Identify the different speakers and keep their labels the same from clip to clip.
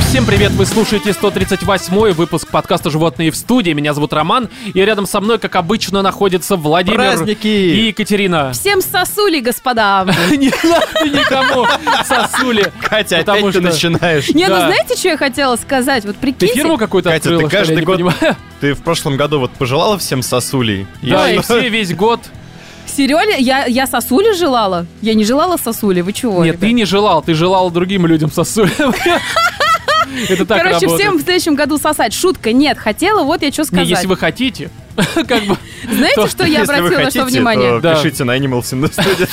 Speaker 1: Всем привет, вы слушаете 138-й выпуск подкаста «Животные в студии». Меня зовут Роман, и рядом со мной, как обычно, находится Владимир
Speaker 2: Праздники!
Speaker 1: и Екатерина.
Speaker 3: Всем сосули, господа.
Speaker 1: Не надо никому сосули.
Speaker 2: Катя, опять
Speaker 1: Потому
Speaker 2: ты
Speaker 1: что-
Speaker 2: начинаешь.
Speaker 3: Не, ну
Speaker 1: Да.
Speaker 3: знаете, что я хотела сказать? Вот
Speaker 1: Ты
Speaker 3: прикиньте.
Speaker 1: фирму какую-то
Speaker 2: Катя,
Speaker 1: открыла,
Speaker 2: ты
Speaker 1: что ли? Я
Speaker 2: каждый
Speaker 1: не
Speaker 2: год-
Speaker 1: понимаю.
Speaker 2: Ты в прошлом году вот пожелала всем сосулей?
Speaker 1: Да, и
Speaker 2: что?
Speaker 1: все весь год.
Speaker 3: Серёля, я, я сосули желала? Я не желала сосули, вы чего?
Speaker 1: Нет, ты
Speaker 3: ребят?
Speaker 1: не желал, ты желал другим людям сосули. Это так
Speaker 3: Короче,
Speaker 1: работает.
Speaker 3: всем в следующем году сосать. Шутка, нет, хотела, вот я что
Speaker 1: Не,
Speaker 3: сказать.
Speaker 1: если вы хотите, как бы
Speaker 3: Знаете,
Speaker 1: то-
Speaker 3: что я
Speaker 2: Если вы
Speaker 3: обратила на
Speaker 2: хотите,
Speaker 3: что внимание?
Speaker 2: то
Speaker 1: Да.
Speaker 2: пишите на Animal Sim Studio.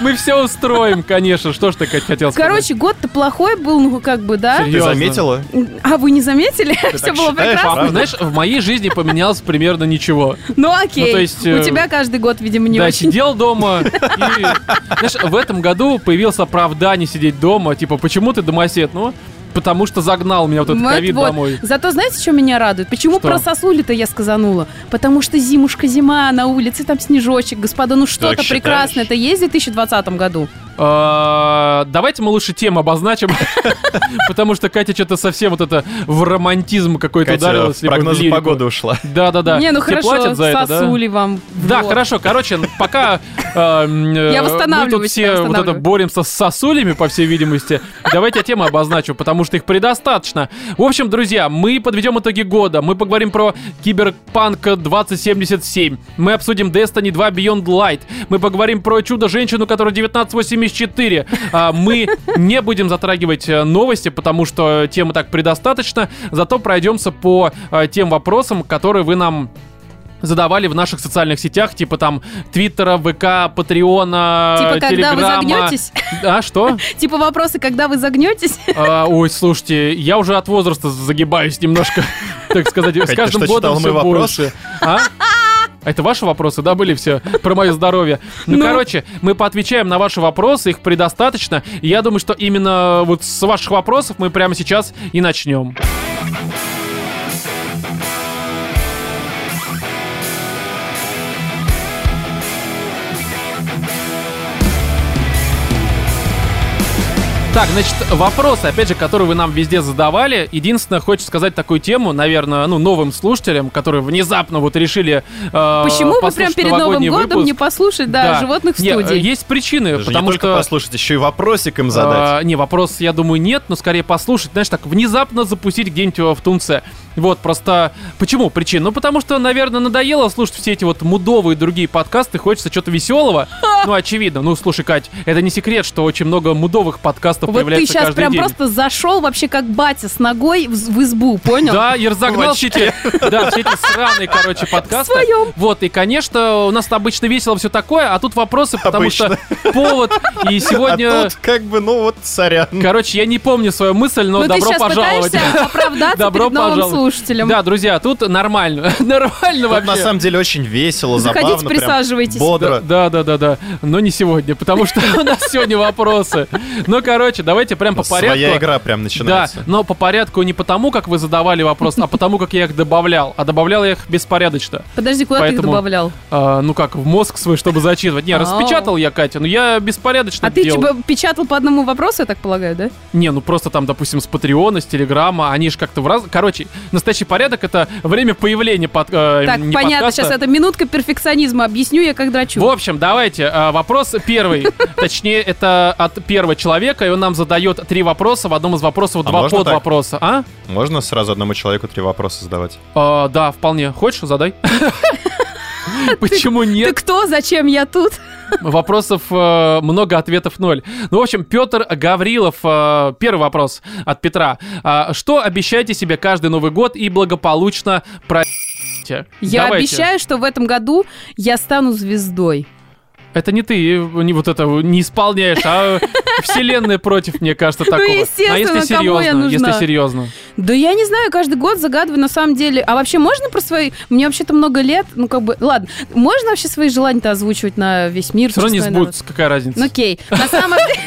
Speaker 1: мы все устроим, конечно. Что ж ты, Кать, хотел сказать?
Speaker 3: Короче, год-то плохой был, ну как бы, да?
Speaker 2: Ты
Speaker 1: Серьезно.
Speaker 2: заметила?
Speaker 3: А вы не заметили? Все
Speaker 2: так
Speaker 3: было
Speaker 2: считаешь,
Speaker 3: прекрасно.
Speaker 2: а?
Speaker 1: Пап, знаешь, в моей жизни поменялось примерно ничего.
Speaker 3: Ну окей.
Speaker 1: Ну, то есть, э,
Speaker 3: У тебя каждый год, видимо, не
Speaker 1: да,
Speaker 3: очень.
Speaker 1: сидел дома. И, знаешь, в этом году появилось оправдание сидеть дома. Типа, почему ты домосед? Ну, потому что загнал меня вот этот
Speaker 3: Вот,
Speaker 1: ковид
Speaker 3: вот.
Speaker 1: домой.
Speaker 3: Зато знаете, что меня радует? Почему
Speaker 1: Что?
Speaker 3: про сосули-то я сказанула? Потому что зимушка зима, на улице там снежочек, господа, ну что-то
Speaker 2: считаешь?
Speaker 3: прекрасное-то есть в 2020 году.
Speaker 1: А, Давайте мы лучше тему обозначим. Потому что Катя что-то совсем вот это в романтизм какой-то
Speaker 2: Катя
Speaker 1: ударилась.
Speaker 2: в прогнозы погоды ушла.
Speaker 1: Да-да-да.
Speaker 3: Не, ну
Speaker 1: Тебе
Speaker 3: хорошо,
Speaker 1: платят за это, да?
Speaker 3: сосули вам. в
Speaker 1: Да,
Speaker 3: рот.
Speaker 1: хорошо, короче, н- пока э, м, э,
Speaker 3: Я
Speaker 1: мы тут
Speaker 3: восстанавливаюсь, я
Speaker 1: все вот это
Speaker 3: восстанавливаюсь.
Speaker 1: боремся с сосулями, по всей видимости, давайте я тему обозначу, потому что их предостаточно. В общем, друзья, мы подведем итоги года, мы поговорим про Киберпанк 2077, мы обсудим Destiny 2 Beyond Light, мы поговорим про Чудо-женщину, которая 1984, а, мы не будем затрагивать э, новости, потому что темы так предостаточно, зато пройдемся по э, тем вопросам, которые вы нам задавали в наших социальных сетях, типа там Твиттера, ВК, Патреона,
Speaker 3: Типа, когда вы
Speaker 1: Телеграма.
Speaker 3: загнетесь?
Speaker 1: А, что?
Speaker 3: Типа вопросы, когда вы загнетесь?
Speaker 1: А, ой, слушайте, я уже от возраста загибаюсь немножко, так сказать, с
Speaker 2: ты
Speaker 1: каждым
Speaker 2: что,
Speaker 1: годом
Speaker 2: читала
Speaker 1: все
Speaker 2: мои
Speaker 1: больше.
Speaker 2: вопросы?
Speaker 1: А? А Это ваши вопросы, да, были все? Про мое здоровье. Ну,
Speaker 3: Ну.
Speaker 1: короче, мы поотвечаем на ваши вопросы, их предостаточно. И я думаю, что именно вот с ваших вопросов мы прямо сейчас и начнем. Так, значит, вопросы, опять же, которые вы нам везде задавали. Единственное, хочу сказать такую тему, наверное, ну, новым слушателям, которые внезапно вот решили... э,
Speaker 3: Почему вы прям
Speaker 1: послушать
Speaker 3: перед Новым
Speaker 1: новогодний
Speaker 3: годом
Speaker 1: выпуск.
Speaker 3: не послушать, да, животных в
Speaker 1: Не, э,
Speaker 3: студии?
Speaker 1: есть причины,
Speaker 2: Даже не
Speaker 1: потому
Speaker 2: только
Speaker 1: что...
Speaker 2: послушать, еще и вопросик им задать. А
Speaker 1: э, не, вопрос, я думаю, нет, но скорее послушать, знаешь, так внезапно запустить где-нибудь э, в Тунце. Вот, просто... Почему причина? Ну, потому что, наверное, надоело слушать все эти вот мудовые другие подкасты, хочется чего-то веселого. Ну, очевидно. Ну, слушай, Кать, это не секрет, что очень много мудовых подкастов
Speaker 3: Вот ты
Speaker 1: появляется
Speaker 3: сейчас
Speaker 1: каждый
Speaker 3: прям
Speaker 1: день.
Speaker 3: просто зашел вообще как батя с ногой в, в избу,
Speaker 2: Ну.
Speaker 3: понял?
Speaker 1: Да, я разогнал
Speaker 2: Вообще.
Speaker 1: все эти, да, все эти сраные, короче, подкасты.
Speaker 3: В своем.
Speaker 1: Вот, и, конечно, у нас обычно весело все такое, а тут вопросы, потому
Speaker 2: Обычно.
Speaker 1: что повод, и сегодня...
Speaker 2: А тут как бы, ну вот, сорян.
Speaker 1: Короче, я не помню свою мысль, но
Speaker 3: Ну, ты
Speaker 1: добро
Speaker 3: сейчас
Speaker 1: пожаловать.
Speaker 3: пытаешься оправдаться
Speaker 1: Добро
Speaker 3: перед новым
Speaker 1: пожаловать.
Speaker 3: слушателям.
Speaker 1: Да, друзья, тут нормально. Нормально
Speaker 2: Тут на
Speaker 1: вообще.
Speaker 2: самом деле очень весело,
Speaker 3: Заходите,
Speaker 2: забавно. прям
Speaker 3: присаживайтесь.
Speaker 2: Бодро.
Speaker 1: Да, да, да, да. Но не сегодня, потому что у нас сегодня вопросы. Ну, короче, давайте прям по порядку.
Speaker 2: Своя игра прям начинается.
Speaker 1: Да, но по порядку не потому, как вы задавали вопрос, а потому, как я их добавлял. А добавлял я их беспорядочно.
Speaker 3: Подожди, куда ты
Speaker 1: Поэтому-
Speaker 3: их добавлял?
Speaker 1: А, ну как, в мозг свой, чтобы зачитывать. Не,
Speaker 3: Ау.
Speaker 1: распечатал я, Катя, но я беспорядочно
Speaker 3: А ты
Speaker 1: делал.
Speaker 3: типа печатал по одному вопросу, я так полагаю, да?
Speaker 1: Не, ну просто там, допустим, с Патреона, с Телеграма, они же как-то в раз... Короче, настоящий порядок — это время появления под... э,
Speaker 3: Так,
Speaker 1: не
Speaker 3: понятно,
Speaker 1: подкаста.
Speaker 3: сейчас это минутка перфекционизма. Объясню я, как драчу.
Speaker 1: В общем, давайте, э, вопрос первый. Точнее, это от первого человека, и он нам задает три вопроса. В одном из вопросов
Speaker 2: А
Speaker 1: два
Speaker 2: можно
Speaker 1: под
Speaker 2: так?
Speaker 1: вопроса. А?
Speaker 2: Можно сразу одному человеку три вопроса задавать?
Speaker 1: Э, да, вполне. Хочешь, задай. Почему
Speaker 3: Ты
Speaker 1: нет?
Speaker 3: кто? Зачем я тут?
Speaker 1: Вопросов э, много, ответов ноль. Ну, в общем, Петр Гаврилов, э, первый вопрос от Петра. А, что обещаете себе каждый Новый год и благополучно про...
Speaker 3: Я обещаю, что в этом году я стану звездой.
Speaker 1: Это не ты э, не вот это не исполняешь, а э, вселенная против, мне кажется, такого. а если
Speaker 3: Ну, естественно,
Speaker 1: серьезно,
Speaker 3: кому я нужна?
Speaker 1: если серьезно.
Speaker 3: Да я не знаю, каждый год загадываю на самом деле. А вообще можно про свои... Мне вообще-то много лет, ну как бы... Ладно, можно вообще свои желания-то озвучивать на весь мир?
Speaker 1: Все равно не
Speaker 3: через свой народ?
Speaker 1: сбудется, какая разница.
Speaker 3: Ну окей. На самом деле...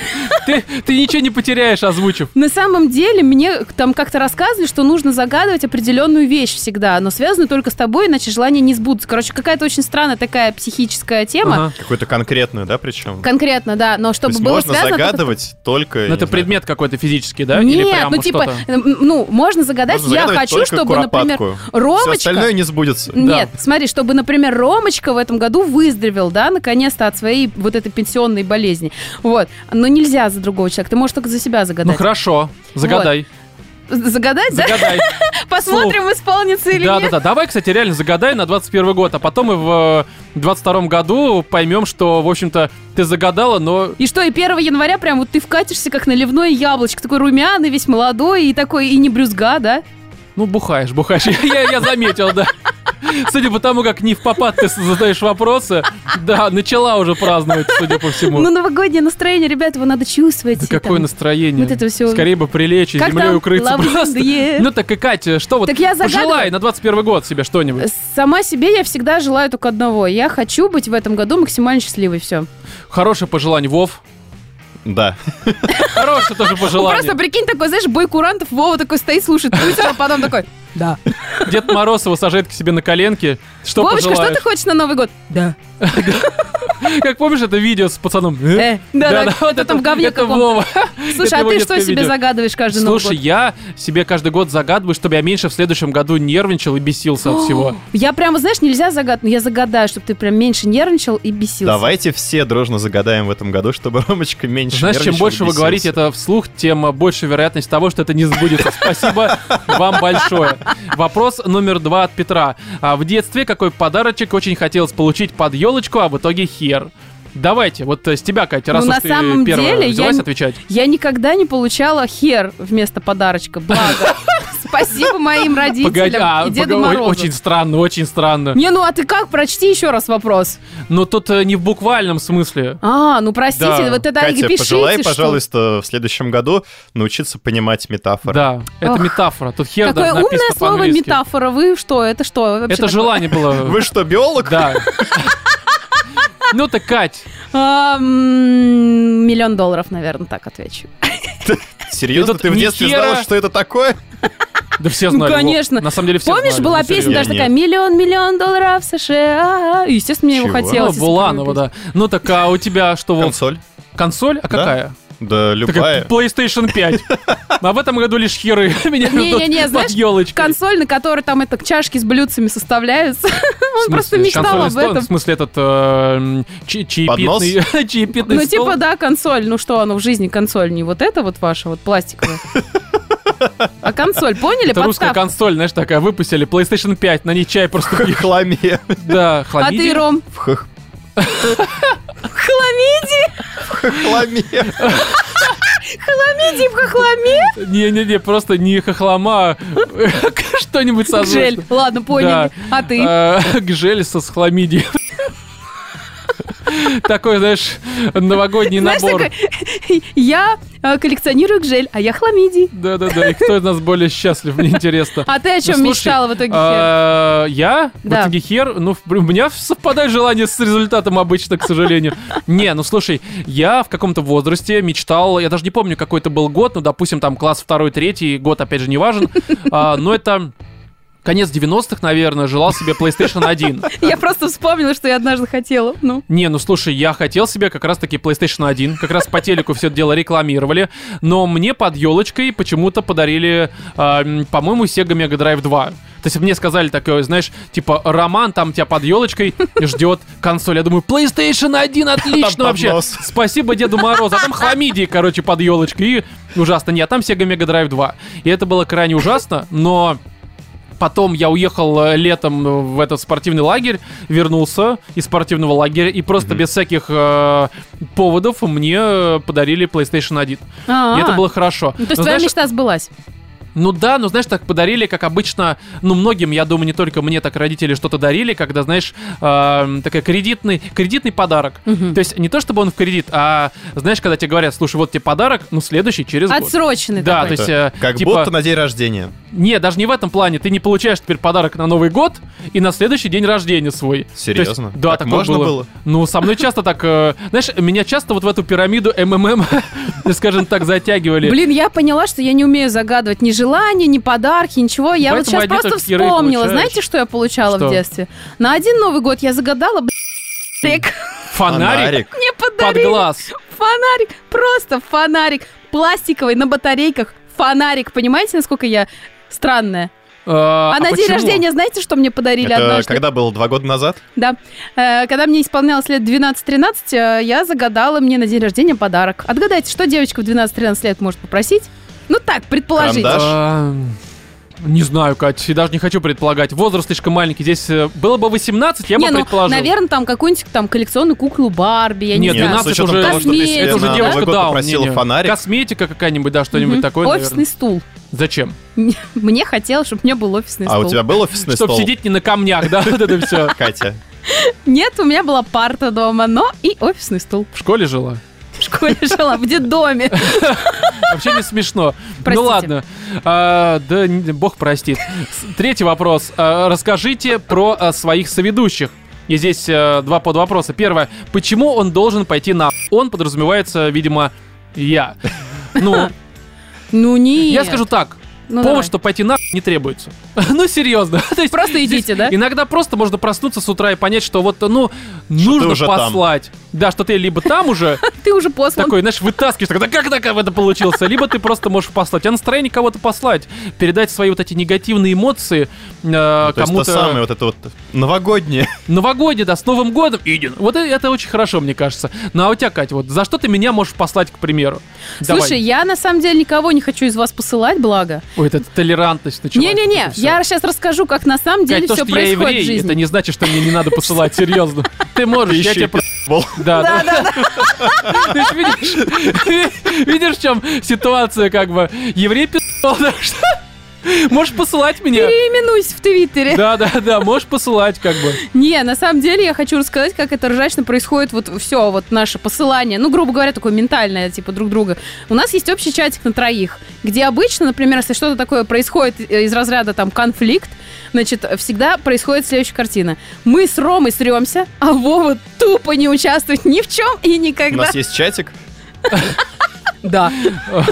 Speaker 1: Ты, ты ничего не потеряешь, озвучив.
Speaker 3: На самом деле, мне там как-то рассказывали, что нужно загадывать определенную вещь всегда, но связанную только с тобой, иначе желания не сбудутся. Короче, какая-то очень странная такая психическая тема.
Speaker 1: Ага.
Speaker 2: Какую-то конкретную, да, причем?
Speaker 3: Конкретно, да, но
Speaker 2: То
Speaker 3: чтобы
Speaker 2: есть
Speaker 3: было
Speaker 2: можно
Speaker 3: связано... только-
Speaker 2: загадывать только... я
Speaker 1: Ну, это
Speaker 2: не знаю,
Speaker 1: предмет какой-то физический, да? Или
Speaker 3: Нет,
Speaker 1: прямо
Speaker 3: ну типа,
Speaker 1: что-то?
Speaker 3: м, ну, можно загадать,
Speaker 2: Можно
Speaker 3: я
Speaker 2: загадывать
Speaker 3: хочу,
Speaker 2: только
Speaker 3: чтобы, например,
Speaker 2: куропатку. Все
Speaker 3: Ромочка...
Speaker 2: остальное не сбудется.
Speaker 1: Да.
Speaker 3: Нет, смотри, чтобы, например, Ромочка в этом году выздоровел, да, наконец-то от своей вот этой пенсионной болезни. Вот. Но нельзя за другого человека. Ты можешь только за себя
Speaker 1: Ну
Speaker 3: загадать.
Speaker 1: хорошо, загадай.
Speaker 3: Загадать, да?
Speaker 1: Загадай.
Speaker 3: Посмотрим, исполнится или
Speaker 1: Да, да,
Speaker 3: нет.
Speaker 1: да. Давай, кстати, реально загадай на 21 год, а потом и в э, 22 году поймем, что, в общем-то, ты загадала, но
Speaker 3: И что, и 1 января прям вот ты вкатишься, как наливное яблочко, такой румяный, весь молодой, и такой, и не брюзга, да?
Speaker 1: ну бухаешь, бухаешь. Я, я заметил, да. Судя по тому, как не в попад ты задаешь вопросы, да, начала уже праздновать, судя по всему.
Speaker 3: Ну, новогоднее настроение, ребят, его надо чувствовать.
Speaker 1: Да
Speaker 3: и там.
Speaker 1: какое настроение.
Speaker 3: вот это всё.
Speaker 1: Скорее бы прилечь и
Speaker 3: Как
Speaker 1: землей
Speaker 3: там?
Speaker 1: укрыться
Speaker 3: Лаванда
Speaker 1: просто.
Speaker 3: е.
Speaker 1: Ну так и Катя, что вот
Speaker 3: Так я загадываю. Э.
Speaker 1: пожелай на 21 год себе что-нибудь.
Speaker 3: Сама себе я всегда желаю только одного. Я хочу быть в этом году максимально счастливой, все.
Speaker 1: Хорошее пожелание, Вов.
Speaker 2: Да.
Speaker 1: Хорошее тоже
Speaker 3: Ну, Просто
Speaker 1: пожелание.
Speaker 3: прикинь, такой, знаешь, бой курантов, Вова такой стоит, слушает Путина, а потом такой, да.
Speaker 1: Дед Мороз его сажает к себе на коленки. Что
Speaker 3: Вовочка, что
Speaker 1: пожелаешь?
Speaker 3: ты хочешь на Новый год? Да.
Speaker 1: Как помнишь это видео с пацаном?
Speaker 3: Э, да, да,
Speaker 1: вот
Speaker 3: это там говне
Speaker 1: это
Speaker 3: каком.
Speaker 1: Вова. Это
Speaker 3: Слушай, а
Speaker 1: его
Speaker 3: ты что
Speaker 1: детское
Speaker 3: себе
Speaker 1: видео.
Speaker 3: загадываешь каждый Новый год?
Speaker 1: Слушай, я себе каждый год загадываю, чтобы я меньше в следующем году нервничал и бесился от всего.
Speaker 3: Я прямо, знаешь, нельзя загадать, но я загадаю, чтобы ты прям меньше нервничал и бесился.
Speaker 2: Давайте все дружно загадаем в этом году, чтобы Ромочка меньше
Speaker 1: Знаешь, чем
Speaker 2: нервничал и
Speaker 1: больше вы
Speaker 2: бесился.
Speaker 1: говорите это вслух, тем э, больше вероятность того, что это не сбудется. Спасибо вам большое. Вопрос номер два от Петра. А в детстве какой подарочек очень хотелось получить под елочку, а в итоге хер? Давайте, вот э, с тебя, Катя, раз
Speaker 3: Ну,
Speaker 1: уж
Speaker 3: на
Speaker 1: ты
Speaker 3: самом
Speaker 1: первая
Speaker 3: деле я
Speaker 1: взялась
Speaker 3: не-
Speaker 1: отвечать.
Speaker 3: Я никогда не получала хер вместо подарочка, благо. Спасибо моим
Speaker 1: Погоди, а,
Speaker 3: родителям и Деду
Speaker 1: погоди, о-
Speaker 3: Морозу.
Speaker 1: очень странно, очень странно.
Speaker 3: Не, ну а ты как? Прочти еще раз вопрос.
Speaker 1: Но тут э, не в буквальном смысле.
Speaker 3: А, ну простите,
Speaker 1: Да.
Speaker 3: вот это
Speaker 2: Катя,
Speaker 3: пишите,
Speaker 2: пожелай,
Speaker 3: что-
Speaker 2: пожалуйста, в следующем году научиться понимать метафоры.
Speaker 1: Да, это
Speaker 3: Ох.
Speaker 1: метафора. Тут хер
Speaker 3: Какое
Speaker 1: даже написано
Speaker 3: умное слово
Speaker 1: по-английски.
Speaker 3: метафора. Вы что? Это что? вообще
Speaker 1: Это
Speaker 3: такое?
Speaker 1: желание было.
Speaker 2: Вы что, биолог?
Speaker 1: Да. Ну так, Кать,
Speaker 3: А, м, Миллион долларов, наверное, так отвечу.
Speaker 2: Серьезно,
Speaker 1: И тут
Speaker 2: ты в
Speaker 1: ни
Speaker 2: детстве
Speaker 1: хера.
Speaker 2: знала, что это такое?
Speaker 1: да все
Speaker 3: Ну,
Speaker 1: знали. Вов.
Speaker 3: конечно.
Speaker 1: На самом деле все
Speaker 3: Помнишь,
Speaker 1: знали,
Speaker 3: была
Speaker 1: ну,
Speaker 3: песня
Speaker 1: серьезно.
Speaker 3: даже
Speaker 2: Я
Speaker 3: такая «Миллион, миллион долларов США». И, Естественно, мне его
Speaker 2: Чего?
Speaker 1: Ну,
Speaker 3: хотелось.
Speaker 1: Буланова, да. Ну так, а у тебя что, Вов?
Speaker 2: Консоль?
Speaker 1: Консоль? А какая?
Speaker 2: Да,
Speaker 1: Такая
Speaker 2: любая.
Speaker 1: PlayStation 5. А в этом году лишь херы меня
Speaker 3: Не-не-не,
Speaker 1: ждут под
Speaker 3: знаешь,
Speaker 1: елочкой.
Speaker 3: консоль, на которой там это чашки с блюдцами составляются. Он просто мечтал об
Speaker 1: В
Speaker 3: этом.
Speaker 1: смысле, этот э, м, чи-
Speaker 2: Поднос?
Speaker 1: чаепитный чаепитный
Speaker 3: Ну,
Speaker 1: стол?
Speaker 3: типа, да, консоль. Ну что, оно в жизни консоль не вот это вот ваша, вот пластиковая. А консоль, поняли?
Speaker 1: Это русская
Speaker 3: Подставка.
Speaker 1: консоль, знаешь, такая, выпустили. PlayStation 5, на ней чай просто
Speaker 2: В
Speaker 1: пьют.
Speaker 2: хламе.
Speaker 1: Да,
Speaker 3: А ты,
Speaker 1: хладиль.
Speaker 3: Ром,
Speaker 2: В хламе.
Speaker 3: хламиди, хламиди в хохламе?
Speaker 1: Не-не-не, просто не хохлома, а что-нибудь созвучное.
Speaker 3: Жель. Ладно, поняли. А ты?
Speaker 1: А, Гжель со схламидием. Такой, знаешь, новогодний
Speaker 3: Знаешь,
Speaker 1: набор.
Speaker 3: такой, я э, коллекционирую гжель, а я хламидий.
Speaker 1: Да-да-да, и кто из нас более счастлив, мне интересно.
Speaker 3: А ты о чем
Speaker 1: Ну, слушай,
Speaker 3: мечтала в итоге? Хер?
Speaker 1: А, Я? В
Speaker 3: Да.
Speaker 1: итоге хер? Ну, в- у меня совпадает желание с результатом обычно, к сожалению. Не, ну слушай, я в каком-то возрасте мечтал, я даже не помню, какой это был год, ну, допустим, там класс второй, третий, год, опять же, не важен, А, но это... Конец 90-х, наверное, желал себе PlayStation 1.
Speaker 3: Я просто вспомнила, что я однажды хотела. Ну,
Speaker 1: Не, ну слушай, я хотел себе как раз-таки PlayStation 1, как раз по телеку все это дело рекламировали, но мне под елочкой почему-то подарили, а, м, по-моему, Sega Mega Drive 2. То есть мне сказали такое, знаешь, типа, Роман там тебя под елочкой ждет консоль. Я думаю, PlayStation 1, отлично
Speaker 2: Там
Speaker 1: вообще.
Speaker 2: поднос.
Speaker 1: Спасибо Деду Морозу. А там хламидии, короче, под елочкой. И ужасно. Нет, там Sega Mega Drive 2. И это было крайне ужасно, но... Потом я уехал э, летом в этот спортивный лагерь, вернулся из спортивного лагеря, и просто без всяких э, поводов мне э, подарили PlayStation 1. И это было хорошо. Но
Speaker 3: Ну, то есть твоя
Speaker 1: знаешь,
Speaker 3: мечта сбылась.
Speaker 1: ну да, но знаешь, так подарили, как обычно, ну многим, я думаю, не только мне, так родители что-то дарили, когда, знаешь, эм, такой кредитный, кредитный подарок.
Speaker 3: Мгм.
Speaker 1: То есть не то, чтобы он в кредит, а знаешь, когда тебе говорят, слушай, вот тебе подарок, ну следующий через год.
Speaker 3: Отсроченный
Speaker 1: Да,
Speaker 3: такой.
Speaker 1: то есть, э,
Speaker 2: Как
Speaker 1: типа-
Speaker 2: будто на день рождения.
Speaker 1: Не, даже не в этом плане. Ты не получаешь теперь подарок на Новый год и на следующий день рождения свой.
Speaker 2: Серьезно?
Speaker 1: То есть- да,
Speaker 2: Так
Speaker 1: такое
Speaker 2: можно было?
Speaker 1: Ну, со мной часто так... э, знаешь, меня часто вот в эту пирамиду МММ, скажем так, затягивали.
Speaker 3: Блин, я поняла, что я не умею загадывать ни желания, ни подарки, ничего. Я
Speaker 1: Поэтому
Speaker 3: вот
Speaker 1: одни
Speaker 3: сейчас просто
Speaker 1: только херы и
Speaker 3: вспомнила.
Speaker 1: получаешь.
Speaker 3: Знаете, что я получала
Speaker 1: Что?
Speaker 3: в детстве? На один Новый год я загадала, блядь,
Speaker 1: Фонарик
Speaker 3: мне
Speaker 1: под
Speaker 3: подарили
Speaker 1: глаз.
Speaker 3: фонарик, просто фонарик, пластиковый, на батарейках фонарик. Понимаете, насколько я странная?
Speaker 1: Э,
Speaker 3: А, на день
Speaker 1: почему?
Speaker 3: рождения знаете, что мне подарили
Speaker 2: Это
Speaker 3: однажды?
Speaker 2: когда было? Два года назад?
Speaker 3: Да. Э, Когда мне исполнялось лет 12-13, э, я загадала мне на день рождения подарок. Отгадайте, что девочка в 12-13 лет может попросить? Ну так, предположить.
Speaker 2: Карандаш?
Speaker 1: Э, Не знаю, Кать, и даже не хочу предполагать. Возраст слишком маленький. Здесь э, было бы 18, я бы
Speaker 3: не, ну,
Speaker 1: предположил.
Speaker 3: наверное, там какую-нибудь там коллекционную куклу Барби, я
Speaker 1: Нет,
Speaker 3: не знаю.
Speaker 1: 12 уже-
Speaker 2: того, что ты себе
Speaker 1: Это уже
Speaker 2: на
Speaker 1: девушка,
Speaker 2: Новый год
Speaker 1: да,
Speaker 2: попросила
Speaker 1: мнение.
Speaker 2: фонарик.
Speaker 1: Косметика какая-нибудь, да, что-нибудь
Speaker 3: Мгм.
Speaker 1: такое. наверное.
Speaker 3: Офисный стул.
Speaker 1: Зачем?
Speaker 3: Мне хотелось, чтобы у меня был офисный
Speaker 2: А
Speaker 3: стул.
Speaker 2: у тебя был офисный
Speaker 1: Чтобы
Speaker 2: стол?
Speaker 1: сидеть не на камнях, да, вот это все.
Speaker 2: Катя,
Speaker 3: Нет, у меня была парта дома, но и офисный стул.
Speaker 1: В школе жила.
Speaker 3: В школе жила, в детдоме.
Speaker 1: Вообще не смешно. Ну
Speaker 3: Простите.
Speaker 1: ладно. А, да, н- бог простит. С- Третий вопрос. А, Расскажите про а, своих соведущих. И здесь э, два подвопроса. Первое. Почему он должен пойти на... Он подразумевается, видимо, я. Ну,
Speaker 3: Ну не.
Speaker 1: я скажу так.
Speaker 3: Ну,
Speaker 1: Повод,
Speaker 3: давай.
Speaker 1: что пойти на не требуется. Ну, серьезно. То есть
Speaker 3: Просто идите, да?
Speaker 1: Иногда просто можно проснуться с утра и понять, что вот, ну, нужно
Speaker 2: уже там.
Speaker 1: послать. Да, что ты либо там уже,
Speaker 3: Ты уже послан.
Speaker 1: такой, знаешь, вытаскиваешь, тогда как так это получился? Либо ты просто можешь послать, а настроение кого-то послать, передать свои вот эти негативные эмоции э,
Speaker 2: то есть то самое
Speaker 1: кому-то.
Speaker 2: вот это вот новогоднее.
Speaker 1: Новогодие, да, с Новым годом, Идин. Вот э- это очень хорошо, мне кажется. Ну а у тебя, Катя, вот за что ты меня можешь послать, к примеру? Давай.
Speaker 3: Слушай, я на самом деле никого не хочу из вас посылать, благо.
Speaker 1: Ой, это толерантность началась.
Speaker 3: Не-не-не,
Speaker 1: это всё.
Speaker 3: я сейчас расскажу, как на самом деле
Speaker 1: Кать, то,
Speaker 3: все
Speaker 1: что я
Speaker 3: происходит в
Speaker 1: еврей,
Speaker 3: жизни.
Speaker 1: это не значит, что мне не надо посылать, серьезно. Ты можешь, я
Speaker 2: Еще
Speaker 1: тебе
Speaker 2: и пи***бол.
Speaker 1: Да, да, Ты ж видишь, видишь, в чем ситуация, как бы. Еврей пи***л, да, что? Можешь посылать меня.
Speaker 3: Переименуюсь в Твиттере.
Speaker 1: Да, да, да, можешь посылать, как бы.
Speaker 3: Не, на самом деле я хочу рассказать, как это ржачно происходит вот все, вот наше посылание. Ну, грубо говоря, такое ментальное, типа, друг друга. У нас есть общий чатик на троих, где обычно, например, если что-то такое происходит э, из разряда там конфликт, значит, всегда происходит следующая картина. Мы с Ромой сремся, а Вова тупо не участвует ни в чем и
Speaker 2: У
Speaker 3: никогда.
Speaker 2: нас есть чатик.
Speaker 3: Да.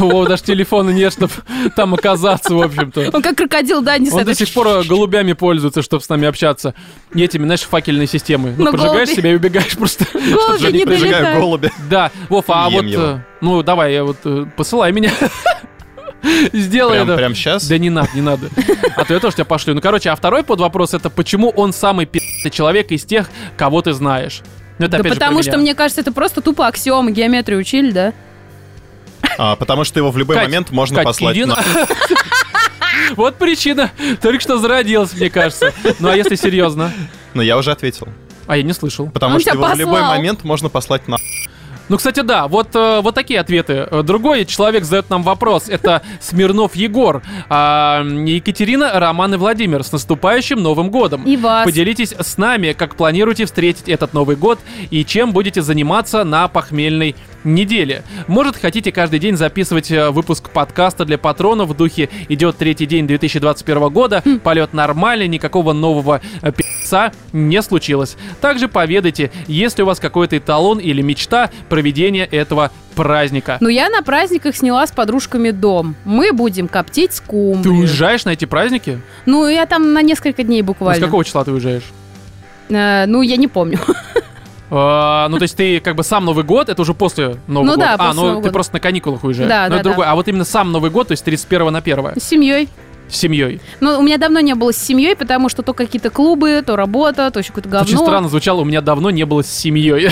Speaker 1: О, даже телефона нет, чтобы там оказаться, в общем-то.
Speaker 3: Он как крокодил, да, не
Speaker 1: Он до сих пор голубями пользуется, чтобы с нами общаться. И этими, знаешь, факельной системы. Ну,
Speaker 3: Но
Speaker 1: поджигаешь
Speaker 3: голуби-
Speaker 1: себя и убегаешь просто.
Speaker 3: Голуби
Speaker 2: Я
Speaker 3: не
Speaker 2: не прижигаю
Speaker 3: долетают.
Speaker 2: голуби.
Speaker 1: Да, Вов, а
Speaker 2: Ем
Speaker 1: вот...
Speaker 2: его.
Speaker 1: э, Ну, давай, я вот... э, Посылай меня. Сделай
Speaker 2: Прям,
Speaker 1: это.
Speaker 2: прям сейчас.
Speaker 1: Да не надо, не надо. А то я тоже тебя пошлю. Ну, короче, а второй под вопрос это почему он самый пи***ый человек из тех, кого ты знаешь? Ну, это
Speaker 3: Да
Speaker 1: опять же про
Speaker 3: потому что,
Speaker 1: меня.
Speaker 3: мне кажется, это просто тупо аксиомы геометрию учили, да?
Speaker 2: А, Потому что его в любой
Speaker 1: Кать,
Speaker 2: момент можно
Speaker 1: Кать,
Speaker 2: послать.
Speaker 1: иди
Speaker 2: на-
Speaker 1: на- Вот причина. Только что зародилась, мне кажется. Ну, а если серьезно?
Speaker 2: Но Ну, я уже ответил.
Speaker 1: А я не слышал.
Speaker 2: Потому
Speaker 3: Он
Speaker 2: что
Speaker 3: тебя
Speaker 2: его в любой
Speaker 3: послал.
Speaker 2: момент можно послать на...
Speaker 1: Ну, кстати, да, вот, э, вот такие ответы. Э, Другой человек задает нам вопрос. Это Смирнов Егор. А, Екатерина, Роман и Владимир. С наступающим Новым Годом!
Speaker 3: И вас.
Speaker 1: Поделитесь с нами, как планируете встретить этот Новый год и чем будете заниматься на похмельной неделе. Может, хотите каждый день записывать э, выпуск подкаста для патронов в духе «Идет третий день 2021 года,
Speaker 3: Хм.
Speaker 1: полет нормальный, никакого нового э, пи***ца не случилось». Также поведайте, есть ли у вас какой-то эталон или мечта проведения этого праздника.
Speaker 3: Ну, я на праздниках сняла с подружками дом. Мы будем коптить
Speaker 1: Ты
Speaker 3: скумбрию.
Speaker 1: уезжаешь на эти праздники?
Speaker 3: Ну, я там на несколько дней
Speaker 1: Ну, С
Speaker 3: буквально.
Speaker 1: какого числа ты уезжаешь?
Speaker 3: Э, ну, я не помню.
Speaker 1: А, ну, то есть ты как бы сам Новый год, это уже после Нового
Speaker 3: Ну
Speaker 1: года.
Speaker 3: да,
Speaker 1: а,
Speaker 3: после
Speaker 1: ну
Speaker 3: Нового
Speaker 1: ты
Speaker 3: года.
Speaker 1: просто на каникулах уезжаешь.
Speaker 3: Да,
Speaker 1: ну,
Speaker 3: да,
Speaker 1: это другое.
Speaker 3: да.
Speaker 1: А вот именно сам Новый год, то есть 31 на 1
Speaker 3: С семьей.
Speaker 1: с семьей.
Speaker 3: Ну, у меня давно не было с семьей, потому что то какие-то клубы, то работа, то еще какое-то
Speaker 1: Очень
Speaker 3: говно.
Speaker 1: странно звучало, у меня давно не было с семьей.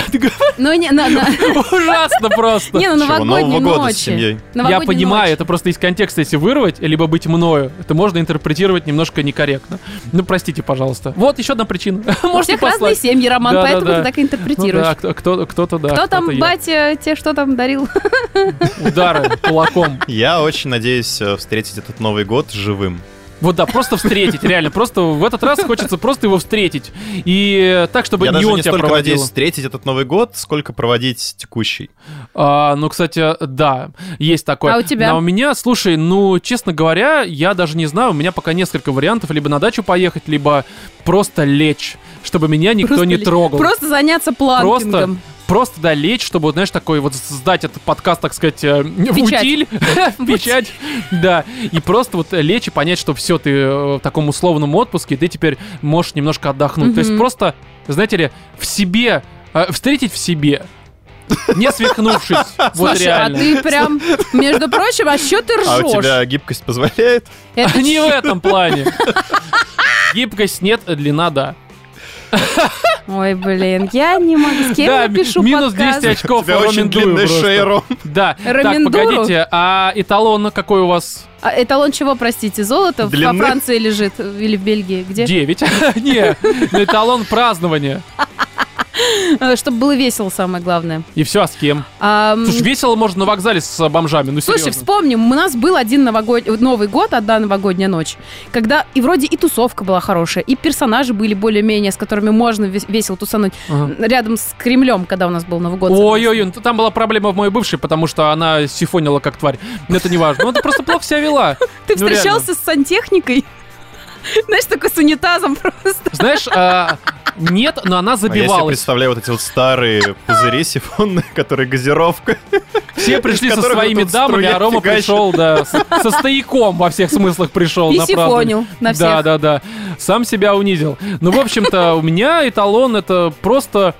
Speaker 3: Ну, не, на, на-
Speaker 1: Ужасно просто.
Speaker 3: не, ну,
Speaker 2: Чего?
Speaker 3: новогодние
Speaker 2: Нового года с
Speaker 3: ночи.
Speaker 2: семьей.
Speaker 1: Я
Speaker 3: Новогодние
Speaker 1: понимаю,
Speaker 3: ночи.
Speaker 1: это просто из контекста, если вырвать, либо быть мною, это можно интерпретировать немножко некорректно. Ну, простите, пожалуйста. Вот еще одна причина.
Speaker 3: Ну, У
Speaker 1: Можете
Speaker 3: всех разные
Speaker 1: послать.
Speaker 3: семьи, Роман,
Speaker 1: Да, да,
Speaker 3: поэтому
Speaker 1: да.
Speaker 3: ты так и
Speaker 1: Ну да,
Speaker 3: интерпретируешь.
Speaker 1: кто- кто- кто-то да.
Speaker 3: Кто
Speaker 1: кто-то
Speaker 3: там,
Speaker 1: я.
Speaker 3: батя, те что там дарил?
Speaker 1: Удары кулаком.
Speaker 2: Я очень надеюсь э, встретить этот Новый год живым.
Speaker 1: Вот да, просто встретить, реально. Просто в этот раз хочется просто его встретить. И э, так, чтобы
Speaker 2: Я
Speaker 1: не
Speaker 2: даже
Speaker 1: он
Speaker 2: не
Speaker 1: тебя
Speaker 2: столько
Speaker 1: проводил.
Speaker 2: надеюсь встретить этот Новый год, сколько проводить текущий.
Speaker 1: А, ну, кстати, да, есть такое.
Speaker 3: А у тебя?
Speaker 1: А у меня, слушай, ну, честно говоря, я даже не знаю, у меня пока несколько вариантов. Либо на дачу поехать, либо просто лечь, чтобы меня никто
Speaker 3: Просто
Speaker 1: не
Speaker 3: ли-
Speaker 1: трогал.
Speaker 3: Просто заняться
Speaker 1: Просто,
Speaker 3: планкингом.
Speaker 1: просто да, лечь, чтобы, вот, знаешь, такой вот сдать этот подкаст, так сказать, э, в
Speaker 3: Печать.
Speaker 1: утиль, в печать, да, и просто вот лечь и понять, что все, ты э, в таком условном отпуске, и ты теперь можешь немножко отдохнуть. То есть
Speaker 3: Мгм.
Speaker 1: просто, знаете ли, в себе, э, встретить в себе, не свихнувшись, вот
Speaker 3: Слушай, а
Speaker 1: реально.
Speaker 3: ты прям, между прочим, а что ты ржешь?
Speaker 2: А у тебя гибкость позволяет?
Speaker 3: Это
Speaker 1: Не
Speaker 3: ч-
Speaker 1: в этом плане. Гибкость нет, а длина да.
Speaker 3: Ой, блин, я не могу. С кем
Speaker 1: да,
Speaker 3: я
Speaker 1: м-
Speaker 3: пишу
Speaker 1: минус 10
Speaker 3: подкаст?
Speaker 2: У
Speaker 1: очков.
Speaker 2: тебя
Speaker 1: Ромин Дуев
Speaker 2: очень длинная
Speaker 1: просто.
Speaker 2: шея, Ром. А
Speaker 1: Да. Так,
Speaker 3: Ромин Дуру?
Speaker 1: погодите, а эталон какой у вас?
Speaker 3: А эталон чего, простите, золото в- во
Speaker 2: Длины?
Speaker 3: Франции лежит э, или в Бельгии? Где?
Speaker 1: 9. Не, ну, эталон празднования.
Speaker 3: Чтобы Э, было весело, самое главное.
Speaker 1: И все, а с кем?
Speaker 3: А, м,
Speaker 1: Слушай, весело можно на вокзале с а, бомжами, ну
Speaker 3: Слушай,
Speaker 1: серьезно.
Speaker 3: вспомним, у нас был один новогод... Новый год, одна новогодняя ночь, когда и вроде и тусовка была хорошая, и персонажи были более-менее, с которыми можно вес- весело тусануть.
Speaker 1: Ага.
Speaker 3: Рядом с Кремлем, когда у нас был Новый год.
Speaker 1: Ой-ой-ой, ну, там была проблема в моей бывшей, потому что она сифонила как тварь. Но это не важно. Ну, ты просто плохо себя вела. Ну,
Speaker 3: Ты
Speaker 1: реально.
Speaker 3: встречался с сантехникой? Знаешь, такой с унитазом просто.
Speaker 1: Знаешь, а, нет, но она
Speaker 2: А Я себе
Speaker 1: забивалась.
Speaker 2: представляю вот эти вот старые пузыри сифонные, которые газировка.
Speaker 1: Все пришли
Speaker 2: из
Speaker 1: со
Speaker 2: которых вот
Speaker 1: своими
Speaker 2: тут
Speaker 1: дамами,
Speaker 2: струя
Speaker 1: а Рома
Speaker 2: фигачит.
Speaker 1: пришел, да, с- со стояком во всех смыслах пришел.
Speaker 3: И
Speaker 1: на празднование.
Speaker 3: сифонил на всех.
Speaker 1: Да, да, да. Сам себя унизил. Ну, в общем-то, у меня эталон это просто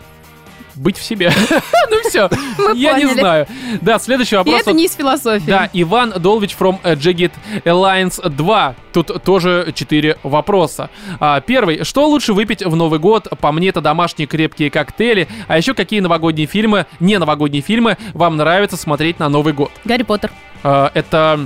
Speaker 1: быть в себе. Ну все,
Speaker 3: Мы
Speaker 1: я не
Speaker 3: поняли.
Speaker 1: знаю. Да, следующий
Speaker 3: И
Speaker 1: вопрос.
Speaker 3: это
Speaker 1: от-
Speaker 3: не из философии.
Speaker 1: Да, Иван Долвич from э, Jagged Alliance 2. Тут тоже четыре вопроса. А, Первый. Что лучше выпить в Новый год? По мне, это домашние крепкие коктейли. А еще какие новогодние фильмы, не новогодние фильмы, вам нравится смотреть на Новый год?
Speaker 3: Гарри Поттер.
Speaker 1: А, Это...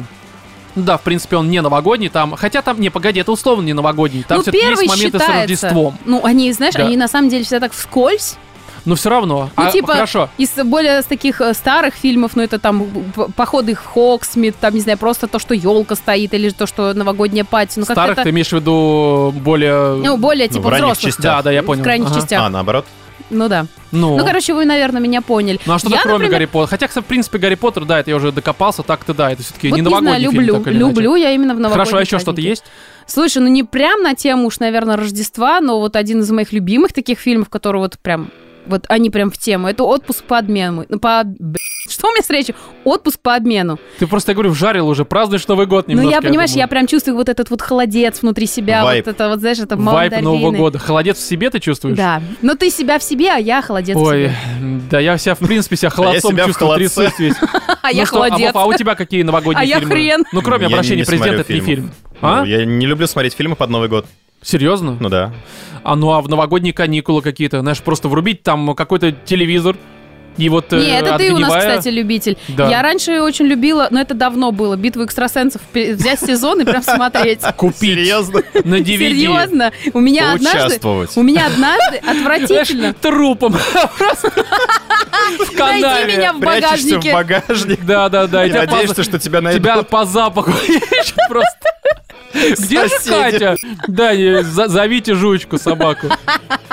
Speaker 1: ну Да, в принципе, он не новогодний там. Хотя там, не, погоди, это условно не новогодний. Там
Speaker 3: ну,
Speaker 1: все-таки
Speaker 3: первый
Speaker 1: есть моменты
Speaker 3: считается.
Speaker 1: с Рождеством.
Speaker 3: Ну, они, знаешь,
Speaker 1: Да.
Speaker 3: они на самом деле всегда так вскользь.
Speaker 1: Но все равно.
Speaker 3: Ну,
Speaker 1: А,
Speaker 3: типа,
Speaker 1: Хорошо.
Speaker 3: из более с таких э, старых фильмов, ну, это там п- походы в Хоксмит, там, не знаю, просто то, что елка стоит, или же то, что новогодняя пати. Ну, как
Speaker 1: Старых
Speaker 3: это...
Speaker 1: ты имеешь в виду более...
Speaker 3: Ну, более,
Speaker 2: Ну,
Speaker 3: типа,
Speaker 2: в ранних
Speaker 3: взрослых.
Speaker 2: частях.
Speaker 1: да, да, я
Speaker 3: В
Speaker 1: понял.
Speaker 3: крайних
Speaker 1: Ага.
Speaker 3: частях.
Speaker 2: А, наоборот.
Speaker 3: Ну, да.
Speaker 1: Ну,
Speaker 3: Ну, короче, вы, наверное, меня поняли.
Speaker 1: Ну а что-то
Speaker 3: Я,
Speaker 1: кроме
Speaker 3: например,
Speaker 1: Гарри Поттера. Хотя, кстати, в принципе, Гарри Поттер, да, это я уже докопался, так-то да, это все-таки
Speaker 3: вот
Speaker 1: не
Speaker 3: не знаю,
Speaker 1: новогодний
Speaker 3: люблю,
Speaker 1: фильм. так или иначе.
Speaker 3: люблю я именно в новогодние
Speaker 1: Хорошо, а еще что-то
Speaker 3: праздники.
Speaker 1: есть?
Speaker 3: Слушай, ну не прям на тему уж, наверное, Рождества, но вот один из моих любимых таких фильмов, который вот прям, вот они прям в тему, это «Отпуск по обмену». Ну, По... б- Что у меня с речью? Отпуск по обмену.
Speaker 1: Ты просто, я говорю, вжарил уже, празднуешь Новый год немножко.
Speaker 3: ну, я, понимаешь, я,
Speaker 1: думаю.
Speaker 3: прям чувствую вот этот вот холодец внутри себя.
Speaker 2: Вайб.
Speaker 3: Вот это вот, знаешь, это
Speaker 1: Вайп
Speaker 3: мандарины.
Speaker 1: Нового года. Холодец в себе ты чувствуешь?
Speaker 3: Да. Но ты себя в себе, а я холодец в
Speaker 1: Ой,
Speaker 3: себе.
Speaker 1: да я себя, в принципе, себя холодцом
Speaker 2: А себя в
Speaker 1: чувствую,
Speaker 2: холодце.
Speaker 1: трясусь весь.
Speaker 3: А
Speaker 1: Ну
Speaker 3: я
Speaker 1: что, а,
Speaker 3: холодец.
Speaker 1: Вов, А у тебя какие новогодние
Speaker 3: А я
Speaker 1: фильмы?
Speaker 3: хрен.
Speaker 1: Ну, кроме
Speaker 2: Я не-
Speaker 1: обращения
Speaker 2: не
Speaker 1: президента, это не
Speaker 2: смотрю
Speaker 1: фильм.
Speaker 2: фильмов.
Speaker 1: А?
Speaker 2: Ну, Я не люблю смотреть фильмы под Новый год.
Speaker 1: Серьезно?
Speaker 2: Ну да.
Speaker 1: А ну а в новогодние каникулы какие-то, знаешь, просто врубить там какой-то телевизор. И вот э,
Speaker 3: Не, это ты у нас,
Speaker 1: отгребая-
Speaker 3: кстати, любитель.
Speaker 1: Да.
Speaker 3: Я раньше очень любила, но это давно было, «Битву экстрасенсов». Пе- Взять сезон и прям смотреть.
Speaker 1: Купить
Speaker 2: Серьезно?
Speaker 1: на DVD.
Speaker 3: Серьезно? У меня однажды...
Speaker 2: Поучаствовать.
Speaker 3: У меня однажды отвратительно.
Speaker 1: Знаешь, трупом. Просто в
Speaker 3: Найди
Speaker 1: канаве.
Speaker 3: меня в
Speaker 2: Прячешься в
Speaker 3: багажнике.
Speaker 2: багажник.
Speaker 1: Да, да, да. и
Speaker 2: И
Speaker 1: тебя по-
Speaker 2: надеешься, что тебя найдут.
Speaker 1: Тебя по запаху ищут просто. Где же
Speaker 2: Соседи.
Speaker 1: Катя? Да, не, за- зовите жучку, собаку.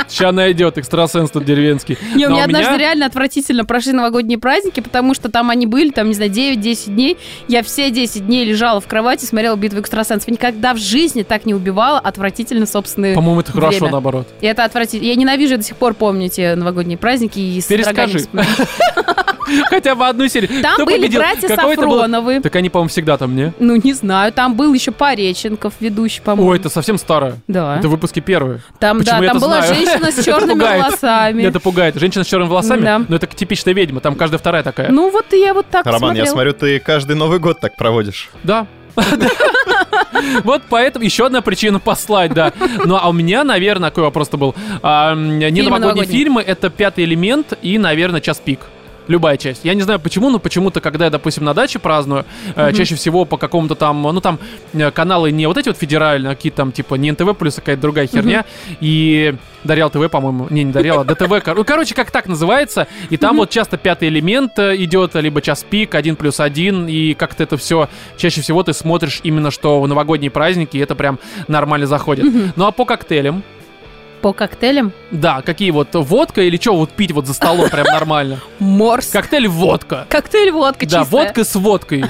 Speaker 1: Сейчас найдет экстрасенс тут деревенский.
Speaker 3: Не, у
Speaker 1: Но
Speaker 3: меня однажды реально отвратительно прошли новогодние праздники, потому что там они были, там, не знаю, 9-10 дней. Я все 10 дней лежала в кровати, смотрела «Битву экстрасенсов». Я Никогда в жизни так не убивала отвратительно собственные...
Speaker 1: По-моему, это хорошо,
Speaker 3: Время.
Speaker 1: наоборот.
Speaker 3: И это отвратительно. Я ненавижу, я до сих пор помню эти новогодние праздники. И с
Speaker 1: Перескажи.
Speaker 3: содроганием вспоминаю.
Speaker 1: Хотя бы одну серию.
Speaker 3: Там
Speaker 1: Кто
Speaker 3: были
Speaker 1: победил?
Speaker 3: братья
Speaker 1: Какой это был?
Speaker 3: Сафроновы.
Speaker 1: Так они, по-моему, всегда там, не?
Speaker 3: Ну, не знаю, там был еще Пореченков, ведущий, по-моему.
Speaker 1: Ой, это совсем старое.
Speaker 3: Да.
Speaker 1: Это выпуски первые.
Speaker 3: Там,
Speaker 1: Почему
Speaker 3: да,
Speaker 1: я
Speaker 3: там
Speaker 1: это
Speaker 3: была
Speaker 1: знаю?
Speaker 3: женщина с
Speaker 1: Это
Speaker 3: черными
Speaker 1: пугает.
Speaker 3: волосами.
Speaker 1: Меня это пугает. Женщина с черными волосами,
Speaker 3: Да.
Speaker 1: но это типичная ведьма, там каждая вторая такая.
Speaker 3: Ну вот я вот так
Speaker 2: Роман, я смотрю,
Speaker 3: смотрела.
Speaker 2: ты каждый Новый год так проводишь.
Speaker 1: Да. Да. Вот поэтому еще одна причина послать, да. Ну а у меня, наверное, такой вопрос-то был. А, м, Не
Speaker 3: Фильмы
Speaker 1: новогодние
Speaker 3: новогодние.
Speaker 1: фильмы, это пятый элемент и, наверное, час пик. Любая часть. Я не знаю почему, но почему-то, когда я, допустим, на даче праздную, э, чаще всего по какому-то там, ну там э, каналы не вот эти вот федеральные, а какие-то там типа не НТВ плюс, а какая-то другая херня. И Дарьял ТВ, по-моему, не, не Дарьял, а ДТВ. кор- Ну, короче, как так называется. И там вот часто пятый элемент э, идет, либо час пик, один плюс один. И как-то это все чаще всего ты смотришь именно что в новогодние праздники, и это прям нормально заходит.
Speaker 3: Мгм.
Speaker 1: Ну а по коктейлям?
Speaker 3: По коктейлям?
Speaker 1: Да, какие вот водка или что вот пить вот за столом прям нормально?
Speaker 3: Морс.
Speaker 1: Коктейль водка.
Speaker 3: Коктейль водка
Speaker 1: Да,
Speaker 3: чистая.
Speaker 1: водка с водкой.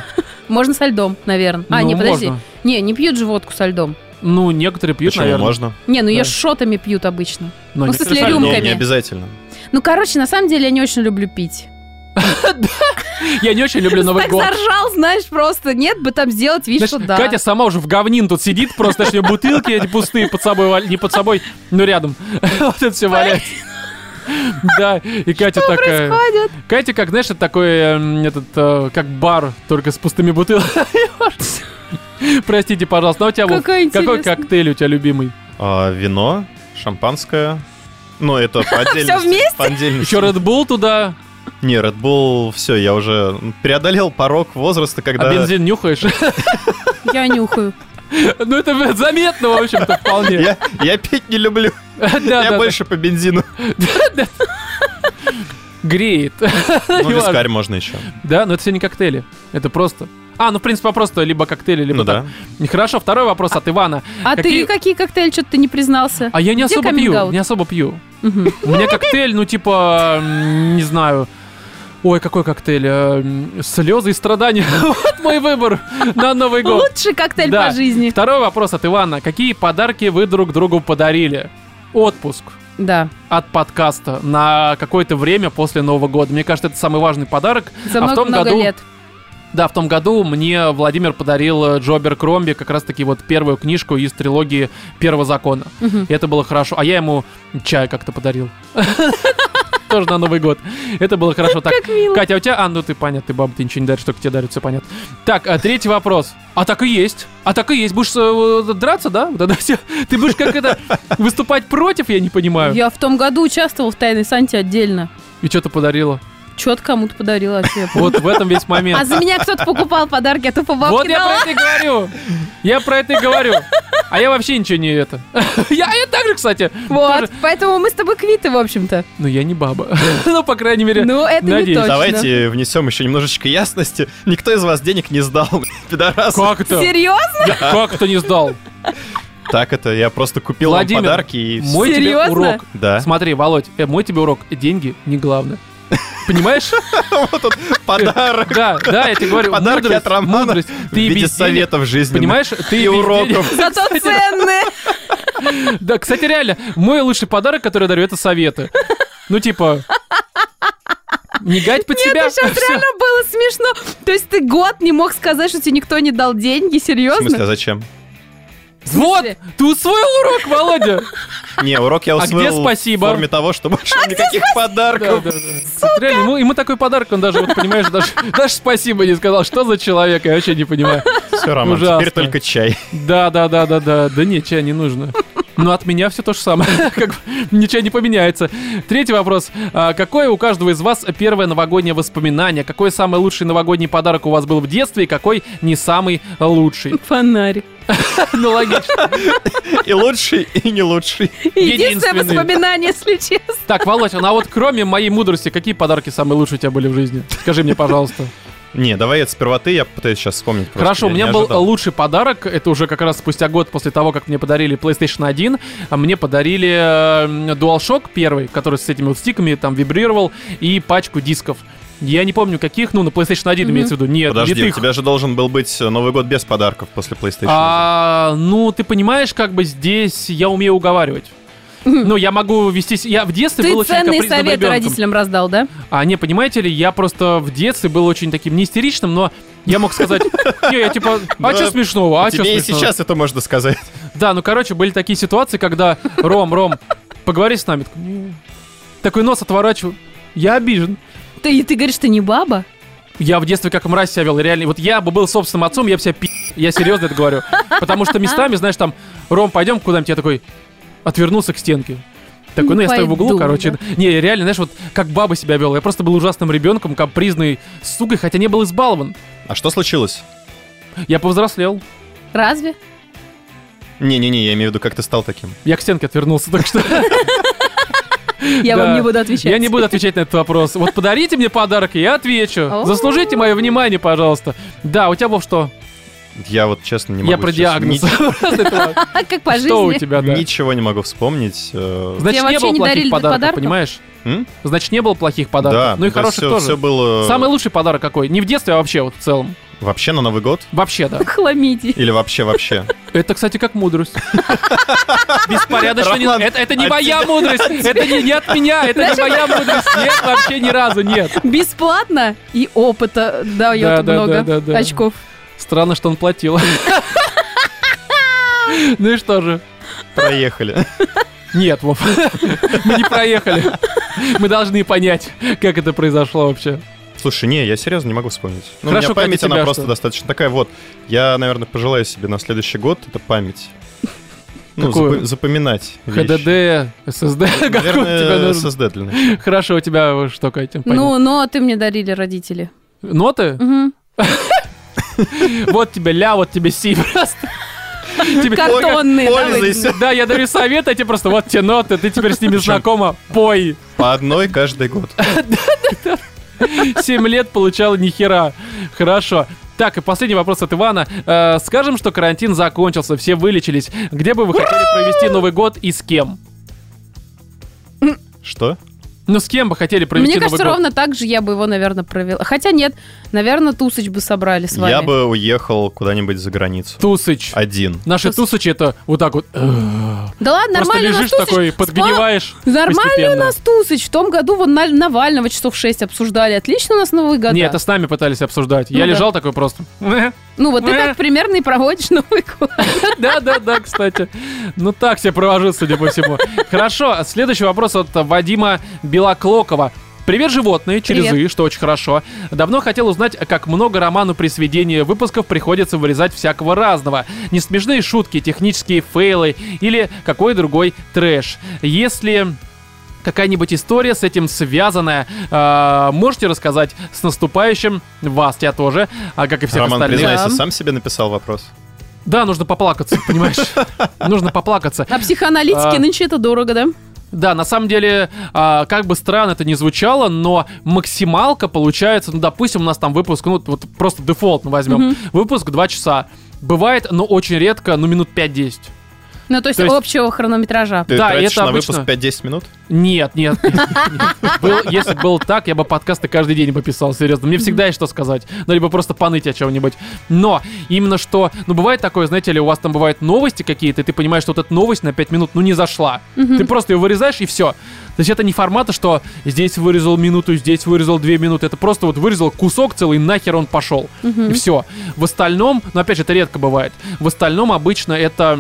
Speaker 3: Можно со льдом, наверное. А,
Speaker 1: Ну,
Speaker 3: не, подожди.
Speaker 1: можно.
Speaker 3: Не, не пьют же водку со льдом.
Speaker 1: Ну, некоторые пьют,
Speaker 2: Почему
Speaker 1: наверное.
Speaker 2: можно?
Speaker 3: Не, ну ее
Speaker 1: Да.
Speaker 3: с шотами пьют обычно.
Speaker 1: Но
Speaker 3: Ну, в
Speaker 1: некоторые со
Speaker 3: смысле,
Speaker 2: Но
Speaker 1: льдом.
Speaker 3: рюмкой.
Speaker 2: не обязательно.
Speaker 3: Ну, короче, на самом деле я не очень люблю пить.
Speaker 1: Я не очень люблю Новый
Speaker 3: так
Speaker 1: год.
Speaker 3: заржал, знаешь, просто нет бы там сделать вид,
Speaker 1: Знаешь,
Speaker 3: что да.
Speaker 1: Катя сама уже в говнин тут сидит, просто точнее бутылки эти пустые под собой, валя- не под собой, но рядом. Вот это все валяется. Да, и Катя такая...
Speaker 3: происходит?
Speaker 1: Катя, как, знаешь, это такой, эм, этот, э, как бар, только с пустыми бутылками. Простите, пожалуйста, но у тебя Вов,
Speaker 3: Какой
Speaker 1: какой
Speaker 3: интересный.
Speaker 1: коктейль у тебя любимый?
Speaker 2: А, вино, шампанское. Ну, это по отдельности.
Speaker 3: вместе?
Speaker 2: По отдельности.
Speaker 1: Еще Red Bull туда,
Speaker 2: Не, Red Bull, все, я уже преодолел порог возраста, когда...
Speaker 1: а бензин нюхаешь?
Speaker 3: Я нюхаю.
Speaker 1: Ну, это блядь, заметно, в общем-то, вполне.
Speaker 2: Я, я пить не люблю.
Speaker 1: Да,
Speaker 2: я
Speaker 1: да,
Speaker 2: больше по бензину.
Speaker 1: да. Греет.
Speaker 2: Ну,
Speaker 1: Неважно.
Speaker 2: вискарь можно еще.
Speaker 1: Да, но это все не коктейли. Это просто. А, ну, в принципе, просто либо коктейли, либо
Speaker 2: Ну
Speaker 1: так.
Speaker 2: да.
Speaker 1: Хорошо, второй вопрос от Ивана.
Speaker 3: А
Speaker 1: Какие-
Speaker 3: ты какие коктейли что-то ты не признался?
Speaker 1: А я не
Speaker 3: Где
Speaker 1: особо пью,
Speaker 3: каминг-аут?
Speaker 1: не особо пью.
Speaker 3: Мгм.
Speaker 1: У меня коктейль, ну, типа, м, не знаю. Ой, какой коктейль? э, м, Слезы и страдания. Вот мой выбор на Новый год.
Speaker 3: Лучший коктейль
Speaker 1: Да.
Speaker 3: по жизни.
Speaker 1: Второй вопрос от Ивана. Какие подарки вы друг другу подарили? Отпуск
Speaker 3: Да.
Speaker 1: от подкаста на какое-то время после Нового года. Мне кажется, это самый важный подарок.
Speaker 3: За
Speaker 1: А в
Speaker 3: много,
Speaker 1: том
Speaker 3: много
Speaker 1: году
Speaker 3: лет.
Speaker 1: Да, в том году мне Владимир подарил э, Джобер Кромби как раз-таки вот первую книжку из трилогии Первого закона.
Speaker 3: Мгм.
Speaker 1: И это было хорошо. А я ему чай как-то подарил. Тоже на Новый год. Это было хорошо. Так,
Speaker 3: мило.
Speaker 1: Катя, а у тебя... А, ну ты понятно, ты баба, ты ничего не даришь, только тебе дарят, все понятно. Так, а третий вопрос. А так и есть. А так и есть. Будешь э, драться, да? Да, да, все. Ты будешь как это... Выступать против, я не понимаю.
Speaker 3: Я в том году участвовал в Тайной Санте отдельно.
Speaker 1: И что ты подарила?
Speaker 3: Чё-то кому-то подарила. а вообще, я помню.
Speaker 1: Вот в этом весь момент.
Speaker 3: А за меня кто-то покупал подарки, а тупо бабки
Speaker 1: Вот я
Speaker 3: дала.
Speaker 1: про это и говорю. Я про это и говорю. А я вообще ничего не это. Я, а я так же, кстати.
Speaker 3: Вот,
Speaker 1: тоже-
Speaker 3: поэтому мы с тобой квиты, в общем-то.
Speaker 1: Ну, я не баба. Ну, по крайней мере.
Speaker 3: Ну, это не
Speaker 1: надеюсь.
Speaker 3: точно.
Speaker 2: Давайте внесем еще немножечко ясности. Никто из вас денег не сдал, пидорас.
Speaker 1: Как это?
Speaker 3: Серьезно?
Speaker 1: Как это не сдал?
Speaker 2: Так это, я просто купил вам
Speaker 1: Владимир,
Speaker 2: подарки и... всё.
Speaker 1: Мой тебе
Speaker 3: Серьезно?
Speaker 1: урок.
Speaker 2: Да.
Speaker 1: Смотри, Володь, э, мой тебе урок. Деньги не главное. Понимаешь?
Speaker 2: Вот он, подарок.
Speaker 1: Да, да, я тебе говорю.
Speaker 2: Подарки
Speaker 1: мудрость,
Speaker 2: от Романа
Speaker 1: мудрость.
Speaker 2: в
Speaker 1: Ты и
Speaker 2: виде
Speaker 1: без денег,
Speaker 2: советов жизни.
Speaker 1: Понимаешь? Ты
Speaker 2: И
Speaker 1: без денег-
Speaker 2: уроков.
Speaker 3: Зато ценные.
Speaker 1: Да, кстати, реально, мой лучший подарок, который я дарю, это советы. Ну, типа... Не гать под себя.
Speaker 3: Это сейчас
Speaker 1: Всё.
Speaker 3: реально было смешно. То есть ты год не мог сказать, что тебе никто не дал деньги,
Speaker 2: В смысле, а
Speaker 3: серьезно?
Speaker 2: зачем?
Speaker 1: Вот, ты усвоил урок, Володя.
Speaker 2: Не, урок я
Speaker 1: А
Speaker 2: усвоил
Speaker 1: где спасибо?
Speaker 2: в форме того, что больше никаких
Speaker 1: Да,
Speaker 2: подарков.
Speaker 1: да, да. Реально, ему, ему такой подарок, он даже, вот понимаешь, даже, даже спасибо не сказал. Что за человек, я вообще не понимаю.
Speaker 2: Все, Роман,
Speaker 1: Ужасно.
Speaker 2: теперь только чай.
Speaker 1: Да, да, да, да, да. Да не, чая не нужно. Но от меня все то же самое. Как бы ничего не поменяется. Третий вопрос. А, Какое у каждого из вас первое новогоднее воспоминание? Какой самый лучший новогодний подарок у вас был в детстве и какой не самый лучший?
Speaker 3: Фонарик.
Speaker 1: Ну, логично.
Speaker 2: И лучший, и не лучший.
Speaker 3: Единственное
Speaker 1: Единственный.
Speaker 3: воспоминание, если честно.
Speaker 1: Так, Володь, ну а вот кроме моей мудрости, какие подарки самые лучшие у тебя были в жизни? Скажи мне, пожалуйста.
Speaker 2: Не, давай это сперва ты, я пытаюсь сейчас вспомнить. просто,
Speaker 1: Хорошо, у
Speaker 2: я
Speaker 1: меня
Speaker 2: не
Speaker 1: был
Speaker 2: ожидал.
Speaker 1: лучший подарок. Это уже как раз спустя год после того, как мне подарили PlayStation 1. а Мне подарили э, DualShock первый, который с этими вот стиками там вибрировал, и пачку дисков. Я не помню каких, ну на PlayStation 1 имеется в виду. Нет,
Speaker 2: Подожди, у
Speaker 1: витых.
Speaker 2: тебя же должен был быть э, Новый год без подарков после PlayStation.
Speaker 1: А, ну, ты понимаешь, как бы здесь я умею уговаривать. Ну, я могу вести... с- Я в детстве был очень
Speaker 3: Ты ценные
Speaker 1: капризным
Speaker 3: советы
Speaker 1: ребенком.
Speaker 3: родителям раздал, да?
Speaker 1: А не, понимаете ли, я просто в детстве был очень таким не истеричным, но я мог сказать, не, я типа, а
Speaker 2: Да.
Speaker 1: что смешного, а что
Speaker 2: Тебе и
Speaker 1: смешного?
Speaker 2: сейчас это можно сказать.
Speaker 1: Да, ну короче, были такие ситуации, когда Ром, Ром, поговори с нами. Не. Такой нос отворачиваю. Я обижен.
Speaker 3: Ты, и ты говоришь, ты не баба?
Speaker 1: Я в детстве как мразь себя вел, реально. Вот я бы был собственным отцом, я бы себя пи***. Я серьезно это говорю. Потому что местами, знаешь, там, Ром, пойдем куда-нибудь, я такой отвернулся к стенке. Такой, ну,
Speaker 3: Не
Speaker 1: я стою в углу,
Speaker 3: пойду,
Speaker 1: короче.
Speaker 3: да.
Speaker 1: Не, реально, знаешь, вот как баба себя вела. Я просто был ужасным ребенком, капризной сугой, хотя не был избалован.
Speaker 2: А что случилось?
Speaker 1: Я повзрослел.
Speaker 3: Разве?
Speaker 2: Не-не-не, я имею в виду, как ты стал таким.
Speaker 1: Я к стенке отвернулся, так что
Speaker 3: Я
Speaker 1: Да.
Speaker 3: вам не буду отвечать.
Speaker 1: я не буду отвечать на этот вопрос. Вот подарите мне подарок, и я отвечу.
Speaker 3: О.
Speaker 1: Заслужите мое внимание, пожалуйста. Да, у тебя, Вов, что?
Speaker 2: Я вот, честно, не могу
Speaker 1: Я про
Speaker 2: сейчас
Speaker 1: диагноз.
Speaker 2: ни-
Speaker 3: А как по
Speaker 1: Что у
Speaker 3: жизни?
Speaker 1: тебя, да?
Speaker 2: Ничего не могу вспомнить. э,
Speaker 1: Значит, не
Speaker 3: вообще
Speaker 1: было
Speaker 3: не дарили
Speaker 1: плохих подарков,
Speaker 3: подарков?
Speaker 1: понимаешь?
Speaker 2: м?
Speaker 1: Значит, не было плохих
Speaker 2: Да,
Speaker 1: подарков. Ну и
Speaker 2: да,
Speaker 1: хороших
Speaker 2: всё- всё
Speaker 1: тоже.
Speaker 2: было
Speaker 1: Самый лучший подарок какой? Не в детстве, а вообще вот в целом.
Speaker 2: вообще на Новый год?
Speaker 1: Вообще, да.
Speaker 3: Хламидии.
Speaker 2: Или вообще-вообще?
Speaker 1: Это, кстати, как мудрость. Беспорядочно не...
Speaker 2: Роман, а
Speaker 1: Это, это не
Speaker 2: от
Speaker 1: моя мудрость. Это не, не от меня. Это не моя мудрость. Нет, вообще ни разу нет.
Speaker 3: Бесплатно и опыта
Speaker 1: Да,
Speaker 3: дает
Speaker 1: да, да, да,
Speaker 3: много
Speaker 1: да.
Speaker 3: очков.
Speaker 1: Странно, что он платил. Ну и что же?
Speaker 2: Проехали.
Speaker 1: Нет, Вов. Мы не проехали. Мы должны понять, как это произошло вообще.
Speaker 2: Слушай, не, я серьезно не могу вспомнить. Ну,
Speaker 1: Хорошо,
Speaker 2: у меня память,
Speaker 1: Катя, тебя
Speaker 2: она просто
Speaker 1: что?
Speaker 2: достаточно такая. Вот, я, наверное, пожелаю себе на следующий год, это память. Ну,
Speaker 1: Какую?
Speaker 2: запо- запоминать вещи.
Speaker 1: ХДД, ССД. Какой у тебя
Speaker 2: Наверное,
Speaker 1: нужен?
Speaker 2: SSD для начала.
Speaker 1: Хорошо, у тебя что, Катя? понятно.
Speaker 3: Ну, но ты мне дарили родители.
Speaker 1: Ноты?
Speaker 3: Мгм.
Speaker 1: Вот тебе ля, вот тебе си просто. Тебе-
Speaker 3: Картонные. да,
Speaker 2: Пользуйся.
Speaker 1: Да, я даю совет, а тебе просто вот те ноты, ты теперь с ними знакома, пой.
Speaker 2: По одной каждый год.
Speaker 1: Семь лет получала ни хера. Хорошо. Так, и последний вопрос от Ивана. Э, скажем, что карантин закончился, все вылечились. Где бы вы хотели провести Новый год и с кем?
Speaker 2: Что?
Speaker 1: Ну, с кем бы хотели
Speaker 3: вот.
Speaker 1: провести
Speaker 3: Мне
Speaker 1: Новый
Speaker 3: кажется,
Speaker 1: год?
Speaker 3: ровно так же я бы его, наверное, провела. Хотя нет, наверное, Тусыч бы собрали с вами.
Speaker 2: Я бы уехал куда-нибудь за границу.
Speaker 1: Тусыч.
Speaker 2: Один.
Speaker 1: Наши
Speaker 3: Тус-
Speaker 1: тусычи это вот так вот. э,
Speaker 3: Да ладно,
Speaker 1: Просто
Speaker 3: нормально у нас
Speaker 1: лежишь
Speaker 3: Тусыч
Speaker 1: такой,
Speaker 3: спал-
Speaker 1: подгниваешь.
Speaker 3: Нормально у
Speaker 1: постепенно.
Speaker 3: нас Тусыч. В том году вон Наль- Навального часов 6 обсуждали. Отлично у нас Новый год.
Speaker 1: Не, это с нами пытались обсуждать. Я
Speaker 3: Ну да.
Speaker 1: лежал такой просто.
Speaker 3: Ну вот ты
Speaker 1: Э.
Speaker 3: так примерно и проводишь Новый год.
Speaker 1: Да, да, да, кстати. Ну так себе провожу, судя по всему. Хорошо, следующий вопрос от Вадима Белоклокова. Привет, животные, через
Speaker 3: Привет.
Speaker 1: «и», что очень хорошо. Давно хотел узнать, как много роману при сведении выпусков приходится вырезать всякого разного. Не смешные шутки, технические фейлы или какой другой трэш. Если какая-нибудь история с этим связанная, э, можете рассказать с наступающим вас, я тоже, а как и всех
Speaker 2: Роман,
Speaker 1: остальных.
Speaker 2: признайся,
Speaker 3: Да.
Speaker 2: сам себе написал вопрос.
Speaker 1: Да, нужно поплакаться, понимаешь? Нужно поплакаться.
Speaker 3: А психоаналитики
Speaker 1: А.
Speaker 3: нынче это дорого, да?
Speaker 1: Да, на самом деле, а, как бы странно это ни звучало, но максималка получается, ну, допустим, у нас там выпуск, ну, вот просто дефолт мы возьмем,
Speaker 3: Мгм.
Speaker 1: выпуск 2 часа. Бывает, но очень редко, ну, минут 5-10.
Speaker 3: Ну, то есть,
Speaker 1: То есть-
Speaker 3: общего хронометража.
Speaker 2: Ты
Speaker 1: Да, и
Speaker 2: тратишь
Speaker 1: это
Speaker 2: на
Speaker 1: обычно-
Speaker 2: выпуск 5-10 минут?
Speaker 1: Нет, нет. нет, нет. Был- Если бы было так, я бы подкасты каждый день бы писал, серьезно. Мне всегда есть что сказать. Ну, либо просто поныть о чем-нибудь. Но именно что... Ну, бывает такое, знаете ли, у вас там бывают новости какие-то, и ты понимаешь, что вот эта новость на 5 минут, ну, не зашла. Ты просто ее вырезаешь, и все. То есть это не формата, что здесь вырезал минуту, здесь вырезал 2 минуты. Это просто вот вырезал кусок целый, и нахер он пошел. И все. В остальном, ну, опять же, это редко бывает. В остальном обычно это...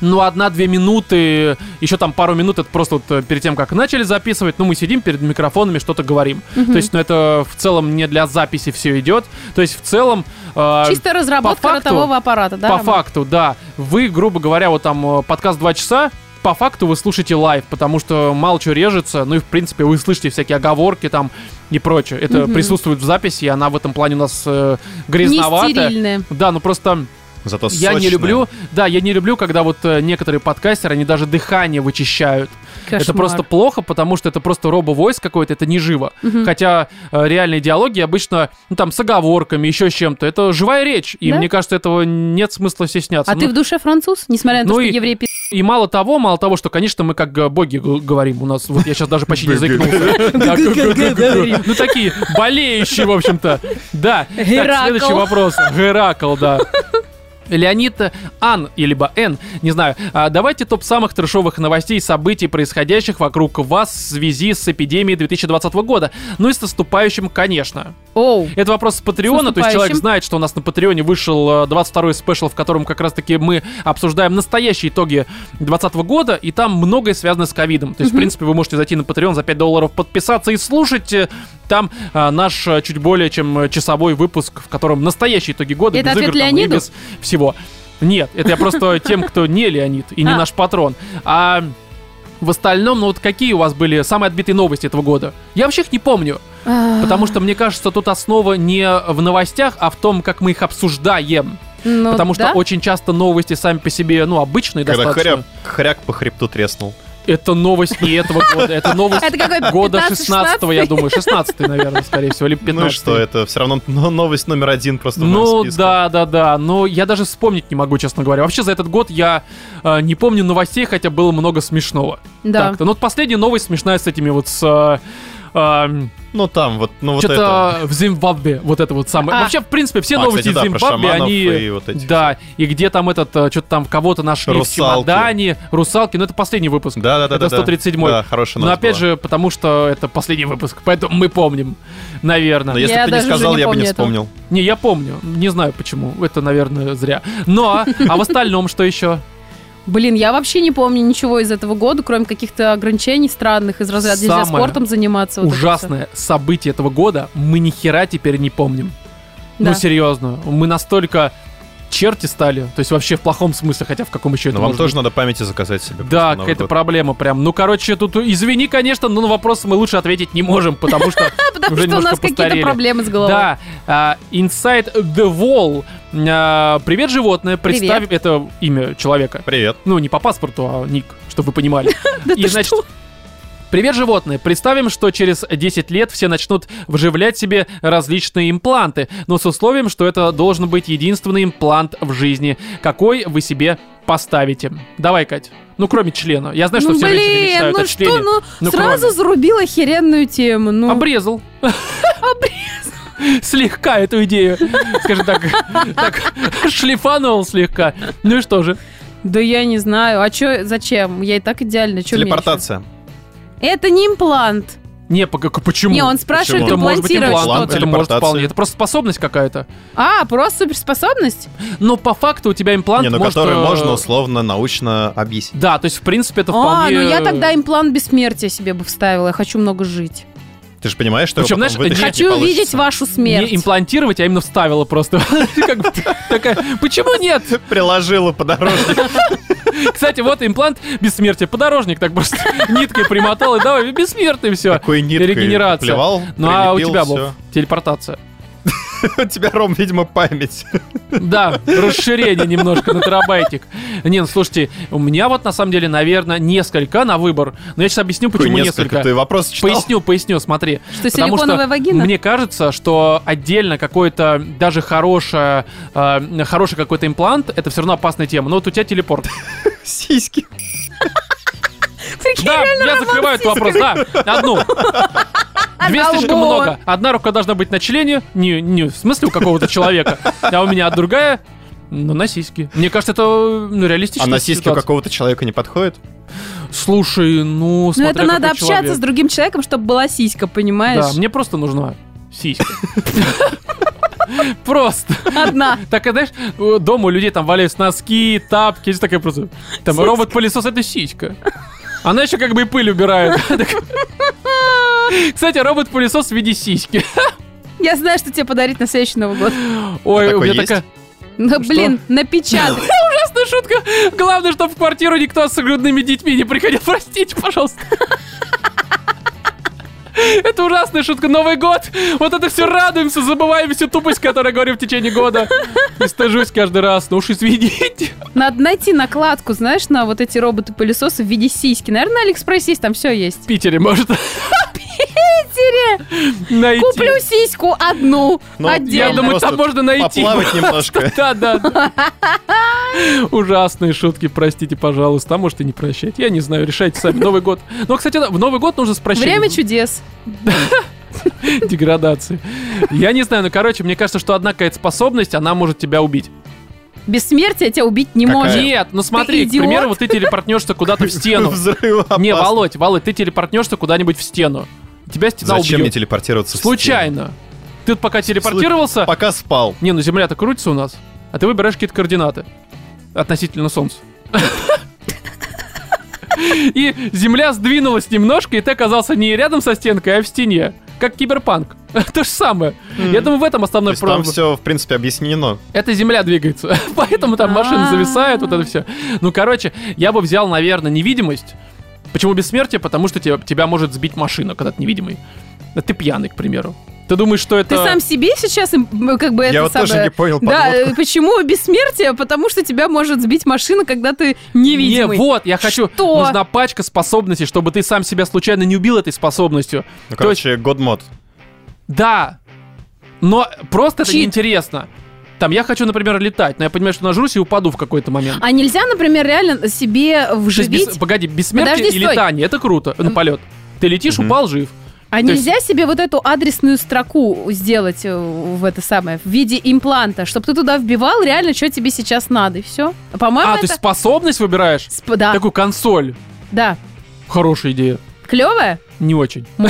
Speaker 1: Ну, одна-две минуты, еще там пару минут, это просто вот э, перед тем, как начали записывать, ну, мы сидим перед микрофонами, что-то говорим. То есть, ну, это в целом не для записи все идет. То есть, в целом... э,
Speaker 3: Чисто разработка
Speaker 1: по факту-
Speaker 3: ротового аппарата, да?
Speaker 1: по
Speaker 3: Роман?
Speaker 1: факту, да. Вы, грубо говоря, вот там э, подкаст 2 часа, по факту вы слушаете лайв, потому что мало что режется, ну и, в принципе, вы слышите всякие оговорки там и прочее. Это
Speaker 3: Мгм.
Speaker 1: присутствует в записи, и она в этом плане у нас э,
Speaker 3: Не
Speaker 1: грязноватая.
Speaker 3: стерильные.
Speaker 1: Да, ну просто
Speaker 2: Зато
Speaker 1: я не
Speaker 2: сочно.
Speaker 1: люблю, да, я не люблю, когда вот э, некоторые подкастеры, они даже дыхание вычищают. Это
Speaker 3: Кошмар.
Speaker 1: просто плохо, потому что это просто робо-войс какой-то, это не живо.
Speaker 3: Мгм.
Speaker 1: Хотя э, реальные диалоги обычно, ну там, с оговорками, еще с чем-то. Это живая речь, и
Speaker 3: Да?
Speaker 1: мне кажется, этого нет смысла стесняться.
Speaker 3: А ты
Speaker 1: Ну,
Speaker 3: в душе француз, несмотря на то,
Speaker 1: Ну
Speaker 3: что
Speaker 1: и-
Speaker 3: еврей пи***.
Speaker 1: И мало того, мало того, что, конечно, мы как э, боги г- говорим. У нас, вот я сейчас даже почти не заикнулся. Так, Ну такие, болеющие, в общем-то. Да. Так,
Speaker 3: Геракл.
Speaker 1: следующий вопрос. Геракл, да. Леонид э, Ан, либо Н, не знаю. А, давайте топ самых трешовых новостей и событий, происходящих вокруг вас в связи с эпидемией 2020 года. Ну и с наступающим, конечно.
Speaker 3: Оу.
Speaker 1: Это вопрос с Патреона,
Speaker 3: С
Speaker 1: то есть человек
Speaker 3: наступающим.
Speaker 1: знает, что у нас на Патреоне вышел э, 22-й спешл, в котором как раз-таки мы обсуждаем настоящие итоги 2020 года, и там многое связано с ковидом. То есть, в принципе, вы можете зайти на Patreon за 5 долларов, подписаться и слушать э, там э, наш э, чуть более чем э, часовой выпуск, в котором настоящие итоги года,
Speaker 3: Это
Speaker 1: без
Speaker 3: ответ
Speaker 1: игр там, и
Speaker 3: Леониду?
Speaker 1: без всего. Нет, это я просто тем, кто не Леонид и не
Speaker 3: А.
Speaker 1: наш патрон. А В остальном, ну вот какие у вас были самые отбитые новости этого года? Я вообще их не помню.
Speaker 3: А,
Speaker 1: Потому что, мне кажется, тут основа не в новостях, а в том, как мы их обсуждаем.
Speaker 3: Ну
Speaker 1: потому
Speaker 3: да.
Speaker 1: что очень часто новости сами по себе, ну, обычные
Speaker 2: Когда
Speaker 1: достаточно.
Speaker 2: хряк, хряк по хребту треснул. Ну
Speaker 1: Это новость не этого года, это новость
Speaker 3: Это какой,
Speaker 1: года
Speaker 3: 15-й,
Speaker 1: 16 я думаю. 16 наверное, скорее всего, или 15
Speaker 2: Ну и что, это все равно но- новость номер один просто в моем
Speaker 1: Ну
Speaker 2: списке.
Speaker 1: да, да, да. Но я даже вспомнить не могу, честно говоря. Вообще за этот год я э, не помню новостей, хотя было много смешного.
Speaker 3: Да.
Speaker 1: Так-то. Но вот последняя новость смешная с этими вот с. э, э,
Speaker 2: Ну там вот, ну вот это.
Speaker 1: Что-то в Зимбабве, вот это вот самое.
Speaker 3: А.
Speaker 1: Вообще, в принципе, все
Speaker 2: А,
Speaker 1: новости
Speaker 2: кстати, да,
Speaker 1: из
Speaker 2: про
Speaker 1: Зимбабве,
Speaker 2: шаманов
Speaker 1: они...
Speaker 2: и вот этих
Speaker 1: да, и где там этот, что-то там кого-то нашли в
Speaker 2: Русалки.
Speaker 1: чемодане, русалки, но это последний выпуск.
Speaker 2: Да, да, да.
Speaker 1: это 137-й.
Speaker 2: Да, хорошая
Speaker 1: но
Speaker 2: новость
Speaker 1: опять
Speaker 2: была.
Speaker 1: же, потому что это последний выпуск, поэтому мы помним, наверное.
Speaker 2: Но если
Speaker 3: Я
Speaker 2: бы ты не
Speaker 3: даже уже
Speaker 2: сказал,
Speaker 3: не
Speaker 2: я бы не
Speaker 3: помню этого.
Speaker 2: вспомнил.
Speaker 1: Не, я помню, не знаю почему, это, наверное, зря. Но, а в остальном что еще?
Speaker 3: Блин, я вообще не помню ничего из этого года, кроме каких-то ограничений странных из разряда нельзя
Speaker 1: Самое
Speaker 3: спортом заниматься. вот это всё.
Speaker 1: Ужасное событие этого года мы ни хера теперь не помним.
Speaker 3: Да.
Speaker 1: Ну, серьезно, мы настолько черти стали, то есть вообще в плохом смысле, хотя в каком еще это
Speaker 2: Но вам
Speaker 1: может быть?
Speaker 2: тоже надо памяти заказать себе. просто
Speaker 1: Да,
Speaker 2: на Новый
Speaker 1: какая-то
Speaker 2: год.
Speaker 1: проблема прям. Ну, короче, тут извини, конечно, но на вопросы мы лучше ответить не можем, потому что...
Speaker 3: А, Потому
Speaker 1: уже
Speaker 3: что у нас
Speaker 1: немножко
Speaker 3: какие-то
Speaker 1: постарели.
Speaker 3: проблемы с головой.
Speaker 1: Да, а, Inside the Wall. а, Привет, животное. Представь, это имя человека.
Speaker 2: Привет.
Speaker 1: Ну, не по паспорту, а ник, чтобы вы понимали.
Speaker 3: Да
Speaker 1: И,
Speaker 3: ты
Speaker 1: значит,
Speaker 3: что?
Speaker 1: Привет, животные! Представим, что через 10 лет все начнут вживлять себе различные импланты, но с условием, что это должен быть единственный имплант в жизни, какой вы себе поставите. Давай, Кать. Ну, кроме члена. Я знаю, что
Speaker 3: ну,
Speaker 1: все женщины
Speaker 3: блин,
Speaker 1: мечтают
Speaker 3: ну
Speaker 1: о члене.
Speaker 3: что, ну,
Speaker 1: Ну,
Speaker 3: сразу
Speaker 1: кроме. А,
Speaker 3: зарубил охеренную тему. Ну,
Speaker 1: Обрезал. Обрезал. Слегка эту идею, скажем так, так шлифанул слегка. Ну и что же?
Speaker 3: да я не знаю, а чё, зачем? Я и так идеально, чё мне
Speaker 2: Телепортация.
Speaker 3: ещё? Это не имплант.
Speaker 1: Не, по- почему?
Speaker 3: Не, он спрашивает,
Speaker 1: это
Speaker 2: Почему?
Speaker 1: может быть
Speaker 3: имплантировать
Speaker 2: имплант.
Speaker 1: имплант,
Speaker 3: что-то.
Speaker 1: это может
Speaker 2: Телепортация.
Speaker 1: вполне. Это просто способность какая-то.
Speaker 3: А, просто суперспособность?
Speaker 1: Но по факту у тебя имплант
Speaker 2: Не, ну
Speaker 1: может...
Speaker 2: который
Speaker 1: э,
Speaker 2: можно условно научно объяснить.
Speaker 1: Да, то есть, в принципе, это
Speaker 3: а,
Speaker 1: вполне... э,
Speaker 3: ну я тогда имплант бессмертия себе бы вставила. Я хочу много жить.
Speaker 2: Ты же понимаешь, что
Speaker 1: Причем,
Speaker 2: его потом
Speaker 1: Ну, знаешь,
Speaker 2: вытащить
Speaker 1: Нет,
Speaker 2: не
Speaker 3: хочу
Speaker 2: получится.
Speaker 3: увидеть вашу смерть.
Speaker 1: не имплантировать, а именно вставила просто. Как бы такая, Почему нет?
Speaker 2: Приложила подорожник.
Speaker 1: Кстати, вот имплант бессмертия. Подорожник так просто ниткой примотал, и давай, бессмертный, все.
Speaker 2: Такой ниткой
Speaker 1: Регенерация.
Speaker 2: плевал,
Speaker 1: Ну а у
Speaker 2: прилепил,
Speaker 1: тебя,
Speaker 2: всё.
Speaker 1: Боб, телепортация.
Speaker 2: У тебя, Ром, видимо, память.
Speaker 1: Да, расширение немножко на терабайтик. Не, ну слушайте, у меня вот на самом деле, наверное, несколько на выбор. Но я сейчас объясню, почему
Speaker 2: Такой
Speaker 1: несколько.
Speaker 2: Ты вопрос читал?
Speaker 1: Поясню, поясню, смотри.
Speaker 3: Что,
Speaker 1: Потому
Speaker 3: силиконовая вагина?
Speaker 1: Мне кажется, что отдельно какой-то даже хорошее, э, хороший какой-то имплант, это все равно опасная тема. Но вот у тебя телепорт.
Speaker 2: Сиськи.
Speaker 3: Прикинь,
Speaker 1: Да,
Speaker 3: реально
Speaker 1: я
Speaker 3: роман
Speaker 1: закрываю
Speaker 3: с
Speaker 1: этот вопрос, да, одну. Две
Speaker 3: Одного.
Speaker 1: слишком много. Одна рука должна быть на члене, не, не в смысле у какого-то человека, а у меня другая, ну, на сиськи. Мне кажется, это ну, реалистично.
Speaker 2: А на сиськи у какого-то человека не подходит?
Speaker 1: Слушай, ну,
Speaker 3: Ну
Speaker 1: смотря
Speaker 3: это надо
Speaker 1: какой
Speaker 3: общаться
Speaker 1: человек.
Speaker 3: с другим человеком, чтобы была сиська,
Speaker 1: Да,
Speaker 3: понимаешь?
Speaker 1: мне просто нужна сиська. Просто.
Speaker 3: Одна.
Speaker 1: Так, а знаешь, э, дома у людей там валяются носки, тапки, здесь такая просто... Там
Speaker 3: Сиська.
Speaker 1: робот-пылесос — это сиська. Она еще как бы и пыль убирает. Так. Кстати, робот-пылесос в виде сиськи.
Speaker 3: Я знаю, что тебе подарить на следующий Новый год.
Speaker 1: Ой,
Speaker 2: А такой
Speaker 1: у меня
Speaker 2: есть?
Speaker 1: такая...
Speaker 3: Ну, блин, напечатай.
Speaker 1: Ужасная шутка. Главное, чтобы в квартиру никто с грудными детьми не приходил. Простите, пожалуйста. Это ужасная шутка. Новый год. Вот это все радуемся, забываем всю тупость, которую говорю в течение года. И стыжусь каждый раз. Ну уж извините.
Speaker 3: Надо найти накладку, знаешь, на вот эти роботы-пылесосы в виде сиськи. Наверное, на Алиэкспресс есть, там все
Speaker 1: В
Speaker 3: есть.
Speaker 1: Питере, может.
Speaker 3: Питере!
Speaker 1: найти.
Speaker 3: Куплю сиську одну,
Speaker 2: Ну,
Speaker 1: Я
Speaker 2: Дело.
Speaker 3: отдельно.
Speaker 1: думаю, там
Speaker 2: Просто
Speaker 1: можно найти.
Speaker 2: Поплавать немножко.
Speaker 1: Да, да, да. Ужасные шутки, простите, пожалуйста. А может и не прощать. Я не знаю, решайте сами. Новый год. Но, кстати, да, в Новый год нужно спросить.
Speaker 3: Время чудес.
Speaker 1: Деградации. Я не знаю, ну, короче, мне кажется, что одна какая-то способность, она может тебя убить.
Speaker 3: Бессмертие тебя убить не
Speaker 2: Какая?
Speaker 3: может.
Speaker 1: Нет, ну смотри, к
Speaker 3: идиот.
Speaker 1: примеру, вот ты телепортнешься куда-то в стену.
Speaker 2: Взрывоопасно.
Speaker 1: Не, Володь, Володь, ты телепортнешься куда-нибудь в стену. Тебя стена
Speaker 2: Зачем мне
Speaker 1: убьет.
Speaker 2: телепортироваться? в стену?
Speaker 1: Случайно. Ты тут пока телепортировался,
Speaker 2: Пока спал.
Speaker 1: Не, ну Земля-то крутится у нас, а ты выбираешь какие-то координаты относительно Солнца. И Земля сдвинулась немножко, и ты оказался не рядом со стенкой, а в стене. Как киберпанк. То же самое. Я думаю, в этом
Speaker 2: То
Speaker 1: основной
Speaker 2: есть там
Speaker 1: проблема.
Speaker 2: все, в принципе, объяснено. Ну,
Speaker 1: Это земля двигается. Поэтому там машины
Speaker 3: А-а-а.
Speaker 1: зависают, вот это все. Ну, короче, я бы взял, наверное, невидимость. Почему бессмертие? Потому что тебя, тебя может сбить машина, когда ты невидимый. А Ты пьяный, к примеру. Ты думаешь, что это...
Speaker 3: Ты сам себе сейчас им, м, как бы
Speaker 2: Я
Speaker 3: это
Speaker 2: вот тоже
Speaker 3: самое-
Speaker 2: не понял
Speaker 3: Да,
Speaker 2: подводку.
Speaker 3: э, почему бессмертие? Потому что тебя может сбить машина, когда ты невидимый.
Speaker 1: Не, вот, я хочу...
Speaker 3: Что?
Speaker 1: Нужна пачка способностей, чтобы ты сам себя случайно не убил этой способностью.
Speaker 2: Ну, короче, годмод.
Speaker 1: Да, но просто это
Speaker 3: Чит.
Speaker 1: неинтересно. Там я хочу, например, летать, но я понимаю, что нажрусь и упаду в какой-то момент.
Speaker 3: А нельзя, например, реально себе
Speaker 1: То есть
Speaker 3: вживить...
Speaker 1: бес- Погоди, бессмертие
Speaker 3: Подожди,
Speaker 1: и
Speaker 3: стой.
Speaker 1: летание, это круто, на полет. Ты летишь,
Speaker 2: Мгм.
Speaker 1: упал, жив.
Speaker 3: А
Speaker 1: То
Speaker 3: нельзя себе вот эту адресную строку сделать э, в это самое, в виде импланта, чтобы ты туда вбивал реально, что тебе сейчас надо, и все? По-моему,
Speaker 1: А,
Speaker 3: ну это... А.
Speaker 1: ты способность выбираешь?
Speaker 3: сп- Да,
Speaker 1: Такую консоль.
Speaker 3: да.
Speaker 1: Хорошая идея.
Speaker 3: Клевая?
Speaker 1: Не очень.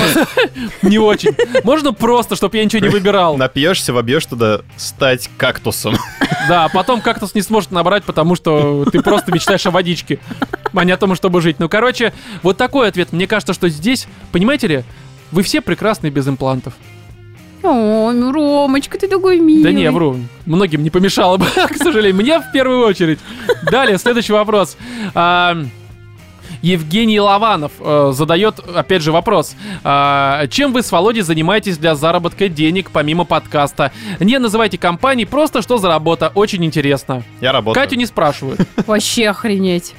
Speaker 1: Не очень. Можно просто, чтобы я ничего не выбирал.
Speaker 2: Напьешься, вобьешь туда, стать кактусом.
Speaker 1: Да, а потом кактус не сможет набрать, потому что ты просто мечтаешь о водичке, а не о том, чтобы жить. Ну, короче, вот такой ответ. Мне кажется, что здесь, понимаете ли, вы все прекрасные без имплантов.
Speaker 3: О, ну, Ромочка, ты такой милый.
Speaker 1: Да не, я вру. Многим не помешало бы, к сожалению. Мне в первую очередь. Далее, следующий вопрос. А, Евгений Лаванов э, задает, опять же, вопрос. А, чем вы с Володей занимаетесь для заработка денег помимо подкаста? Не называйте компании, просто что за работа. Очень интересно.
Speaker 2: Я работаю.
Speaker 1: Катю не спрашивают.
Speaker 3: Вообще охренеть.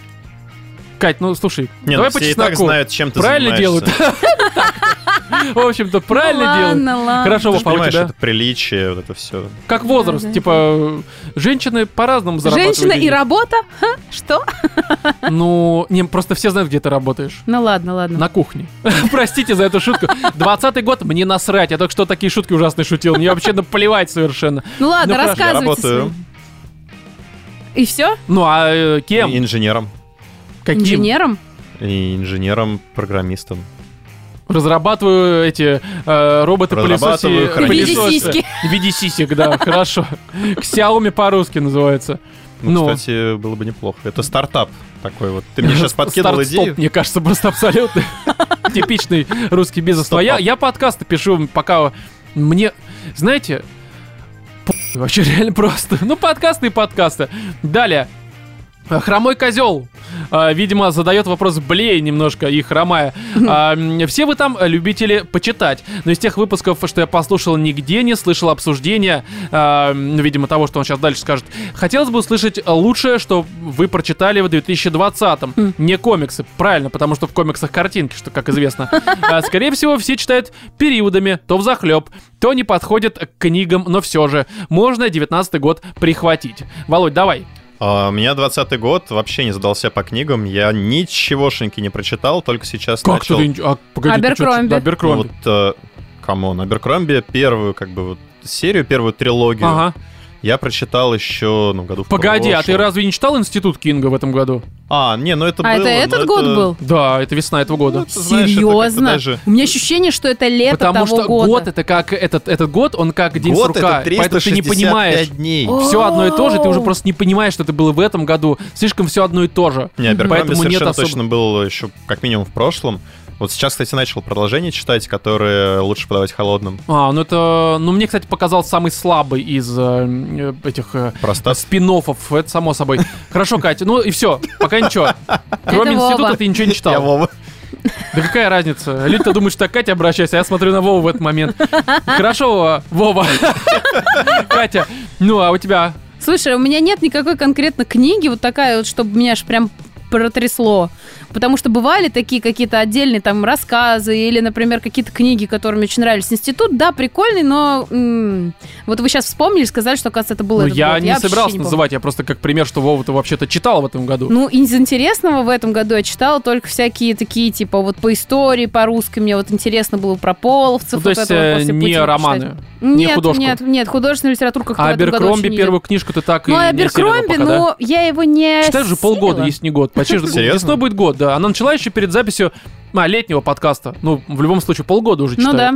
Speaker 1: Кать, ну слушай,
Speaker 2: Не, ну,
Speaker 1: давай по
Speaker 2: все и так
Speaker 1: чесноку.
Speaker 2: знают, чем ты
Speaker 1: Правильно делают.
Speaker 2: занимаешься.
Speaker 1: В общем-то, правильно
Speaker 3: Ну, ладно,
Speaker 1: делают.
Speaker 3: ладно.
Speaker 1: Хорошо,
Speaker 2: Ты
Speaker 1: Вов,
Speaker 2: же
Speaker 1: а у
Speaker 2: понимаешь,
Speaker 1: тебя?
Speaker 2: это приличие, вот это все.
Speaker 1: Как возраст,
Speaker 3: Да, да,
Speaker 1: типа, э, женщины по-разному зарабатывают
Speaker 3: Женщина и
Speaker 1: деньги.
Speaker 3: работа? Ха, Что?
Speaker 1: Ну, не, просто все знают, где ты работаешь.
Speaker 3: Ну ладно, ладно.
Speaker 1: На кухне. Простите за эту шутку. 20 год, мне насрать. Я только что такие шутки ужасные шутил. Мне вообще наплевать совершенно.
Speaker 3: Ну ладно,
Speaker 1: Ну, хорошо,
Speaker 2: Я
Speaker 3: рассказывайте.
Speaker 2: работаю
Speaker 3: свои. И все?
Speaker 1: Ну, а э,
Speaker 2: и
Speaker 1: кем?
Speaker 2: инженером.
Speaker 1: Каким?
Speaker 3: Инженером?
Speaker 2: И инженером-программистом.
Speaker 1: Разрабатываю эти э, роботы-пылесосы.
Speaker 2: Разрабатываю,
Speaker 1: э,
Speaker 2: храню.
Speaker 3: В виде
Speaker 1: пылесосы.
Speaker 3: сиськи.
Speaker 1: В виде сисек, да, хорошо. Xiaomi по-русски называется.
Speaker 2: Ну,
Speaker 1: Ну.
Speaker 2: кстати, было бы неплохо. Это стартап такой вот. Ты мне сейчас подкидывал
Speaker 1: Старт-стоп,
Speaker 2: идею.
Speaker 1: мне кажется, просто абсолютно типичный русский бизнес. Но я,
Speaker 2: Стоп-ап.
Speaker 1: я подкасты пишу, пока мне, знаете, похуй вообще реально просто. Ну, подкасты и подкасты. Далее. Э, Хромой козел, э, видимо, задает вопрос блея немножко и хромая. А, м, Все вы там э, любители почитать, но из тех выпусков, что я послушал, нигде не слышал обсуждения, э, ну, видимо, того, что он сейчас дальше скажет. Хотелось бы услышать лучшее, что вы прочитали в 2020-м.
Speaker 3: М.
Speaker 1: Не комиксы, правильно, потому что в комиксах картинки, что, как известно. А, Скорее всего, все читают периодами, то в захлеб, то не подходит к книгам, но все же. Можно 19 год прихватить. Володь, давай.
Speaker 2: А, У меня 20 год вообще не задался по книгам. Я ничегошеньки не прочитал, только сейчас
Speaker 1: Как
Speaker 2: начал.
Speaker 1: ты... не- А, погоди, ты чё-
Speaker 3: Аберкромби.
Speaker 1: да, Аберкромби.
Speaker 2: Ну, вот, э, камон, Аберкромби первую, как бы, вот, серию, первую трилогию
Speaker 1: Ага.
Speaker 2: я прочитал еще, ну, году в
Speaker 1: Погоди, а ты
Speaker 2: прошлом.
Speaker 1: разве не читал Институт Кинга в этом году?
Speaker 2: А, не, ну это
Speaker 3: А
Speaker 2: было,
Speaker 3: это
Speaker 2: но
Speaker 3: этот год был?
Speaker 1: Да, это весна этого года.
Speaker 2: Ну, ты знаешь, это как-то
Speaker 3: Серьезно?
Speaker 2: даже-
Speaker 3: У меня ощущение, что это лето
Speaker 1: Потому
Speaker 3: того
Speaker 1: что
Speaker 3: года.
Speaker 1: год это как этот, этот год, он как день
Speaker 2: год
Speaker 1: сурка.
Speaker 2: это 365
Speaker 1: поэтому ты не понимаешь.
Speaker 2: дней.
Speaker 3: О,
Speaker 1: Все одно и то же, ты уже просто не понимаешь, что это было в этом году. Слишком все одно и то же.
Speaker 2: Не, Аберкромби
Speaker 1: Поэтому нет
Speaker 2: совершенно
Speaker 1: особо-
Speaker 2: точно был еще как минимум в прошлом. Вот сейчас, кстати, начал продолжение читать, которое лучше подавать холодным.
Speaker 1: А, ну это. Ну, мне, кстати, показал самый слабый из э, м, э, этих э,
Speaker 2: Просто
Speaker 1: спин-оффов, это само собой. Хорошо, Катя, ну и все, пока ничего. Кроме
Speaker 3: Вова.
Speaker 1: института ты ничего не
Speaker 2: я
Speaker 1: читал.
Speaker 2: Вова.
Speaker 1: Да какая разница? Люди то думают, что я к Кате обращаюсь, а я смотрю на Вову в этот момент. Хорошо, э, Вова. Катя, ну а у тебя
Speaker 3: Слушай, у меня нет никакой конкретно книги, вот такая вот, чтобы меня аж прям протрясло. Потому что бывали такие какие-то отдельные там рассказы или, например, какие-то книги, которые мне очень нравились. Институт, да, прикольный, но м, вот вы сейчас вспомнили, сказали, что, оказывается, это было
Speaker 1: Ну, я не собирался
Speaker 3: называть.
Speaker 1: называть, я просто как пример, что Вова-то вообще-то читал в этом году.
Speaker 3: Ну, из интересного в этом году я читала только всякие такие, типа, вот по истории, по-русски. Мне вот интересно было про половцев.
Speaker 1: Ну, то
Speaker 3: вот
Speaker 1: есть
Speaker 3: это вот
Speaker 1: э,
Speaker 3: после
Speaker 1: не
Speaker 3: Путина
Speaker 1: романы.
Speaker 3: почитать. Нет,
Speaker 1: художку.
Speaker 3: нет, нет, художественная литература как-то
Speaker 1: А
Speaker 3: в этом году
Speaker 1: Аберкромби
Speaker 3: очень не
Speaker 1: первую книжку ты так и
Speaker 3: Ну, э,
Speaker 1: не
Speaker 3: Аберкромби,
Speaker 1: осилила пока, да?
Speaker 3: но я его не
Speaker 1: Читаешь же
Speaker 3: осилила.
Speaker 1: полгода, если не год. Почти что
Speaker 2: Серьезно?
Speaker 1: весной будет год, да. Она начала еще перед записью а, летнего подкаста. Ну, в любом случае, полгода уже читаю.
Speaker 3: Ну да.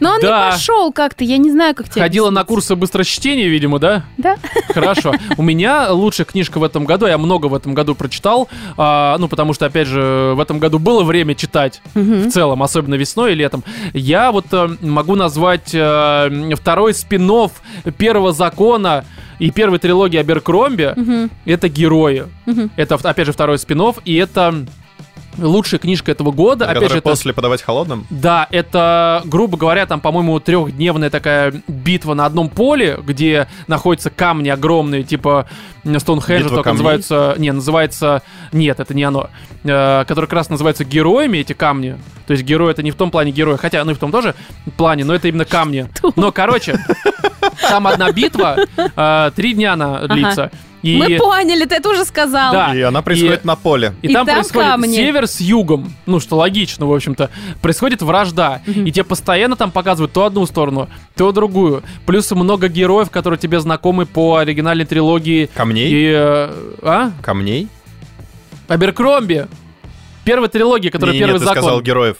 Speaker 3: Но он
Speaker 1: Да.
Speaker 3: не пошел как-то, я не знаю, как тебе
Speaker 1: Ходила на
Speaker 3: объяснить.
Speaker 1: курсы быстрочтения, видимо, да?
Speaker 3: Да.
Speaker 1: Хорошо. У меня лучшая книжка в этом году, я много в этом году прочитал, а, ну, потому что, опять же, в этом году было время читать
Speaker 3: Мгм.
Speaker 1: в целом, особенно весной и летом. Я вот э, могу назвать э, второй спин первого закона и первой трилогии Аберкромби.
Speaker 3: Мгм.
Speaker 1: Это герои.
Speaker 3: Мгм.
Speaker 1: Это, опять же, второй спин и это Лучшая книжка этого года. Опять же,
Speaker 2: Который
Speaker 1: это
Speaker 2: после подавать холодным?
Speaker 1: да, это, грубо говоря, там, по-моему, трехдневная такая битва на одном поле, где находятся камни огромные, типа м, Стоунхенджа,
Speaker 2: Битва
Speaker 1: только
Speaker 2: камней?
Speaker 1: называются... Не, называется... Нет, это не оно. Э, которые как раз называются героями, эти камни. То есть герой это не в том плане героя, хотя, ну и в том тоже плане, но это именно камни. Но, короче, там одна битва, э, три дня она длится. И...
Speaker 3: Мы поняли, ты это уже сказал.
Speaker 1: Да.
Speaker 2: И она происходит на поле.
Speaker 1: А, И,
Speaker 3: И
Speaker 1: там,
Speaker 3: там
Speaker 1: происходит
Speaker 3: камни.
Speaker 1: север с югом, ну что логично, в общем-то, происходит вражда.
Speaker 3: Мгм.
Speaker 1: И тебе постоянно там показывают то одну сторону, то другую. Плюс много героев, которые тебе знакомы по оригинальной трилогии.
Speaker 2: Камней?
Speaker 1: И... э, а?
Speaker 2: Камней?
Speaker 1: Аберкромби. Первой трилогии, которая
Speaker 2: Не, не,
Speaker 1: первый
Speaker 2: ты
Speaker 1: закон.
Speaker 2: сказал героев.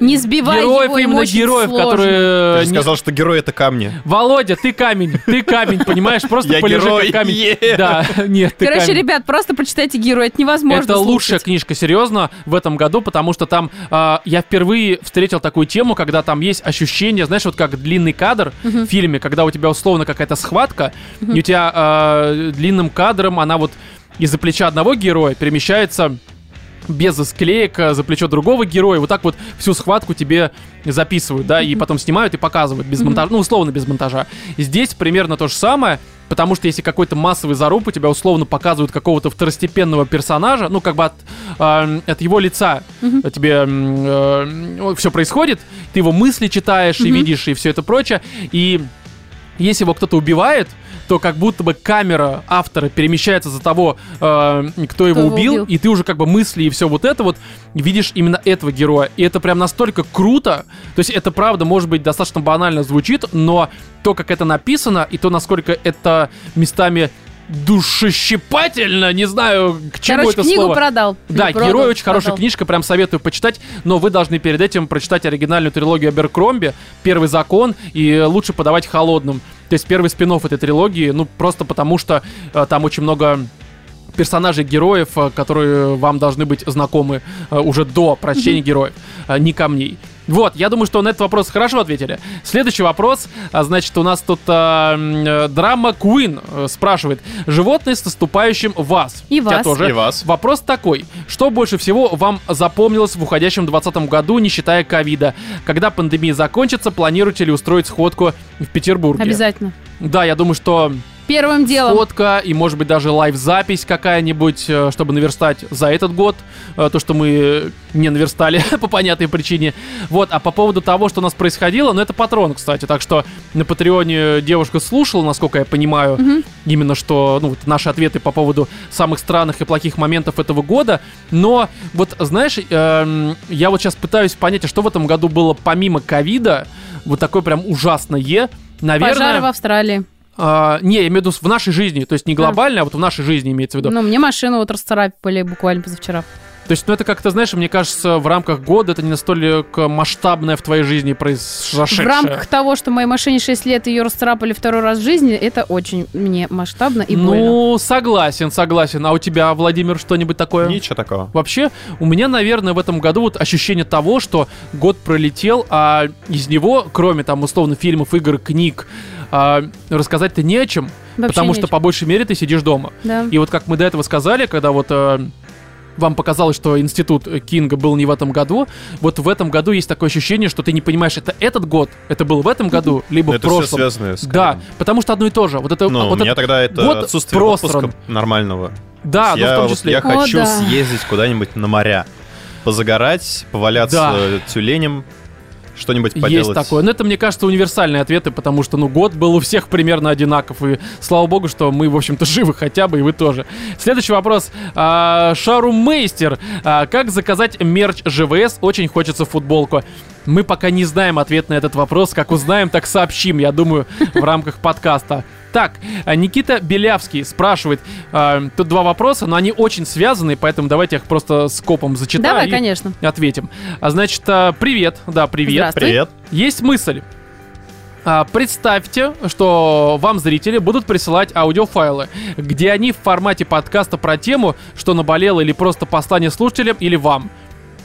Speaker 3: Не сбивай
Speaker 1: героев,
Speaker 3: его, ему
Speaker 1: именно
Speaker 3: очень
Speaker 1: героев,
Speaker 3: сложно.
Speaker 1: которые...
Speaker 2: Ты же
Speaker 1: Э, не-
Speaker 2: сказал, что герои это камни.
Speaker 1: Володя, ты камень, ты камень, понимаешь? Просто
Speaker 2: Я
Speaker 1: полежи как
Speaker 2: герой,
Speaker 1: камень.
Speaker 2: е.
Speaker 1: Да, нет, ты
Speaker 3: Короче,
Speaker 1: камень.
Speaker 3: ребят, просто прочитайте героя, это невозможно
Speaker 1: Это лучшая
Speaker 3: слушать.
Speaker 1: книжка, серьезно, в этом году, потому что там а, я впервые встретил такую тему, когда там есть ощущение, знаешь, вот как длинный кадр в фильме, когда у тебя условно какая-то схватка, и у тебя а, длинным кадром она вот из-за плеча одного героя перемещается без склеек а, за плечо другого героя. Вот так вот всю схватку тебе записывают, да, и потом снимают и показывают без монтажа, ну, условно без монтажа. Здесь примерно то же самое, потому что если какой-то массовый заруб, у тебя условно показывают какого-то второстепенного персонажа, ну, как бы от, а, от его лица э, тебе все происходит, ты его мысли читаешь и
Speaker 3: Мгм.
Speaker 1: видишь, и все это прочее, и если его кто-то убивает, то как будто бы камера автора перемещается за того, э, кто его
Speaker 3: его
Speaker 1: убил,
Speaker 3: убил.
Speaker 1: и ты уже как бы мысли и все вот это вот видишь именно этого героя. И это прям настолько круто. То есть это правда, может быть, достаточно банально звучит, но то, как это написано, и то, насколько это местами душещипательно, не знаю, к чему
Speaker 3: Короче,
Speaker 1: это
Speaker 3: книгу
Speaker 1: слово.
Speaker 3: продал.
Speaker 1: Да,
Speaker 3: Не продал,
Speaker 1: герой очень хорошая
Speaker 3: продал.
Speaker 1: книжка, прям советую почитать, но вы должны перед этим прочитать оригинальную трилогию Аберкромби, Первый закон, и лучше подавать холодным. То есть первый спин этой трилогии, ну просто потому что э, там очень много персонажей героев, э, которые вам должны быть знакомы э, уже до прочтения героев, э, не камней. Вот, я думаю, что на этот вопрос хорошо ответили. Следующий вопрос, а, значит, у нас тут а, м, э, драма Куин э, спрашивает: животные с наступающим вас.
Speaker 3: И
Speaker 1: Тебя
Speaker 3: вас.
Speaker 1: тоже.
Speaker 2: И вас.
Speaker 1: Вопрос такой. Что больше всего вам запомнилось в уходящем 2020 году, не считая ковида? Когда пандемия закончится, планируете ли устроить сходку в Петербурге?
Speaker 3: Обязательно.
Speaker 1: Да, я думаю, что
Speaker 3: Первым делом.
Speaker 1: сходка и, может быть, даже лайв-запись какая-нибудь, э, чтобы наверстать за этот год э, то, что мы э, не наверстали по понятной причине. Вот, а по поводу того, что у нас происходило, ну, это патрон, кстати, так что на Патреоне девушка слушала, насколько я понимаю,
Speaker 3: Мгм.
Speaker 1: именно что, ну, вот наши ответы по поводу самых странных и плохих моментов этого года. Но вот, знаешь, эм, я вот сейчас пытаюсь понять, а что в этом году было помимо ковида, вот такое прям ужасное, наверное...
Speaker 3: Пожары в Австралии.
Speaker 1: А, не, я имею в виду в нашей жизни, то есть не глобально, а вот в нашей жизни имеется в виду.
Speaker 3: Ну, мне машину вот расцарапали буквально позавчера.
Speaker 1: То есть, ну это как-то, знаешь, мне кажется, в рамках года это не настолько масштабное в твоей жизни произошедшее.
Speaker 3: В рамках того, что моей машине 6 лет ее расцарапали второй раз в жизни, это очень мне масштабно и больно.
Speaker 1: Ну, согласен, согласен. А у тебя, Владимир, что-нибудь такое?
Speaker 2: Ничего такого.
Speaker 1: Вообще, у меня, наверное, в этом году вот ощущение того, что год пролетел, а из него, кроме там условно фильмов, игр, книг, а, рассказать-то не о чем,
Speaker 3: Вообще
Speaker 1: потому что
Speaker 3: нечего.
Speaker 1: по большей мере ты сидишь дома.
Speaker 3: Да.
Speaker 1: И вот как мы до этого сказали, когда вот э, вам показалось, что институт э, Кинга был не в этом году, вот в этом году есть такое ощущение, что ты не понимаешь, это этот год, это был в этом году, либо
Speaker 2: Но
Speaker 1: в
Speaker 2: Ну, это все
Speaker 1: прошлом.
Speaker 2: связано с
Speaker 1: Да,
Speaker 2: ковидом.
Speaker 1: потому что одно и то же. Вот это,
Speaker 2: Ну,
Speaker 1: вот
Speaker 2: у меня
Speaker 1: это-
Speaker 2: тогда это
Speaker 1: год
Speaker 2: отсутствие
Speaker 1: просран.
Speaker 2: отпуска нормального.
Speaker 1: да, ну
Speaker 2: я,
Speaker 1: в том
Speaker 2: вот-
Speaker 1: числе.
Speaker 2: я
Speaker 3: О,
Speaker 2: хочу
Speaker 3: да.
Speaker 2: съездить куда-нибудь на моря, позагорать, поваляться
Speaker 1: Да.
Speaker 2: э, тюленем, что-нибудь
Speaker 1: Есть
Speaker 2: поделать.
Speaker 1: такое. Ну, Но это, мне кажется, универсальные ответы, потому что, ну, год был у всех примерно одинаков. И слава богу, что мы, в общем-то, живы хотя бы, и вы тоже. Следующий вопрос. А, Шарумейстер. А, Как заказать мерч ЖВС? Очень хочется футболку. Мы пока не знаем ответ на этот вопрос. Как узнаем, так сообщим, я думаю, в рамках подкаста. Так, а, Никита Белявский спрашивает. а, Тут два вопроса, но они очень связаны, поэтому давайте я их просто скопом зачитаю.
Speaker 3: Давай,
Speaker 1: и
Speaker 3: конечно.
Speaker 1: Ответим. А значит, а, привет. Да, привет.
Speaker 3: Здравствуй.
Speaker 2: Привет. Ну,
Speaker 1: Есть мысль. А, Представьте, что вам зрители будут присылать аудиофайлы, где они в формате подкаста про тему, что наболело, или просто послание слушателям, или вам.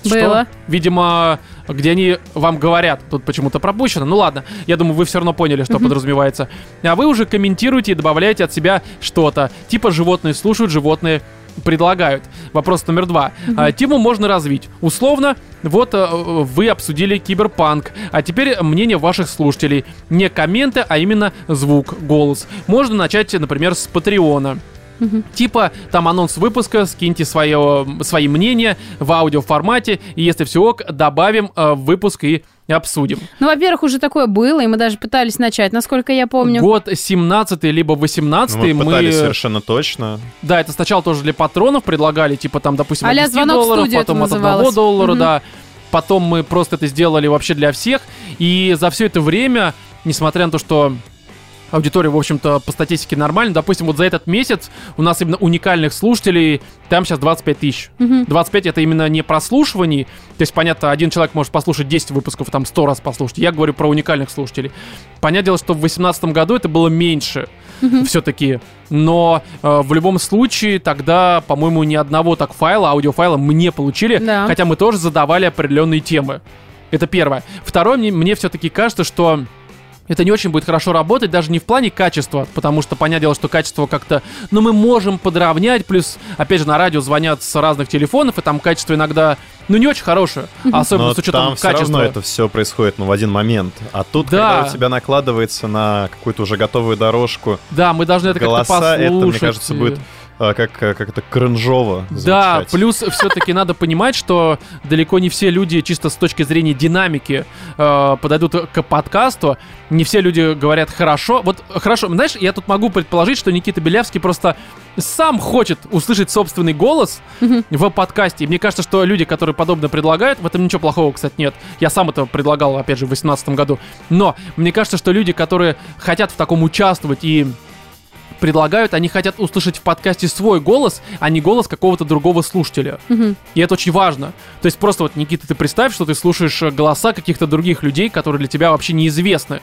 Speaker 1: Что?
Speaker 3: Было.
Speaker 1: Видимо, где они вам говорят. Тут почему-то пропущено. Ну ладно, я думаю, вы все равно поняли, что подразумевается. А вы уже комментируете и добавляете от себя что-то. Типа животные слушают, животные предлагают. Вопрос номер два. А, Тему можно развить. Условно, вот э, вы обсудили киберпанк, а теперь мнение ваших слушателей. Не комменты, а именно звук, голос. Можно начать, например, с Патреона.
Speaker 3: Мгм.
Speaker 1: Типа там анонс выпуска, скиньте свое, свои мнения в аудиоформате, и если все ок, добавим э, в выпуск и обсудим.
Speaker 3: Ну, во-первых, уже такое было, и мы даже пытались начать, насколько я помню.
Speaker 1: Год 17 либо
Speaker 2: Ну,
Speaker 1: 18
Speaker 2: мы
Speaker 1: мы...
Speaker 2: пытались совершенно точно.
Speaker 1: Да, это сначала тоже для патронов предлагали, типа там, допустим, от
Speaker 3: А-ля
Speaker 1: 10
Speaker 3: «Звонок в
Speaker 1: долларов,
Speaker 3: студию» это
Speaker 1: потом от 1
Speaker 3: называлось.
Speaker 1: доллара,
Speaker 3: Мгм.
Speaker 1: да. Потом мы просто это сделали вообще для всех. И за все это время, несмотря на то, что аудитория, в общем-то, по статистике нормально, допустим, вот за этот месяц у нас именно уникальных слушателей, там сейчас 25 тысяч.
Speaker 3: Мгм.
Speaker 1: 25 это именно не прослушиваний, то есть, понятно, один человек может послушать 10 выпусков, там 100 раз послушать. Я говорю про уникальных слушателей. Понятное дело, что в 2018 году это было меньше все-таки. Но э, в любом случае тогда, по-моему, ни одного так файла, аудиофайла мы не получили,
Speaker 3: Да.
Speaker 1: хотя мы тоже задавали определенные темы. Это первое. Второе, мне, все-таки кажется, что это не очень будет хорошо работать, даже не в плане качества, потому что, понятное дело, что качество как-то... Но мы можем подровнять, плюс, опять же, на радио звонят с разных телефонов, и там качество иногда, ну, не очень хорошее, особенно
Speaker 2: Но
Speaker 1: с учетом
Speaker 2: там все
Speaker 1: качества.
Speaker 2: равно это все происходит ну, в один момент. А тут,
Speaker 1: Да.
Speaker 2: когда у тебя накладывается на какую-то уже готовую дорожку,
Speaker 1: Да, мы должны это как-то
Speaker 2: голоса,
Speaker 1: послушать.
Speaker 2: это, мне кажется, будет а, как, а, как это кринжово
Speaker 1: Да,
Speaker 2: звучать.
Speaker 1: плюс все-таки надо понимать, что далеко не все люди чисто с точки зрения динамики э, подойдут к подкасту. Не все люди говорят хорошо. Вот э, хорошо, знаешь, я тут могу предположить, что Никита Белявский просто сам хочет услышать собственный голос
Speaker 3: Мгм.
Speaker 1: в подкасте. И мне кажется, что люди, которые подобное предлагают, в этом ничего плохого, кстати, нет. Я сам это предлагал, опять же, в 2018 году. Но мне кажется, что люди, которые хотят в таком участвовать и предлагают, они хотят услышать в подкасте свой голос, а не голос какого-то другого слушателя.
Speaker 3: Мгм.
Speaker 1: И это очень важно. То есть просто вот, Никита, ты представь, что ты слушаешь э, голоса каких-то других людей, которые для тебя вообще неизвестны.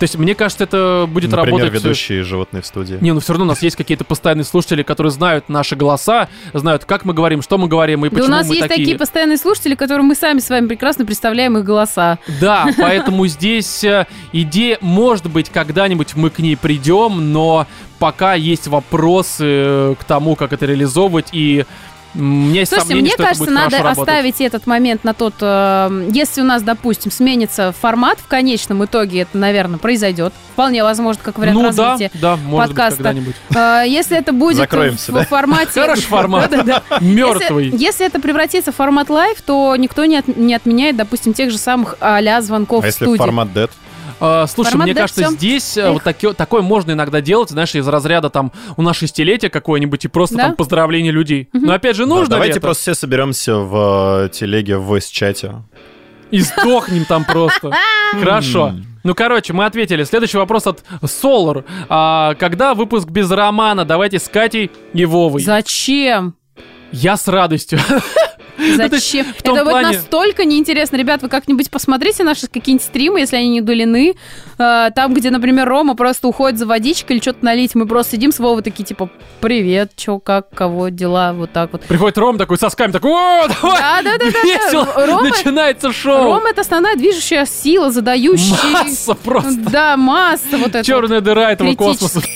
Speaker 1: То есть, мне кажется, это будет
Speaker 2: Например,
Speaker 1: работать... э,
Speaker 2: ведущие животные в студии.
Speaker 1: Не, ну все равно у нас есть какие-то постоянные слушатели, которые знают наши голоса, знают, как мы говорим, что мы говорим и
Speaker 3: Да
Speaker 1: почему
Speaker 3: у нас
Speaker 1: мы
Speaker 3: есть такие...
Speaker 1: такие.
Speaker 3: постоянные слушатели, которым мы сами с вами прекрасно представляем их голоса.
Speaker 1: Да, поэтому здесь э, идея, может быть, когда-нибудь мы к ней придем, но пока есть вопросы э, к тому, как это реализовывать, и м, у меня есть
Speaker 3: Слушайте,
Speaker 1: сомнения,
Speaker 3: мне
Speaker 1: что
Speaker 3: кажется,
Speaker 1: это будет
Speaker 3: надо
Speaker 1: хорошо работать.
Speaker 3: оставить этот момент на тот, э, если у нас, допустим, сменится формат, в конечном итоге это, наверное, произойдет. Вполне возможно, как вариант
Speaker 1: ну
Speaker 3: развития.
Speaker 1: да, да, может
Speaker 3: подкаста.
Speaker 1: быть, когда-нибудь.
Speaker 3: Э, Если это будет в
Speaker 2: Закроемся, да?
Speaker 3: в формате...
Speaker 1: Хороший формат.
Speaker 3: Да-да-да.
Speaker 1: Мертвый.
Speaker 3: Если, если это превратится в формат лайв, то никто не, от- не отменяет, допустим, тех же самых а-ля звонков
Speaker 2: А
Speaker 3: в
Speaker 2: если
Speaker 3: студии.
Speaker 2: формат Dead?
Speaker 1: А, Слушай,
Speaker 3: Формат
Speaker 1: мне
Speaker 3: «Да,
Speaker 1: кажется,
Speaker 3: всё».
Speaker 1: здесь э, вот
Speaker 3: Эх.
Speaker 1: таки- такое можно иногда делать, знаешь, из разряда там у нас шестилетие какое-нибудь и просто
Speaker 3: Да?
Speaker 1: там поздравление людей. Но опять же,
Speaker 2: Да,
Speaker 1: нужно ли
Speaker 2: Давайте
Speaker 1: это?
Speaker 2: просто все соберемся в э, телеге в voice-чате.
Speaker 1: И сдохнем там просто. Хорошо. Ну, короче, мы ответили. Следующий вопрос от Solar. А, когда выпуск без романа? Давайте с Катей и Вовой.
Speaker 3: Зачем?
Speaker 1: Я с радостью. Ну, то есть
Speaker 3: Зачем?
Speaker 1: том
Speaker 3: это
Speaker 1: плане-
Speaker 3: вот настолько неинтересно. Ребят, вы как-нибудь посмотрите наши какие-нибудь стримы, если они не удалены. Э, Там, где, например, Рома просто уходит за водичкой или что-то налить, мы просто сидим с Вовой такие, типа, привет, чё, как, кого, дела, вот так вот.
Speaker 1: Приходит Ром такой сосками, такой, о, давай,
Speaker 3: Да-да-да-да-да.
Speaker 1: весело,
Speaker 3: Рома-
Speaker 1: начинается шоу.
Speaker 3: Рома — это основная движущая сила, задающая...
Speaker 1: Масса просто.
Speaker 3: Да, масса вот это.
Speaker 1: Черная дыра этого
Speaker 3: Критически.
Speaker 1: космоса.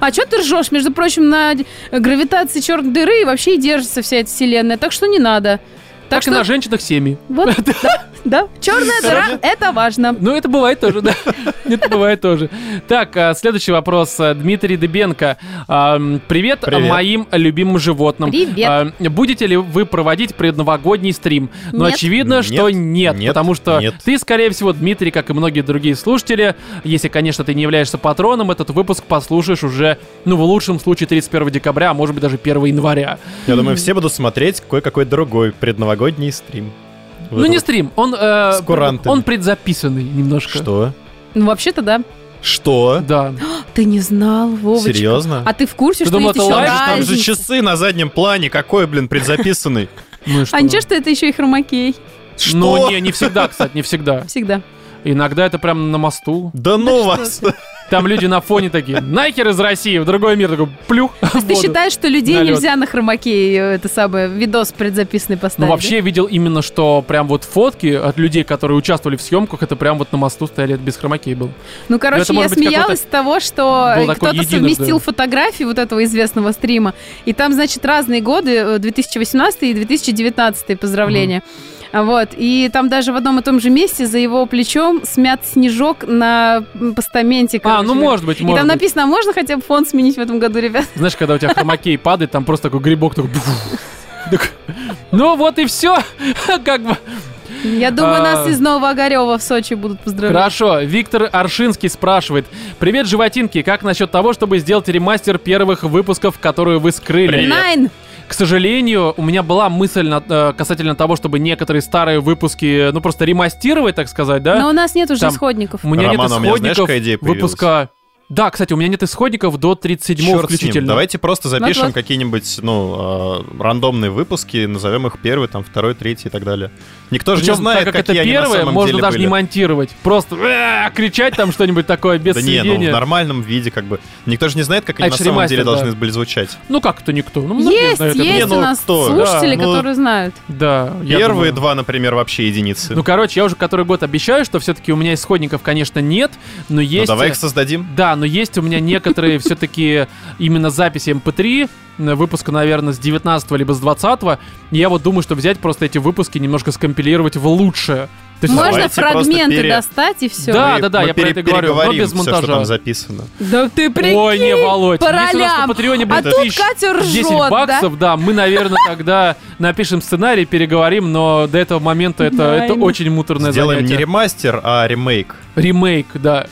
Speaker 3: А что ты ржешь? Между прочим, на д- э, гравитации черной дыры вообще и держится вся эта вселенная, так что не надо.
Speaker 1: Так что на женщинах семьи.
Speaker 3: вот, да, да. Черная дыра, это важно.
Speaker 1: Ну, это бывает тоже, да. Это бывает тоже. Так, а, следующий вопрос. а, Дмитрий Дыбенко. Ам, Привет,
Speaker 2: Привет.
Speaker 1: моим любимым животным.
Speaker 3: Привет.
Speaker 1: А, Будете ли вы проводить предновогодний стрим? Ну,
Speaker 3: Нет.
Speaker 1: очевидно,
Speaker 2: Нет.
Speaker 1: что нет,
Speaker 2: Нет.
Speaker 1: потому что
Speaker 2: Нет.
Speaker 1: ты, скорее всего, Дмитрий, как и многие другие слушатели, если, конечно, ты не являешься патроном, этот выпуск послушаешь уже, ну, в лучшем случае 31 декабря, а может быть даже 1 января.
Speaker 2: Я думаю, все будут смотреть кое-какой другой предновогодний стрим. Вот
Speaker 1: Ну,
Speaker 2: это
Speaker 1: не
Speaker 2: вот.
Speaker 1: стрим, он, э,
Speaker 2: С курантами.
Speaker 1: он предзаписанный немножко.
Speaker 2: Что?
Speaker 3: Ну, вообще-то, да.
Speaker 2: Что?
Speaker 1: Да.
Speaker 3: Ты не знал, Вовочка.
Speaker 2: Серьезно?
Speaker 3: А ты в курсе,
Speaker 1: Ты
Speaker 3: что
Speaker 1: думал,
Speaker 3: есть
Speaker 1: это
Speaker 3: еще
Speaker 1: лайв?
Speaker 2: Там же
Speaker 3: разница?
Speaker 2: часы на заднем плане. Какой, блин, предзаписанный?
Speaker 1: Ну, и что?
Speaker 3: А ничего, что это еще и хромакей.
Speaker 1: Ну, не, не всегда, кстати, не всегда.
Speaker 3: Всегда.
Speaker 1: Иногда это прям на мосту.
Speaker 2: Да ну вас!
Speaker 1: Там люди на фоне такие, нахер из России, в другой мир, такой плюх. в
Speaker 3: Ты
Speaker 1: воду.
Speaker 3: считаешь, что людей
Speaker 1: Налет.
Speaker 3: нельзя на хромаке э, это самое, видос предзаписанный
Speaker 1: Ну,
Speaker 3: поставить?
Speaker 1: вообще, видел именно, что прям вот фотки от людей, которые участвовали в съемках, это прям вот на мосту стояли, это без хромакей был.
Speaker 3: Ну, короче,
Speaker 1: это
Speaker 3: я
Speaker 1: может быть
Speaker 3: смеялась с того, что
Speaker 1: был такой
Speaker 3: кто-то
Speaker 1: единожды.
Speaker 3: совместил фотографии вот этого известного стрима. И там, значит, разные годы, э, 2018 и 2019, поздравления. А Вот. И там даже в одном и том же месте за его плечом смят снежок на м, постаменте.
Speaker 1: А,
Speaker 3: короче,
Speaker 1: ну
Speaker 3: да.
Speaker 1: может быть,
Speaker 3: И там
Speaker 1: может быть.
Speaker 3: написано, «А можно хотя бы фон сменить в этом году, ребят?
Speaker 1: Знаешь, когда у тебя хромакей падает, там просто такой грибок такой... бф. Так, Ну вот и все. Как бы.
Speaker 3: Я думаю,
Speaker 1: А.
Speaker 3: нас из Нового Огарева в Сочи будут поздравлять.
Speaker 1: Хорошо. Виктор Аршинский спрашивает. Привет, животинки. Как насчет того, чтобы сделать ремастер первых выпусков, которые вы скрыли?
Speaker 2: Привет.
Speaker 3: Найн!
Speaker 1: К сожалению, у меня была мысль на- э, касательно того, чтобы некоторые старые выпуски, ну просто ремастировать, так сказать, да?
Speaker 3: Но у нас нет уже
Speaker 1: Там-
Speaker 3: исходников.
Speaker 1: У меня
Speaker 2: Роман, а
Speaker 1: нет
Speaker 2: у меня, знаешь,
Speaker 1: исходников
Speaker 2: какая идея появилась?
Speaker 1: выпуска. Да, кстати, у меня нет исходников до 37
Speaker 2: Чёрт с ним.
Speaker 1: включительно.
Speaker 2: Давайте
Speaker 3: Ну,
Speaker 2: просто запишем
Speaker 3: Вот-вот.
Speaker 2: какие-нибудь, ну, э, рандомные выпуски, назовем их первый, там, второй, третий и так далее. Никто же
Speaker 1: Причем,
Speaker 2: не знает,
Speaker 1: так как
Speaker 2: какие
Speaker 1: это
Speaker 2: они на
Speaker 1: первое,
Speaker 2: самом
Speaker 1: можно
Speaker 2: деле
Speaker 1: даже
Speaker 2: были.
Speaker 1: не монтировать. Просто «Э, кричать там что-нибудь такое без
Speaker 2: Да не, ну, в
Speaker 1: сведения. Ну,
Speaker 2: нормальном виде, как бы. Никто же не знает, как
Speaker 1: А
Speaker 2: они на
Speaker 1: это же
Speaker 2: самом деле
Speaker 1: ремастер, да.
Speaker 2: должны были звучать.
Speaker 1: как то никто? Ну, многие
Speaker 3: Есть,
Speaker 1: знают это.
Speaker 2: Не,
Speaker 3: есть у
Speaker 2: ну
Speaker 3: нас
Speaker 2: кто?
Speaker 3: слушатели,
Speaker 2: Да, ну-
Speaker 3: которые знают.
Speaker 1: Да, я думаю.
Speaker 2: Первые два, например, вообще единицы.
Speaker 1: Ну, короче, я уже который год обещаю, что все-таки у меня исходников, конечно, нет, но
Speaker 2: Ну,
Speaker 1: есть... э,
Speaker 2: давай их создадим.
Speaker 1: Да, но есть у меня некоторые все-таки именно записи MP3, э, выпуска, наверное, с 19 либо с 20 И я вот думаю, что взять просто эти выпуски, немножко скомпилировать в лучшее. То есть-
Speaker 3: Можно
Speaker 2: Давайте просто
Speaker 3: фрагменты
Speaker 2: пере-
Speaker 3: достать и все.
Speaker 1: Да,
Speaker 2: Мы-
Speaker 1: да, да,
Speaker 2: мы
Speaker 1: я про
Speaker 2: пере-
Speaker 1: это и говорю, но
Speaker 2: переговорим
Speaker 1: без
Speaker 2: всё,
Speaker 1: монтажа.
Speaker 2: что там записано.
Speaker 3: Да ты прикинь,
Speaker 1: Ой, не, Володь,
Speaker 3: по
Speaker 1: если у нас на
Speaker 3: ролям.
Speaker 1: Патреоне
Speaker 3: А
Speaker 1: будет
Speaker 3: тут
Speaker 1: тысяч
Speaker 3: Катя ржет,
Speaker 1: 10
Speaker 3: да?
Speaker 1: баксов, да, мы, наверное, тогда напишем сценарий, переговорим, но до этого момента это,
Speaker 3: Да,
Speaker 1: это
Speaker 3: именно.
Speaker 1: очень муторное
Speaker 2: Сделаем не
Speaker 1: занятие.
Speaker 2: ремастер, а ремейк.
Speaker 1: Ремейк, да.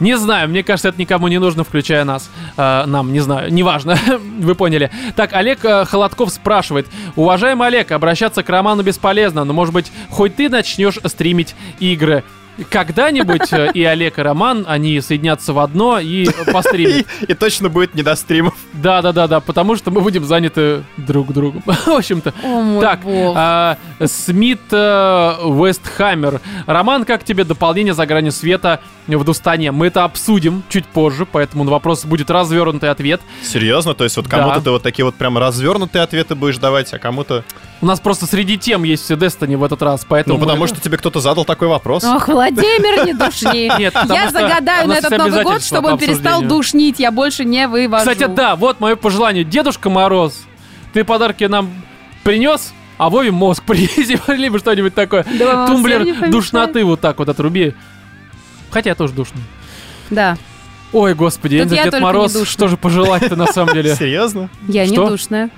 Speaker 1: Не знаю, мне кажется, это никому не нужно, включая нас. Э, нам, не знаю, неважно, вы поняли. Так, Олег э, Холодков спрашивает. Уважаемый Олег, обращаться к Роману бесполезно, но, может быть, хоть ты начнешь стримить игры. Когда-нибудь э, и Олег, и Роман, они соединятся в одно и постримят.
Speaker 2: И, и точно будет не до стримов.
Speaker 1: Да, да, да, да, потому что мы будем заняты друг другом. В общем-то.
Speaker 3: О мой
Speaker 1: Так,
Speaker 3: бог.
Speaker 1: а, Смит э, Вестхаммер. Роман, как тебе дополнение за гранью света в Дустане? Мы это обсудим чуть позже, поэтому на вопрос будет развернутый ответ.
Speaker 2: Серьезно? То есть вот
Speaker 1: Да.
Speaker 2: кому-то ты вот такие вот прям развернутые ответы будешь давать, а кому-то...
Speaker 1: У нас просто среди тем есть Destiny в этот раз, поэтому...
Speaker 2: Ну, потому что тебе кто-то задал такой вопрос.
Speaker 3: Ох, Владимир, не душни.
Speaker 1: Нет, потому
Speaker 3: Я
Speaker 1: что
Speaker 3: загадаю
Speaker 1: у
Speaker 3: на
Speaker 1: нас
Speaker 3: этот
Speaker 1: есть
Speaker 3: Новый год,
Speaker 1: обязательства
Speaker 3: чтобы
Speaker 1: по
Speaker 3: он перестал
Speaker 1: обсуждению.
Speaker 3: душнить. Я больше не вывожу.
Speaker 1: Кстати, да, вот мое пожелание. Дедушка Мороз, ты подарки нам принес, а Вове мозг привези, либо что-нибудь такое.
Speaker 3: Да, вам всем не
Speaker 1: Тумблер
Speaker 3: помешает.
Speaker 1: душноты вот так вот отруби. Хотя я тоже душный.
Speaker 3: Да,
Speaker 1: Ой, господи, я
Speaker 3: Тут
Speaker 1: не знаю,
Speaker 3: я
Speaker 1: Дед
Speaker 3: только не
Speaker 1: Мороз,
Speaker 3: душная.
Speaker 1: что же пожелать-то на самом деле?
Speaker 2: Серьезно?
Speaker 3: я не
Speaker 1: Что?
Speaker 3: душная.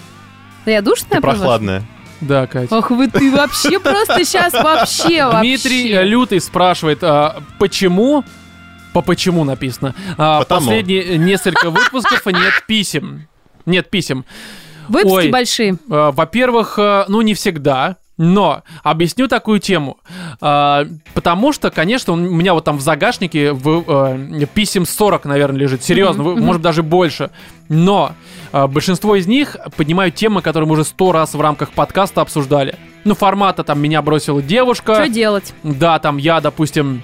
Speaker 3: Да Я душная,
Speaker 2: Ты
Speaker 3: прохладная.
Speaker 2: прохладная.
Speaker 1: Да, Катя.
Speaker 3: Ох, вы ты вообще просто сейчас вообще вообще.
Speaker 1: Дмитрий э, Лютый спрашивает, а, почему... По почему написано. а,
Speaker 2: Потому.
Speaker 1: Последние несколько выпусков нет писем. Нет писем.
Speaker 3: Выпуски
Speaker 1: Ой.
Speaker 3: большие.
Speaker 1: Э, Во-первых, э, ну не всегда, но объясню такую тему. Э, Потому что, конечно, у меня вот там в загашнике в, э, писем 40, наверное, лежит. Серьезно, вы- может даже больше. Но э, большинство из них поднимают темы, которые мы уже сто раз в рамках подкаста обсуждали. Ну, формата там меня бросила девушка.
Speaker 3: Что делать?
Speaker 1: Да, там я, допустим,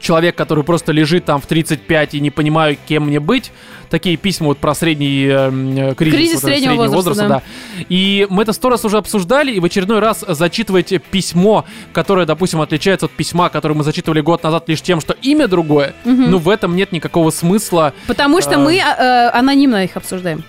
Speaker 1: человек, который просто лежит там в 35 и не понимаю, кем мне быть. Такие письма вот про средний э, м, кризис,
Speaker 3: Кризис
Speaker 1: вот этот
Speaker 3: среднего возраста, да.
Speaker 1: И мы это сто раз уже обсуждали, и в очередной раз зачитывать письмо, которое, допустим, отличается от письма, которое мы зачитывали год назад лишь тем, что имя другое, ну в этом нет никакого смысла.
Speaker 3: Потому что
Speaker 1: А.
Speaker 3: мы а, э, анонимно их обсуждаем.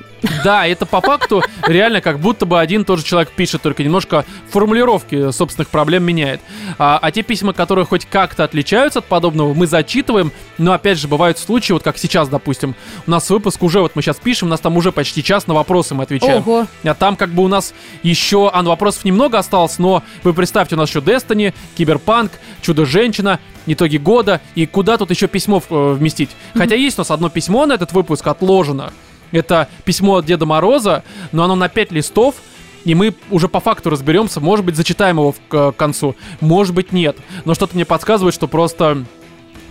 Speaker 1: Да, это по факту реально как будто бы один и тот же человек пишет, только немножко формулировки собственных проблем меняет. А, а те письма, которые хоть как-то отличаются от подобного, мы зачитываем, но опять же бывают случаи, вот как сейчас, допустим, у нас выпуск уже, вот мы сейчас пишем, у нас там уже почти час на вопросы мы отвечаем.
Speaker 3: Ого.
Speaker 1: А там как бы у нас еще, а ну, вопросов немного осталось, но вы представьте, у нас еще Destiny, Киберпанк, Чудо-женщина, Итоги года, и куда тут еще письмо э, вместить? Хотя есть у нас одно письмо на этот выпуск отложено. Это письмо от Деда Мороза, но оно на 5 листов, и мы уже по факту разберемся, может быть, зачитаем его в- к концу, может быть, нет. Но что-то мне подсказывает, что просто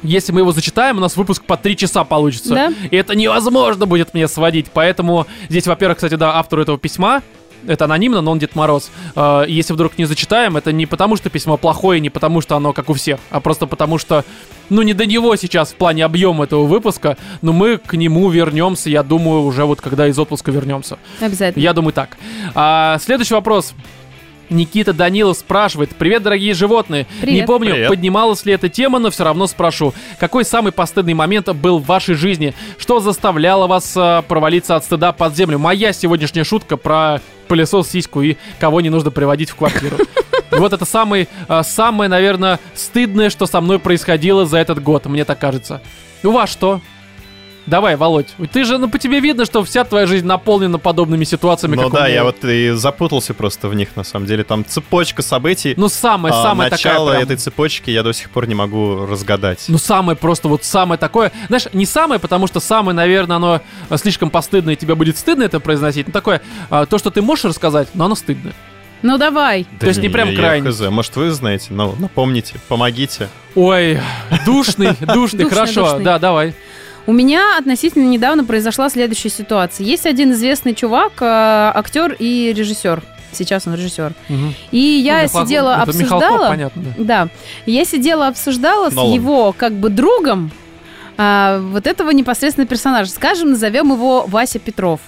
Speaker 1: если мы его зачитаем, у нас выпуск по три часа получится.
Speaker 3: Да?
Speaker 1: И это невозможно будет мне сводить. Поэтому здесь, во-первых, кстати, да, автору этого письма это анонимно, но он Дед Мороз. Э, и Если вдруг не зачитаем, это не потому, что письмо плохое, не потому, что оно как у всех, а просто потому, что, ну, не до него сейчас в плане объема этого выпуска, но мы к нему вернемся, я думаю, уже вот когда из отпуска вернемся.
Speaker 3: Обязательно.
Speaker 1: Я думаю так. А, следующий вопрос. Никита Данилов спрашивает. Привет, дорогие животные.
Speaker 3: Привет.
Speaker 1: Не помню,
Speaker 2: Привет.
Speaker 1: поднималась ли эта тема, но все равно спрошу. Какой самый постыдный момент был в вашей жизни? Что заставляло вас а, провалиться от стыда под землю? Моя сегодняшняя шутка про пылесос, сиську и кого не нужно приводить в квартиру. Вот это самый, а, самое, наверное, стыдное, что со мной происходило за этот год, мне так кажется. У вас Ну, что? Давай, Володь, ты же, ну, по тебе видно, что вся твоя жизнь наполнена подобными ситуациями.
Speaker 2: Ну
Speaker 1: как у
Speaker 2: да, я
Speaker 1: меня.
Speaker 2: вот и запутался просто в них, на самом деле. Там цепочка событий.
Speaker 1: Ну, самая,
Speaker 2: а
Speaker 1: самая
Speaker 2: начало
Speaker 1: такая прям-
Speaker 2: этой цепочки я до сих пор не могу разгадать.
Speaker 1: Ну, самое просто, вот самое такое. Знаешь, не самое, потому что самое, наверное, оно э, слишком постыдное, и тебе будет стыдно это произносить. Ну, такое, а, то, что ты можешь рассказать, но оно стыдное.
Speaker 3: Ну давай.
Speaker 2: Да
Speaker 1: то есть не прям
Speaker 2: я
Speaker 1: крайне.
Speaker 2: хз. Может, вы знаете, но напомните, помогите.
Speaker 1: Ой, душный, душный,
Speaker 3: Душный,
Speaker 1: хорошо.
Speaker 3: душный.
Speaker 1: Да, давай.
Speaker 3: У меня относительно недавно произошла следующая ситуация. Есть один известный чувак, э, актер и режиссер. Сейчас он режиссер.
Speaker 1: Мгм.
Speaker 3: И я
Speaker 1: Ну, Михалков-
Speaker 3: сидела,
Speaker 1: это Михалков,
Speaker 3: обсуждала.
Speaker 1: понятно, да.
Speaker 3: Да, я сидела, обсуждала
Speaker 2: Нолан.
Speaker 3: с его как бы другом а, вот этого непосредственно персонажа. Скажем, назовем его Вася Петров.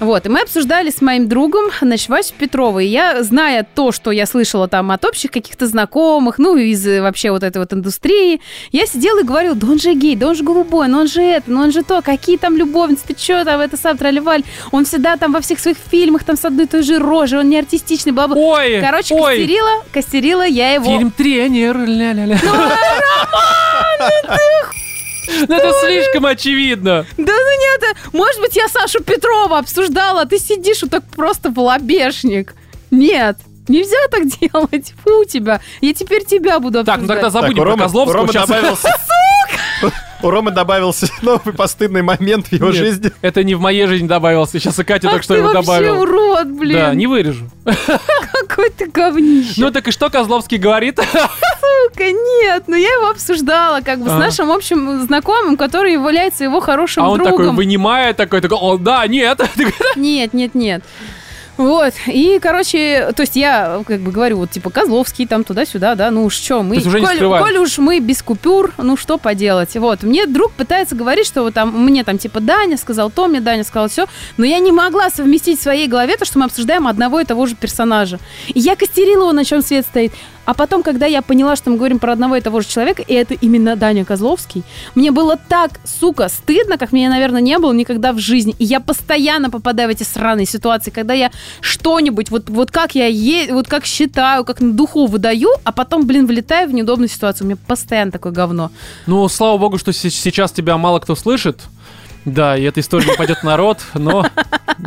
Speaker 3: Вот, и мы обсуждали с моим другом, значит, Васю Петрова. И я, зная то, что я слышала там от общих каких-то знакомых, ну, из э, вообще вот этой вот индустрии, я сидела и говорила, да он же гей, да он же голубой, ну он же это, ну он же то, какие там любовницы, ты чё там, это сам тролливаль, он всегда там во всех своих фильмах там с одной и той же рожей, он не артистичный, бла-бла.
Speaker 1: Ой,
Speaker 3: Короче,
Speaker 1: ой,
Speaker 3: костерила, костерила я его.
Speaker 1: фильм «Тренер», ля-ля-ля. Ну, это слишком очевидно.
Speaker 3: Да ну нет, это- может быть, я Сашу Петрова обсуждала, а ты сидишь вот так просто в лобешник. Нет, нельзя так делать, фу тебя. Я теперь тебя буду
Speaker 1: Так, ну
Speaker 3: обсуждать.
Speaker 1: тогда
Speaker 2: Так,
Speaker 1: забудем
Speaker 2: у
Speaker 1: про
Speaker 2: Ромы- у
Speaker 1: Козловского.
Speaker 2: Ромы
Speaker 1: сейчас.
Speaker 2: добавился... У Ромы добавился новый постыдный момент в его
Speaker 1: Нет,
Speaker 2: жизни.
Speaker 1: Это не в моей жизни добавился. Сейчас и Катя
Speaker 3: Ах
Speaker 1: только что
Speaker 3: ты
Speaker 1: его
Speaker 3: вообще
Speaker 1: добавила.
Speaker 3: урод, блин.
Speaker 1: Да, не вырежу.
Speaker 3: Какой ты говнище.
Speaker 1: Ну так и что Козловский говорит?
Speaker 3: Сука, нет, ну я его обсуждала как бы
Speaker 1: А.
Speaker 3: с нашим общим знакомым, который является его хорошим
Speaker 1: А он
Speaker 3: другом.
Speaker 1: такой вынимает, такой, такой, о, да, нет.
Speaker 3: Нет, нет, нет. Вот, и, короче, то есть я, как бы говорю, вот, типа, Козловский там туда-сюда, да, ну уж что,
Speaker 1: То
Speaker 3: мы...
Speaker 1: есть уже не
Speaker 3: коль,
Speaker 1: скрываешь.
Speaker 3: коль уж мы без купюр, ну что поделать, вот. Мне друг пытается говорить, что вот там, мне там, типа, Даня сказал то, мне Даня сказал все, но я не могла совместить в своей голове то, что мы обсуждаем одного и того же персонажа. И я костерила его, на чем свет стоит. А потом, когда я поняла, что мы говорим про одного и того же человека, и это именно Даня Козловский, мне было так, сука, стыдно, как мне, наверное, не было никогда в жизни. И я постоянно попадаю в эти сраные ситуации, когда я что-нибудь, вот, вот как я е- вот как считаю, как на духу выдаю, а потом, блин, влетаю в неудобную ситуацию. У меня постоянно такое говно.
Speaker 1: Ну, слава богу, что се- сейчас тебя мало кто слышит. Да, и эта история не пойдет в народ, но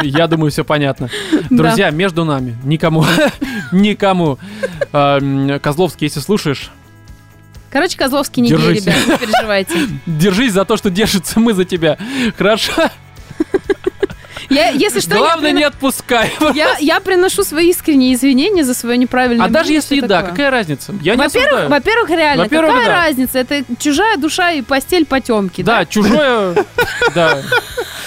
Speaker 1: я думаю, все понятно. Друзья, между нами, никому, никому. Эм, Козловский, если слушаешь,
Speaker 3: Короче, Козловский не гей,
Speaker 1: Держись.
Speaker 3: ребят, не переживайте.
Speaker 1: держись за то, что держится мы за тебя. Хорошо?
Speaker 3: Я, если что, я
Speaker 1: Главное,
Speaker 3: прино-
Speaker 1: не отпускай.
Speaker 3: я, я приношу свои искренние извинения за свое неправильное
Speaker 1: А даже
Speaker 3: мнение,
Speaker 1: если и
Speaker 3: всё
Speaker 1: да,
Speaker 3: такое.
Speaker 1: какая разница? Я не
Speaker 3: Во-первых,
Speaker 1: осуждаю.
Speaker 3: во-первых, реально,
Speaker 1: Во-первых,
Speaker 3: какая
Speaker 1: да.
Speaker 3: разница? Это чужая душа и постель потемки.
Speaker 1: Да, чужое... Да.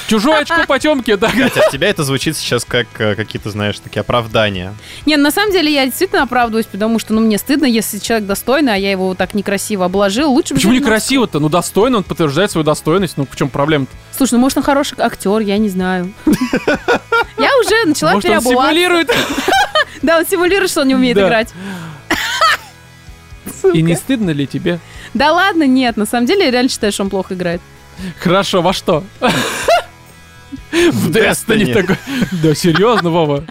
Speaker 1: Чужое очко потемки, да.
Speaker 2: Хотя тебя это звучит сейчас как э, какие-то, знаешь, такие оправдания.
Speaker 3: Не, ну, на самом деле я действительно оправдываюсь, потому что ну, мне стыдно, если человек достойный, а я его вот так некрасиво обложил. Лучше бы
Speaker 1: Почему
Speaker 3: я-
Speaker 1: некрасиво-то? Ну, достойно, он подтверждает свою достойность. Ну, в чем проблема-то?
Speaker 3: Слушай, ну может он хороший актер, я не знаю. Я уже начала
Speaker 1: Может, он
Speaker 3: переобуваться.
Speaker 1: симулирует?
Speaker 3: Да, он симулирует, что он не умеет
Speaker 1: Да.
Speaker 3: играть.
Speaker 1: И не стыдно ли тебе?
Speaker 3: Да ладно, нет, на самом деле я реально считаю, что он плохо играет.
Speaker 1: Хорошо, во что? В
Speaker 2: Destiny.
Speaker 1: Destiny такой. Да, серьезно, Вова?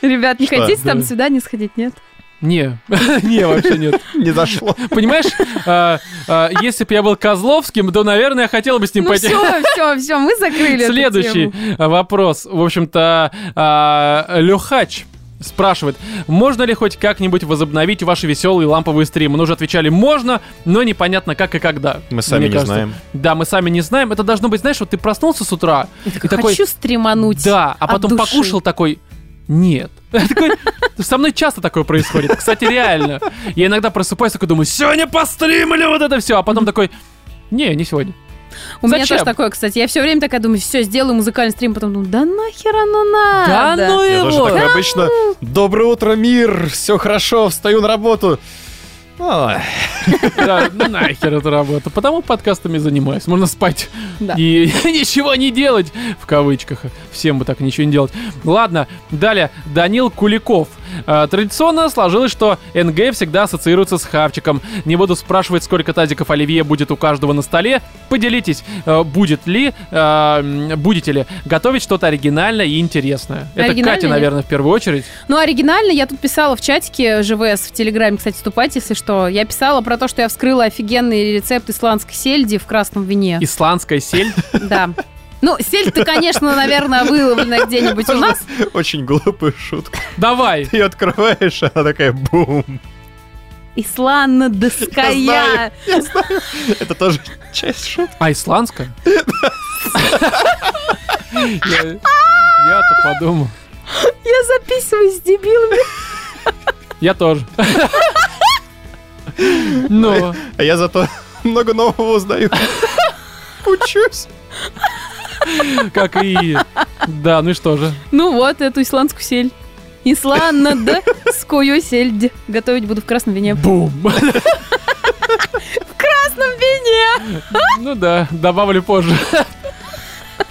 Speaker 3: Ребят, не
Speaker 2: Что?
Speaker 3: хотите там
Speaker 1: Да.
Speaker 3: сюда не сходить, нет?
Speaker 1: Не, не, вообще нет.
Speaker 2: Не зашло.
Speaker 1: Понимаешь, а, а, если бы я был Козловским, то, наверное, я хотел бы с ним
Speaker 3: Ну
Speaker 1: пойти.
Speaker 3: все, все, все, мы закрыли эту
Speaker 1: Следующий
Speaker 3: тему.
Speaker 1: вопрос. В общем-то, а, Лехач спрашивает, можно ли хоть как-нибудь возобновить ваши веселые ламповые стримы? Мы уже отвечали, можно, но непонятно как и когда.
Speaker 2: Мы сами
Speaker 1: Мне
Speaker 2: не
Speaker 1: кажется.
Speaker 2: знаем.
Speaker 1: Да, мы сами не знаем. Это должно быть, знаешь, вот ты проснулся с утра, и такой,
Speaker 3: Хочу стримануть.
Speaker 1: да, а
Speaker 3: от
Speaker 1: потом
Speaker 3: души.
Speaker 1: покушал такой, нет. Я такой, со мной часто такое происходит, кстати, реально. Я иногда просыпаюсь, такой думаю, сегодня постримлю вот это все, а потом такой, не, не сегодня.
Speaker 3: У меня
Speaker 1: Зачем?
Speaker 3: тоже такое, кстати. Я все время такая думаю, все, сделаю музыкальный стрим, потом думаю, да нахер оно надо?
Speaker 1: Да ну
Speaker 2: Я тоже
Speaker 1: его!
Speaker 2: такой обычно «Доброе утро, мир! Все хорошо, встаю на работу!» Ой.
Speaker 1: Да, ну нахер эта работа. Потому подкастами и занимаюсь. Можно спать
Speaker 3: Да.
Speaker 1: и ничего не делать, в кавычках. Всем бы так ничего не делать. Ладно, далее. Данил Куликов. Э, Традиционно сложилось, что НГ всегда ассоциируется с хавчиком. Не буду спрашивать, сколько тазиков оливье будет у каждого на столе. Поделитесь, э, будет ли, э, м, будете ли готовить что-то оригинальное и интересное. Это
Speaker 3: Оригинальное
Speaker 1: Катя,
Speaker 3: нет?
Speaker 1: наверное, в первую очередь.
Speaker 3: Ну, оригинально я тут писала в чатике ЖВС, в Телеграме, кстати, вступайте, если что. Я писала про то, что я вскрыла офигенный рецепт исландской сельди в красном вине.
Speaker 1: Исландская сель.
Speaker 3: Да. Ну, сельдь-то, конечно, наверное, выловлена где-нибудь у нас.
Speaker 2: Очень глупая шутка.
Speaker 1: Давай.
Speaker 2: Ты ее открываешь, а она такая бум. Я
Speaker 3: Исландская.
Speaker 2: знаю. Я знаю, это тоже часть шутки.
Speaker 1: А исландская? Я- Я-то подумал.
Speaker 3: Я записываюсь с дебилами.
Speaker 1: Я тоже. Ну,
Speaker 2: А я зато много нового узнаю. Учусь.
Speaker 1: как и... Да, ну и что же?
Speaker 3: Ну вот, эту исландскую сель. Исландскую сельдь. Готовить буду в красном вине.
Speaker 1: Бум!
Speaker 3: В красном вине!
Speaker 1: Ну да, добавлю позже.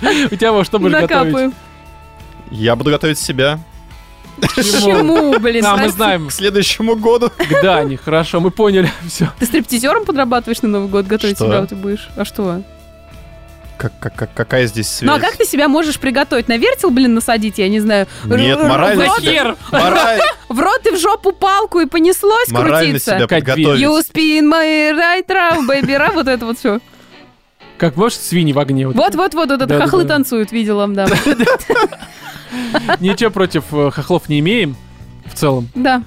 Speaker 1: У тебя во что будешь готовить?
Speaker 3: Накапаю.
Speaker 2: Я буду готовить себя
Speaker 3: Чему, блин?
Speaker 1: А, мы
Speaker 3: нравится?
Speaker 1: знаем.
Speaker 2: к следующему году.
Speaker 1: К Дане, хорошо, мы поняли. Все.
Speaker 3: Ты стриптизером подрабатываешь на Новый год, готовить
Speaker 2: Что?
Speaker 3: себя ты будешь. А что?
Speaker 2: Как, как, как- какая здесь связь?
Speaker 3: Ну а как ты себя можешь приготовить? На вертел, блин, насадить, я не знаю. Р-
Speaker 2: Нет,
Speaker 3: р-
Speaker 2: морально
Speaker 3: В рот,
Speaker 2: себя-
Speaker 1: Нахер!
Speaker 2: Мораль-
Speaker 3: в рот и в жопу палку и понеслось
Speaker 2: Морально
Speaker 3: крутиться.
Speaker 2: себя
Speaker 1: Кать,
Speaker 3: You
Speaker 2: подготовить.
Speaker 3: spin my right round, baby, ra- вот это вот все.
Speaker 1: Как можешь свиньи в огне? вот.
Speaker 3: Вот-вот-вот, это
Speaker 1: Да-да-да.
Speaker 3: хохлы танцуют, видела, да.
Speaker 1: Ничего против э, хохлов не имеем в целом.
Speaker 3: Да.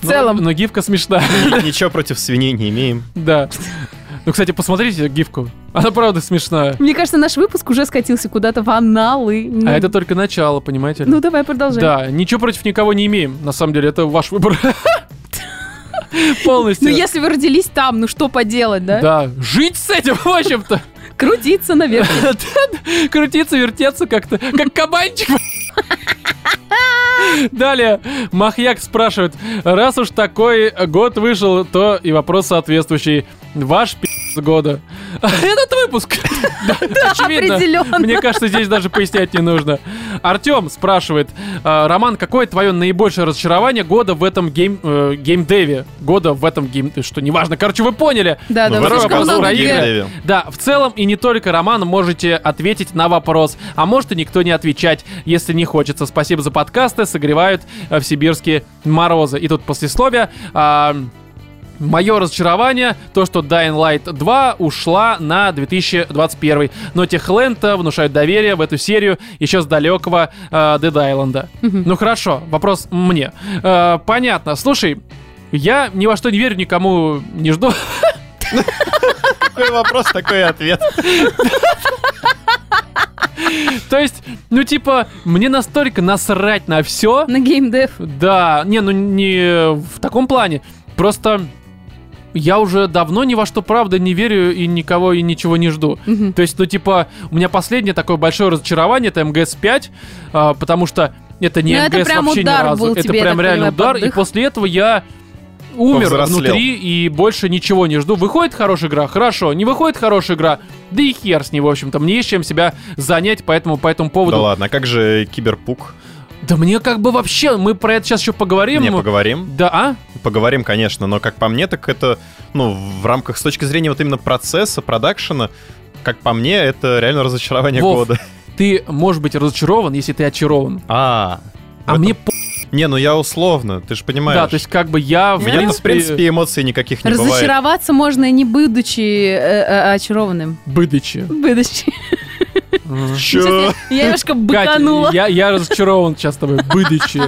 Speaker 3: В
Speaker 1: Но-
Speaker 3: целом.
Speaker 1: Но гифка смешная.
Speaker 2: Ничего против свиней не имеем.
Speaker 1: Да. Ну, кстати, посмотрите гифку. Она правда смешная.
Speaker 3: Мне кажется, наш выпуск уже скатился куда-то в аналы. Ну,
Speaker 1: А это только начало, понимаете? ли?
Speaker 3: Ну давай продолжай.
Speaker 1: да, ничего против никого не имеем. На самом деле, это ваш выбор. Полностью.
Speaker 3: Ну если вы родились там, ну что поделать, да?
Speaker 1: Да, жить с этим, в общем-то.
Speaker 3: Крутиться наверх.
Speaker 1: Крутиться, вертеться как-то, как кабанчик. Далее, Махьяк спрашивает, раз уж такой год вышел, то и вопрос соответствующий. Ваш пи***ц года. Этот выпуск. Да,
Speaker 3: определенно.
Speaker 1: Мне кажется, здесь даже пояснять не нужно. Артем спрашивает, «А, Роман, какое твое наибольшее разочарование года в этом гейм, э, геймдеве? Года в этом гейм... Что, неважно. Короче, вы поняли.
Speaker 3: Да,
Speaker 2: Ну,
Speaker 3: да,
Speaker 2: в этом
Speaker 3: слишком
Speaker 1: году
Speaker 3: много
Speaker 1: Украина.
Speaker 3: игр.
Speaker 2: геймдеве.
Speaker 1: Да, в целом и не только Роман можете ответить на вопрос, а может и никто не отвечать, если не хочется. Спасибо за подкасты, согревают э, в сибирские морозы. И тут послесловие. а, Мое разочарование, то, что Dying Light 2 ушла на 2021. Но Техленд внушает доверие в эту серию еще с далекого э, Dead Island.
Speaker 3: Мгм.
Speaker 1: Ну хорошо, вопрос мне. Э, понятно, слушай, я ни во что не верю, никому не жду.
Speaker 2: Какой вопрос, такой и ответ.
Speaker 1: То есть, ну типа, мне настолько насрать на все.
Speaker 3: На геймдев.
Speaker 1: Да, не, ну не в таком плане. Просто я уже давно ни во что правда не верю и никого и ничего не жду.
Speaker 3: Мгм.
Speaker 1: То есть, ну типа, у меня последнее такое большое разочарование это МГС-5, а, потому что это не
Speaker 3: Ну, это
Speaker 1: МГС
Speaker 3: прям
Speaker 1: вообще
Speaker 3: удар
Speaker 1: ни разу.
Speaker 3: был
Speaker 1: это
Speaker 3: тебе, я
Speaker 1: прям
Speaker 3: так
Speaker 1: реально
Speaker 3: понимаю,
Speaker 1: удар.
Speaker 3: под
Speaker 1: И
Speaker 3: дых.
Speaker 1: после этого я умер
Speaker 2: Повзрослел.
Speaker 1: внутри и больше ничего не жду. Выходит хорошая игра, хорошо. Не выходит хорошая игра, да и хер с ней, в общем-то. Мне есть чем себя занять, поэтому по этому поводу
Speaker 2: Да ладно, а как же киберпук?
Speaker 1: да мне как бы вообще, мы про это сейчас еще поговорим.
Speaker 2: Не, поговорим.
Speaker 1: Да, а?
Speaker 2: Поговорим, конечно, но как по мне, так это, ну, в рамках, с точки зрения вот именно процесса, продакшена, как по мне, это реально разочарование
Speaker 1: Вов.
Speaker 2: года.
Speaker 1: Ты можешь быть разочарован, если ты очарован.
Speaker 2: А,
Speaker 1: А
Speaker 2: В
Speaker 1: мне по...
Speaker 2: не, ну я условно, ты же понимаешь.
Speaker 1: Да, то есть э, как бы я...
Speaker 2: у меня
Speaker 3: Ну,
Speaker 2: в принципе эмоций никаких не бывает.
Speaker 3: Разочароваться можно и не будучи э, э, очарованным.
Speaker 1: Быдычи.
Speaker 3: Будучи.
Speaker 2: Чё?
Speaker 3: Сейчас Я я немножко
Speaker 1: Кать,
Speaker 3: быканула.
Speaker 1: я, ну, я разочарован сейчас тобой. Быдычи.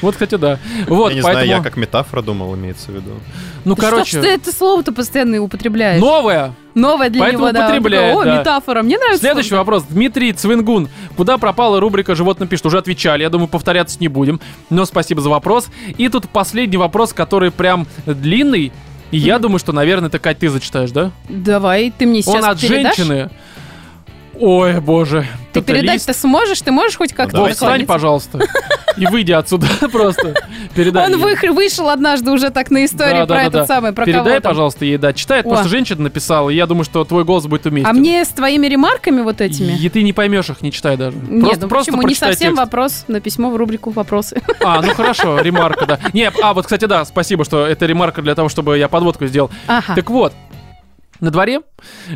Speaker 1: Вот, кстати, да. Вот,
Speaker 2: Я не
Speaker 1: поэтому...
Speaker 2: знаю, я как метафора думал, имеется в виду.
Speaker 1: Ну,
Speaker 3: Ты что ж ты
Speaker 1: короче,
Speaker 3: это слово-то постоянно употребляешь?
Speaker 1: новое.
Speaker 3: Новое для
Speaker 1: поэтому
Speaker 3: него, да. Он
Speaker 1: употребляет,
Speaker 3: такой,
Speaker 1: да.
Speaker 3: О, метафора, мне нравится.
Speaker 1: Следующий
Speaker 3: слово.
Speaker 1: вопрос. Дмитрий Цвингун. Куда пропала рубрика «Животным пишет»? Уже отвечали, я думаю, повторяться не будем. Но спасибо за вопрос. И тут последний вопрос, который прям длинный. И я думаю, что, наверное, это, Кать, ты зачитаешь, да?
Speaker 3: Давай, ты мне сейчас
Speaker 1: Он от
Speaker 3: передашь?
Speaker 1: женщины. Ой, боже.
Speaker 3: Ты
Speaker 1: Тоталист.
Speaker 3: передать-то сможешь? Ты можешь хоть как-то
Speaker 1: Вот,
Speaker 2: Давай.
Speaker 1: встань,
Speaker 3: наклониться?
Speaker 1: пожалуйста. И выйди отсюда просто. Передай.
Speaker 3: Он
Speaker 1: ей.
Speaker 3: вых- вышел однажды уже так на истории
Speaker 1: Да, да,
Speaker 3: про
Speaker 1: да,
Speaker 3: этот
Speaker 1: да.
Speaker 3: самый, про кого
Speaker 1: Передай,
Speaker 3: там.
Speaker 1: пожалуйста, ей, да. Читает,
Speaker 3: О.
Speaker 1: просто женщина написала, и я думаю, что твой голос будет уместен.
Speaker 3: А мне с твоими ремарками вот этими?
Speaker 1: И ты не поймешь их, не читай даже.
Speaker 3: Нет,
Speaker 1: просто,
Speaker 3: ну
Speaker 1: просто
Speaker 3: почему? Не
Speaker 1: прочитай
Speaker 3: совсем
Speaker 1: текст.
Speaker 3: вопрос на письмо в рубрику «Вопросы».
Speaker 1: А, ну хорошо, ремарка, да. Не, а вот, кстати, да, спасибо, что это ремарка для того, чтобы я подводку сделал.
Speaker 3: Ага.
Speaker 1: Так вот, на дворе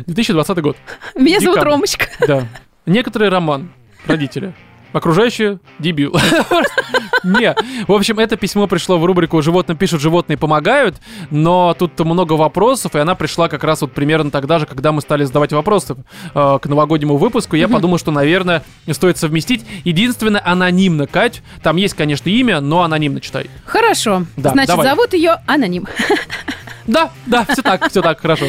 Speaker 1: 2020 год.
Speaker 3: Меня зовут
Speaker 1: декабрь.
Speaker 3: Ромочка.
Speaker 1: Да. Некоторый роман. Родители. Окружающие дебил. Не. В общем, это письмо пришло в рубрику «Животные пишут, животные помогают», но тут много вопросов, и она пришла как раз вот примерно тогда же, когда мы стали задавать вопросы э, к новогоднему выпуску. Я подумал, что, наверное, стоит совместить. Единственное, анонимно, Кать. Там есть, конечно, имя, но анонимно читай.
Speaker 3: Хорошо.
Speaker 1: Да,
Speaker 3: Значит,
Speaker 1: давай.
Speaker 3: зовут ее Аноним.
Speaker 1: Да, да, все так, все так, хорошо.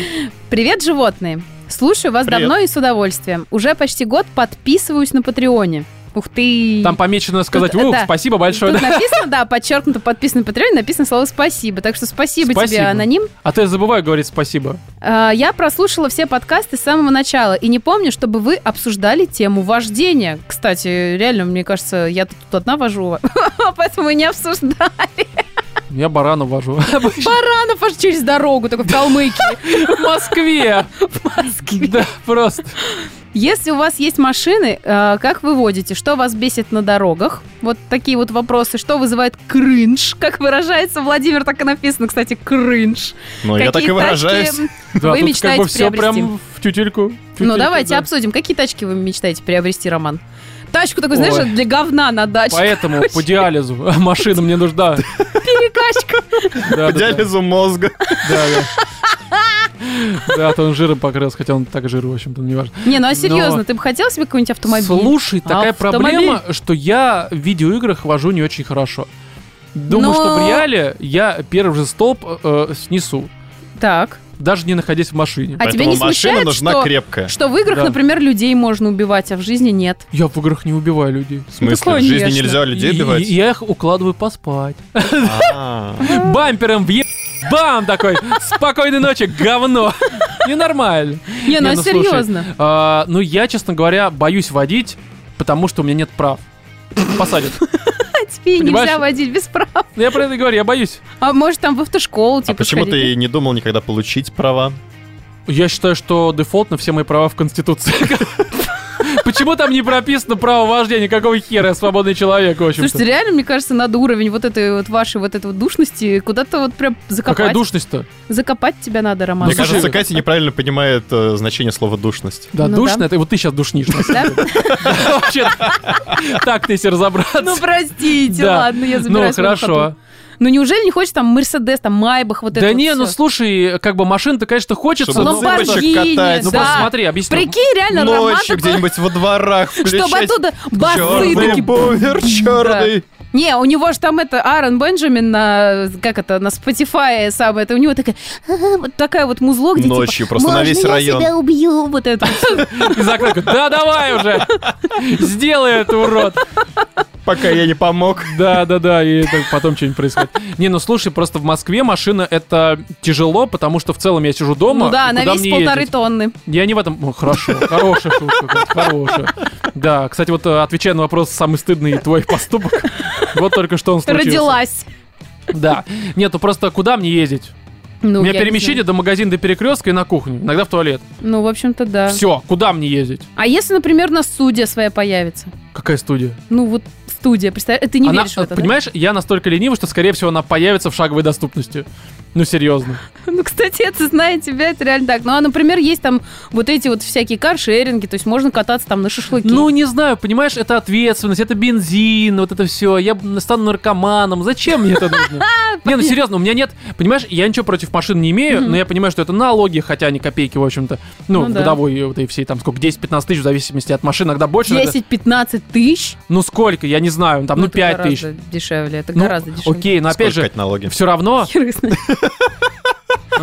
Speaker 3: Привет, животные. Слушаю вас
Speaker 2: Привет.
Speaker 3: давно и с удовольствием. Уже почти год подписываюсь на Патреоне. Ух ты.
Speaker 1: Там помечено сказать,
Speaker 3: Тут,
Speaker 1: ух,
Speaker 3: да.
Speaker 1: спасибо большое.
Speaker 3: Тут
Speaker 1: да.
Speaker 3: написано, да, подчеркнуто, подписано на Патреоне, написано слово «спасибо». Так что спасибо, тебе,
Speaker 1: Спасибо.
Speaker 3: Аноним.
Speaker 1: А то я забываю говорить спасибо.
Speaker 3: А, Я прослушала все подкасты с самого начала и не помню, чтобы вы обсуждали тему вождения. Кстати, реально, мне кажется, я тут одна вожу, поэтому и не обсуждала.
Speaker 1: Я барана вожу.
Speaker 3: Баранов аж через дорогу, такой в Калмыкии.
Speaker 1: В Москве. Да, просто.
Speaker 3: Если у вас есть машины, а, как вы водите? Что вас бесит на дорогах? Вот такие вот вопросы. Что вызывает кринж? Как выражается Владимир, так и написано, кстати, кринж.
Speaker 2: Ну, я так
Speaker 3: Какие
Speaker 2: и выражаюсь.
Speaker 3: тачки-
Speaker 1: Да,
Speaker 3: Вы
Speaker 1: тут
Speaker 3: мечтаете
Speaker 1: как бы все
Speaker 3: приобрести.
Speaker 1: прям в тютельку. в
Speaker 3: Ну,
Speaker 1: тютельку,
Speaker 3: давайте
Speaker 1: да.
Speaker 3: обсудим. Какие тачки вы мечтаете приобрести, Роман? Тачку такой, знаешь,
Speaker 1: Ой.
Speaker 3: для говна на даче.
Speaker 1: Поэтому по диализу машина мне нужна.
Speaker 3: Перекачка.
Speaker 1: Да, да, да.
Speaker 2: Диализу мозга.
Speaker 3: А
Speaker 1: Да, да. Да, а то он жиром покрылся, хотя он так жир, в общем-то, не важно.
Speaker 3: Не, ну а серьезно,
Speaker 1: Но-
Speaker 3: ты бы хотел себе какой-нибудь автомобиль?
Speaker 1: Слушай, такая
Speaker 3: Автомобиль.
Speaker 1: проблема, что я в видеоиграх вожу не очень хорошо. Думаю,
Speaker 3: Но-
Speaker 1: что в реале я первый же столб э, снесу,
Speaker 3: Так.
Speaker 1: даже не находясь в машине.
Speaker 3: А тебя
Speaker 2: Поэтому
Speaker 3: не
Speaker 2: машина
Speaker 3: смущает,
Speaker 2: нужна
Speaker 3: что-
Speaker 2: крепкая.
Speaker 3: Что в играх,
Speaker 1: Да.
Speaker 3: например, людей можно убивать, а в жизни нет.
Speaker 1: Я в играх не убиваю людей.
Speaker 2: В смысле, в жизни
Speaker 3: конечно.
Speaker 2: нельзя людей
Speaker 1: И-
Speaker 2: убивать?
Speaker 1: и Я их укладываю поспать.
Speaker 2: А.
Speaker 3: Типа
Speaker 1: бампером въеб... Бам! Такой, спокойной ночи, говно. И нормально.
Speaker 3: Не, ну
Speaker 1: Не,
Speaker 3: а
Speaker 1: ну, слушай,
Speaker 3: серьезно.
Speaker 1: А, Ну, я, честно говоря, боюсь водить, потому что у меня нет прав. Посадят.
Speaker 3: А тебе и нельзя
Speaker 1: понимаешь?
Speaker 3: водить без прав.
Speaker 1: Ну, Я про это и говорю, я боюсь.
Speaker 3: А может там в автошколу, типа,
Speaker 2: А почему
Speaker 3: сходить?
Speaker 2: ты не думал никогда получить права?
Speaker 3: А,
Speaker 1: Я считаю, что дефолтно все мои права в Конституции. Почему там не прописано право вождения? Какого хера? Я свободный человек, в общем-то.
Speaker 3: Слушайте, реально, мне кажется, надо уровень вот этой вот вашей вот этой вот душности куда-то вот прям закопать.
Speaker 1: Какая душность-то?
Speaker 3: Закопать тебя надо, Роман.
Speaker 2: Мне
Speaker 1: слушай,
Speaker 2: кажется, Катя неправильно понимает э, значение слова душность.
Speaker 1: Да,
Speaker 3: Ну
Speaker 1: душно,
Speaker 3: да.
Speaker 1: это вот ты сейчас душнишь. на самом
Speaker 3: Да?
Speaker 1: деле. Вообще, так ты себе разобраться.
Speaker 3: Ну, простите,
Speaker 1: Да.
Speaker 3: ладно, я забираю
Speaker 1: Ну,
Speaker 3: свою
Speaker 1: хорошо.
Speaker 3: хату. Ну, неужели не хочешь там Мерседес, там Майбах, вот это
Speaker 1: Да
Speaker 3: вот
Speaker 1: не, ну
Speaker 3: всё?
Speaker 1: слушай, как бы машин-то, конечно, хочется,
Speaker 2: Чтобы
Speaker 1: но...
Speaker 2: цыпочек
Speaker 3: Ламборгини,
Speaker 2: катать.
Speaker 1: Ну
Speaker 3: да.
Speaker 1: просто смотри, объясню.
Speaker 3: Прикинь, реально, Роман
Speaker 2: Ночью
Speaker 3: такой-
Speaker 2: где-нибудь во дворах
Speaker 3: Чтобы
Speaker 2: включать.
Speaker 3: оттуда басы
Speaker 2: Черный
Speaker 3: такие...
Speaker 2: бумер, черный.
Speaker 3: Не, у него же там это Аарон Бенджамин на, как это, на Spotify сам, это у него такая, «Ага», вот такая вот музло, где
Speaker 2: Ночью
Speaker 3: типа,
Speaker 2: просто на
Speaker 3: «Можно
Speaker 2: весь
Speaker 3: я
Speaker 2: район».
Speaker 3: себя убью, вот это. вот всё.
Speaker 1: Из окна говорит, да давай уже, сделай это, урод.
Speaker 2: Пока я не помог.
Speaker 1: Да, да, да, и это потом что-нибудь происходит. Не, ну слушай, просто в Москве машина это тяжело, потому что в целом я сижу дома.
Speaker 3: Ну да,
Speaker 1: и
Speaker 3: на
Speaker 1: куда
Speaker 3: весь
Speaker 1: мне
Speaker 3: полторы
Speaker 1: ездить?
Speaker 3: тонны.
Speaker 1: Я не в этом... О, хорошо, хорошая шутка, Кать, хорошая. Да, кстати, вот э, отвечая на вопрос «Самый стыдный твой поступок», вот только что он случился.
Speaker 3: Родилась.
Speaker 1: Да. Нет, ну просто куда мне ездить?
Speaker 3: Ну,
Speaker 1: У меня
Speaker 3: я не
Speaker 1: перемещение до магазина, до перекрестка и на кухню, иногда в туалет.
Speaker 3: знаю. Ну, в общем-то, да.
Speaker 1: Все, куда мне ездить?
Speaker 3: А если, например, на студия своя появится?
Speaker 1: Какая студия?
Speaker 3: Ну, вот студия, представляешь, ты не
Speaker 1: Она,
Speaker 3: веришь в это, да?
Speaker 1: Понимаешь, я настолько ленивый, что, скорее всего, она появится в шаговой доступности. Ну, серьезно.
Speaker 3: Ну, кстати, это, знаете, тебя это реально так. Ну, а, например, есть там вот эти вот всякие каршеринги, то есть можно кататься там на шашлыки.
Speaker 1: Ну, не знаю, понимаешь, это ответственность, это бензин, вот это все. Я б- стану наркоманом. Зачем мне это нужно? Не, ну серьезно, у меня нет. Понимаешь, я ничего против машин не имею, но я понимаю, что это налоги, хотя они копейки, в общем-то. Ну,
Speaker 3: Ну да.
Speaker 1: годовой э, вот и всей там сколько, 10-15 тысяч, в зависимости от машин, иногда больше. иногда-
Speaker 3: 10-15 тысяч?
Speaker 1: Ну, сколько, я не знаю, там, ну,
Speaker 3: это
Speaker 1: 5 тысяч.
Speaker 3: гораздо дешевле, это
Speaker 1: Ну,
Speaker 3: гораздо дешевле.
Speaker 1: Окей, но опять
Speaker 2: Сколько,
Speaker 1: же,
Speaker 2: Кать, налоги?
Speaker 1: все равно.
Speaker 3: Хер их знает. Ну,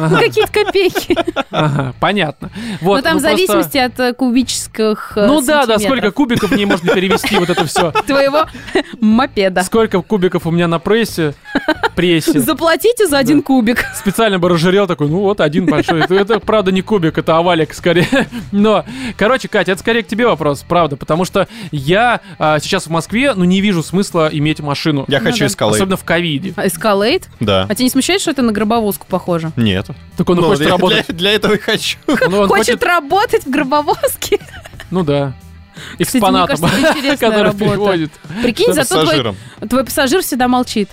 Speaker 1: Ага,
Speaker 3: какие-то копейки.
Speaker 1: ага, понятно. Вот,
Speaker 3: Но там
Speaker 1: ну,
Speaker 3: в
Speaker 1: просто-
Speaker 3: зависимости от э, кубического десятках э,
Speaker 1: Ну да, да,
Speaker 3: сантиметров
Speaker 1: сколько кубиков мне можно перевести вот это все.
Speaker 3: твоего мопеда.
Speaker 1: Сколько кубиков у меня на прессе? Прессе.
Speaker 3: Заплатите за один кубик.
Speaker 1: Специально бы разжирел такой, ну вот один большой. Это, это, правда не кубик, это овалик скорее. Но, короче, Катя, это скорее к тебе вопрос, правда, потому что я а, сейчас в Москве, ну не вижу смысла иметь машину.
Speaker 2: Я
Speaker 3: Ну
Speaker 2: хочу
Speaker 3: да.
Speaker 2: эскалейт.
Speaker 1: Особенно в ковиде.
Speaker 3: Эскалейт?
Speaker 2: Да.
Speaker 3: А тебя не смущает, что это на гробовозку похоже?
Speaker 2: Нет.
Speaker 1: Так он и
Speaker 2: Ну,
Speaker 1: хочет
Speaker 2: для-
Speaker 1: работать.
Speaker 2: Для, для этого и хочу.
Speaker 1: Ну, он
Speaker 3: Хочет, работать в гробовозке?
Speaker 1: Ну да.
Speaker 3: Кстати, мне
Speaker 1: Экспонатом,
Speaker 3: кажется, это интересная
Speaker 1: который
Speaker 3: работа.
Speaker 1: переводит.
Speaker 3: Прикинь,
Speaker 2: С
Speaker 3: зато твой,
Speaker 2: пассажиром.
Speaker 3: твой пассажир всегда молчит.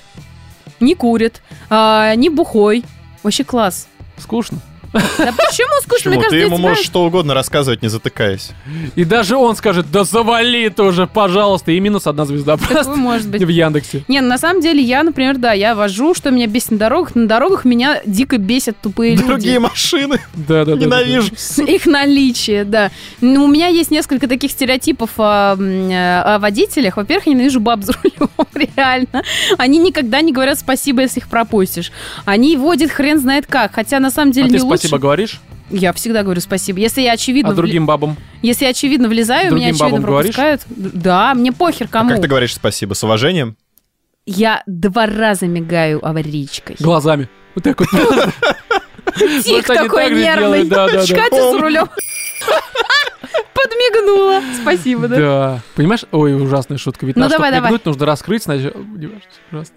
Speaker 3: Не курит, а, не бухой. Вообще класс. Скучно. Да почему скучно?
Speaker 2: Почему?
Speaker 3: Мне
Speaker 2: Ты
Speaker 3: кажется, я
Speaker 2: ему
Speaker 3: тебя-
Speaker 2: можешь что угодно рассказывать, не затыкаясь.
Speaker 1: И даже он скажет, да завали ты уже, пожалуйста. И минус одна звезда
Speaker 3: Такое
Speaker 1: просто
Speaker 3: может быть.
Speaker 1: в Яндексе.
Speaker 3: Не, ну, на самом деле я, например, да, я вожу, что меня бесит на дорогах. На дорогах меня дико бесят тупые люди.
Speaker 2: Другие машины.
Speaker 1: Да, да, А да.
Speaker 2: Ненавижу.
Speaker 3: Их наличие, да. Ну, у меня есть несколько таких стереотипов о, м, э, о водителях. Во-первых, я ненавижу баб за рулем, реально. Они никогда не говорят спасибо, если их пропустишь. Они водят хрен знает как, хотя на самом деле
Speaker 1: А ты
Speaker 3: не лучше.
Speaker 1: спасибо говоришь?
Speaker 3: Я всегда говорю спасибо. Если я очевидно,
Speaker 1: А другим бабам?
Speaker 3: вли- если я очевидно влезаю,
Speaker 1: другим
Speaker 3: меня очевидно
Speaker 1: бабам говоришь?
Speaker 3: пропускают. Да, мне похер
Speaker 2: А
Speaker 3: кому.
Speaker 2: как ты говоришь спасибо? С уважением?
Speaker 3: Я два раза мигаю аварийкой.
Speaker 1: Глазами. Вот так вот.
Speaker 3: Тик
Speaker 1: Вот они
Speaker 3: такой
Speaker 1: так же
Speaker 3: нервный.
Speaker 1: делают, да, да, да.
Speaker 3: Катя с рулем. Подмигнула. Спасибо, да?
Speaker 1: Да. Понимаешь? Ой, ужасная шутка. Ведь
Speaker 3: Ну,
Speaker 1: надо
Speaker 3: давай,
Speaker 1: что-то
Speaker 3: давай.
Speaker 1: мигнуть, нужно раскрыть сначала. Не важно, Ужасно.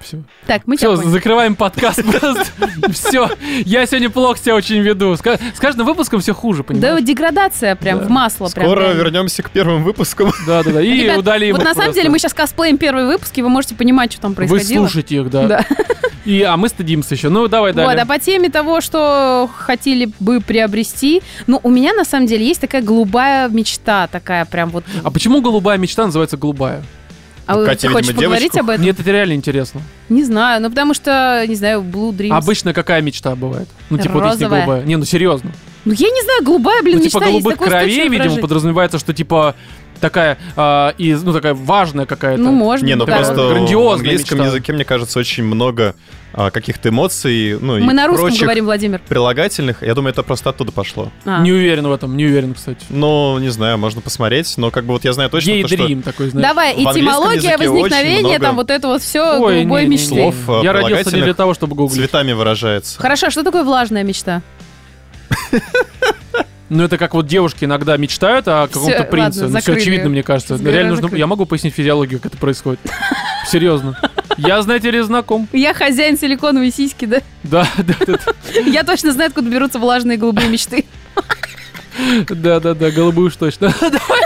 Speaker 1: Все.
Speaker 3: Так, мы тебя
Speaker 1: Все,
Speaker 3: поняли.
Speaker 1: закрываем подкаст просто. Все. Я сегодня плохо себя очень веду. С ка- с каждым выпуском все хуже,
Speaker 3: Да,
Speaker 1: понимаешь?
Speaker 3: вот деградация прям
Speaker 1: Да.
Speaker 3: в масло. прям,
Speaker 2: Скоро
Speaker 3: реально.
Speaker 2: вернемся к первым выпускам.
Speaker 1: Да, да, да. И
Speaker 3: Ребят,
Speaker 1: удалим.
Speaker 3: Вот
Speaker 1: их
Speaker 3: на самом
Speaker 1: просто.
Speaker 3: деле мы сейчас косплеим первые выпуски, вы можете понимать, что там
Speaker 1: Вы
Speaker 3: происходило.
Speaker 1: слушаете их, да.
Speaker 3: Да.
Speaker 1: И, а мы стыдимся еще. Ну, давай
Speaker 3: Вот,
Speaker 1: далее.
Speaker 3: а по теме того, что хотели бы приобрести, ну, у меня на самом деле есть такая голубая мечта, такая прям вот.
Speaker 1: А почему голубая мечта называется голубая?
Speaker 3: А
Speaker 2: Ну,
Speaker 3: вы-
Speaker 2: Катя,
Speaker 3: ты хочешь
Speaker 2: видимо,
Speaker 3: поговорить
Speaker 2: девочку.
Speaker 3: об этом?
Speaker 1: Мне это реально интересно.
Speaker 3: Не знаю, ну потому что, не знаю, Blue Dreams.
Speaker 1: Обычно какая мечта бывает? Ну, типа, вот если
Speaker 3: Розовая.
Speaker 1: голубая. Не, ну серьезно.
Speaker 3: Ну я не знаю, голубая, блин,
Speaker 1: ну, типа,
Speaker 3: мечта есть
Speaker 1: голубых
Speaker 3: такое
Speaker 1: кровей,
Speaker 3: устойчивое
Speaker 1: видимо,
Speaker 3: выражение.
Speaker 1: подразумевается, что типа такая, а, из, ну, такая важная какая-то.
Speaker 3: Ну, можно.
Speaker 2: Не, ну
Speaker 3: да.
Speaker 2: просто в
Speaker 1: Грандиозная
Speaker 2: английском
Speaker 1: мечта.
Speaker 2: языке, мне кажется, очень много а, каких-то эмоций, ну и
Speaker 3: Мы на русском
Speaker 2: прочих
Speaker 3: говорим, Владимир.
Speaker 2: прилагательных. Я думаю, это просто оттуда пошло.
Speaker 3: А.
Speaker 1: Не уверен в этом, не уверен, кстати.
Speaker 2: Ну, не знаю, можно посмотреть, но как бы вот я знаю точно, то, что
Speaker 1: Гейдрим такой, знаешь.
Speaker 3: Давай,
Speaker 2: в английском
Speaker 3: этимология,
Speaker 2: языке очень
Speaker 3: возникновение,
Speaker 2: много-
Speaker 3: там вот это вот все
Speaker 1: Ой,
Speaker 3: голубой
Speaker 1: не, не, не.
Speaker 3: мечты.
Speaker 2: Слов, э,
Speaker 1: Я родился не для
Speaker 2: прилагательных.
Speaker 1: того, чтобы гуглить.
Speaker 2: цветами выражается.
Speaker 3: Хорошо, а что такое влажная мечта?
Speaker 1: Ну, это как вот девушки иногда мечтают о каком-то
Speaker 3: ладно,
Speaker 1: принце. ну, все
Speaker 3: закрыли.
Speaker 1: очевидно, мне кажется.
Speaker 3: Закрыли,
Speaker 1: Реально нужно...
Speaker 3: закрыли.
Speaker 1: Я могу пояснить физиологию, как это происходит. Серьезно. Я, знаете ли, знаком.
Speaker 3: Я хозяин силиконовой сиськи, да?
Speaker 1: Да, да, да,
Speaker 3: Я точно знаю, откуда берутся влажные голубые мечты.
Speaker 1: да, да, да, да, голубую уж точно. Давай.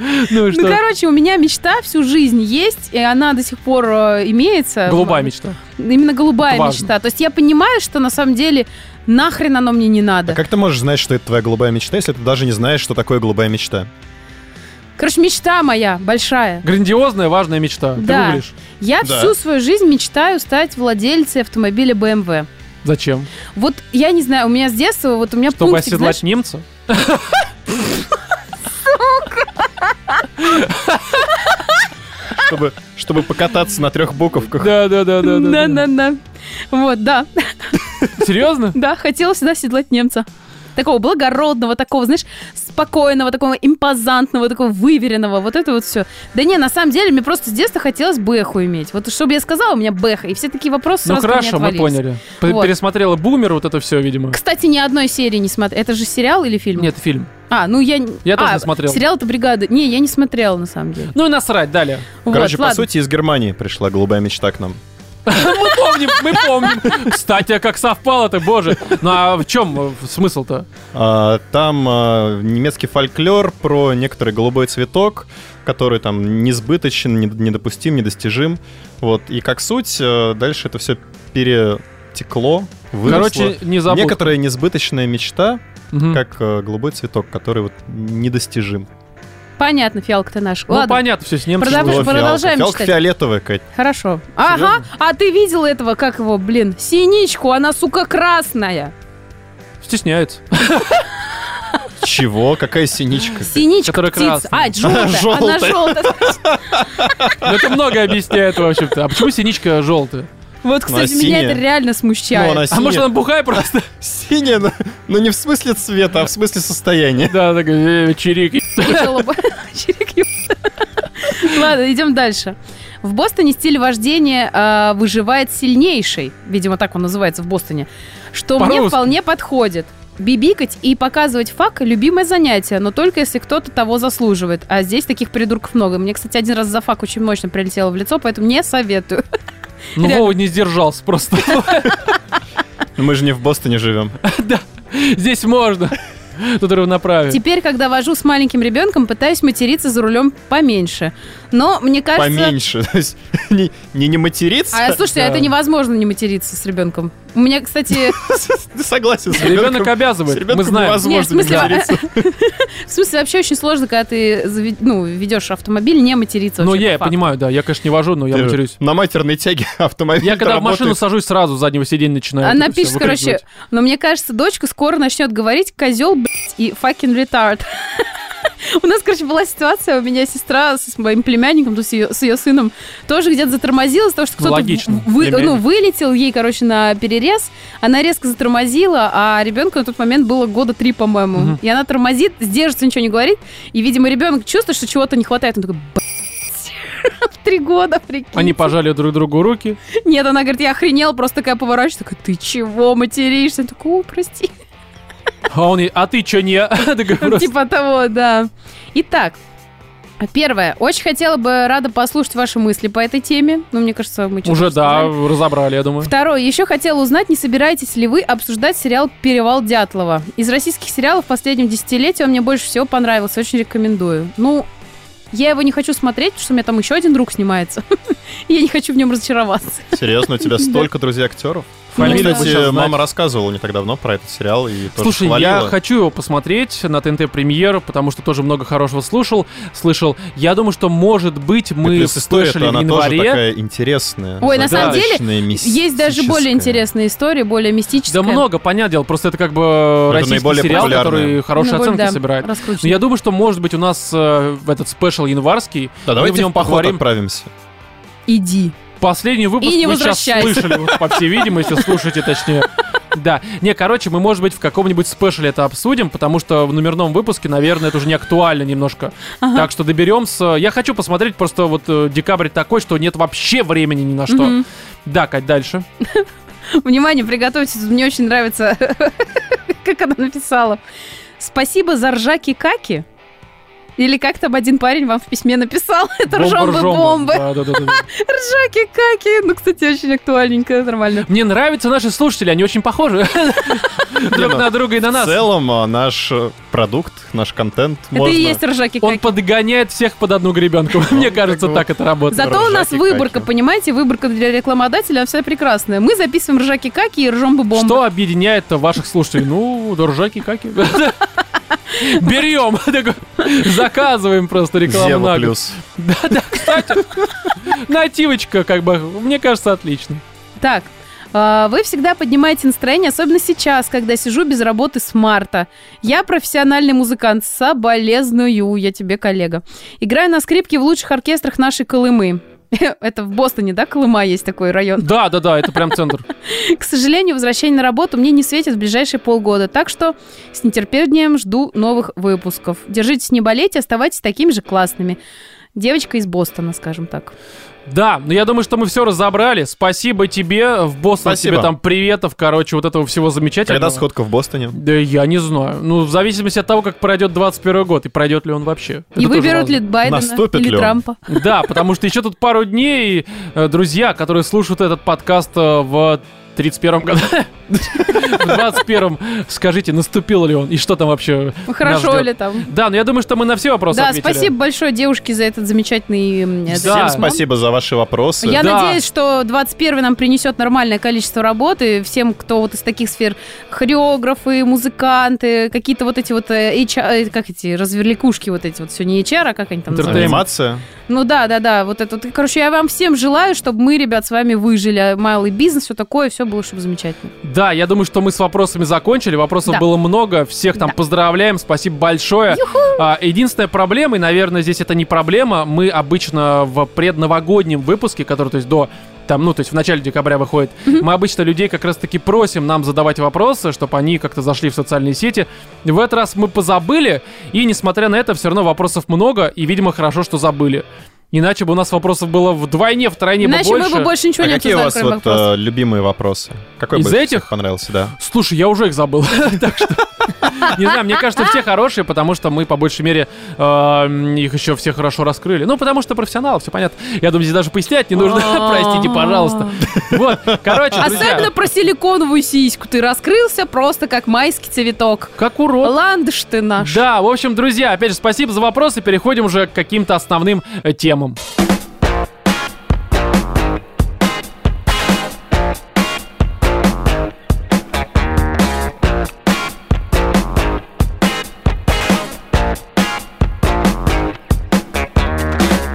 Speaker 1: Ну и
Speaker 3: Ну,
Speaker 1: что?
Speaker 3: короче, у меня мечта всю жизнь есть, и она до сих пор э, имеется.
Speaker 1: Голубая мечта.
Speaker 3: Именно голубая
Speaker 1: Это важно.
Speaker 3: мечта. То есть я понимаю, что на самом деле нахрен оно мне не
Speaker 2: А
Speaker 3: надо.
Speaker 2: как ты можешь знать, что это твоя голубая мечта, если ты даже не знаешь, что такое голубая мечта?
Speaker 1: а
Speaker 3: Короче, мечта моя большая.
Speaker 1: Грандиозная, важная мечта. Ты
Speaker 3: Да.
Speaker 1: гуглишь.
Speaker 3: Я
Speaker 2: Да.
Speaker 3: всю свою жизнь мечтаю стать владельцей автомобиля BMW.
Speaker 1: Зачем?
Speaker 3: Вот я не знаю, у меня с детства, вот у меня
Speaker 1: Чтобы
Speaker 3: пунктик, знаешь,
Speaker 1: оседлать немца?
Speaker 2: Чтобы, чтобы покататься на трех буковках.
Speaker 1: Да, да, да, да. да, да.
Speaker 3: Да-да-да. Вот, да.
Speaker 1: Серьезно?
Speaker 3: Да, хотела всегда седлать немца. Такого благородного, такого, знаешь, спокойного, такого импозантного, такого выверенного, вот это вот все. Да не, на самом деле, мне просто с детства хотелось бэху иметь. Вот чтобы я сказала, у меня бэха, и все такие вопросы
Speaker 1: Ну
Speaker 3: сразу ко мне
Speaker 1: хорошо, мы
Speaker 3: отвалились.
Speaker 1: поняли. П-
Speaker 3: Вот.
Speaker 1: Пересмотрела бумер, вот это все, видимо.
Speaker 3: Кстати, ни одной серии не смотрела. Это же сериал или фильм?
Speaker 1: Нет, фильм.
Speaker 3: А, ну я... не-
Speaker 1: Я
Speaker 3: а,
Speaker 1: тоже не смотрел.
Speaker 3: сериал это «Бригада». Не, я не смотрела, на самом деле.
Speaker 1: Ну и насрать, далее.
Speaker 2: Короче,
Speaker 3: Вот,
Speaker 2: по
Speaker 3: ладно.
Speaker 2: сути, из Германии пришла голубая мечта к нам.
Speaker 1: Мы помним, мы помним. Кстати, а как совпало-то, боже. Ну а в чем смысл-то?
Speaker 2: А, там а, немецкий фольклор про некоторый голубой цветок, который там несбыточен, не- недопустим, недостижим. Вот. И как суть, э, дальше это все перетекло, выросло.
Speaker 1: Короче, не забудь.
Speaker 2: Некоторая несбыточная мечта,
Speaker 1: Мгм.
Speaker 2: как э, голубой цветок, который вот недостижим.
Speaker 3: Понятно, фиалка ты наш.
Speaker 1: Ну
Speaker 3: Ладно,
Speaker 1: понятно, все с ним.
Speaker 3: Продав-
Speaker 2: Что,
Speaker 3: А продолжаем
Speaker 2: фиалка? Фиалка
Speaker 3: читать.
Speaker 2: фиолетовая, Кать.
Speaker 3: хорошо. Ага, а ты видела этого, как его, блин, синичку, она, сука, красная.
Speaker 1: Стесняется.
Speaker 2: Чего? Какая синичка?
Speaker 3: Синичка
Speaker 1: Которая
Speaker 3: птица.
Speaker 1: красная.
Speaker 3: А, желтая. Она
Speaker 2: Желтая.
Speaker 3: желтая.
Speaker 1: Ну, Это много объясняет, в общем-то. А почему синичка желтая?
Speaker 3: Вот,
Speaker 2: Ну, а
Speaker 3: кстати, меня
Speaker 2: синяя?
Speaker 3: это реально
Speaker 2: Ну,
Speaker 3: смущает.
Speaker 2: она
Speaker 1: А
Speaker 2: синяя.
Speaker 1: может, она бухая просто?
Speaker 2: Синяя, но, но не в смысле цвета, а в смысле состояния.
Speaker 1: Да, такая, э, чирик.
Speaker 3: И желоб- Чирик, ё- Ладно, идем дальше. В Бостоне стиль вождения э, выживает сильнейший, видимо, так он называется в Бостоне, что мне
Speaker 1: По-русски.
Speaker 3: вполне подходит. Бибикать и показывать фак – любимое занятие, но только если кто-то того заслуживает. А здесь таких придурков много. Мне, кстати, один раз за фак очень мощно прилетело в лицо, поэтому не советую.
Speaker 1: Ну,
Speaker 3: Реально.
Speaker 1: Вова не сдержался просто.
Speaker 2: Мы же не в Бостоне живем.
Speaker 1: Здесь можно. Тут его направили.
Speaker 3: Теперь, когда вожу с маленьким ребенком, пытаюсь материться за рулем поменьше. Но, мне кажется...
Speaker 2: Поменьше. То есть не, не, не материться.
Speaker 3: А, слушайте, а
Speaker 1: Да.
Speaker 3: это невозможно не материться с ребенком. У меня, кстати,
Speaker 2: Ты согласен с ребенком?
Speaker 1: Ребенок
Speaker 2: С
Speaker 1: обязывает,
Speaker 2: ребенком
Speaker 1: мы знаем.
Speaker 2: невозможно
Speaker 3: Нет, в смысле,
Speaker 2: не
Speaker 3: а-
Speaker 2: материться.
Speaker 3: в смысле, вообще очень сложно, когда ты зави- ну, ведешь автомобиль, не материться.
Speaker 1: Ну,
Speaker 3: вообще,
Speaker 1: я,
Speaker 3: по
Speaker 1: я
Speaker 3: факту.
Speaker 1: понимаю, да. Я, конечно, не вожу, но я
Speaker 2: Ты
Speaker 1: матерюсь.
Speaker 2: На матерной тяге автомобиль
Speaker 1: Я когда в машину
Speaker 2: работает.
Speaker 1: сажусь, сразу с заднего сиденья начинаю.
Speaker 3: Она
Speaker 1: это всё
Speaker 3: пишет, короче,
Speaker 1: выкрикивать.
Speaker 3: но мне кажется, дочка скоро начнет говорить козел, блядь, и fucking retard. У нас, короче, была ситуация, у меня сестра с моим племянником, то есть ее- с ее сыном, тоже где-то затормозила, потому что
Speaker 1: Ну,
Speaker 3: кто-то
Speaker 1: логично,
Speaker 3: вы- ну,
Speaker 1: племянник.
Speaker 3: вылетел ей, короче, на перерез. Она резко затормозила, а ребенку на тот момент было года три, по-моему.
Speaker 1: Мгм.
Speaker 3: И она тормозит, сдержится, ничего не говорит. И, видимо, ребенок чувствует, что чего-то не хватает. Он такой, блядь, в три года, прикинь.
Speaker 1: Они пожали друг другу руки.
Speaker 3: Нет, она говорит, я охренела, просто такая поворачиваюсь, такая, ты чего материшься? Я такая, «О, прости.
Speaker 1: А он ей, а ты чё не? Такой просто.
Speaker 3: Типа того, да. Итак, первое. Очень хотела бы рада послушать ваши мысли по этой теме. Ну, мне кажется, мы чё-то
Speaker 1: Уже, да,
Speaker 3: сказали.
Speaker 1: разобрали, я думаю.
Speaker 3: Второе. Еще хотела узнать, не собираетесь ли вы обсуждать сериал «Перевал Дятлова». Из российских сериалов в последнем десятилетии он мне больше всего понравился. Очень рекомендую. Ну, я его не хочу смотреть, потому что у меня там еще один друг снимается. Я не хочу в нем разочароваться.
Speaker 2: Серьезно, у тебя столько друзей актеров?
Speaker 3: Ну,
Speaker 1: Фамилию бы Ну, сейчас
Speaker 2: Кстати,
Speaker 1: знать.
Speaker 2: мама рассказывала не так давно про этот сериал и тоже
Speaker 1: Слушай, я
Speaker 2: хвалила.
Speaker 1: хочу его посмотреть на ТНТ премьер, потому что тоже много хорошего слушал, слышал. Я думаю, что, может быть,
Speaker 2: И
Speaker 1: мы
Speaker 2: плюс история-то,
Speaker 1: слышали в
Speaker 2: она тоже
Speaker 1: январе.
Speaker 2: такая интересная.
Speaker 3: Ой, на
Speaker 1: самом
Speaker 3: деле,
Speaker 2: загадочная,
Speaker 3: Есть даже
Speaker 2: мистическая.
Speaker 3: более интересные истории, более мистические.
Speaker 1: Да много, понятное дело, просто это как бы российский
Speaker 2: наиболее
Speaker 1: сериал,
Speaker 2: популярное.
Speaker 1: который хорошие
Speaker 3: Ну, боль,
Speaker 1: оценки
Speaker 3: да,
Speaker 1: собирает. Но
Speaker 3: раскручено.
Speaker 1: я думаю, что, может быть, у нас э, в этот спешл январский
Speaker 2: Да, давайте
Speaker 1: мы в нем
Speaker 2: поход
Speaker 1: поговорим.
Speaker 2: отправимся.
Speaker 3: Иди.
Speaker 1: Последний выпуск
Speaker 3: И не
Speaker 1: вы сейчас
Speaker 3: возвращайся.
Speaker 1: слышали, вот, по всей видимости, слушайте точнее. Да. Не, короче, мы, может быть, в каком-нибудь спешле это обсудим, потому что в номерном выпуске, наверное, это уже не актуально немножко. Так что доберемся. Я хочу посмотреть, просто вот э, декабрь такой, что нет вообще времени ни на А что.
Speaker 3: Мгм.
Speaker 1: Да, Кать, дальше.
Speaker 3: Внимание, приготовьтесь. Мне очень нравится, как она написала. Спасибо за ржаки каки. Или как там один парень вам в письме написал. Это ржомбы бомбы.
Speaker 1: Да, да, да, да.
Speaker 3: Ржаки каки. Ну, кстати, очень актуальненько, нормально.
Speaker 1: Мне нравятся наши слушатели, они очень похожи друг
Speaker 2: ну,
Speaker 1: на друга и на
Speaker 2: В
Speaker 1: нас.
Speaker 2: целом, а, наш э, продукт, наш контент можно...
Speaker 3: Это и есть ржаки
Speaker 1: Он
Speaker 3: каки.
Speaker 1: подгоняет всех под одну гребенку. Мне
Speaker 2: как
Speaker 1: кажется,
Speaker 2: бы
Speaker 1: так это работает.
Speaker 3: Зато у нас
Speaker 2: ржаки-каки.
Speaker 3: выборка, понимаете, выборка для рекламодателя вся прекрасная. Мы записываем ржаки каки и ржомбы бомбы.
Speaker 1: Что объединяет ваших слушателей? Ну, дуржаки каки. Берем, такой, заказываем просто рекламу
Speaker 2: Зева
Speaker 1: на год.
Speaker 2: плюс.
Speaker 1: Да, да, кстати, нативочка, как бы, мне кажется, отлично.
Speaker 3: Так, а, вы всегда поднимаете настроение, особенно сейчас, когда сижу без работы с марта. Я профессиональный музыкант, соболезную я тебе, коллега. Играю на скрипке в лучших оркестрах нашей Колымы. Это в Бостоне, да, Колыма есть такой район?
Speaker 1: Да, да, да, это прям центр.
Speaker 3: К сожалению, возвращение на работу мне не светит в ближайшие полгода, так что с нетерпением жду новых выпусков. Держитесь, не болейте, оставайтесь такими же классными. Девочка из Бостона, скажем так.
Speaker 1: Да, но я думаю, что мы все разобрали. Спасибо тебе, в Бостон
Speaker 2: Спасибо.
Speaker 1: тебе там приветов, короче, вот этого всего замечательного.
Speaker 2: Когда сходка в Бостоне?
Speaker 1: Да я не знаю. Ну, в зависимости от того, как пройдет 21 год, и пройдет ли он вообще.
Speaker 3: И
Speaker 1: Это тоже
Speaker 3: выберут
Speaker 1: важно.
Speaker 3: ли Байдена
Speaker 2: Наступит
Speaker 3: или
Speaker 2: ли он?
Speaker 3: Трампа.
Speaker 1: Да, потому что еще тут пару дней, э, друзья, которые слушают этот подкаст э, в 31-м году, в 21-м, скажите, наступил ли он, и что там вообще
Speaker 3: Ну, Хорошо
Speaker 1: ждет?
Speaker 3: ли там?
Speaker 1: Да, но я думаю, что мы на все вопросы
Speaker 3: Да,
Speaker 1: ответили.
Speaker 3: спасибо большое девушке за этот замечательный м,
Speaker 1: Да.
Speaker 3: э,
Speaker 1: ну.
Speaker 2: Всем
Speaker 3: письмо.
Speaker 2: спасибо за ваши вопросы.
Speaker 3: Я
Speaker 1: Да.
Speaker 3: надеюсь, что 21 нам принесет нормальное количество работы всем, кто вот из таких сфер хореографы, музыканты, какие-то вот эти вот э, HR, э, как эти разверликушки вот эти вот все не HR, а как они там
Speaker 1: Интертеймент.
Speaker 3: называются?
Speaker 2: Анимация.
Speaker 3: Ну да, да, да, вот это. вот. Короче, я вам всем желаю, чтобы мы, ребят, с вами выжили, А малый бизнес, все такое, все было, чтобы замечательно.
Speaker 1: Да, я думаю, что мы с вопросами закончили. Вопросов
Speaker 3: Да.
Speaker 1: было много. Всех там
Speaker 3: Да.
Speaker 1: поздравляем. Спасибо большое. А, единственная проблема, и, наверное, здесь это не проблема, мы обычно в предновогоднем выпуске, который, то есть до там, ну, то есть в начале декабря выходит, мы обычно людей как раз-таки просим нам задавать вопросы, чтобы они как-то зашли в социальные сети. В этот раз мы позабыли, и несмотря на это, все равно вопросов много, и, видимо, хорошо, что забыли. Иначе бы у нас вопросов было вдвойне, втройне бы
Speaker 3: Иначе
Speaker 1: больше.
Speaker 3: мы бы больше ничего
Speaker 2: А
Speaker 3: не
Speaker 2: какие у
Speaker 3: обсуждали,
Speaker 2: вас
Speaker 3: кроме
Speaker 2: вот
Speaker 3: вопросов.
Speaker 2: э, любимые вопросы? Какой
Speaker 1: Из
Speaker 2: больше
Speaker 1: этих?
Speaker 2: всех понравился, да?
Speaker 1: Слушай, я уже их забыл. Так что... Не знаю, мне кажется, все хорошие, потому что мы по большей мере э, их еще все хорошо раскрыли. Ну, потому что профессионал, все понятно. Я думаю, здесь даже пояснять э, не нужно. Простите, пожалуйста. Вот, короче,
Speaker 3: Особенно
Speaker 1: друзья,
Speaker 3: про силиконовую сиську. Ты раскрылся просто как майский цветок.
Speaker 1: как урод.
Speaker 3: Ландыш ты наш.
Speaker 1: Да, в общем, друзья, опять же, спасибо за вопросы. Переходим уже к каким-то основным э, темам.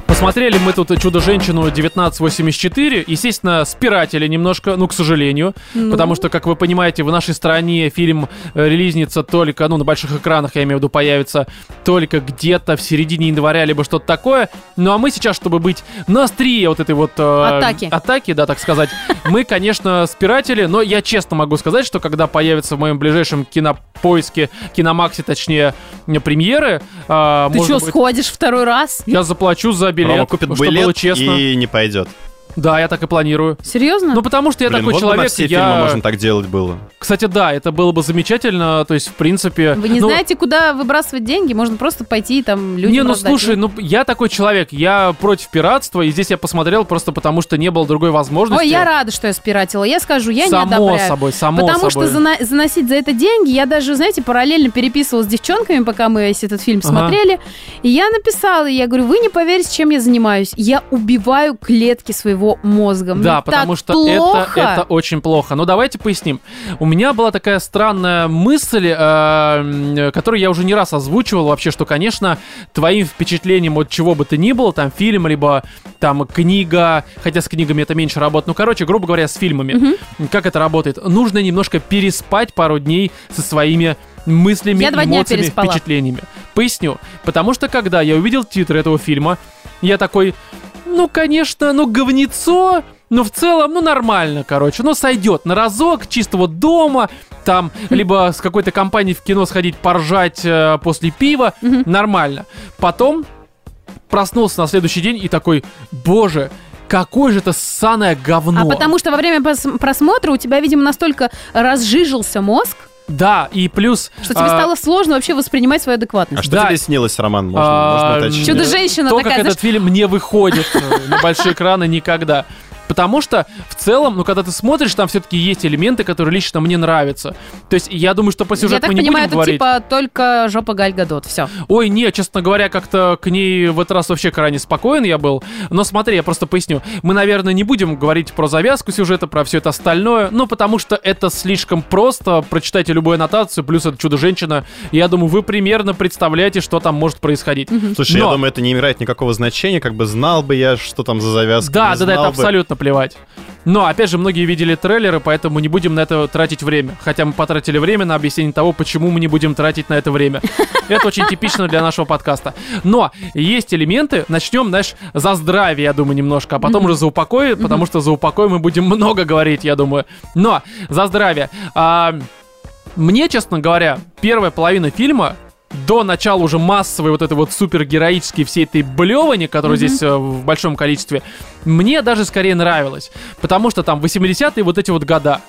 Speaker 1: Посмотрели мы тут «Чудо-женщину» 1984. Естественно, спиратели немножко, ну, к сожалению. Потому что, как вы понимаете, в нашей стране фильм э, релизнится только, ну, на больших экранах, я имею в виду, появится только где-то в середине января, либо что-то такое. Ну, а мы сейчас, чтобы быть на острие вот этой вот... э,
Speaker 3: Атаки.
Speaker 1: Атаки, да, так сказать. Мы, конечно, спиратели, но я честно могу сказать, что когда появится в моем ближайшем кинопоиске, киномаксе, точнее, премьеры... э,
Speaker 3: Ты
Speaker 1: можно
Speaker 3: что,
Speaker 1: будет-
Speaker 3: сходишь второй раз?
Speaker 1: я заплачу за билет,
Speaker 2: Рома купит
Speaker 1: ну, чтобы было
Speaker 2: билет
Speaker 1: честно.
Speaker 2: и не пойдет.
Speaker 1: Да, я так и планирую.
Speaker 3: Серьезно?
Speaker 1: Ну, потому что я
Speaker 2: Блин,
Speaker 1: такой
Speaker 2: вот бы
Speaker 1: человек,
Speaker 2: на все
Speaker 1: я...
Speaker 2: фильмы можно так делать было.
Speaker 1: Кстати, да, это было бы замечательно, то есть, в принципе...
Speaker 3: Вы не
Speaker 1: ну,
Speaker 3: знаете, куда выбрасывать деньги? Можно просто пойти и там людям
Speaker 1: не, ну
Speaker 3: раздать.
Speaker 1: слушай, ну я такой человек, я против пиратства, и здесь я посмотрел просто потому, что не было другой возможности.
Speaker 3: Ой, я рада, что я спиратила. Я скажу, я
Speaker 1: само
Speaker 3: не одобряю.
Speaker 1: собой, само
Speaker 3: Потому
Speaker 1: собой.
Speaker 3: что зана- заносить за это деньги, я даже, знаете, параллельно переписывалась с девчонками, пока мы весь этот фильм
Speaker 1: Ага.
Speaker 3: смотрели. И я написала, и я говорю, вы не поверите, чем я занимаюсь. Я убиваю клетки своего мозга. Мне
Speaker 1: Да,
Speaker 3: так
Speaker 1: потому что
Speaker 3: плохо.
Speaker 1: Это, это очень плохо. Но давайте поясним. У меня была такая странная мысль, э, м, которую я уже не раз озвучивал вообще, что, конечно, твоим впечатлением от чего бы то ни было, там фильм, либо там книга, хотя с книгами это меньше работает, ну, короче, грубо говоря, с фильмами. Как это работает? Нужно немножко переспать пару дней со своими мыслями,
Speaker 3: Я два дня
Speaker 1: эмоциями,
Speaker 3: переспала.
Speaker 1: впечатлениями. Поясню. Потому что когда я увидел титры этого фильма, я такой, ну, конечно, ну, говнецо, но в целом, ну, нормально, короче. Ну, сойдет на разок, чисто вот дома, там, либо с какой-то компанией в кино сходить поржать э, после пива, нормально. Потом проснулся на следующий день и такой, боже, какое же это ссаное говно.
Speaker 3: А потому что во время пос- просмотра у тебя, видимо, настолько разжижился мозг,
Speaker 1: Да, и плюс...
Speaker 3: что тебе
Speaker 1: а,
Speaker 3: стало сложно вообще воспринимать свою адекватность.
Speaker 2: А что
Speaker 1: Да.
Speaker 2: тебе снилось, Роман? Можно,
Speaker 1: А,
Speaker 2: можно
Speaker 1: м,
Speaker 2: уточнить?
Speaker 1: чудо-
Speaker 3: Чудо-женщина
Speaker 1: то,
Speaker 3: такая,
Speaker 1: как
Speaker 3: а, знаешь,
Speaker 1: этот фильм не выходит э, на большие экраны никогда. Потому что в целом, ну когда ты смотришь, там все-таки есть элементы, которые лично мне нравятся. То есть я думаю, что по сюжету
Speaker 3: я так
Speaker 1: мы не
Speaker 3: понимаю,
Speaker 1: будем говорить.
Speaker 3: это типа только жопа Галь Гадот, все.
Speaker 1: Ой, не, честно говоря, как-то к ней в этот раз вообще крайне спокоен я был. Но смотри, я просто поясню. Мы, наверное, не будем говорить про завязку сюжета, про все это остальное, ну, потому что это слишком просто. Прочитайте любую аннотацию, плюс это «Чудо-женщина». Я думаю, вы примерно представляете, что там может происходить.
Speaker 2: Слушай,
Speaker 1: Но-
Speaker 2: я думаю, это не играет никакого значения, как бы знал бы я, что там за завязка.
Speaker 1: Да,
Speaker 2: не
Speaker 1: да, да, это
Speaker 2: знал бы.
Speaker 1: абсолютно плевать. Но, а опять же, многие видели трейлеры, поэтому не будем на это тратить время. Хотя мы потратили время на объяснение того, почему мы не будем тратить на это время. Это очень типично для нашего подкаста. Но есть элементы. Начнем, знаешь, за здравие, я думаю, немножко, а потом уже за упокой, потому что за упокой мы будем много говорить, я думаю. Но за здравие. А, мне, честно говоря, первая половина фильма до начала уже массовой вот этой вот супергероической всей этой блевани, которую здесь э, в большом количестве, мне даже скорее нравилось. Потому что там 80-е вот эти вот года.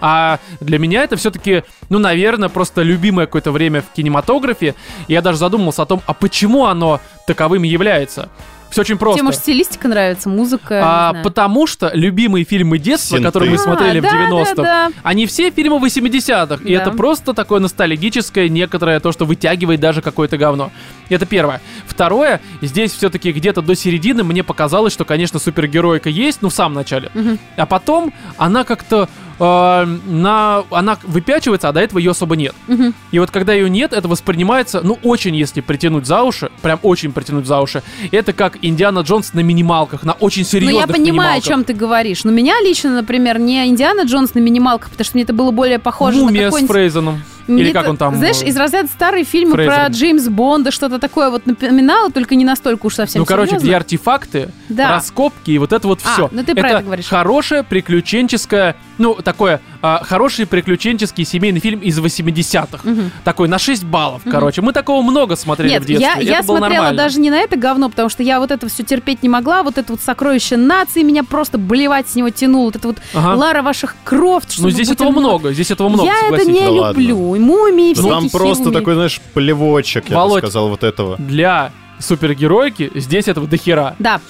Speaker 1: А для меня это все-таки, ну, наверное, просто любимое какое-то время в кинематографе. И Я даже задумался о том, а почему оно таковым и является. Все очень просто.
Speaker 3: Тебе, может, стилистика нравится, музыка,
Speaker 1: А,
Speaker 3: не знаю.
Speaker 1: потому что любимые фильмы детства,
Speaker 2: Синты.
Speaker 1: которые мы
Speaker 2: А,
Speaker 1: смотрели
Speaker 3: да,
Speaker 1: в 90-х,
Speaker 3: да, да.
Speaker 1: они А все фильмы 80-х. И
Speaker 3: Да.
Speaker 1: это просто такое ностальгическое некоторое то, что вытягивает даже какое-то говно. Это первое. Второе, здесь все-таки где-то до середины мне показалось, что, конечно, супергероика есть, ну, в самом начале. А потом она как-то э, на, она выпячивается, а до этого ее особо нет. И вот когда ее нет, это воспринимается, ну, очень, если притянуть за уши, прям очень притянуть за уши, это как Индиана Джонс на минималках, на очень
Speaker 3: Ну,
Speaker 1: серьезных
Speaker 3: я понимаю, о
Speaker 1: минималках.
Speaker 3: чем ты говоришь. Но меня лично, например, не Индиана Джонс на минималках, потому что мне это было более похоже на
Speaker 1: Мумия с
Speaker 3: какой-нибудь...
Speaker 1: Фрейзеном. Или
Speaker 3: Мне
Speaker 1: как
Speaker 3: это,
Speaker 1: он там,
Speaker 3: Знаешь,
Speaker 1: э,
Speaker 3: из разряда старые фильмы про
Speaker 1: Фрейзер.
Speaker 3: Джеймс Бонда, что-то такое вот напоминало, только не настолько уж совсем
Speaker 1: ну, короче,
Speaker 3: серьезно.
Speaker 1: где артефакты,
Speaker 3: Да.
Speaker 1: раскопки и вот это вот
Speaker 3: А,
Speaker 1: все.
Speaker 3: ну ты про это говоришь.
Speaker 1: хорошее приключенческое, ну, такое, а, хороший приключенческий семейный фильм из 80-х.
Speaker 3: Мгм.
Speaker 1: Такой на 6 баллов, короче. Мы такого много смотрели
Speaker 3: Нет,
Speaker 1: в детстве.
Speaker 3: я,
Speaker 1: и
Speaker 3: я
Speaker 1: это было
Speaker 3: смотрела
Speaker 1: нормально.
Speaker 3: даже не на это говно, потому что я вот это все терпеть не могла, вот это вот сокровище нации меня просто блевать с него тянуло, вот это вот
Speaker 1: Ага.
Speaker 3: Лара ваших крофт,
Speaker 1: Ну, здесь этого много, здесь этого много,
Speaker 3: я это
Speaker 1: согласись.
Speaker 3: не
Speaker 2: Да ладно.
Speaker 3: люблю, и мумии,
Speaker 2: Да
Speaker 3: всякие
Speaker 2: там просто
Speaker 3: херни.
Speaker 2: такой, знаешь, плевочек, я бы
Speaker 1: Володь.
Speaker 2: сказал, вот этого.
Speaker 1: Для супергероики здесь этого дохера.
Speaker 3: Да,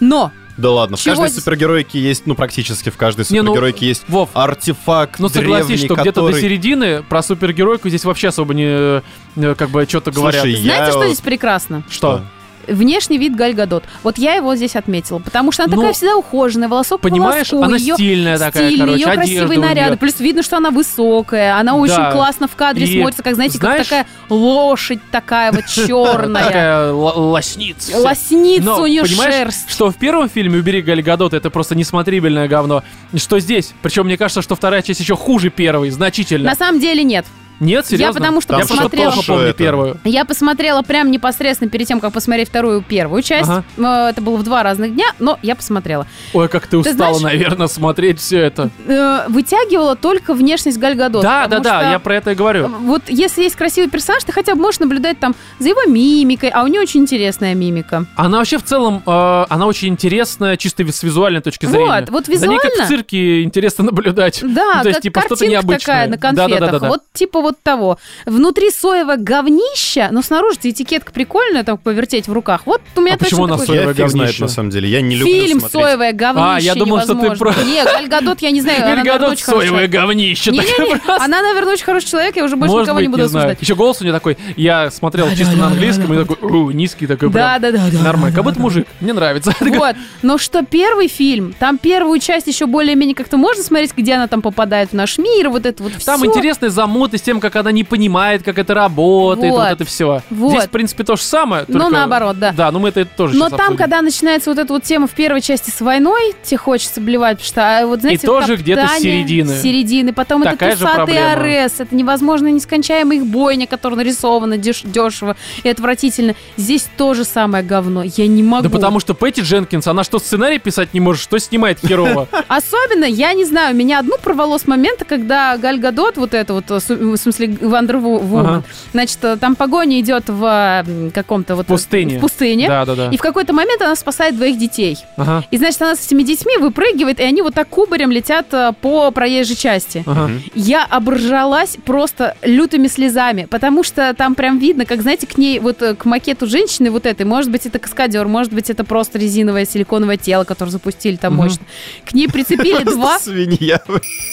Speaker 3: но
Speaker 2: Да ладно,
Speaker 3: Чего
Speaker 2: в каждой
Speaker 3: здесь-
Speaker 2: супергеройке есть, ну, практически в каждой
Speaker 1: Не, ну,
Speaker 2: супергеройке есть
Speaker 1: Вов,
Speaker 2: артефакт
Speaker 1: ну согласись,
Speaker 2: А древний,
Speaker 1: что где-то до
Speaker 2: который-
Speaker 1: середины про супергеройку здесь вообще особо не, э, как бы, что-то
Speaker 2: Слушай,
Speaker 1: говорят.
Speaker 2: я
Speaker 3: знаете, что
Speaker 2: вот-
Speaker 3: здесь прекрасно?
Speaker 1: Что?
Speaker 3: Внешний вид Гальгадот. Вот я его здесь отметила, потому что она
Speaker 1: Ну,
Speaker 3: такая всегда ухоженная, волосок к
Speaker 1: Понимаешь,
Speaker 3: волоску,
Speaker 1: она
Speaker 3: ее
Speaker 1: стильная такая,
Speaker 3: стиль,
Speaker 1: короче,
Speaker 3: ее красивые
Speaker 1: одежда у
Speaker 3: наряды.
Speaker 1: неё.
Speaker 3: Плюс видно, что она высокая, она очень классно в кадре
Speaker 1: И
Speaker 3: смотрится, как, знаете,
Speaker 1: знаешь-
Speaker 3: как такая лошадь такая вот черная.
Speaker 1: Такая л- лосница.
Speaker 3: Лосница
Speaker 1: Но,
Speaker 3: у нее
Speaker 1: понимаешь,
Speaker 3: шерсть.
Speaker 1: что в первом фильме «Убери Гальгадот» это просто несмотрибельное говно. И Что здесь? Причем мне кажется, что вторая часть еще хуже первой, значительно.
Speaker 3: На самом деле нет.
Speaker 1: Нет, серьезно?
Speaker 3: Я потому что
Speaker 2: Там
Speaker 1: Я просто
Speaker 3: посмотрела.
Speaker 1: плохо помню
Speaker 2: Это-
Speaker 1: первую.
Speaker 3: Я посмотрела прям непосредственно перед тем, как посмотреть вторую первую часть.
Speaker 1: Ага.
Speaker 3: Э, Это было в два разных дня, но я посмотрела.
Speaker 1: Ой, как ты устала,
Speaker 3: знаешь-
Speaker 1: наверное, смотреть все это.
Speaker 3: Э, Вытягивала только внешность Гальгадот.
Speaker 1: Да, да, да, я про это и говорю.
Speaker 3: Вот если есть красивый персонаж, ты хотя бы можешь наблюдать там за его мимикой, а у нее очень интересная мимика.
Speaker 1: Она вообще в целом, э, она очень интересная, чисто с визуальной точки
Speaker 3: Вот,
Speaker 1: зрения.
Speaker 3: вот
Speaker 1: За ней как в
Speaker 3: визуально-
Speaker 1: цирке интересно наблюдать.
Speaker 3: Да,
Speaker 1: Ну, то есть,
Speaker 3: как
Speaker 1: типа, что-то
Speaker 3: картинка такая
Speaker 1: необычное.
Speaker 3: на конфетах.
Speaker 1: Да-да-да-да-да.
Speaker 3: Вот типа вот того. Внутри соевое говнище, но снаружи этикетка прикольная, там повертеть в руках. Вот у меня
Speaker 1: А почему
Speaker 3: точно
Speaker 1: она
Speaker 3: такой
Speaker 1: соевая?
Speaker 2: Я фиг знает,
Speaker 1: говнище.
Speaker 2: на самом деле. Я не люблю
Speaker 3: Фильм
Speaker 2: смотреть.
Speaker 3: «Соевое говнище»
Speaker 1: А, я думал, что ты
Speaker 3: невозможно.
Speaker 1: про-
Speaker 3: Не, Гальгадот, я не знаю, она, наверное,
Speaker 1: Гальгадот
Speaker 3: очень хороший
Speaker 1: соевое
Speaker 3: человек.
Speaker 1: говнище. такая
Speaker 3: Не-не-не,
Speaker 1: просто.
Speaker 3: она, наверное, очень хороший человек, я уже больше
Speaker 1: Может
Speaker 3: никого
Speaker 1: быть,
Speaker 3: не буду
Speaker 1: знаю.
Speaker 3: осуждать.
Speaker 1: Еще голос у нее такой, я смотрел чисто на английском, и такой, «У, низкий такой
Speaker 3: Да,
Speaker 1: прям.
Speaker 3: да, да, да.
Speaker 1: Нормально, как будто мужик, мне нравится.
Speaker 3: Вот. Но что первый фильм, там первую часть еще более-менее как-то можно смотреть, где она там попадает в наш мир, вот это вот
Speaker 1: Там
Speaker 3: всё.
Speaker 1: интересные замуты с тем, как она не понимает, как это работает, вот,
Speaker 3: Вот.
Speaker 1: это все.
Speaker 3: Вот.
Speaker 1: Здесь, в принпе, то же самое.
Speaker 3: Но
Speaker 1: только-
Speaker 3: наоборот, да.
Speaker 1: Да, ну мы это тоже
Speaker 3: Но
Speaker 1: щас
Speaker 3: там,
Speaker 1: обсудим.
Speaker 3: когда начинается вот эта вот тема в первой части с войной, тебе хочется блевать, потому что а вот знаете, вот
Speaker 1: тоже где-то с
Speaker 3: топтание,
Speaker 1: середины.
Speaker 3: с середины, потом
Speaker 1: Такая
Speaker 3: это
Speaker 1: же
Speaker 3: тусатый
Speaker 1: проблема.
Speaker 3: АРС, это невозможно нескончаемая их бойня, которая нарисована деш- дешево и отвратительно. Здесь тоже самое говно. Я не могу.
Speaker 1: Да потому что Пэтти Дженкинс, она что сценарий писать не может, что снимает херово.
Speaker 3: Особенно, я не знаю, меня одну порвало с момента, когда Галь Гадот, вот это вот, э, су- в смысле, Вандер Ву- Вумен,
Speaker 1: Ага.
Speaker 3: значит, э, там погоня идет в э, каком-то вот...
Speaker 1: пустыне.
Speaker 3: В пустыне.
Speaker 1: Да, да, да.
Speaker 3: И в какой-то момент она спасает двоих детей.
Speaker 1: Ага,
Speaker 3: И, значит, она с этими детьми выпрыгивает, и они вот так кубарем летят э, по проезжей части.
Speaker 1: ага.
Speaker 2: Мгм.
Speaker 3: Я обржалась просто лютыми слезами, потому что там прям видно, как, знаете, к ней, вот э, к макету женщины вот этой, может быть, это каскадер, может быть, это просто резиновое силиконовое тело, которое запустили там
Speaker 1: Мгм.
Speaker 3: мощно. К ней прицепили два...
Speaker 2: Свинья.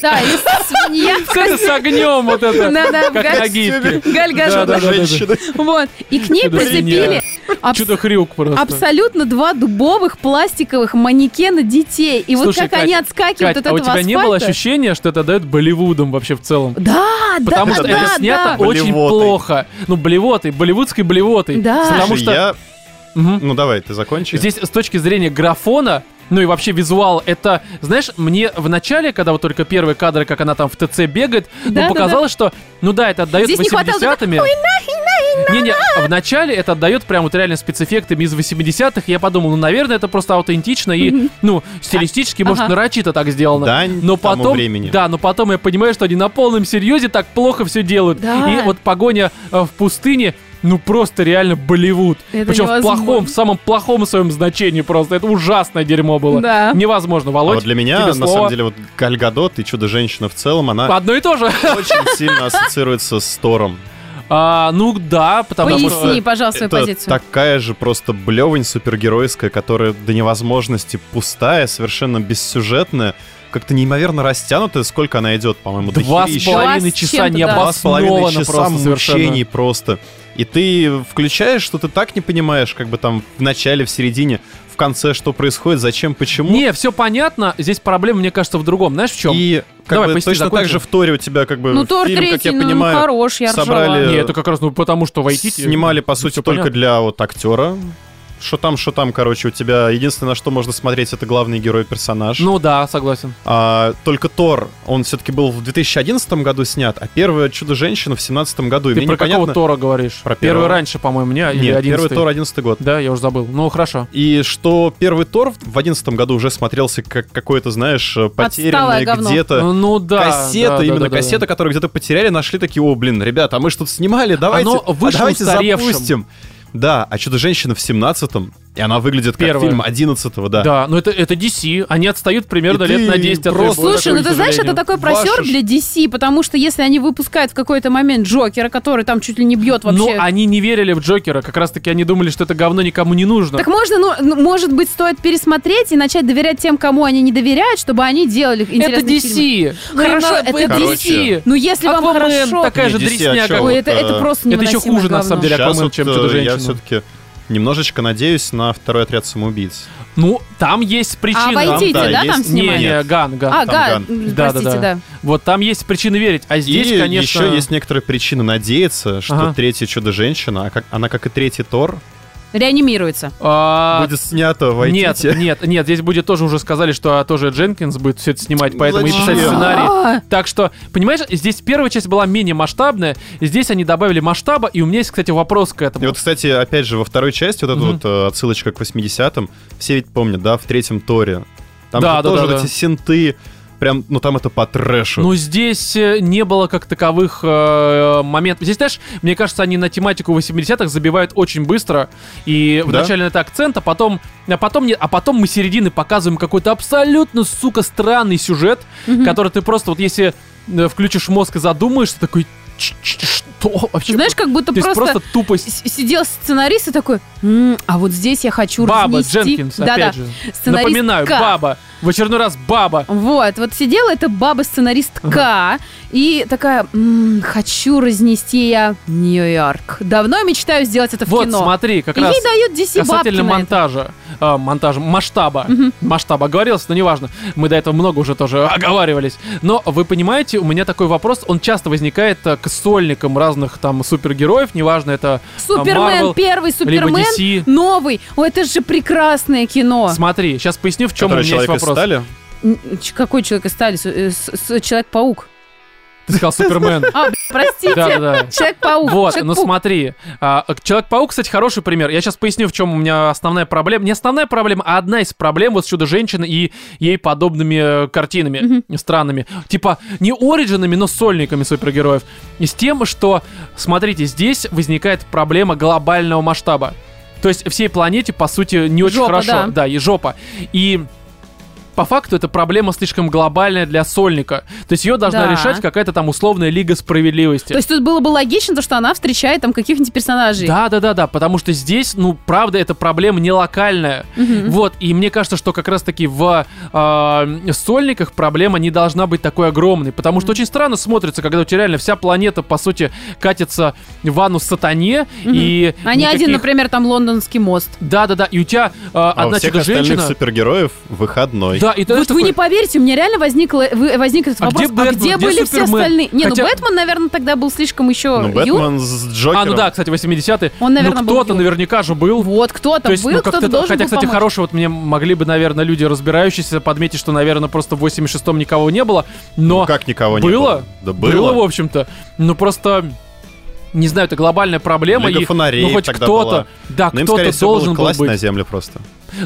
Speaker 3: Да, и свинья в
Speaker 1: Это с огнем вот это,
Speaker 3: Да-да, в
Speaker 1: как
Speaker 3: галь-
Speaker 1: на гифке.
Speaker 3: гальгажу.
Speaker 1: Да-да.
Speaker 2: Женщина.
Speaker 3: Вот. И к ней
Speaker 1: Чудо
Speaker 3: прицепили абс-
Speaker 1: Чудо хрюк просто.
Speaker 3: абсолютно два дубовых пластиковых манекена детей. И вот
Speaker 1: Слушай,
Speaker 3: как они
Speaker 1: Кать, Кать,
Speaker 3: отскакивают от
Speaker 1: а у
Speaker 3: этого
Speaker 1: тебя не было
Speaker 3: асфальта.
Speaker 1: ощущения, что это дает Болливудом вообще в целом?
Speaker 3: Да, да,
Speaker 1: Потому
Speaker 3: да,
Speaker 1: что
Speaker 3: да,
Speaker 1: это снято
Speaker 3: да.
Speaker 1: очень
Speaker 2: Болливотой.
Speaker 1: плохо. Ну, болевотой, болливудской болевотой.
Speaker 3: Да.
Speaker 1: Потому
Speaker 2: Слушай,
Speaker 1: что
Speaker 2: я...
Speaker 1: Мгм.
Speaker 2: Ну давай, ты закончи.
Speaker 1: здесь с точки зрения графона, ну и вообще визуал, это, знаешь, мне в начале, когда вот только первые кадры, как она там в ТЦ бегает,
Speaker 3: Да, да,
Speaker 1: ну показалось, что, ну да, это отдает
Speaker 3: Здесь не хватало только
Speaker 1: 80-ми. Не-не, в начале это отдает прям вот реально спецэффектами из 80-х. и Я подумал, ну, наверное, это просто аутентично и, ну, стилистически, может,
Speaker 3: Ага.
Speaker 1: нарочито так сделано.
Speaker 2: Дань
Speaker 1: но
Speaker 2: тому
Speaker 1: потом,
Speaker 2: времени.
Speaker 1: Да, но потом я понимаю, что они на полном серьезе так плохо все делают.
Speaker 3: Да.
Speaker 1: И вот погоня э, в пустыне, ну просто реально Болливуд.
Speaker 3: Это
Speaker 1: Причем в
Speaker 3: невозможно.
Speaker 1: плохом, в самом плохом своем значении просто. Это ужасное дерьмо было.
Speaker 3: Да.
Speaker 1: Невозможно,
Speaker 2: А
Speaker 1: Володь.
Speaker 2: вот для меня,
Speaker 1: тебе
Speaker 2: на
Speaker 1: слово.
Speaker 2: самом деле, вот Гальгадот и Чудо-женщина в целом, она
Speaker 1: Одно и то же.
Speaker 2: очень сильно ассоциируется с Тором.
Speaker 1: А, ну да, потому
Speaker 3: Поясни,
Speaker 1: что...
Speaker 3: пожалуйста, свою
Speaker 2: Это
Speaker 3: позицию.
Speaker 2: такая же просто блевань супергеройская, которая до невозможности пустая, совершенно бессюжетная, как-то неимоверно растянутая, сколько она идет, по-моему, до
Speaker 1: Два с
Speaker 2: херища.
Speaker 1: половиной
Speaker 3: Два с
Speaker 1: часа
Speaker 3: чем-то, да.
Speaker 2: Два с половиной
Speaker 1: необоснованно
Speaker 2: часа
Speaker 1: просто совершенно.
Speaker 2: мучений просто. И ты включаешь, что ты так не понимаешь, как бы там в начале, в середине, в конце, что происходит, зачем, почему.
Speaker 1: Не, все понятно. Здесь проблема, мне кажется, в другом. Знаешь, в чем?
Speaker 2: И как
Speaker 1: Давай,
Speaker 2: бы
Speaker 1: поясни,
Speaker 2: точно
Speaker 1: закончи.
Speaker 2: так же в Торе у тебя как бы
Speaker 3: Ну, Тор
Speaker 2: фильм, как
Speaker 3: третий,
Speaker 2: я
Speaker 3: ну,
Speaker 2: понимаю,
Speaker 3: ну, хорош, я
Speaker 2: собрали-
Speaker 3: ржала.
Speaker 1: Не, это как раз ну потому что войти.
Speaker 2: снимали, по сути, только для вот актера. что там, что там, короче, у тебя единственное, на что можно смотреть, это главный герой-персонаж.
Speaker 1: Ну да, согласен.
Speaker 2: А, только Тор, он все-таки был в 2011 году снят, а первое Чудо-женщина в 2017 году. И
Speaker 1: Ты
Speaker 2: мне
Speaker 1: про
Speaker 2: непонятно-
Speaker 1: какого Тора говоришь?
Speaker 2: Про
Speaker 1: первый
Speaker 2: первого.
Speaker 1: раньше, по-моему, не? или
Speaker 2: Нет,
Speaker 1: 11-й?
Speaker 2: первый Тор 11 год.
Speaker 1: Да, я уже забыл. Ну, хорошо.
Speaker 2: И что первый Тор в 11 году уже смотрелся как какое-то, знаешь, потерянное
Speaker 3: говно.
Speaker 2: где-то...
Speaker 1: Ну, ну да.
Speaker 2: кассета,
Speaker 1: да, да,
Speaker 2: именно
Speaker 1: да, да,
Speaker 2: кассета,
Speaker 1: да.
Speaker 2: которую где-то потеряли, нашли такие, о, блин, ребята, а мы что-то снимали, давайте,
Speaker 1: Оно
Speaker 2: а
Speaker 1: вышло
Speaker 2: давайте
Speaker 1: устаревшим.
Speaker 2: запустим. Да, а Чудо-женщина в 17-м, и она выглядит как
Speaker 1: Первая.
Speaker 2: фильм 11-го, да.
Speaker 1: Да, но это, это DC. Они отстают примерно
Speaker 2: И
Speaker 1: лет на
Speaker 2: ты
Speaker 1: 10 от
Speaker 2: просто-
Speaker 1: Apple,
Speaker 3: Слушай, ну
Speaker 1: к
Speaker 3: ты знаешь, это
Speaker 1: сожалению.
Speaker 3: такой просер
Speaker 2: Ваши ж-
Speaker 3: для DC, потому что если они выпускают в какой-то момент Джокера, который там чуть ли не бьет вообще...
Speaker 1: Ну, они не верили в Джокера. Как раз-таки они думали, что это говно никому не нужно.
Speaker 3: Так можно, ну, ну, может быть, стоит пересмотреть и начать доверять тем, кому они не доверяют, чтобы они делали
Speaker 1: это
Speaker 3: интересные фильмы.
Speaker 1: DC.
Speaker 3: Ну,
Speaker 1: Хорошо,
Speaker 3: это
Speaker 1: это
Speaker 2: Короче.
Speaker 1: DC.
Speaker 3: Ну, если вам
Speaker 1: Аквамен
Speaker 3: хорошо...
Speaker 1: А такая
Speaker 2: Не
Speaker 1: же
Speaker 2: DC, а
Speaker 1: дресня,
Speaker 2: чё
Speaker 1: как-
Speaker 2: вот,
Speaker 3: Ой, это,
Speaker 2: э,
Speaker 3: это просто
Speaker 1: это еще
Speaker 3: невыносимое
Speaker 1: хуже, на самом
Speaker 3: говно.
Speaker 1: деле.
Speaker 2: Сейчас
Speaker 1: Аквамен,
Speaker 2: вот,
Speaker 1: чем
Speaker 2: э,
Speaker 1: Чудо-женщина.
Speaker 2: Я все-таки немножечко надеюсь на второй отряд самоубийц.
Speaker 1: Ну, там есть
Speaker 3: А
Speaker 1: причина.
Speaker 3: Вайтити,
Speaker 2: да,
Speaker 3: да, там
Speaker 2: есть-
Speaker 1: Не,
Speaker 3: снимали?
Speaker 1: не, Ган, Ган.
Speaker 2: там
Speaker 3: А,
Speaker 2: Ган.
Speaker 3: Ган,
Speaker 1: Да, да,
Speaker 3: простите,
Speaker 1: да.
Speaker 3: да.
Speaker 1: Вот там есть причины верить. А здесь,
Speaker 2: и
Speaker 1: конечно...
Speaker 2: еще есть некоторые причины надеяться, что
Speaker 1: Ага.
Speaker 2: третье Чудо-женщина, а как- она как и третий Тор,
Speaker 3: Реанимируется.
Speaker 1: а,
Speaker 2: будет снята в
Speaker 1: Нет,
Speaker 2: Айтите.
Speaker 1: нет, нет, здесь будет тоже уже сказали, что тоже Дженкинс будет все это снимать, поэтому и писать
Speaker 2: Зачем?
Speaker 1: сценарий.
Speaker 3: А,
Speaker 1: Так что, понимаешь, здесь первая часть была менее масштабная, здесь они добавили масштаба, и у меня есть, кстати, вопрос к этому.
Speaker 2: И вот, кстати, опять же, во второй части вот эта
Speaker 1: Мгм.
Speaker 2: вот э, отсылочка к 80-м, все ведь помнят, да, в третьем Торе. Там
Speaker 1: Да,
Speaker 2: же
Speaker 1: да,
Speaker 2: тоже
Speaker 1: да,
Speaker 2: вот
Speaker 1: да.
Speaker 2: эти синты, прям, ну там это по трэшу.
Speaker 1: Но здесь э, не было как таковых э, моментов. Здесь, знаешь, мне кажется, они на тематику 80-х забивают очень быстро. И
Speaker 2: Да?
Speaker 1: вначале на это акцент, а потом, а потом, не- а потом мы середины показываем какой-то абсолютно, сука, странный сюжет,
Speaker 3: Мгм.
Speaker 1: который ты просто вот если э, включишь мозг и задумаешься, такой, «Ч- ч- что вообще?
Speaker 3: Знаешь, как будто
Speaker 1: То есть
Speaker 3: просто
Speaker 1: просто тупость.
Speaker 3: с- сидел сценарист и такой, «М, а вот здесь я хочу
Speaker 1: Баба
Speaker 3: разнести».
Speaker 1: Дженкинс,
Speaker 3: Да,
Speaker 1: опять
Speaker 3: да.
Speaker 1: же.
Speaker 3: Сценарист
Speaker 1: Напоминаю,
Speaker 3: К.
Speaker 1: баба. В очередной раз баба.
Speaker 3: Вот, вот сидела эта баба-сценаристка и такая, «М, хочу разнести я Нью-Йорк. Давно мечтаю сделать это в
Speaker 1: вот,
Speaker 3: кино.
Speaker 1: смотри, как
Speaker 3: И
Speaker 1: раз
Speaker 3: ей дают DC бабки
Speaker 1: касательно
Speaker 3: на это.
Speaker 1: монтажа. А, монтажа, масштаба. Масштаба оговорился, но неважно. Мы до этого много уже тоже оговаривались. Но вы понимаете, у меня такой вопрос, он часто возникает э, к сольникам разных там супергероев, неважно, это э,
Speaker 3: Супермен,
Speaker 1: Marvel,
Speaker 3: первый Супермен,
Speaker 1: DC.
Speaker 3: новый. О, это же прекрасное кино.
Speaker 1: Смотри, сейчас поясню, в чем у
Speaker 2: Который
Speaker 1: меня есть
Speaker 2: «Человек из
Speaker 1: вопрос.
Speaker 2: стали».
Speaker 3: Н- ч- Какой человек из стали? Су- э, с- с- Человек-паук.
Speaker 1: Ты сказал Супермен.
Speaker 3: А, б- простите.
Speaker 1: Да-да-да.
Speaker 3: Человек-паук.
Speaker 1: Вот, ну
Speaker 3: Человек-паук.
Speaker 1: смотри, а, Человек-паук, кстати, хороший пример. Я сейчас поясню, в чем у меня основная проблема. Не основная проблема, а одна из проблем вот с Чудо-женщиной и ей подобными э, картинами странными. Типа не ориджинами, но сольниками супергероев. И с тем, что, смотрите, здесь возникает проблема глобального масштаба. То есть всей планете, по сути, не очень
Speaker 3: Жопа,
Speaker 1: хорошо.
Speaker 3: да.
Speaker 1: да, и жопа. И по факту эта проблема слишком глобальная для сольника. То есть ее должна
Speaker 3: Да.
Speaker 1: решать какая-то там условная лига справедливости.
Speaker 3: То есть тут было бы логично, то, что она встречает там каких-нибудь персонажей.
Speaker 1: Да, да, да, да, потому что здесь, ну, правда, эта проблема не локальная.
Speaker 3: Мгм.
Speaker 1: Вот, и мне кажется, что как раз-таки в э, сольниках проблема не должна быть такой огромной, потому что очень странно смотрится, когда у тебя реально вся планета, по сути, катится в ванну сатане, и...
Speaker 3: А не один,
Speaker 1: никаких-
Speaker 3: например, там лондонский мост.
Speaker 1: Да, да, да, и у тебя э,
Speaker 2: А у
Speaker 1: одна
Speaker 2: всех остальных
Speaker 1: чудо-женщина...
Speaker 2: супергероев выходной.
Speaker 1: Да, и ты
Speaker 3: Вот
Speaker 1: такой,
Speaker 3: вы не поверите, у меня реально возникло, вы- возник этот
Speaker 1: А
Speaker 3: вопрос,
Speaker 1: где Бэтмен?
Speaker 3: а где
Speaker 1: Где
Speaker 3: были все
Speaker 1: Супермен?
Speaker 3: остальные? Не,
Speaker 1: Хотя-
Speaker 3: ну Бэтмен, наверное, тогда был слишком еще
Speaker 2: Ну,
Speaker 3: юн.
Speaker 2: Бэтмен с Джокером.
Speaker 1: А, ну да, кстати, 80-е.
Speaker 3: Он, наверное,
Speaker 1: ну,
Speaker 3: был
Speaker 1: кто-то
Speaker 3: Ю.
Speaker 1: наверняка же был.
Speaker 3: Вот, кто-то был,
Speaker 1: ну, как-то
Speaker 3: кто-то
Speaker 1: это-
Speaker 3: должен
Speaker 1: Хотя,
Speaker 3: был
Speaker 1: кстати,
Speaker 3: помочь.
Speaker 1: хороший, вот мне могли бы, наверное, люди, разбирающиеся, подметить, что, наверное, просто в 86-м никого не было. Но
Speaker 2: Ну, как никого не
Speaker 1: было?
Speaker 2: было? Да
Speaker 1: было. в
Speaker 2: было.
Speaker 1: общем-то. Ну, просто... Не знаю, это глобальная проблема.
Speaker 2: Лига
Speaker 1: и,
Speaker 2: фонарей
Speaker 1: ну, хоть
Speaker 2: тогда
Speaker 1: кто-то,
Speaker 2: была.
Speaker 1: да,
Speaker 2: Но им, скорее
Speaker 1: а кто-то
Speaker 2: всего, было
Speaker 1: должен был
Speaker 2: класть
Speaker 1: быть.
Speaker 2: на землю просто.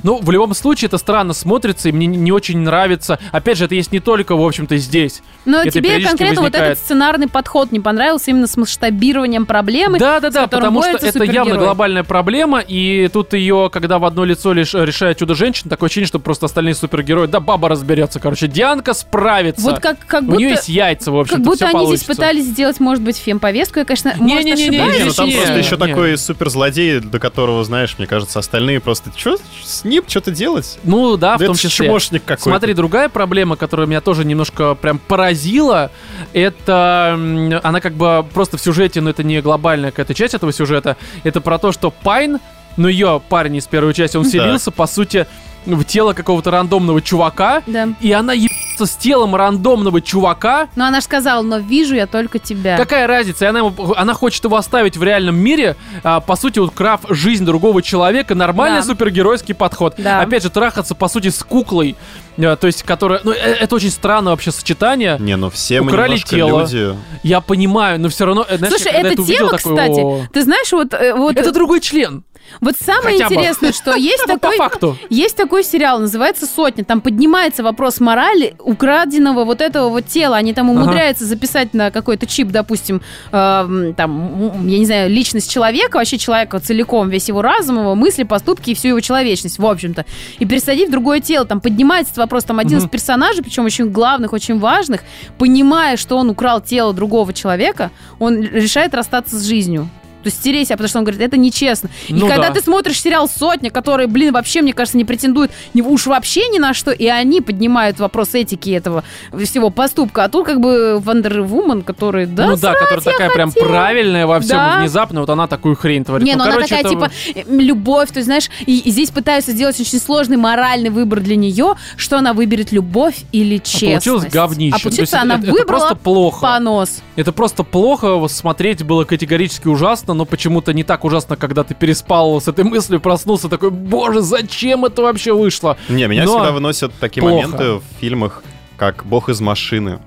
Speaker 1: Ну, в любом случае, это странно смотрится, и мне не очень нравится. Опять же, это есть не только, в общем-то, здесь.
Speaker 3: Но
Speaker 1: Это
Speaker 3: тебе
Speaker 1: периодически
Speaker 3: конкретно вот
Speaker 1: возникает.
Speaker 3: этот сценарный подход не понравился именно с масштабированием проблемы.
Speaker 1: Да, да, да,
Speaker 3: которым
Speaker 1: потому что
Speaker 3: борется
Speaker 1: это явно
Speaker 3: супергерой.
Speaker 1: глобальная проблема, и тут ее, когда в одно лицо лишь э, решает чудо-женщина, такое ощущение, что просто остальные супергерои, да, баба разберется, короче, Дианка справится.
Speaker 3: Вот как, как
Speaker 1: У
Speaker 3: будто,
Speaker 1: нее есть яйца, в общем-то,
Speaker 3: как будто
Speaker 1: всё
Speaker 3: они
Speaker 1: получится.
Speaker 3: здесь пытались сделать, может быть, фемповестку. Я, конечно,
Speaker 1: Не-не-не-не,
Speaker 3: может,
Speaker 1: здесь
Speaker 3: ошибаюсь.
Speaker 2: Не, ну
Speaker 1: Знаешь,
Speaker 2: там
Speaker 1: не,
Speaker 2: просто еще
Speaker 1: не.
Speaker 2: такой суперзлодей, до которого, знаешь, мне кажется, остальные просто... Че с ним что-то делать?
Speaker 1: Ну да, в
Speaker 2: Да
Speaker 1: том
Speaker 2: это ж
Speaker 1: числе.
Speaker 2: чмошник какой-то.
Speaker 1: Смотри, другая проблема, которая меня тоже немножко прям поразила, это м, она как бы просто в сюжете, но это не глобальная какая-то часть этого сюжета, это про то, что Пайн, ну ее парень из первой части, он
Speaker 2: Да.
Speaker 1: вселился, по сути, в тело какого-то рандомного чувака,
Speaker 3: Да.
Speaker 1: и она ебала бороться с телом рандомного чувака.
Speaker 3: Но она же сказала, но вижу я только тебя.
Speaker 1: Какая разница? И она, ему- она хочет его оставить в реальном мире, а, по сути, украв жизнь другого человека. Нормальный
Speaker 3: Да.
Speaker 1: супергеройский подход.
Speaker 3: Да.
Speaker 1: Опять же, трахаться, по сути, с куклой, э, то есть, которая... Ну, э, это очень странное вообще сочетание.
Speaker 2: Не, ну все мы
Speaker 1: Украли
Speaker 2: немножко
Speaker 1: тело.
Speaker 2: люди.
Speaker 1: Я понимаю, но все равно... э, знаешь,
Speaker 3: Слушай,
Speaker 1: я когда
Speaker 3: эта
Speaker 1: это увидел,
Speaker 3: тема,
Speaker 1: такой,
Speaker 3: кстати,
Speaker 1: «О,
Speaker 3: ты знаешь, вот, э, вот,
Speaker 1: это другой член.
Speaker 3: вот самое
Speaker 1: хотя бы.
Speaker 3: интересное, что есть
Speaker 1: Ну, По
Speaker 3: такой...
Speaker 1: факту.
Speaker 3: Есть такой сериал, называется «Сотня». Там поднимается вопрос морали украденного вот этого вот тела. Они там умудряются записать на какой-то чип, допустим, эм, там, м, я не знаю, личность человека, вообще человека целиком, весь его разум, его мысли, поступки и всю его человечность, в общем-то. И пересадить в другое тело. Там поднимается этот вопрос, там один
Speaker 1: Мгм.
Speaker 3: из персонажей, причем очень главных, очень важных, понимая, что он украл тело другого человека, он решает расстаться с жизнью. То есть стереть себя, потому что он говорит, это нечестно. И
Speaker 1: Ну
Speaker 3: когда
Speaker 1: да.
Speaker 3: ты смотришь сериал «Сотня», который, блин, вообще, мне кажется, не претендует ни уж вообще ни на что, и они поднимают вопрос этики этого всего поступка. А тут как бы Вандервумен, который, да,
Speaker 1: ну да, которая такая прям правильная во всем
Speaker 3: Да.
Speaker 1: внезапно, вот она такую хрень творит.
Speaker 3: не, ну, она
Speaker 1: короче,
Speaker 3: такая,
Speaker 1: это-
Speaker 3: типа, э, любовь, то есть, знаешь, и, и здесь пытаются сделать очень сложный моральный выбор для нее, что она выберет, любовь или
Speaker 1: а
Speaker 3: честность.
Speaker 1: Получилось говнище.
Speaker 3: А
Speaker 1: То есть
Speaker 3: получится,
Speaker 1: это-
Speaker 3: она
Speaker 1: это, это
Speaker 3: выбрала
Speaker 1: просто плохо.
Speaker 3: понос.
Speaker 1: Это просто плохо, смотреть было категорически ужасно, но почему-то не так ужасно, когда ты переспал с этой мыслью, проснулся такой, боже, зачем это вообще вышло?
Speaker 2: Не, меня
Speaker 1: Но
Speaker 2: всегда выносят такие
Speaker 1: плохо.
Speaker 2: моменты в фильмах, как «Бог из машины».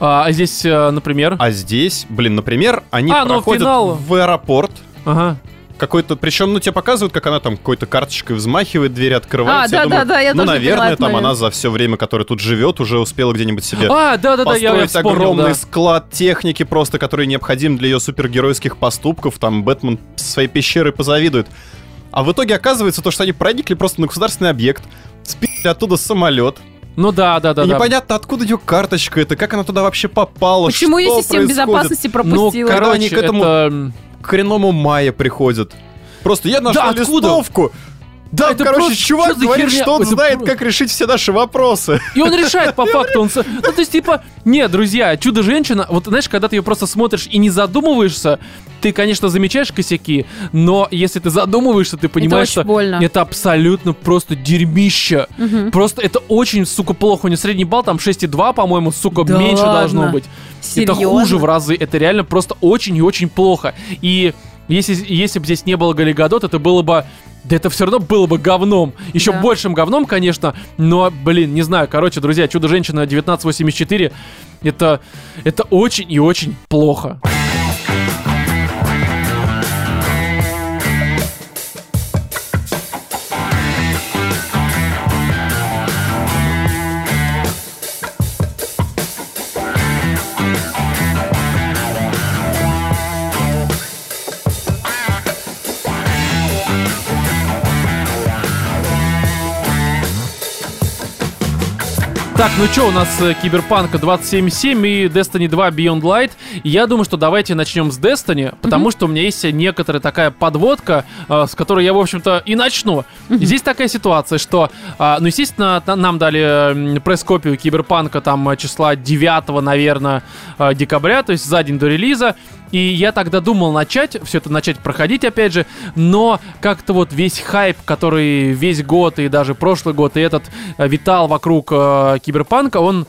Speaker 1: А здесь, э, например...
Speaker 2: А здесь, блин, например, они
Speaker 1: А, ну,
Speaker 2: проходят
Speaker 1: финал.
Speaker 2: в аэропорт,
Speaker 1: Ага.
Speaker 2: какой-то, причем, ну, тебе показывают, как она там какой-то карточкой взмахивает, дверь открывается.
Speaker 3: А,
Speaker 2: я
Speaker 3: да,
Speaker 2: думаю,
Speaker 3: да, да, я
Speaker 2: Ну,
Speaker 3: тоже не
Speaker 2: наверное,
Speaker 3: поняла,
Speaker 2: там
Speaker 3: наверное.
Speaker 2: она за все время, которое тут живет, уже успела где-нибудь себе
Speaker 1: А, да-да-да, я, я
Speaker 2: э, построить
Speaker 1: вспомнил,
Speaker 2: огромный
Speaker 1: да.
Speaker 2: склад техники просто, который необходим для ее супергеройских поступков. Там Бэтмен со своей пещерой позавидует. А в итоге оказывается то, что они проникли просто на государственный объект, спили оттуда самолет.
Speaker 1: Ну да, да, да,
Speaker 2: и
Speaker 1: да.
Speaker 2: непонятно, откуда ее карточка это, как она туда вообще попала,
Speaker 3: Почему ее
Speaker 2: что
Speaker 3: система
Speaker 2: происходит.
Speaker 3: безопасности
Speaker 1: Ну,
Speaker 3: пропустила?
Speaker 2: Когда
Speaker 1: короче,
Speaker 2: они к этому-
Speaker 1: это... м,
Speaker 2: К коренному мая приходят. Просто я
Speaker 1: Да,
Speaker 2: нашел
Speaker 1: откуда?
Speaker 2: листовку. Да,
Speaker 1: Это
Speaker 2: короче,
Speaker 1: просто-
Speaker 2: чувак
Speaker 1: что за
Speaker 2: говорит,
Speaker 1: херня?
Speaker 2: что он
Speaker 1: Это
Speaker 2: знает,
Speaker 1: просто-
Speaker 2: как решить все наши вопросы.
Speaker 1: И он решает по факту. Он... с- Ну, то есть, типа, не, друзья, чудо-женщина, вот знаешь, когда ты ее просто смотришь и не задумываешься, ты, конечно, замечаешь косяки, но если ты задумываешься, ты понимаешь,
Speaker 3: очень
Speaker 1: что
Speaker 3: больно.
Speaker 1: это абсолютно просто дерьмище.
Speaker 3: Мгм.
Speaker 1: Просто это очень, сука, плохо. У нее средний балл там 6,2, по-моему, сука,
Speaker 3: Да
Speaker 1: меньше
Speaker 3: ладно?
Speaker 1: должно быть.
Speaker 3: Серьезно?
Speaker 1: Это хуже в разы. Это реально просто очень и очень плохо. И если, если бы здесь не было Галигадот, это было бы... Да это все равно было бы говном. Еще
Speaker 3: Да.
Speaker 1: большим говном, конечно. Но, блин, не знаю. Короче, друзья, «Чудо-женщина» 1984. Это, это очень и очень плохо. Так, ну что, у нас э, Киберпанка 27.7 и Destiny 2 Beyond Light. Я думаю, что давайте начнем с Destiny, потому что у меня есть некоторая такая подводка, э, с которой я, в общем-то, и начну. Здесь такая ситуация, что, а, ну, естественно, та- нам дали э, м, пресс-копию Киберпанка там э, числа 9, наверное, э, декабря, то есть за день до релиза. И я тогда думал начать, все это начать проходить, опять же, но как-то вот весь хайп, который весь год и даже прошлый год и этот э, витал вокруг э, Киберпанка, он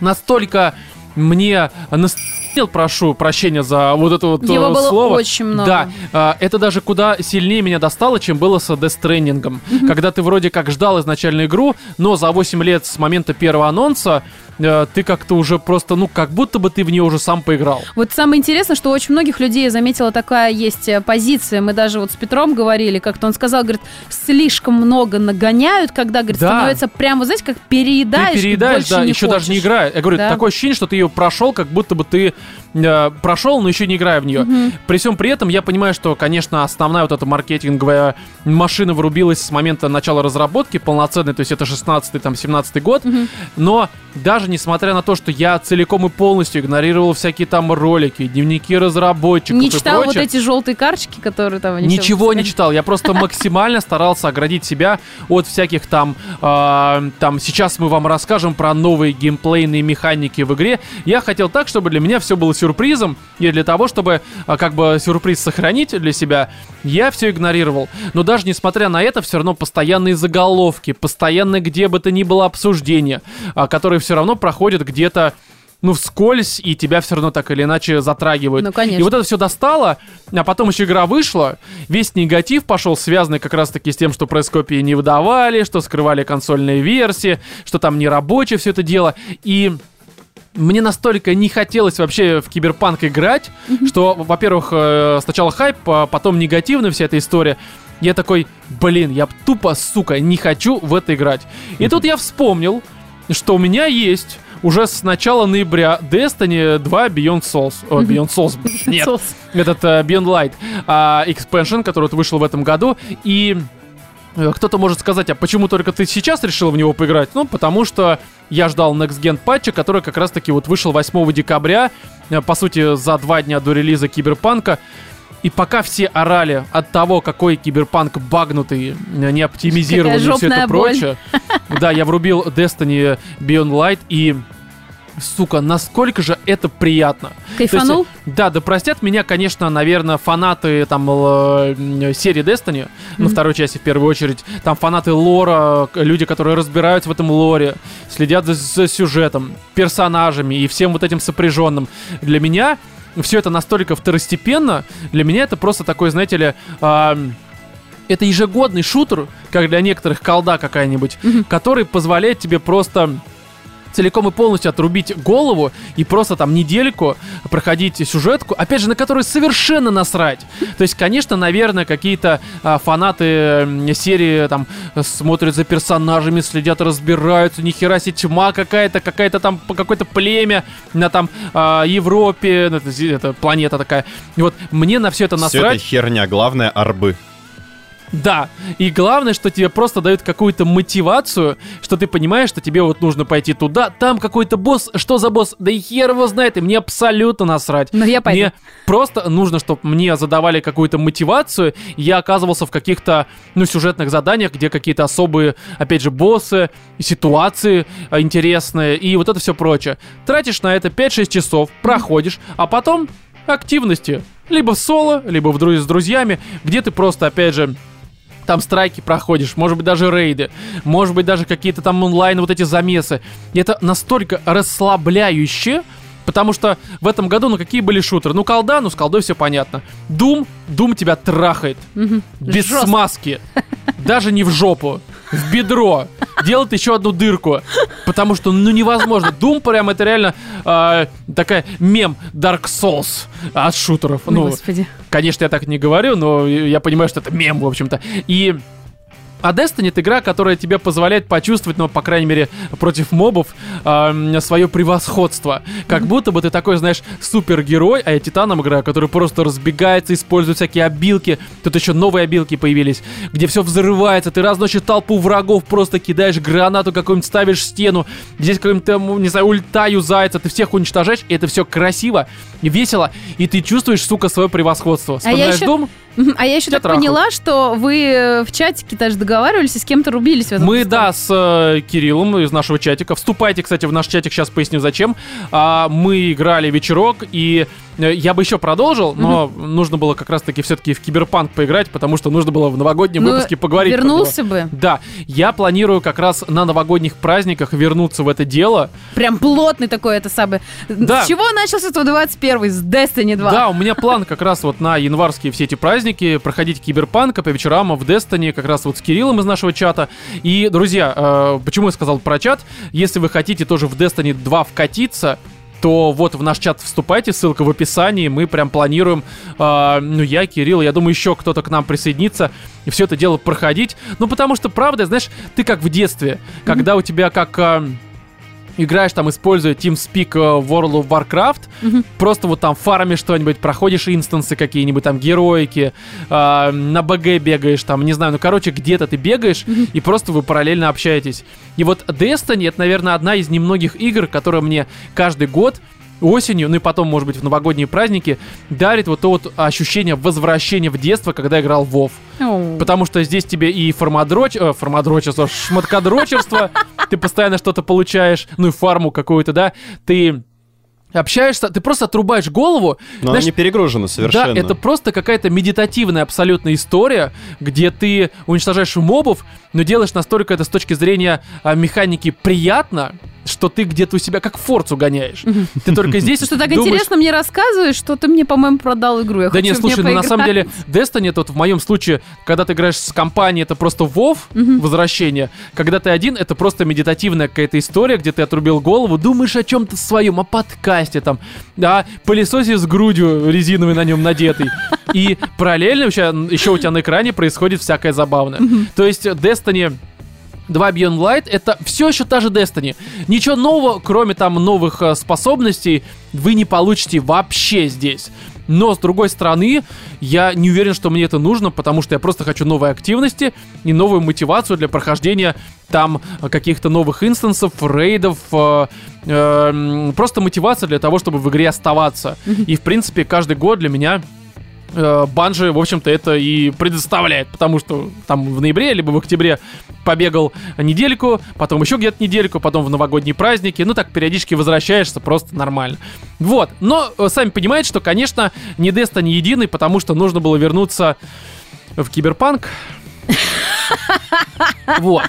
Speaker 1: настолько мне наступил, прошу прощения за вот это вот э,
Speaker 3: Его было
Speaker 1: слово.
Speaker 3: очень много.
Speaker 1: Да, а, это даже куда сильнее меня достало, чем было с Death Stranding. Когда ты вроде как ждал изначально игру, но за 8 лет с момента первого анонса э, ты как-то уже просто, ну, как будто бы ты в нее уже сам поиграл.
Speaker 3: Вот самое интересное, что у очень многих людей я заметила такая есть э, позиция. Мы даже вот с Петром говорили, как-то он сказал, говорит, слишком много нагоняют, когда, говорит,
Speaker 1: Да.
Speaker 3: становится прям, вот знаете, как переедаешь,
Speaker 1: ты переедаешь,
Speaker 3: и больше
Speaker 1: да,
Speaker 3: не
Speaker 1: еще
Speaker 3: хочешь.
Speaker 1: даже не играя. Я говорю,
Speaker 3: Да.
Speaker 1: такое ощущение, что ты ее прошел, как будто бы ты э, прошел, но еще не играя в нее.
Speaker 3: Мгм.
Speaker 1: При всем при этом я понимаю, что, конечно, основная вот эта маркетинговая машина врубилась с момента начала разработки полноценной, то есть это 16-17 год,
Speaker 3: Мгм.
Speaker 1: но даже даже несмотря на то, что я целиком и полностью игнорировал всякие там ролики, дневники разработчиков
Speaker 3: Не
Speaker 1: и
Speaker 3: читал вот
Speaker 1: прочее,
Speaker 3: эти желтые карточки, которые там... они все
Speaker 1: Ничего не
Speaker 3: выпускали.
Speaker 1: читал, я просто максимально старался оградить себя от всяких там, э, там, сейчас мы вам расскажем про новые геймплейные механики в игре. Я хотел так, чтобы для меня все было сюрпризом, и для того, чтобы а, как бы сюрприз сохранить для себя, я все игнорировал. Но даже несмотря на это, все равно постоянные заголовки, постоянно где бы то ни было обсуждение, а, которые все равно проходят где-то ну, вскользь, и тебя все равно так или иначе затрагивают.
Speaker 3: Ну, конечно.
Speaker 1: И вот это все достало, а потом еще игра вышла, весь негатив пошел, связанный как раз-таки с тем, что пресс-копии не выдавали, что скрывали консольные версии, что там нерабочее все это дело, и... Мне настолько не хотелось вообще в киберпанк играть, что, во-первых, э, сначала хайп, а потом негативная вся эта история. Я такой, блин, я тупо, сука, не хочу в это играть. И тут я вспомнил, что у меня есть уже с начала ноября Destiny 2 Beyond Souls. О, Beyond Souls, нет,
Speaker 3: Соус.
Speaker 1: этот э, Beyond Light а, Expansion, который вот вышел в этом году, и э, кто-то может сказать, а почему только ты сейчас решил в него поиграть? Ну, потому что я ждал Next Gen патча, который как раз-таки вот вышел 8 декабря, э, по сути, за два дня до релиза Киберпанка. И пока все орали от того, какой киберпанк багнутый, э, не оптимизированный,
Speaker 3: Какая
Speaker 1: все это
Speaker 3: жопная боль.
Speaker 1: прочее. Да, я врубил Destiny Beyond Light и, сука, насколько же это приятно.
Speaker 3: Кайфанул?
Speaker 1: То есть, да, да простят меня, конечно, наверное, фанаты там л- м, серии Destiny, на второй части в первую очередь, там фанаты лора, к- люди, которые разбираются в этом лоре, следят за, за сюжетом, персонажами и всем вот этим сопряженным. Для меня все это настолько второстепенно, для меня это просто такой, знаете ли, ам, это ежегодный шутер, как для некоторых колда какая-нибудь, который позволяет тебе просто целиком и полностью отрубить голову и просто там недельку проходить сюжетку, опять же, на которую совершенно насрать. То есть, конечно, наверное, какие-то а, фанаты м, серии там смотрят за персонажами, следят, разбираются, нихера себе тьма какая-то, какая-то там по- какое-то племя на там а, Европе, ну, это, зи- это планета такая. И вот мне на все это
Speaker 2: Все это
Speaker 1: насрать.
Speaker 2: херня, главное арбы.
Speaker 1: Да, и главное, что тебе просто дают какую-то мотивацию, что ты понимаешь, что тебе вот нужно пойти туда, там какой-то босс, что за босс, да и хер его знает, и мне абсолютно насрать.
Speaker 3: Но я пойду.
Speaker 1: Мне просто нужно, чтобы мне задавали какую-то мотивацию, и я оказывался в каких-то, ну, сюжетных заданиях, где какие-то особые, опять же, боссы, и ситуации а, интересные, и вот это все прочее. Тратишь на это 5-6 часов, проходишь, а потом активности. Либо в соло, либо в друз- с друзьями, где ты просто, опять же, там страйки проходишь, может быть, даже рейды, может быть, даже какие-то там онлайн вот эти замесы. И это настолько расслабляюще, потому что в этом году, ну, какие были шутеры? Ну, колда, ну, с колдой все понятно. Дум, Дум тебя трахает. Без
Speaker 3: Жестко.
Speaker 1: смазки. Даже не в жопу, в бедро. Делает еще одну дырку. Потому что, ну, невозможно. Дум прям это реально э, такая мем Dark Souls от шутеров.
Speaker 3: Ой,
Speaker 1: Ну,
Speaker 3: Господи.
Speaker 1: Конечно, я так не говорю, но я понимаю, что это мем, в общем-то. И а Destiny — это игра, которая тебе позволяет почувствовать, ну, по крайней мере, против мобов, свое превосходство. Как будто бы ты такой, знаешь, супергерой, а я Титаном играю, который просто разбегается, использует всякие обилки. Тут еще новые обилки появились, где все взрывается, ты разносишь толпу врагов, просто кидаешь гранату какую-нибудь, ставишь в стену, здесь какой-нибудь, там, не знаю, ульта юзается, ты всех уничтожаешь, и это все красиво, весело, и ты чувствуешь, сука, свое превосходство.
Speaker 3: А я
Speaker 1: Вспоминаешь
Speaker 3: еще-
Speaker 1: дом?
Speaker 3: Мгм. А я еще
Speaker 1: Тебя
Speaker 3: так
Speaker 1: трахают.
Speaker 3: поняла, что вы э, в чатике даже договаривались и с кем-то рубились в этом.
Speaker 1: Мы, да, с э, Кириллом из нашего чатика. Вступайте, кстати, в наш чатик, сейчас поясню зачем. А, мы играли вечерок, и э, я бы еще продолжил, но нужно было как раз-таки все-таки в Киберпанк поиграть, потому что нужно было в новогоднем
Speaker 3: Ну,
Speaker 1: выпуске поговорить. про него.
Speaker 3: Вернулся бы.
Speaker 1: Да, я планирую как раз на новогодних праздниках вернуться в это дело.
Speaker 3: Прям плотный такой это самый.
Speaker 1: Да.
Speaker 3: С чего начался 121 С Destiny 2.
Speaker 1: Да, у меня план как раз вот на январские все эти праздники проходить киберпанка по вечерам в Destiny, как раз вот с Кириллом из нашего чата. И, друзья, э, почему я сказал про чат? Если вы хотите тоже в Destiny 2 вкатиться, то вот в наш чат вступайте, ссылка в описании. Мы прям планируем, э, ну я, Кирилл, я думаю, еще кто-то к нам присоединится и все это дело проходить. Ну потому что, правда, знаешь, ты как в детстве, когда у тебя как... э, играешь там, используя TeamSpeak э, в World of Warcraft,
Speaker 3: Мгм.
Speaker 1: просто вот там фармишь что-нибудь, проходишь инстансы какие-нибудь, там героики, э, на БГ бегаешь, там, не знаю, ну, короче, где-то ты бегаешь, и просто вы параллельно общаетесь. И вот Destiny, это, наверное, одна из немногих игр, которая мне каждый год осенью, ну и потом, может быть, в новогодние праздники, дарит вот то вот ощущение возвращения в детство, когда играл в WoW.
Speaker 3: Оу.
Speaker 1: Потому что здесь тебе и формадроч... э, формадрочество, шматкодрочество, ты постоянно что-то получаешь, ну и фарму какую-то, да, ты общаешься, ты просто отрубаешь голову.
Speaker 2: Но
Speaker 1: знаешь,
Speaker 2: она не перегружена совершенно.
Speaker 1: Да, это просто какая-то медитативная абсолютная история, где ты уничтожаешь мобов, но делаешь настолько это с точки зрения а, механики приятно, что ты где-то у себя как форцу гоняешь. Ты только здесь
Speaker 3: Ты что так
Speaker 1: думаешь,
Speaker 3: интересно мне рассказываешь, что ты мне, по-моему, продал игру. Я
Speaker 1: да
Speaker 3: хочу
Speaker 1: нет,
Speaker 3: в
Speaker 1: слушай,
Speaker 3: нее
Speaker 1: ну на самом
Speaker 3: поиграть.
Speaker 1: деле Destiny, это вот в моем случае, когда ты играешь с компанией, это просто WoW,
Speaker 3: Мгм.
Speaker 1: возвращение. Когда ты один, это просто медитативная какая-то история, где ты отрубил голову, думаешь о чем-то своем, о подкасте там, да, пылесосе с грудью резиновой на нем надетой. И параллельно еще у тебя на экране происходит всякое забавное. То есть Destiny 2 Beyond Light это все еще та же Destiny. Ничего нового, кроме там новых э, способностей, вы не получите вообще здесь. Но, с другой стороны, я не уверен, что мне это нужно, потому что я просто хочу новой активности и новую мотивацию для прохождения там э, каких-то новых инстансов, рейдов, э, эм, просто мотивация для того, чтобы в игре оставаться. И, в принципе, каждый год для меня э, Банжи, в общем-то, это и предоставляет, потому что там в ноябре либо в октябре побегал недельку, потом еще где-то недельку, потом в новогодние праздники, ну так периодически возвращаешься, просто нормально. Вот, но э, сами понимаете, что, конечно, не Деста не единый, потому что нужно было вернуться в Киберпанк. Вот.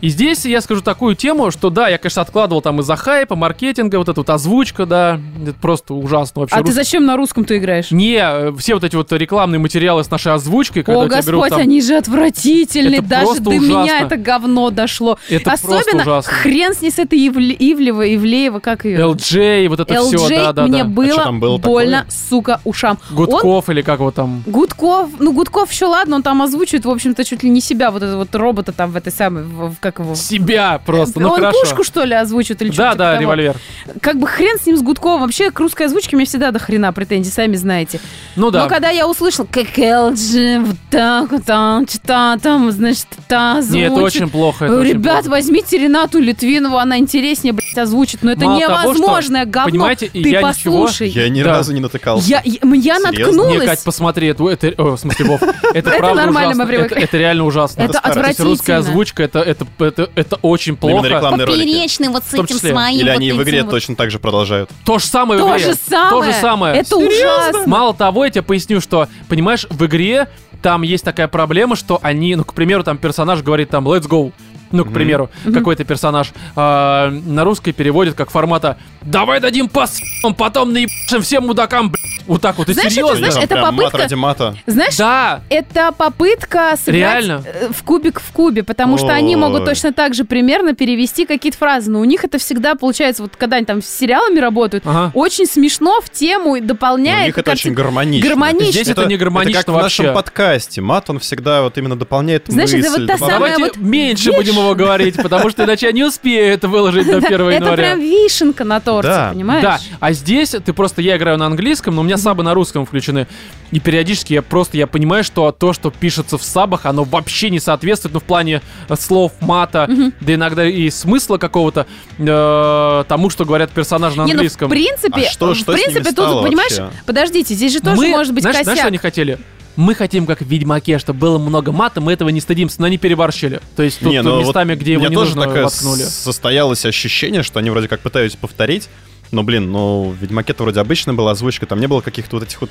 Speaker 1: И здесь я скажу такую тему, что да, я, конечно, откладывал там из-за хайпа, маркетинга, вот эта вот озвучка, да, это просто ужасно вообще.
Speaker 3: А
Speaker 1: русский
Speaker 3: ты зачем на русском ты играешь?
Speaker 1: не, э, все вот эти вот рекламные материалы с нашей озвучкой, когда
Speaker 3: О,
Speaker 1: тебя
Speaker 3: Господь,
Speaker 1: берут там...
Speaker 3: они же отвратительны.
Speaker 1: Это
Speaker 3: Даже
Speaker 1: просто
Speaker 3: до меня
Speaker 1: ужасно.
Speaker 3: это говно дошло.
Speaker 1: Это просто
Speaker 3: Особенно
Speaker 1: ужасно.
Speaker 3: хрен с ней с этой Ивле- Ивлева, Ивлеева, как ее?
Speaker 1: LJ, вот это все,
Speaker 3: LJ
Speaker 1: да, да,
Speaker 3: мне
Speaker 1: да.
Speaker 2: А что
Speaker 3: было,
Speaker 2: там было
Speaker 3: больно, сука, ушам. Он-
Speaker 1: Гудков или как его там.
Speaker 3: Гудков, ну Гудков еще ладно, он там озвучивает, в общем-то, чуть ли не себя, вот этого вот робота там в этой самой, в- в- как его...
Speaker 1: Себя просто, ну
Speaker 3: он
Speaker 1: хорошо.
Speaker 3: пушку, что ли, озвучивает или
Speaker 1: да,
Speaker 3: что-то
Speaker 1: да,
Speaker 3: типа того?
Speaker 1: револьвер.
Speaker 3: Как бы хрен с ним, с Гудковым. Вообще, к русской озвучке у меня всегда до хрена претензий, сами знаете.
Speaker 1: Ну да.
Speaker 3: Но когда я услышал, как LG, вот так, вот там, что-то там, значит, та озвучит.
Speaker 1: Нет, это очень плохо. это
Speaker 3: Э,
Speaker 1: очень
Speaker 3: Ребят, возьмите Ренату Литвинову, она интереснее, блядь, озвучит. Но это
Speaker 1: Мало того, что,
Speaker 3: невозможное говно.
Speaker 1: понимаете,
Speaker 3: Ты
Speaker 1: я ничего-
Speaker 3: послушай.
Speaker 2: Я ни
Speaker 1: Да.
Speaker 2: разу не натыкался.
Speaker 3: Я, я- я
Speaker 2: Серьезно?
Speaker 1: плохо. Не,
Speaker 3: наткнулась.
Speaker 1: Кать, посмотри, это, это о, в смысле, Вов, это
Speaker 3: Это
Speaker 1: правда
Speaker 3: нормально,
Speaker 1: ужасно.
Speaker 3: мы
Speaker 1: Это,
Speaker 3: привыкли.
Speaker 1: это реально ужасно.
Speaker 3: это
Speaker 2: старость.
Speaker 1: То есть русская
Speaker 3: отвратительно.
Speaker 1: озвучка, это, это, это, это очень
Speaker 2: Именно
Speaker 1: плохо.
Speaker 2: рекламные ролики.
Speaker 4: Поперечный вот с
Speaker 1: В том
Speaker 4: этим
Speaker 1: числе.
Speaker 4: своим.
Speaker 2: Или
Speaker 4: вот
Speaker 2: они в
Speaker 4: этим
Speaker 2: игре
Speaker 4: вот.
Speaker 2: точно так же продолжают.
Speaker 1: То же самое в
Speaker 3: То
Speaker 1: игре.
Speaker 3: же самое.
Speaker 1: То же самое.
Speaker 3: Это ужасно.
Speaker 1: Мало того, я тебе поясню, что, понимаешь, в игре там есть такая проблема, что они, ну, к примеру, там персонаж говорит там «let's go», ну, к
Speaker 2: Мгм.
Speaker 1: примеру, какой-то персонаж а, на русский переводит как формата «давай дадим пас, потом наебашим всем мудакам, блядь». Вот так вот, и
Speaker 3: Знаешь, это
Speaker 1: серьезно?
Speaker 3: знаешь,
Speaker 2: Я там
Speaker 3: это
Speaker 2: прям
Speaker 3: попытка-
Speaker 2: Мат ради мата.
Speaker 3: Знаешь,
Speaker 1: Да,
Speaker 3: это попытка сыграть
Speaker 1: Реально?
Speaker 3: э, в кубик в кубе, потому что они
Speaker 2: Ой.
Speaker 3: могут точно так же примерно перевести какие-то фразы. Но у них это всегда получается, вот когда они там с сериалами работают,
Speaker 1: Ага.
Speaker 3: очень смешно в тему и
Speaker 2: Но
Speaker 3: дополняет.
Speaker 2: Ну, У них это
Speaker 3: как
Speaker 2: очень
Speaker 3: ты-
Speaker 2: гармонично.
Speaker 3: гармонично.
Speaker 1: Здесь это не гармонично
Speaker 2: это как в нашем
Speaker 1: вообще.
Speaker 2: подкасте. Мат, он всегда вот именно дополняет
Speaker 3: Знаешь, это
Speaker 2: мысль.
Speaker 3: вот та
Speaker 2: добавляет.
Speaker 1: давайте
Speaker 3: Самое вот
Speaker 1: меньше будем
Speaker 3: вишня.
Speaker 1: его говорить, потому что иначе я не успею это выложить до 1 января.
Speaker 3: Это прям вишенка на торте,
Speaker 2: Да.
Speaker 3: понимаешь?
Speaker 1: Да, а здесь ты просто я играю на английском, но у меня сабы на русском включены. И периодически я просто я понимаю, что то, что пишется в сабах, оно вообще не соответствует, ну, в плане э, слов, мата, да иногда и смысла какого-то э, тому, что говорят персонажи на
Speaker 3: Не, ну,
Speaker 1: английском.
Speaker 3: в принципе,
Speaker 2: А что- что
Speaker 3: в
Speaker 2: с ними
Speaker 3: принципе, тут,
Speaker 2: стало
Speaker 3: понимаешь,
Speaker 2: вообще?
Speaker 3: подождите, здесь же тоже
Speaker 1: мы,
Speaker 3: может быть
Speaker 1: знаешь,
Speaker 3: косяк.
Speaker 1: знаешь, что они хотели? Мы хотим, как в Ведьмаке, чтобы было много мата, мы этого не стыдимся, но они переборщили. То есть тут
Speaker 2: Не, ну вот
Speaker 1: местами, где
Speaker 2: у
Speaker 1: его
Speaker 2: меня
Speaker 1: не
Speaker 2: тоже
Speaker 1: нужно,
Speaker 2: такое
Speaker 1: воткнули.
Speaker 2: с- состоялось ощущение, что они вроде как пытаются повторить. Но, блин, ну, в Ведьмаке-то вроде обычно была озвучка, там не было каких-то вот этих вот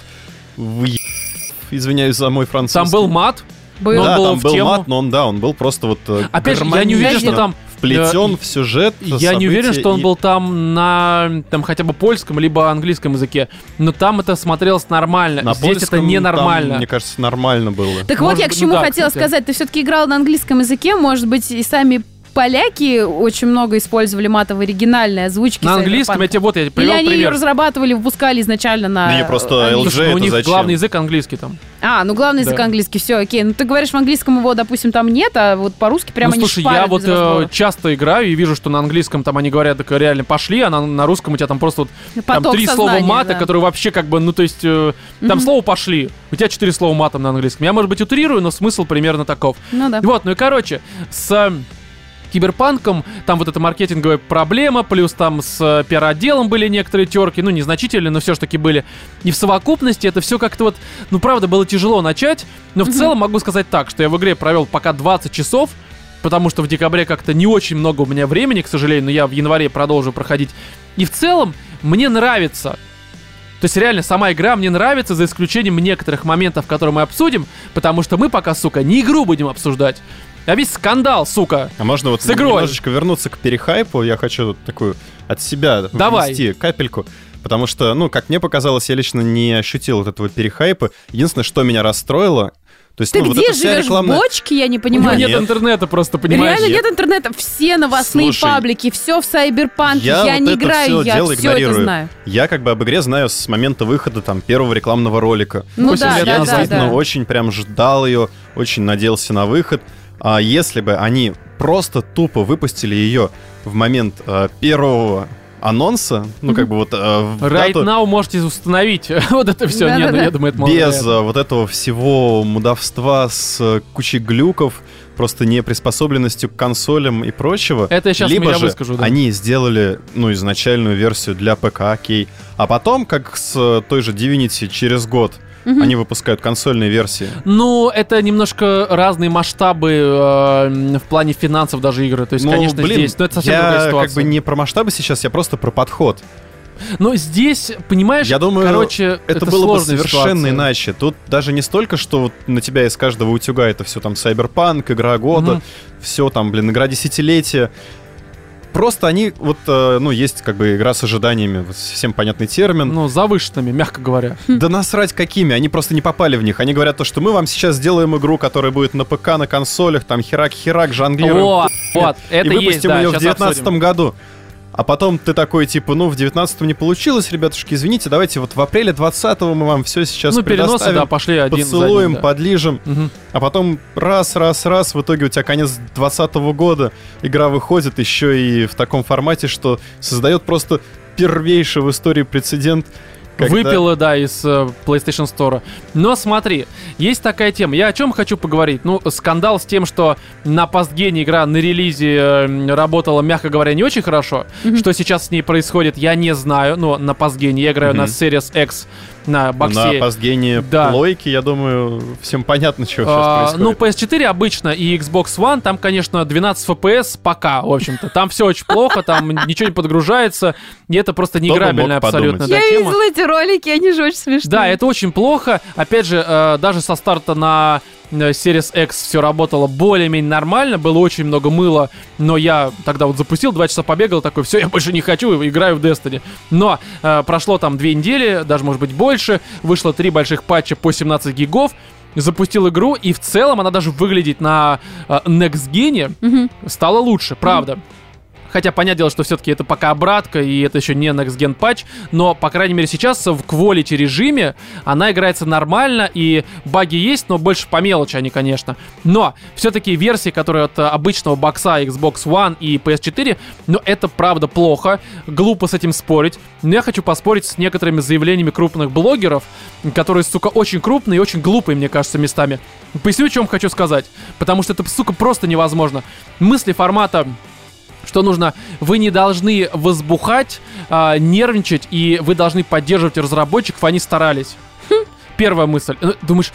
Speaker 2: вы... Извиняюсь за мой
Speaker 1: Там
Speaker 2: французский.
Speaker 1: был мат,
Speaker 3: Был.
Speaker 1: он
Speaker 2: да,
Speaker 1: был
Speaker 2: там
Speaker 1: в
Speaker 2: был
Speaker 1: тему.
Speaker 2: мат, но он, да, он был просто вот э,
Speaker 1: Опять же, я не уверен, что
Speaker 2: гармонично
Speaker 1: там,
Speaker 2: вплетен
Speaker 1: э,
Speaker 2: в сюжет
Speaker 1: Я не уверен,
Speaker 2: события
Speaker 1: что он
Speaker 2: и-
Speaker 1: был там на там хотя бы польском либо английском языке, но там это смотрелось нормально.
Speaker 2: на
Speaker 1: Здесь
Speaker 2: польском,
Speaker 1: это
Speaker 2: там,
Speaker 1: ненормально.
Speaker 2: мне кажется, нормально было.
Speaker 3: Так
Speaker 1: Может
Speaker 3: вот я к
Speaker 1: быть,
Speaker 3: чему
Speaker 1: ну да,
Speaker 3: хотела
Speaker 1: кстати.
Speaker 3: сказать. Ты все-таки играл на английском языке, может быть, и сами поляки очень много использовали мата в оригинальной озвучке.
Speaker 1: На английском я
Speaker 3: Cyberpunk.
Speaker 1: тебе вот я
Speaker 3: Или
Speaker 1: привел
Speaker 3: они ее
Speaker 1: пример.
Speaker 3: разрабатывали, выпускали изначально на...
Speaker 2: Да не, просто
Speaker 3: они-
Speaker 2: LG
Speaker 1: Слушай, ну,
Speaker 2: это
Speaker 1: у них
Speaker 2: зачем?
Speaker 1: главный язык английский там.
Speaker 3: А, ну главный язык
Speaker 1: Да.
Speaker 3: английский, все, окей. Ну ты говоришь, в английском его, допустим, там нет, а вот по-русски прямо
Speaker 1: ну,
Speaker 3: не
Speaker 1: слушай, я вот э, часто играю и вижу, что на английском там они говорят, так реально пошли, а на, на русском у тебя там просто вот
Speaker 3: Ну,
Speaker 1: там три слова мата, которые вообще как бы, ну то есть, э, там
Speaker 3: Мгм.
Speaker 1: слово пошли, у тебя четыре слова матом на английском. Я, может быть, утрирую, но смысл примерно таков.
Speaker 3: Ну да.
Speaker 1: Вот, ну и короче, с э, киберпанком, там вот эта маркетинговая проблема, плюс там с э, пиар-отделом были некоторые терки, ну, незначительные, но все ж таки были. И в совокупности это все как-то вот, ну, правда, было тяжело начать, но в целом могу сказать так, что я в игре провел пока 20 часов, потому что в декабре как-то не очень много у меня времени, к сожалению, но я в январе продолжу проходить. И в целом мне нравится. То есть реально сама игра мне нравится, за исключением некоторых моментов, которые мы обсудим, потому что мы пока, сука, не игру будем обсуждать, а весь скандал, сука.
Speaker 2: А можно вот
Speaker 1: С игрой.
Speaker 2: немножечко вернуться к перехайпу? Я хочу вот такую от себя
Speaker 1: Давай.
Speaker 2: внести капельку. Потому что, ну, как мне показалось, я лично не ощутил вот этого перехайпа. Единственное, что меня расстроило, то есть,
Speaker 3: Ты
Speaker 2: ну, вот
Speaker 3: где
Speaker 2: эта вся
Speaker 3: живешь в
Speaker 2: рекламная...
Speaker 3: бочке, я не
Speaker 1: У него
Speaker 3: понимаю.
Speaker 1: нет
Speaker 2: Нет.
Speaker 1: интернета просто, понимаешь?
Speaker 3: Реально нет интернета. Все новостные
Speaker 2: Слушай,
Speaker 3: паблики, все в Сайберпанке.
Speaker 2: я
Speaker 3: Я,
Speaker 2: вот
Speaker 3: не
Speaker 2: это
Speaker 3: играю,
Speaker 2: всё
Speaker 3: я
Speaker 2: дело
Speaker 3: все это
Speaker 2: игнорирую.
Speaker 3: знаю.
Speaker 2: Я как бы об игре знаю с момента выхода там первого рекламного ролика.
Speaker 3: Ну
Speaker 1: Восемь
Speaker 3: да,
Speaker 1: лет
Speaker 2: я
Speaker 3: да, да,
Speaker 1: назад,
Speaker 2: действительно
Speaker 3: да.
Speaker 2: очень прям ждал ее, очень надеялся на выход. А если бы они просто тупо выпустили ее в момент э, первого анонса, ну как бы вот э, в
Speaker 1: Right
Speaker 2: дату,
Speaker 1: now можете установить вот это все. не, ну
Speaker 3: Да-да-да.
Speaker 1: я думаю, это
Speaker 2: без
Speaker 1: маловероятно.
Speaker 2: э, вот этого всего мудовства с э, кучей глюков, просто неприспособленностью к консолям и прочего.
Speaker 1: Это я щас
Speaker 2: Либо
Speaker 1: я
Speaker 2: же
Speaker 1: Э, выскажу, да.
Speaker 2: они сделали, ну, изначальную версию для ПК, окей. А потом, как с э, той же Divinity, через год
Speaker 3: Мгм.
Speaker 1: Хм.
Speaker 2: они выпускают консольные версии.
Speaker 1: Ну, это немножко разные масштабы э, м, в плане финансов даже игры. То есть,
Speaker 2: Ну,
Speaker 1: конечно,
Speaker 2: блин,
Speaker 1: здесь, но это совсем
Speaker 2: я
Speaker 1: другая ситуация.
Speaker 2: как бы не про масштабы сейчас, я просто про подход.
Speaker 1: Но здесь, понимаешь,
Speaker 2: Я думаю,
Speaker 1: короче,
Speaker 2: Это,
Speaker 1: это
Speaker 2: было бы
Speaker 1: сложная
Speaker 2: совершенно
Speaker 1: ситуация.
Speaker 2: иначе. Тут даже не столько, что вот на тебя из каждого утюга это все там Сайберпанк, игра года,
Speaker 1: Мгм.
Speaker 2: все там, блин, игра десятилетия. Просто они, вот, э, ну, есть как бы игра с ожиданиями, вот совсем понятный термин.
Speaker 1: Ну, завышенными, мягко говоря.
Speaker 2: Да насрать какими, они просто не попали в них. Они говорят то, что мы вам сейчас сделаем игру, которая будет на ПК, на консолях, там херак-херак, жонглируем.
Speaker 1: Вот, вот, это
Speaker 2: и выпустим
Speaker 1: есть, да,
Speaker 2: ее в
Speaker 1: щас
Speaker 2: 2019
Speaker 1: обсудим.
Speaker 2: году. А потом ты такой, типа, ну, в 19 не получилось, ребятушки, извините, давайте вот в апреле 20 мы вам все сейчас
Speaker 1: Ну, переносы,
Speaker 2: предоставим,
Speaker 1: да, пошли один за
Speaker 2: поцелуем,
Speaker 1: одним, да.
Speaker 2: подлижем,
Speaker 1: Мгм.
Speaker 2: а потом раз, раз, раз, в итоге у тебя конец 20 года, игра выходит еще и в таком формате, что создает просто первейший в истории прецедент. когда-
Speaker 1: Выпила, да, из э, PlayStation Store. Но смотри, есть такая тема. Я о чем хочу поговорить? Ну, скандал с тем, что на постгене игра на релизе э, м, работала, мягко говоря, не очень хорошо.
Speaker 3: Мгм.
Speaker 1: Что сейчас с ней происходит, я не знаю. Но на постгене я играю на
Speaker 2: Мгм.
Speaker 1: Series X на боксе.
Speaker 2: На постгене
Speaker 1: Да.
Speaker 2: плойки, я думаю, всем понятно, что
Speaker 1: А,
Speaker 2: сейчас
Speaker 1: ну,
Speaker 2: происходит.
Speaker 1: PS4 обычно и Xbox One, там, конечно, 12 FPS пока, в общем-то. Там все очень плохо, там ничего не подгружается, и это просто
Speaker 2: бы мог
Speaker 1: неиграбельная абсолютно
Speaker 2: подумать?
Speaker 1: да,
Speaker 3: Я
Speaker 1: тема.
Speaker 3: видела эти ролики, они же очень смешные.
Speaker 1: Да, это очень плохо. Опять же, э, даже со старта на э, Series X все работало более-менее нормально, было очень много мыла, но я тогда вот запустил, два часа побегал, такой, все, я больше не хочу, и играю в Destiny. Но э, прошло там две недели, даже, может быть, больше, вышло три больших патча по 17 гигов, запустил игру, и в целом она даже выглядит на э, Next Gen
Speaker 3: Мгм.
Speaker 1: стало лучше, правда. Хотя, понятное дело, что все-таки это пока обратка, и это еще не Next Gen патч, но, по крайней мере, сейчас в quality режиме она играется нормально, и баги есть, но больше по мелочи они, конечно. Но все-таки версии, которые от э, обычного бокса Xbox One и PS4, ну, это правда плохо, глупо с этим спорить, но я хочу поспорить с некоторыми заявлениями крупных блогеров, которые, сука, очень крупные и очень глупые, мне кажется, местами. Поясню, о чем хочу сказать, потому что это, сука, просто невозможно. Мысли формата что нужно, вы не должны возбухать, а, нервничать, и вы должны поддерживать разработчиков, они старались. Хм, Первая мысль. Ну, Думаешь,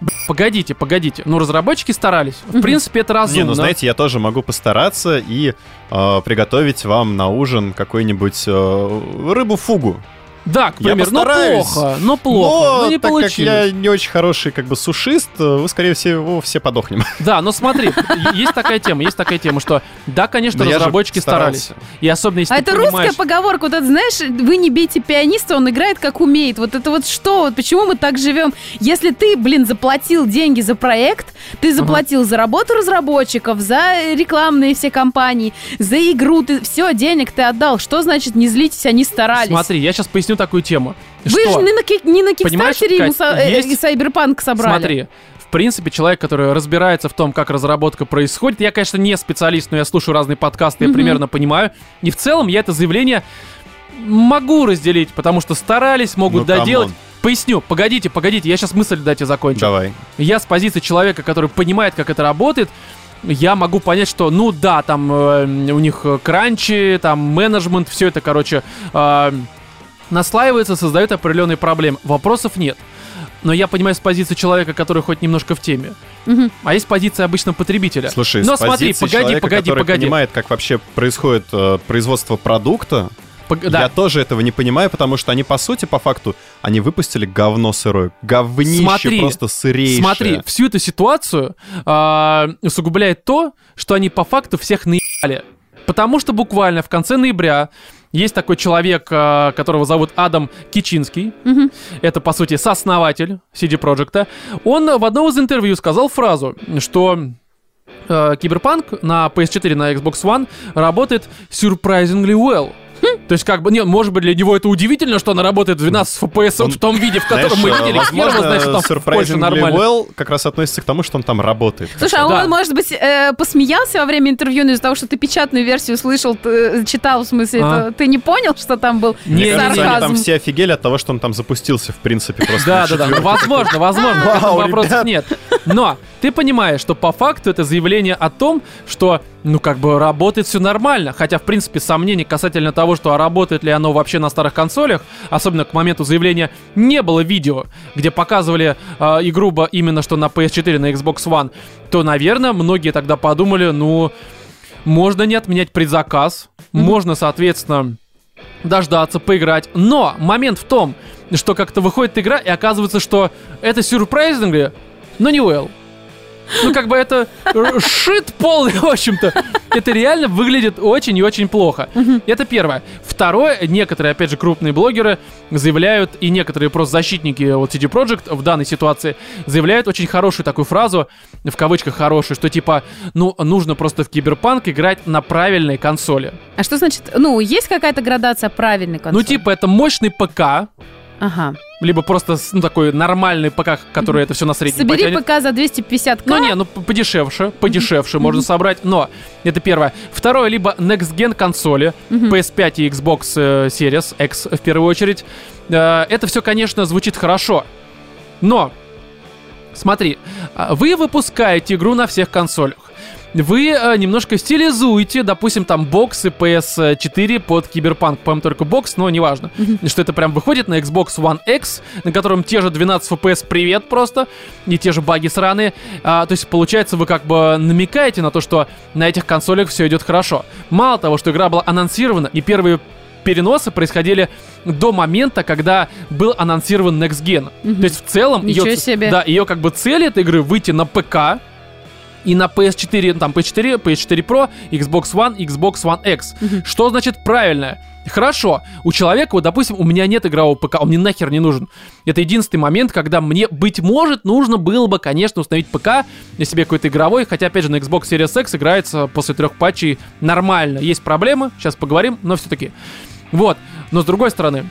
Speaker 1: «Б- погодите, погодите, ну разработчики старались. В принципе, это разумно.
Speaker 2: Не, ну знаете, я тоже могу постараться а, и э, приготовить вам на ужин какую-нибудь э, рыбу-фугу.
Speaker 1: Да, к
Speaker 2: Я
Speaker 1: примеру, но
Speaker 2: постараюсь.
Speaker 1: плохо, но плохо,
Speaker 2: Но
Speaker 1: ну не
Speaker 2: так как я
Speaker 1: получилось.
Speaker 2: не очень хороший как бы сушист, э, вы, скорее всего, все подохнем.
Speaker 1: Да, но смотри, е- есть такая тема, есть такая тема, что да, конечно,
Speaker 2: Да я же
Speaker 1: разработчики старались.
Speaker 2: старался.
Speaker 1: И особенно если
Speaker 3: А
Speaker 1: ты
Speaker 3: это
Speaker 1: понимаешь-
Speaker 3: русская поговорка, вот это, знаешь, вы не бейте пианиста, он играет как умеет. Вот это вот что, вот почему мы так живем? Если ты, блин, заплатил деньги за проект, ты заплатил за работу разработчиков, за рекламные все компании, за игру, ты все, денег ты отдал. Что значит не злитесь, они старались?
Speaker 1: Смотри, я сейчас поясню такую тему.
Speaker 3: Вы
Speaker 1: Что?
Speaker 3: же не на, ки- не на
Speaker 1: Понимаешь,
Speaker 3: Кикстартере ему
Speaker 1: Кать,
Speaker 3: со- э,
Speaker 1: есть-
Speaker 3: э, Сайберпанк собрали.
Speaker 1: Смотри, в принципе, человек, который разбирается в том, как разработка происходит, я, конечно, не специалист, но я слушаю разные подкасты, я
Speaker 3: Мгм.
Speaker 1: примерно понимаю. И в целом я это заявление могу разделить, потому что старались, могут
Speaker 2: Ну,
Speaker 1: доделать.
Speaker 2: камон.
Speaker 1: Поясню, погодите, погодите, я сейчас мысль дайте закончу.
Speaker 2: Давай.
Speaker 1: Я с позиции человека, который понимает, как это работает, я могу понять, что, ну да, там э, у них э, кранчи, там менеджмент, все это, короче, э, наслаивается, создает определенные проблемы. Вопросов нет. Но я понимаю с позиции человека, который хоть немножко в теме.
Speaker 3: Мгм.
Speaker 1: А есть позиция обычного потребителя.
Speaker 2: Слушай,
Speaker 1: Но
Speaker 2: с
Speaker 1: смотри,
Speaker 2: позиции
Speaker 1: погоди,
Speaker 2: человека,
Speaker 1: погоди,
Speaker 2: который
Speaker 1: погоди.
Speaker 2: понимает, как вообще происходит э, производство продукта,
Speaker 1: Пог- да.
Speaker 2: я тоже этого не понимаю, потому что они, по сути, по факту, они выпустили говно сырое. Говнище
Speaker 1: Смотри,
Speaker 2: просто сырейшее.
Speaker 1: Смотри, всю эту ситуацию а, усугубляет то, что они по факту всех наебали. Потому что буквально в конце ноября есть такой человек, а, которого зовут Адам Кичинский.
Speaker 3: Мгм.
Speaker 1: Это, по сути, сооснователь CD Projekt. Он в одном из интервью сказал фразу, что э, Киберпанк на PS4, на Xbox One работает surprisingly well. То есть, как бы, нет, может быть, для него это удивительно, что она работает 12 FPS
Speaker 2: Он-
Speaker 1: в том виде, в котором мы
Speaker 2: Знаешь, э,
Speaker 1: видели. Хер его
Speaker 2: возможно,
Speaker 1: знает, что там в Польше
Speaker 2: surprisingly
Speaker 1: нормально.
Speaker 2: well как раз относится к тому, что он там работает.
Speaker 3: Слушай, а
Speaker 1: Да.
Speaker 3: он, может быть, э, посмеялся во время интервью, но из-за того, что ты печатную версию слышал, ты, э, читал, в смысле,
Speaker 1: А.
Speaker 3: это- ты не понял, что там был
Speaker 1: Не,
Speaker 2: Мне
Speaker 1: не, не,
Speaker 2: кажется, они там
Speaker 3: сарказм?
Speaker 2: все офигели от того, что он там запустился, в принципе, просто.
Speaker 1: Да,
Speaker 2: на
Speaker 1: да, да.
Speaker 2: четвёртый.
Speaker 1: Возможно, возможно,
Speaker 2: Вау,
Speaker 1: в этом вопросов
Speaker 2: ребят.
Speaker 1: нет. Но ты понимаешь, что по факту это заявление о том, что, ну, как бы работает все нормально. Хотя, в принципе, сомнений касательно того, что а работает ли оно вообще на старых консолях, особенно к моменту заявления, не было видео, где показывали э, игру бы именно что на PS4, на Xbox One, то, наверное, многие тогда подумали, ну, можно не отменять предзаказ, можно, соответственно, дождаться, поиграть. Но момент в том, что как-то выходит игра, и оказывается, что это сюрпрайзинг, но не Уэлл. Ну, как бы это р- шит полный, в общем-то. Это реально выглядит очень и очень плохо. Это первое. Второе, некоторые, опять же, крупные блогеры заявляют, и некоторые просто защитники э, вот CD Projekt в данной ситуации заявляют очень хорошую такую фразу, в кавычках хорошую, что типа, ну, нужно просто в киберпанк играть на правильной консоли.
Speaker 3: А что значит, ну, есть какая-то градация правильной консоли?
Speaker 1: Ну, типа, это мощный ПК,
Speaker 3: Ага.
Speaker 1: либо просто с- ну, такой нормальный ПК, который это все на средний
Speaker 3: Собери
Speaker 1: потянет.
Speaker 3: ПК за 250к.
Speaker 1: Ну не, ну п- подешевше, подешевше можно собрать, но это первое. Второе, либо Next Gen консоли,
Speaker 3: Мгм.
Speaker 1: PS5 и Xbox э, Series X в первую очередь. Э, это все, конечно, звучит хорошо, но, смотри, а, вы выпускаете игру на всех консолях. Вы э, немножко стилизуете, допустим, там боксы PS4 под Киберпанк. По-моему, только бокс, но неважно. Что это прям выходит на Xbox One X, на котором те же 12 FPS привет просто, и те же баги сраные. А, то есть, получается, вы как бы намекаете на то, что на этих консолях все идет хорошо. Мало того, что игра была анонсирована, и первые переносы происходили до момента, когда был анонсирован Next Gen. То есть, в целом,
Speaker 3: Ничего
Speaker 1: её ц-
Speaker 3: себе.
Speaker 1: Да, ее как бы цель этой игры выйти на ПК, и на PS4, ну, там PS4, PS4 Pro, Xbox One, Xbox One X. Что значит правильное? Хорошо, у человека, вот, допустим, у меня нет игрового ПК, он мне нахер не нужен. Это единственный момент, когда мне, быть может, нужно было бы, конечно, установить ПК для себе какой-то игровой, хотя, опять же, на Xbox Series X играется после трех патчей нормально. Есть проблемы, сейчас поговорим, но все-таки. Вот, но с другой стороны,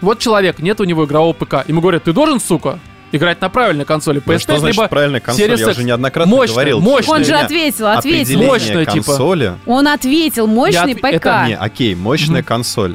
Speaker 1: вот человек, нет у него игрового ПК, ему говорят, ты должен, сука, играть на правильной консоли
Speaker 2: Ну,
Speaker 1: PS5,
Speaker 2: Что значит
Speaker 1: либо
Speaker 2: правильная консоль?
Speaker 1: Series
Speaker 2: Я
Speaker 1: X.
Speaker 2: уже неоднократно
Speaker 1: Мощная,
Speaker 2: говорил.
Speaker 1: мощная.
Speaker 3: Он же
Speaker 2: что у меня
Speaker 3: ответил, ответил.
Speaker 2: определение
Speaker 1: Мощная, типа.
Speaker 2: консоли...
Speaker 3: Он ответил, мощный
Speaker 1: Я отв-
Speaker 3: ПК.
Speaker 1: это
Speaker 2: Не, окей, мощная
Speaker 1: Мгм.
Speaker 2: консоль.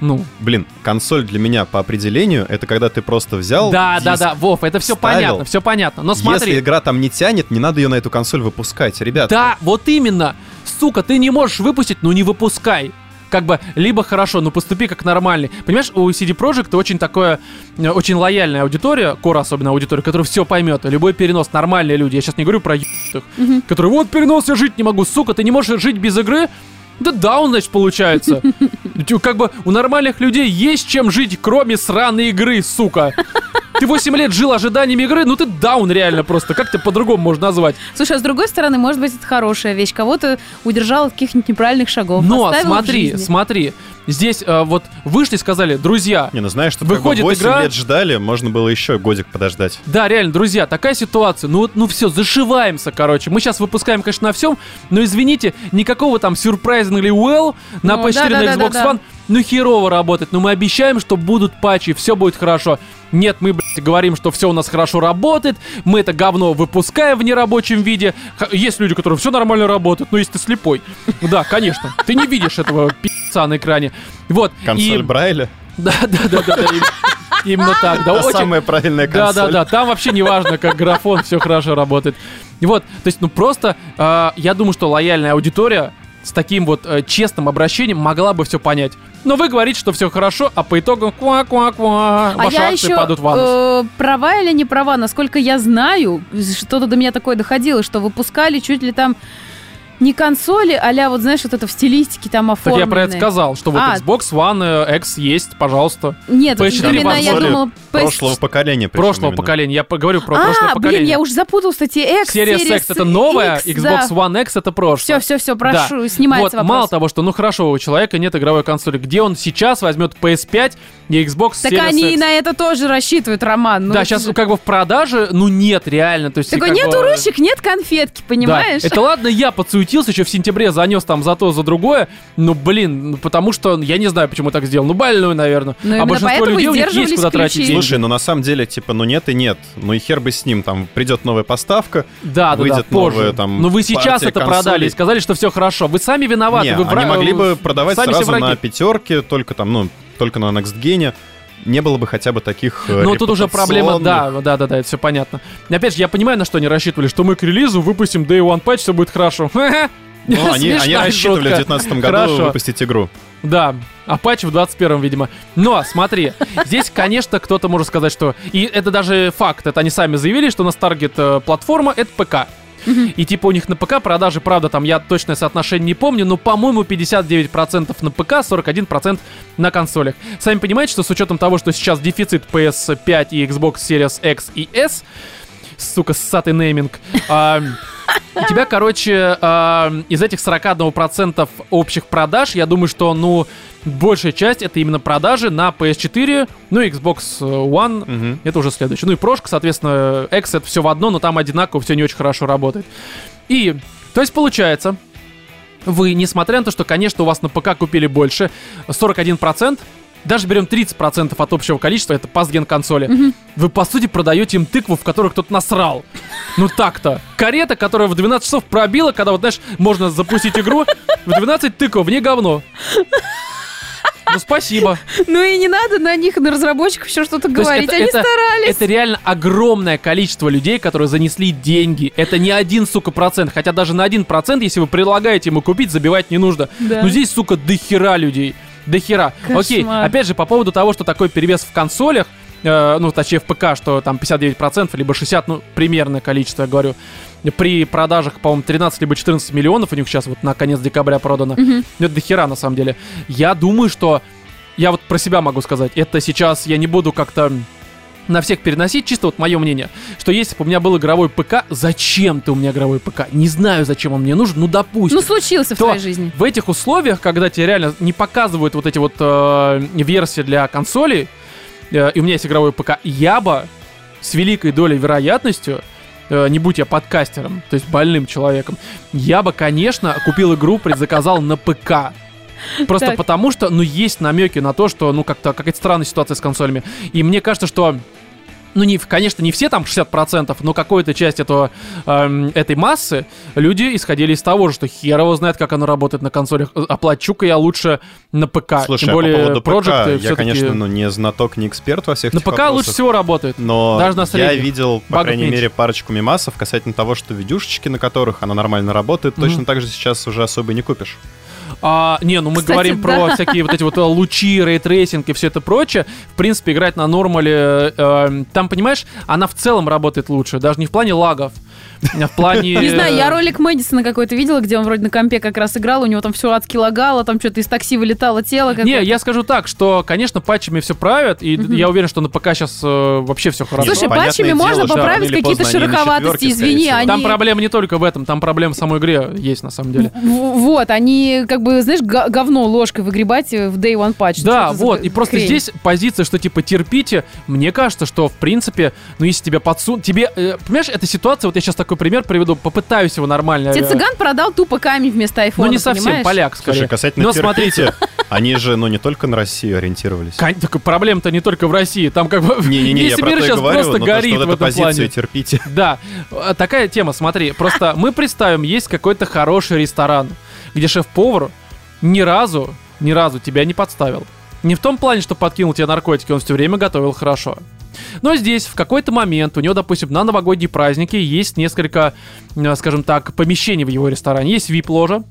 Speaker 1: Ну,
Speaker 2: Блин, консоль для меня по определению это когда ты просто взял.
Speaker 1: Да,
Speaker 2: диск.
Speaker 1: да, да, Вов, это все
Speaker 2: вставил.
Speaker 1: понятно, все понятно. Но смотри,
Speaker 2: Если игра там не тянет, не надо ее на эту консоль выпускать, ребят.
Speaker 1: да, вот именно, сука, ты не можешь выпустить, ну не выпускай. Как бы, либо хорошо, ну поступи как нормальный. Понимаешь, у CD Projekt очень такое, э, очень лояльная аудитория, кора особенно аудитория, которая все поймет. Любой перенос, нормальные люди, я сейчас не говорю про ебаных, которые, вот перенос, я жить не могу, сука, ты не можешь жить без игры? Да даун, значит, получается. Тю- Как бы у нормальных людей есть чем жить, кроме сраной игры, сука. Ты 8 лет жил ожиданиями игры, ну ты даун реально просто. Как тебя по-другому можно назвать?
Speaker 3: Слушай, а с другой стороны, может быть, это хорошая вещь. Кого-то удержал от каких-нибудь неправильных шагов.
Speaker 1: Но
Speaker 3: оставил в
Speaker 1: смотри,
Speaker 3: жизни.
Speaker 1: смотри. Здесь э, вот вышли и сказали, друзья,
Speaker 2: Не, ну знаешь, что
Speaker 1: Выходит
Speaker 2: 8
Speaker 1: игра-
Speaker 2: лет ждали, можно было еще годик подождать.
Speaker 1: Да, реально, друзья, такая ситуация. Ну, вот, ну все, зашиваемся, короче. Мы сейчас выпускаем, конечно, на всем, но извините, никакого там surprisingly well на
Speaker 3: Ну,
Speaker 1: PS4, на Xbox
Speaker 3: да-да-да-да-да.
Speaker 1: One, ну херово работать. Но мы обещаем, что будут патчи, все будет хорошо. Нет, мы, блядь, говорим, что все у нас хорошо работает, мы это говно выпускаем в нерабочем виде. Х- есть люди, которые все нормально работает, но если ты слепой. Да, конечно, ты не видишь этого пи***ца на экране. Вот. и-
Speaker 2: Консоль Брайля.
Speaker 1: Да, да, да, да, да, и- Именно так. Да,
Speaker 2: Это
Speaker 1: очень,
Speaker 2: самая правильная
Speaker 1: да,
Speaker 2: консоль.
Speaker 1: да, да, там вообще не важно, как графон, все хорошо работает. И вот, то есть, ну просто, э, я думаю, что лояльная аудитория с таким вот э, честным обращением могла бы все понять. Но вы говорите, что все хорошо, а по итогу ква-ква-ква,
Speaker 3: А
Speaker 1: ваши
Speaker 3: я
Speaker 1: акции
Speaker 3: еще
Speaker 1: падут в анус.
Speaker 3: э, права или не права, насколько я знаю, что-то до меня такое доходило, что выпускали чуть ли там не консоли, а вот знаешь, вот это в стилистике там
Speaker 1: Так
Speaker 3: оформленные.
Speaker 1: я про это сказал, что вот
Speaker 3: А.
Speaker 1: Xbox One э, X есть, пожалуйста.
Speaker 3: Нет,
Speaker 1: PS4
Speaker 3: именно а я
Speaker 1: консоли
Speaker 3: думала PS4.
Speaker 2: Прошлого поколения. причем
Speaker 1: прошлого
Speaker 2: именно.
Speaker 1: поколения, я по- говорю про прошлое
Speaker 3: А, блин,
Speaker 1: поколение.
Speaker 3: я уже запуталась, кстати, X,
Speaker 1: Серия X это новая, Xbox One X это прошлое.
Speaker 3: Все, все, все, прошу, снимается
Speaker 1: вот,
Speaker 3: вопрос.
Speaker 1: Мало того, что ну хорошо, у человека нет игровой консоли. Где он сейчас возьмет PS5 и Xbox
Speaker 3: так
Speaker 1: Series
Speaker 3: они и
Speaker 1: X?
Speaker 3: на это тоже рассчитывают, Роман. ну
Speaker 1: да,
Speaker 3: это
Speaker 1: сейчас
Speaker 3: же-
Speaker 1: как бы в продаже, ну нет, реально. То есть,
Speaker 3: Такой,
Speaker 1: как
Speaker 3: нет
Speaker 1: бы-
Speaker 3: урочек, нет конфетки,
Speaker 1: Да.
Speaker 3: понимаешь?
Speaker 1: Это ладно, я подсуетился, еще в сентябре занес там за то, за другое. Ну, блин, ну, потому что я не знаю, почему так сделал. Ну, больную, наверное.
Speaker 3: Ну,
Speaker 1: а
Speaker 3: именно
Speaker 1: большинство
Speaker 3: поэтому и
Speaker 1: людей у них есть
Speaker 3: сдерживались
Speaker 1: куда тратить
Speaker 3: ключи.
Speaker 1: деньги.
Speaker 2: Слушай, ну на самом деле, типа, ну нет и нет. Ну и хер бы с ним, там придет новая поставка.
Speaker 1: да, да, да,
Speaker 2: выйдет
Speaker 1: позже.
Speaker 2: новая, там,
Speaker 1: Но вы сейчас
Speaker 2: партия
Speaker 1: это
Speaker 2: консолей.
Speaker 1: продали и сказали, что все хорошо. Вы сами виноваты.
Speaker 2: Не,
Speaker 1: А вы вра- э,
Speaker 2: они могли бы продавать
Speaker 1: сами себе
Speaker 2: сразу
Speaker 1: враги.
Speaker 2: на пятерке, только там, ну, только на Next Gen. Не было бы хотя бы таких э,
Speaker 1: Ну, тут уже проблема, да,
Speaker 2: репутационных.
Speaker 1: да, да, да, это все понятно. И Опять же, я понимаю, на что они рассчитывали, что мы к релизу выпустим Day One Patch, все будет хорошо.
Speaker 2: Ну, они, они
Speaker 1: Смешная
Speaker 2: рассчитывали в
Speaker 1: шутка.
Speaker 2: 2019 году
Speaker 1: Хорошо.
Speaker 2: выпустить игру.
Speaker 1: Да, а патч в 21-м, видимо. Но, смотри, здесь, конечно, кто-то может сказать, что... И это даже факт, это они сами заявили, что у нас таргет э, платформа — это ПК. И типа у них на ПК продажи, правда, там я точное соотношение не помню, но, по-моему, 59% на ПК, 41% на консолях. Сами понимаете, что с учетом того, что сейчас дефицит PS5 и Xbox Series X и S, сука, ссатый нейминг, а, у тебя, короче, а, из этих 41% общих продаж, я думаю, что, ну, большая часть это именно продажи на PS4, ну, и Xbox One,
Speaker 2: Мгм.
Speaker 1: это уже следующее. Ну и прошка, соответственно, X это все в одно, но там одинаково все не очень хорошо работает. И, то есть получается, вы, несмотря на то, что, конечно, у вас на ПК купили больше, 41%, даже берем 30% от общего количества, это пастген консоли, вы, по сути, продаете им тыкву, в которую кто-то насрал. Ну так-то. Карета, которая в 12 часов пробила, когда, вот знаешь, можно запустить игру, в 12 тыква, в ней говно. Ну спасибо.
Speaker 3: Ну и не надо на них, на разработчиков еще
Speaker 1: То
Speaker 3: что-то
Speaker 1: есть
Speaker 3: говорить.
Speaker 1: это-
Speaker 3: Они
Speaker 1: это-
Speaker 3: старались.
Speaker 1: Это реально огромное количество людей, которые занесли деньги. Это не один, сука, процент. Хотя даже на один процент, если вы предлагаете ему купить, забивать не нужно.
Speaker 3: Да.
Speaker 1: Но здесь, сука, до хера людей. До хера.
Speaker 3: Кошмар.
Speaker 1: Окей, опять же, по поводу того, что такой перевес в консолях, э, ну, точнее, в ПК, что там 59%, либо 60%, ну, примерное количество, я говорю. При продажах, по-моему, 13 либо 14 миллионов у них сейчас вот на конец декабря продано.
Speaker 3: Мгм.
Speaker 1: Ну, Это до хера, на самом деле. Я думаю, что... Я вот про себя могу сказать. Это сейчас я не буду как-то на всех переносить, чисто вот мое мнение, что если бы у меня был игровой ПК, зачем ты у меня игровой ПК? Не знаю, зачем он мне нужен, ну допустим.
Speaker 3: Ну случился в
Speaker 1: То-
Speaker 3: твоей жизни.
Speaker 1: В этих условиях, когда тебе реально не показывают вот эти вот э, версии для консолей, э, и у меня есть игровой ПК, я бы с великой долей вероятностью, э, не будь я подкастером, то есть больным человеком, я бы, конечно, купил игру, предзаказал на ПК. Просто
Speaker 3: Так.
Speaker 1: потому что, ну, есть намеки на то, что, ну, как-то какая-то странная ситуация с консолями. И мне кажется, что ну, не, конечно, не все там 60%, но какую-то часть этого, эм, этой массы люди исходили из того же, что хер его знает, как оно работает на консолях. Э, Оплачу-ка я лучше на ПК.
Speaker 2: Слушай,
Speaker 1: Тем
Speaker 2: а
Speaker 1: более
Speaker 2: по поводу
Speaker 1: Project э,
Speaker 2: ПК, я,
Speaker 1: всё-таки
Speaker 2: конечно, ну, не знаток, не эксперт во всех
Speaker 1: на
Speaker 2: этих
Speaker 1: ПК лучше
Speaker 2: вопросах,
Speaker 1: всего работает.
Speaker 2: Но
Speaker 1: даже на
Speaker 2: я
Speaker 1: средних.
Speaker 2: видел, по
Speaker 1: Багов
Speaker 2: крайней
Speaker 1: меньше.
Speaker 2: мере, парочку мимасов касательно того, что видюшечки, на которых она нормально работает,
Speaker 1: Мгм.
Speaker 2: точно так же сейчас уже особо не купишь.
Speaker 1: А, не, ну мы
Speaker 3: Кстати,
Speaker 1: говорим про
Speaker 3: да.
Speaker 1: всякие вот эти вот э, лучи, рейтрейсинг и все это прочее. В эм, принципе, играть на нормале, э, там, понимаешь, она в целом работает лучше, даже не в плане лагов. В плане... э,
Speaker 3: Не знаю, я ролик Мэдисона какой-то видела, где он вроде на компе как раз играл, у него там все адски лагало, там что-то из такси вылетало тело.
Speaker 1: Не, я скажу так, что, конечно, патчами все правят, и
Speaker 3: Мгм.
Speaker 1: я уверен, что на ПК сейчас вообще все хорошо.
Speaker 3: Слушай,
Speaker 2: Ну, понятное
Speaker 3: патчами
Speaker 2: дело,
Speaker 3: можно
Speaker 2: что
Speaker 3: поправить
Speaker 2: рано или
Speaker 3: какие-то
Speaker 2: поздно они на
Speaker 3: широковатости,
Speaker 2: четвёрке, скорее
Speaker 3: извини,
Speaker 2: всего.
Speaker 3: они...
Speaker 1: Там проблема не только в этом, там проблема в самой игре есть на самом деле.
Speaker 3: В- Вот, они как бы, знаешь, га- говно ложкой выгребать э, в Day One Patch.
Speaker 1: Да,
Speaker 3: Что за
Speaker 1: вот, и просто
Speaker 3: хрень?
Speaker 1: здесь позиция, что типа терпите, мне кажется, что в принципе, ну если тебя подсунут, тебе, э, понимаешь, эта ситуация, вот я сейчас такой пример приведу, попытаюсь его нормально.
Speaker 3: Тебе
Speaker 1: э,
Speaker 3: цыган продал тупо камень вместо
Speaker 1: ну
Speaker 3: айфона,
Speaker 1: не совсем,
Speaker 3: понимаешь?
Speaker 1: поляк скорее.
Speaker 2: Слушай, касательно
Speaker 1: Но
Speaker 2: терпите,
Speaker 1: смотрите,
Speaker 2: они же, ну, не только на Россию ориентировались.
Speaker 1: кон- так проблема-то не только в России, там как бы
Speaker 2: Не-не-не, я
Speaker 1: весь
Speaker 2: про то
Speaker 1: мир
Speaker 2: и
Speaker 1: сейчас
Speaker 2: говорю,
Speaker 1: просто
Speaker 2: ну, то, что
Speaker 1: горит
Speaker 2: вот
Speaker 1: в
Speaker 2: эту
Speaker 1: этом
Speaker 2: позицию
Speaker 1: плане.
Speaker 2: терпите.
Speaker 1: Да, Э, такая тема, смотри, просто мы представим, есть какой-то хороший ресторан, где шеф-повар ни разу, ни разу тебя не подставил. Не в том плане, что подкинул тебе наркотики, он все время готовил хорошо. Но здесь в какой-то момент у него, допустим, на новогодние праздники есть несколько, э, скажем так, помещений в его ресторане. Есть VIP-ложа,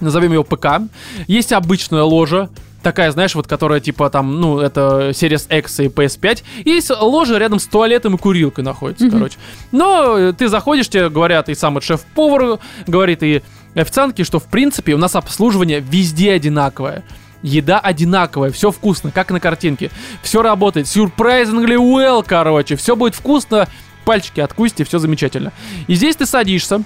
Speaker 1: назовем его ПК, есть обычная ложа, такая, знаешь, вот которая типа там, ну, это Series X и PS5, и есть ложа рядом с туалетом и курилкой находится,
Speaker 3: Мгм.
Speaker 1: короче. Но э, ты заходишь, тебе говорят и сам и шеф-повар, говорит и официантки, что в принципе у нас обслуживание везде одинаковое. Еда одинаковая, все вкусно, как на картинке. Все работает. Surprisingly well, короче. Все будет вкусно. Пальчики откусите, все замечательно. И здесь ты садишься,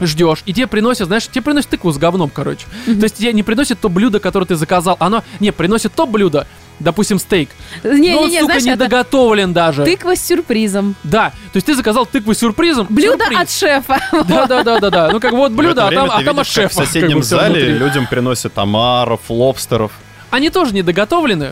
Speaker 1: ждешь, и тебе приносят, знаешь, тебе приносят тыкву с говном, короче. То есть тебе не приносят то блюдо, которое ты заказал. Оно, не, приносит то блюдо, допустим, стейк. но
Speaker 3: Не,
Speaker 1: он,
Speaker 3: не, не,
Speaker 1: Ну, сука,
Speaker 3: знаешь,
Speaker 1: не
Speaker 3: это
Speaker 1: доготовлен даже.
Speaker 3: тыква с сюрпризом.
Speaker 1: Да, то есть ты заказал тыкву с сюрпризом.
Speaker 3: Блюдо
Speaker 1: сюрприз.
Speaker 3: от шефа.
Speaker 1: Да, да, да, да, да. Ну, как бы вот блюдо,
Speaker 2: В
Speaker 1: а
Speaker 2: это
Speaker 1: там,
Speaker 2: время
Speaker 1: а
Speaker 2: ты
Speaker 1: там от
Speaker 2: видишь, как
Speaker 1: шефа.
Speaker 2: В соседнем
Speaker 1: как бы всё
Speaker 2: зале
Speaker 1: внутри.
Speaker 2: людям приносят омаров, лобстеров.
Speaker 1: Они тоже недоготовлены.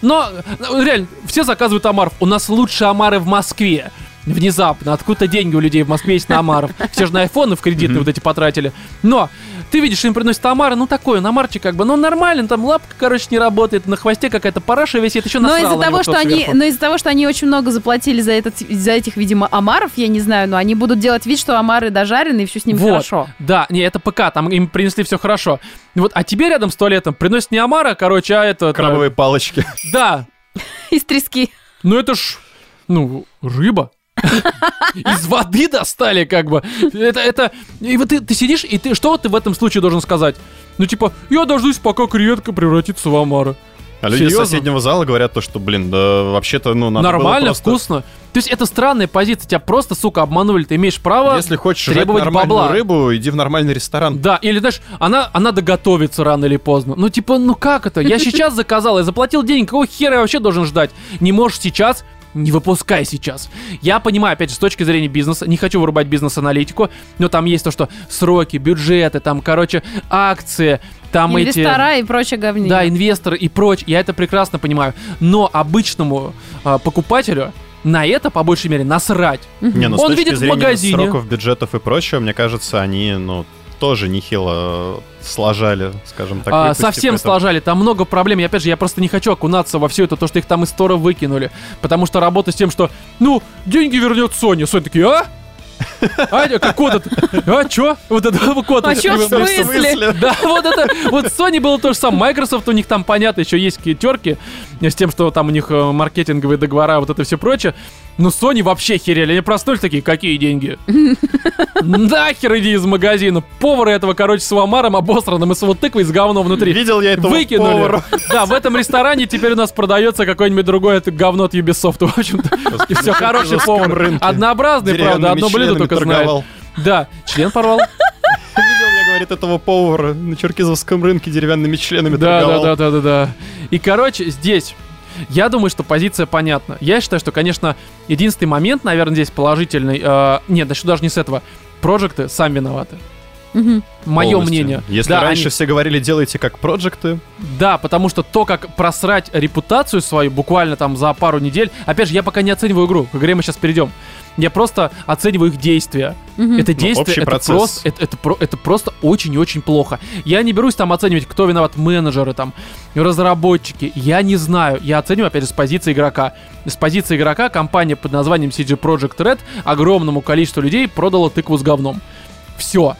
Speaker 1: Но, ну, реально, все заказывают омаров. У нас лучшие омары в Москве. Внезапно. Откуда деньги у людей в Москве есть на омаров? Все же на айфоны в кредиты вот эти потратили. Но ты видишь, им приносят омары, ну такой он, омарчик как бы, ну нормально, там лапка, короче, не работает, на хвосте какая-то параша висит, еще
Speaker 3: Но
Speaker 1: насрал
Speaker 3: из-за
Speaker 1: на
Speaker 3: того,
Speaker 1: него
Speaker 3: что
Speaker 1: кто-то
Speaker 3: они,
Speaker 1: сверху.
Speaker 3: но из-за того, что они очень много заплатили за этот, за этих, видимо, омаров, я не знаю, но они будут делать вид, что омары дожарены и все с ним
Speaker 1: Вот.
Speaker 3: хорошо.
Speaker 1: Да, не, это ПК, там им принесли все хорошо. Вот, а тебе рядом с туалетом приносят не омара, короче, а это...
Speaker 2: Крабовые палочки.
Speaker 1: Да,
Speaker 3: Из трески.
Speaker 1: Ну это ж, ну, рыба. Из воды достали, как бы. Это, это... И вот ты, ты сидишь, и ты что ты в этом случае должен сказать? Ну, типа, я дождусь, пока креветка превратится в омара.
Speaker 2: А люди из
Speaker 1: Серьезно?
Speaker 2: соседнего зала говорят то, что, блин, да вообще-то, ну, надо было
Speaker 1: Нормально,
Speaker 2: просто-
Speaker 1: вкусно. То есть это странная позиция. Тебя просто, сука, обманули. Ты имеешь право...
Speaker 2: Если хочешь жрать
Speaker 1: требовать
Speaker 2: нормальную
Speaker 1: бабла.
Speaker 2: рыбу, иди в нормальный ресторан.
Speaker 1: Да, или знаешь, она, она доготовится рано или поздно. Ну, типа, ну как это? Я сейчас заказал, я заплатил денег, какого хера я вообще должен ждать? Не можешь сейчас? Не выпускай сейчас. Я понимаю, опять же, с точки зрения бизнеса, не хочу вырубать бизнес-аналитику, но там есть то, что сроки, бюджеты, там, короче, акции, там А эти...
Speaker 3: Инвестора и прочее говни.
Speaker 1: Да, инвесторы и прочь, я это прекрасно понимаю. Но обычному а, покупателю на это, по большей мере, насрать.
Speaker 2: Не, ну, с
Speaker 1: Он
Speaker 2: точки
Speaker 1: видит в
Speaker 2: зрения
Speaker 1: магазине.
Speaker 2: сроков, бюджетов и прочего, мне кажется, они, ну, тоже нехило э, сложали, скажем так.
Speaker 1: А,
Speaker 2: выпустив
Speaker 1: совсем
Speaker 2: это.
Speaker 1: сложали, там много проблем. И опять же, я просто не хочу окунаться во все это, то, что их там из стора выкинули. Потому что работа с тем, что, ну, деньги вернет Соня. Соня такие, а? А, как кот этот? А, чё? Вот это вот кот.
Speaker 3: А чё,
Speaker 1: Вы-
Speaker 3: в смысле?
Speaker 1: Да, вот это, вот Sony было то же самое. Microsoft у них там, понятно, еще есть терки с тем, что там у них э, маркетинговые договора, вот это все прочее. Но Sony вообще херели. Они проснулись такие, какие деньги? Нахер иди из магазина. Повара этого, короче, с ламаром обосранным и с вот тыквой с говном внутри.
Speaker 2: Видел я этого
Speaker 1: Выкинули.
Speaker 2: повара.
Speaker 1: Да, в этом ресторане теперь у нас продается какое-нибудь другое это говно от Ubisoft. В общем-то, и все, хороший
Speaker 2: Кировском
Speaker 1: повар.
Speaker 2: рынке.
Speaker 1: Однообразный, правда,
Speaker 2: Деревянными
Speaker 1: одно блюдо
Speaker 2: членами
Speaker 1: только знает.
Speaker 2: торговал.
Speaker 1: Да, член порвал.
Speaker 2: Видел я, говорит, этого повара на черкизовском рынке деревянными членами
Speaker 1: Да, да,
Speaker 2: торговал.
Speaker 1: да, да, да, да. И, короче, здесь я думаю, что позиция понятна. Я считаю, что, конечно, единственный момент, наверное, здесь положительный. э, нет, начну даже не с этого. Проекты сами виноваты.
Speaker 3: Мгм.
Speaker 1: Мое
Speaker 2: Полностью.
Speaker 1: мнение.
Speaker 2: Если
Speaker 1: Да,
Speaker 2: раньше
Speaker 1: они-
Speaker 2: все говорили, делайте как проджекты,
Speaker 1: Да, потому что то, как просрать репутацию свою буквально там за пару недель... Опять же, я пока не оцениваю игру, к игре мы сейчас перейдем. Я просто оцениваю их действия.
Speaker 3: Мгм.
Speaker 1: Это действие,
Speaker 2: Хм. Ну, общий
Speaker 1: это,
Speaker 2: процесс.
Speaker 1: просто, это, это про- это просто очень и очень плохо. Я не берусь там оценивать, кто виноват, менеджеры там, разработчики. Я не знаю. Я оцениваю, опять же, с позиции игрока. С позиции игрока компания под названием CG Project Red огромному количеству людей продала тыкву с говном. Все.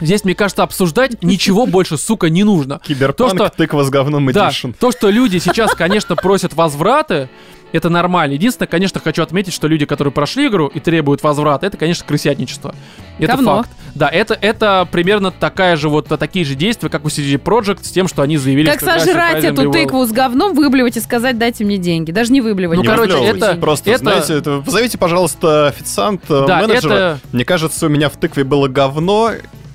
Speaker 1: Здесь, мне кажется, обсуждать ничего больше, сука, не нужно.
Speaker 2: Киберпанк,
Speaker 1: То, что-
Speaker 2: тыква с говном
Speaker 1: Да,
Speaker 2: Edition.
Speaker 1: то, что люди сейчас, конечно, просят возвраты, это нормально. Единственное, конечно, хочу отметить, что люди, которые прошли игру и требуют возврата, это, конечно, крысятничество. Это
Speaker 3: Говно.
Speaker 1: факт. Да, это, это примерно такая же, вот такие же действия, как у CD Projekt, с тем, что они заявили,
Speaker 3: Как
Speaker 1: что игра
Speaker 3: сожрать
Speaker 1: Surprise and
Speaker 3: эту
Speaker 1: Reward.
Speaker 3: тыкву с говном, выблевать и сказать, дайте мне деньги. Даже не выблевать.
Speaker 1: Ну,
Speaker 2: Не
Speaker 3: дайте
Speaker 1: короче,
Speaker 3: мне
Speaker 2: разлёвывайте.
Speaker 1: это-
Speaker 3: деньги.
Speaker 2: Просто,
Speaker 1: это-
Speaker 2: знаете, это- позовите, пожалуйста, официанта,
Speaker 1: Да,
Speaker 2: менеджера.
Speaker 1: это-
Speaker 2: Мне кажется, у меня в тыкве было говно.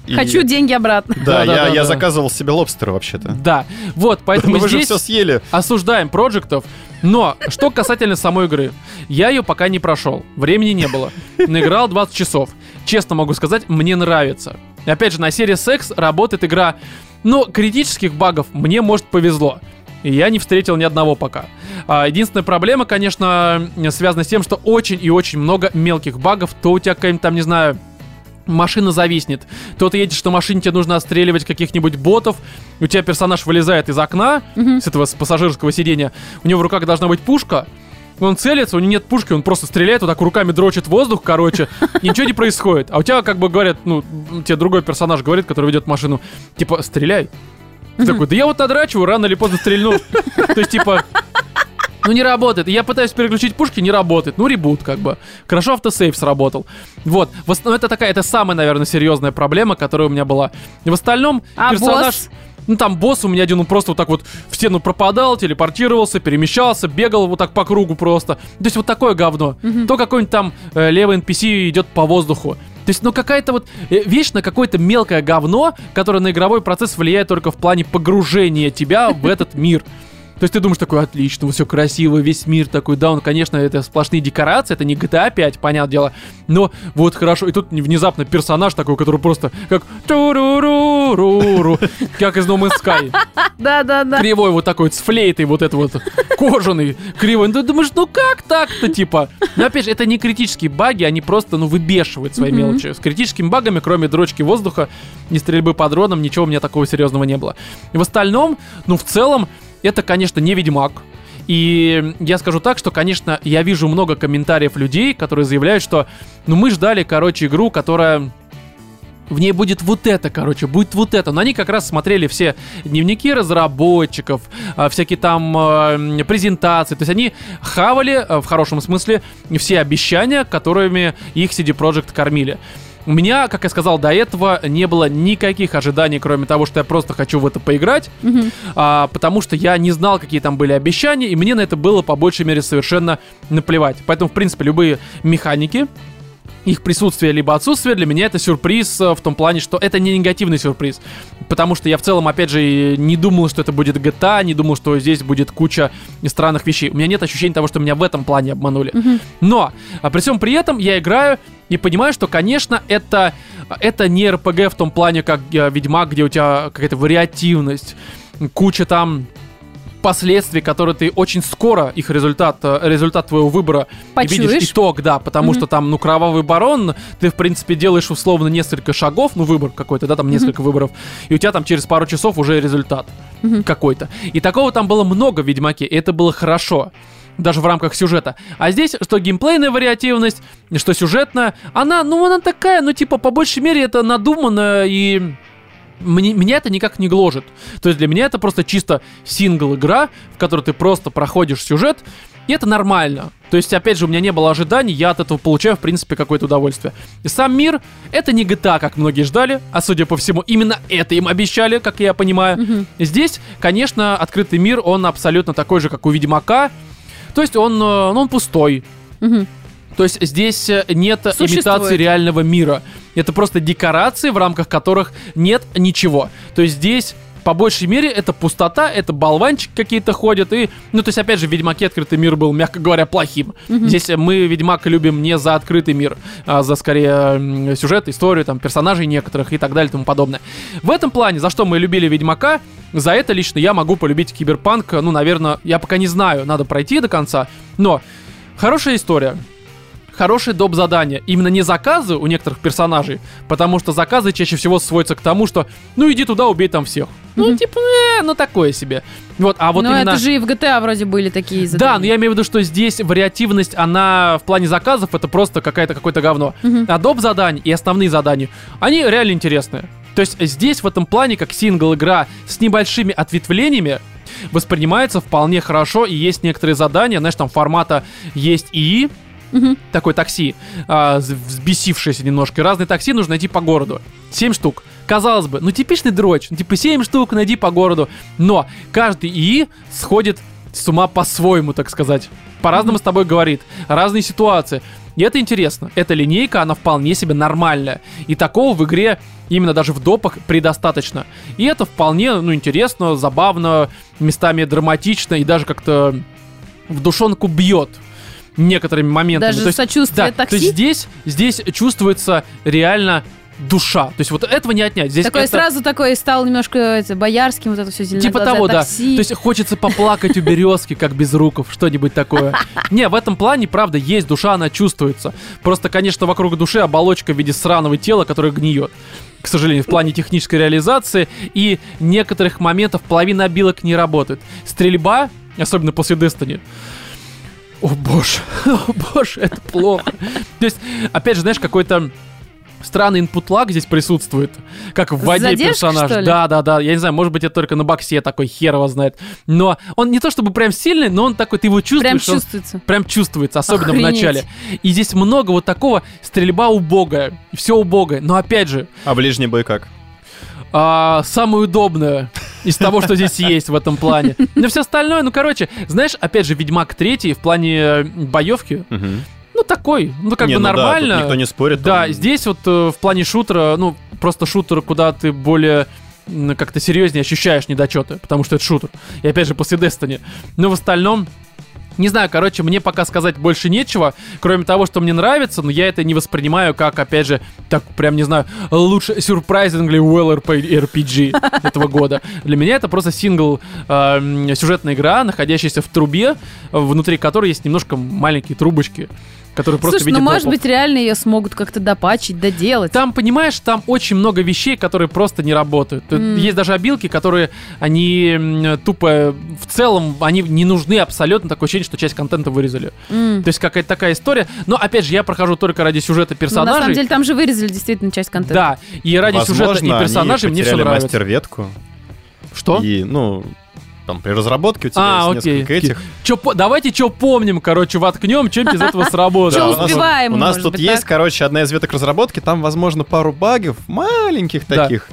Speaker 2: и-
Speaker 3: Хочу деньги обратно.
Speaker 2: Да, я,
Speaker 1: Да-да-да-да.
Speaker 2: я заказывал себе лобстера вообще-то.
Speaker 1: Да, вот,
Speaker 2: Но
Speaker 1: поэтому
Speaker 2: вы же
Speaker 1: здесь
Speaker 2: все съели.
Speaker 1: осуждаем проектов. Но, что касательно самой игры, я ее пока не прошел, времени не было. Наиграл 20 часов. Честно могу сказать, мне нравится. Опять же, на серии Секс работает игра, но критических багов мне, может, повезло. И я не встретил ни одного пока. А, единственная проблема, конечно, связана с тем, что очень и очень много мелких багов. То у тебя какая-нибудь там, не знаю, машина зависнет. То ты едешь на машине, тебе нужно отстреливать каких-нибудь ботов. У тебя персонаж вылезает из окна, с этого с пассажирского сидения. У него в руках должна быть пушка. Он целится, у него нет пушки, он просто стреляет, вот так руками дрочит воздух, короче, и ничего не происходит. А у тебя, как бы говорят, ну, тебе другой персонаж говорит, который ведет машину, типа, стреляй. Ты такой, да я вот надрачиваю, рано или поздно стрельну. То есть, типа, ну не работает. Я пытаюсь переключить пушки, не работает. Ну ребут как бы. Хорошо автосейв сработал. Вот. В основном это такая, это самая, наверное, серьезная проблема, которая у меня была. И в остальном
Speaker 3: А
Speaker 1: персонаж...
Speaker 3: босс?
Speaker 1: Ну там босс у меня один, он просто вот так вот в стену пропадал, телепортировался, перемещался, бегал вот так по кругу просто. То есть вот такое говно. То какой-нибудь там э, левый NPC идет по воздуху. То есть, ну какая-то вот э, вечно какое-то мелкое говно, которое на игровой процесс влияет только в плане погружения тебя в этот мир. То есть ты думаешь такой, отлично, все красиво, весь мир такой, да, он, конечно, это сплошные декорации, это не GTA 5, понятное дело, но вот хорошо, и тут внезапно персонаж такой, который просто как ру как из No Man's Sky,
Speaker 3: Да-да-да.
Speaker 1: кривой вот такой, вот, с флейтой вот это вот, кожаный, кривой, ну ты думаешь, ну как так-то, типа, но опять же, это не критические баги, они просто, ну, выбешивают свои
Speaker 3: Мгм.
Speaker 1: мелочи, с критическими багами, кроме дрочки воздуха и стрельбы по дронам, ничего у меня такого серьезного не было, и в остальном, ну, в целом, это, конечно, не Ведьмак. И я скажу так, что, конечно, я вижу много комментариев людей, которые заявляют, что ну мы ждали, короче, игру, которая в ней будет вот это, короче, будет вот это. Но они как раз смотрели все дневники разработчиков, а, всякие там э, презентации. То есть они хавали, э, в хорошем смысле, все обещания, которыми их CD Projekt кормили. У меня, как я сказал до этого, не было никаких ожиданий, кроме того, что я просто хочу в это поиграть
Speaker 3: Мгм.
Speaker 1: а, потому что я не знал, какие там были обещания, и мне на это было по большей мере совершенно наплевать. Поэтому, в принципе, любые механики, их присутствие либо отсутствие, для меня это сюрприз э, в том плане, что это не негативный сюрприз. Потому что я в целом, опять же, и не думал, что это будет GTA, не думал, что здесь будет куча странных вещей. У меня нет ощущения того, что меня в этом плане обманули. Но, а при всем при этом, я играю и понимаю, что, конечно, это, это не РПГ в том плане, как э, Ведьмак, где у тебя какая-то вариативность, куча там последствий, которые ты очень скоро, их результат, э, результат твоего выбора и
Speaker 3: Почуешь?
Speaker 1: видишь итог, да, потому что там, ну, кровавый барон, ты, в принципе, делаешь условно несколько шагов, ну, выбор какой-то, да, там несколько выборов, и у тебя там через пару часов уже результат какой-то. И такого там было много в Ведьмаке, и это было хорошо. Даже в рамках сюжета. А здесь, что геймплейная вариативность, что сюжетная, она, ну, она такая, ну, типа, по большей мере, это надумано и мне- меня это никак не гложет. То есть для меня это просто чисто сингл-игра, в которой ты просто проходишь сюжет, и это нормально. То есть, опять же, у меня не было ожиданий, я от этого получаю, в принципе, какое-то удовольствие. И сам мир — это не GTA, как многие ждали, а, судя по всему, именно это им обещали, как я понимаю. Здесь, конечно, открытый мир, он абсолютно такой же, как у Ведьмака. То есть он, э, ну, он пустой,
Speaker 3: Мгм.
Speaker 1: то есть здесь э, нет
Speaker 3: Существует.
Speaker 1: имитации реального мира. Это просто декорации, в рамках которых нет ничего. То есть здесь по большей мере, это пустота, это болванчик какие-то ходят, и... Ну, то есть, опять же, в Ведьмаке открытый мир был, мягко говоря, плохим. Здесь э, мы Ведьмака любим не за открытый мир, а за, скорее, м, сюжет, историю, там, персонажей некоторых и так далее и тому подобное. В этом плане, за что мы любили Ведьмака, за это лично я могу полюбить Киберпанк, ну, наверное, я пока не знаю, надо пройти до конца, но хорошая история, хорошие доп. задания. Именно не заказы у некоторых персонажей, потому что заказы чаще всего сводятся к тому, что ну иди туда, убей там всех. Ну, типа, э, ну такое себе. Вот, а вот
Speaker 3: Но
Speaker 1: именно.
Speaker 3: Ну, это же и в GTA вроде были такие
Speaker 1: Да, но
Speaker 3: задания.
Speaker 1: я имею в виду, что здесь вариативность, она в плане заказов, это просто какая-то какое-то говно. А доп. задания и основные задания, они реально интересные. То есть здесь в этом плане, как сингл-игра с небольшими ответвлениями, воспринимается вполне хорошо, и есть некоторые задания, знаешь, там формата есть ИИ,
Speaker 3: Мгм.
Speaker 1: такой такси, а, з- взбесившееся немножко. Разные такси нужно найти по городу. Семь штук. Казалось бы, ну типичный дрочь, ну типа семь штук найди по городу. Но каждый ИИ сходит с ума по-своему, так сказать. По-разному с тобой говорит. Разные ситуации. И это интересно. Эта линейка, она вполне себе нормальная. И такого в игре, именно даже в допах, предостаточно. И это вполне, ну, интересно, забавно, местами драматично и даже как-то в душонку бьет некоторыми моментами.
Speaker 3: Даже
Speaker 1: То есть-
Speaker 3: сочувствие
Speaker 1: да, то
Speaker 3: такси.
Speaker 1: есть здесь, здесь чувствуется реально душа. То есть вот этого не отнять. Здесь
Speaker 3: такой
Speaker 1: это-
Speaker 3: сразу такой стал немножко это, боярским, вот это все зеленое.
Speaker 1: Типа того, да. То есть хочется поплакать у березки, как без руков, что-нибудь такое. Не, в этом плане, правда, есть душа, она чувствуется. Просто, конечно, вокруг души оболочка в виде сраного тела, которое гниет. К сожалению, в плане технической реализации и некоторых моментов половина обилок не работает. Стрельба, особенно после Destiny, о боже, о боже, это плохо. То есть, опять же, знаешь, какой-то странный инпут-лаг здесь присутствует, как в воде
Speaker 3: Задержка,
Speaker 1: персонаж.
Speaker 3: что ли?
Speaker 1: Да, да, да. Я не знаю, может быть, это только на боксе такой хер его знает. Но он не то чтобы прям сильный, но он такой, ты его чувствуешь.
Speaker 3: Прям
Speaker 1: он
Speaker 3: чувствуется.
Speaker 1: прям чувствуется, особенно в
Speaker 3: Охренеть.
Speaker 1: начале. И здесь много вот такого стрельба убогая, все убогое. Но опять же,
Speaker 2: А ближний бой как?
Speaker 1: а, самое удобное из того, что здесь есть в этом плане. Но все остальное, ну короче, знаешь, опять же, Ведьмак третий в плане э, боевки,
Speaker 2: Мгм.
Speaker 1: ну такой, ну как
Speaker 2: Не,
Speaker 1: бы
Speaker 2: ну да, тут
Speaker 1: нормально.
Speaker 2: никто не спорит.
Speaker 1: Да,
Speaker 2: он-
Speaker 1: здесь вот э, в плане шутера, ну, просто шутер, куда ты более м, как-то серьезнее ощущаешь недочеты, потому что это шутер. И опять же, после Destiny. Но в остальном, не знаю, короче, мне пока сказать больше нечего, кроме того, что мне нравится, но я это не воспринимаю как, опять же, так прям, не знаю, лучше surprisingly well RPG этого года. Для меня это просто сингл э, м, сюжетная игра, находящаяся в трубе, э, внутри которой есть немножко маленькие трубочки, которые просто в
Speaker 3: Слушай,
Speaker 1: виде
Speaker 3: ну может
Speaker 1: пропов.
Speaker 3: быть реально ее смогут как-то допачить, доделать.
Speaker 1: Там, понимаешь, там очень много вещей, которые просто не работают. Тут
Speaker 3: М.
Speaker 1: Есть даже обилки, которые, они м, тупо, в целом, они не нужны абсолютно. Такое ощущение, что часть контента вырезали.
Speaker 3: М.
Speaker 1: То есть какая-то такая история. Но, опять же, я прохожу только ради сюжета
Speaker 3: Ну, на самом
Speaker 1: персонажей.
Speaker 3: деле там же вырезали действительно часть контента.
Speaker 1: да, и ради сюжета
Speaker 2: Возможно,
Speaker 1: и
Speaker 2: они
Speaker 1: персонажей мне все
Speaker 2: потеряли
Speaker 1: нравится.
Speaker 2: мастер-ветку.
Speaker 1: Что?
Speaker 2: И, ну, там при разработке у тебя
Speaker 1: А,
Speaker 2: есть
Speaker 1: окей,
Speaker 2: несколько
Speaker 1: окей.
Speaker 2: этих.
Speaker 1: Чё по- давайте что помним, короче, воткнем, что-нибудь из этого
Speaker 3: Чё
Speaker 1: сработает.
Speaker 2: у нас-
Speaker 3: успеваем,
Speaker 2: У нас
Speaker 3: может
Speaker 2: тут
Speaker 3: быть,
Speaker 2: есть,
Speaker 3: так?
Speaker 2: короче, одна из веток разработки, там, возможно, пару багов маленьких
Speaker 1: Да.
Speaker 2: таких.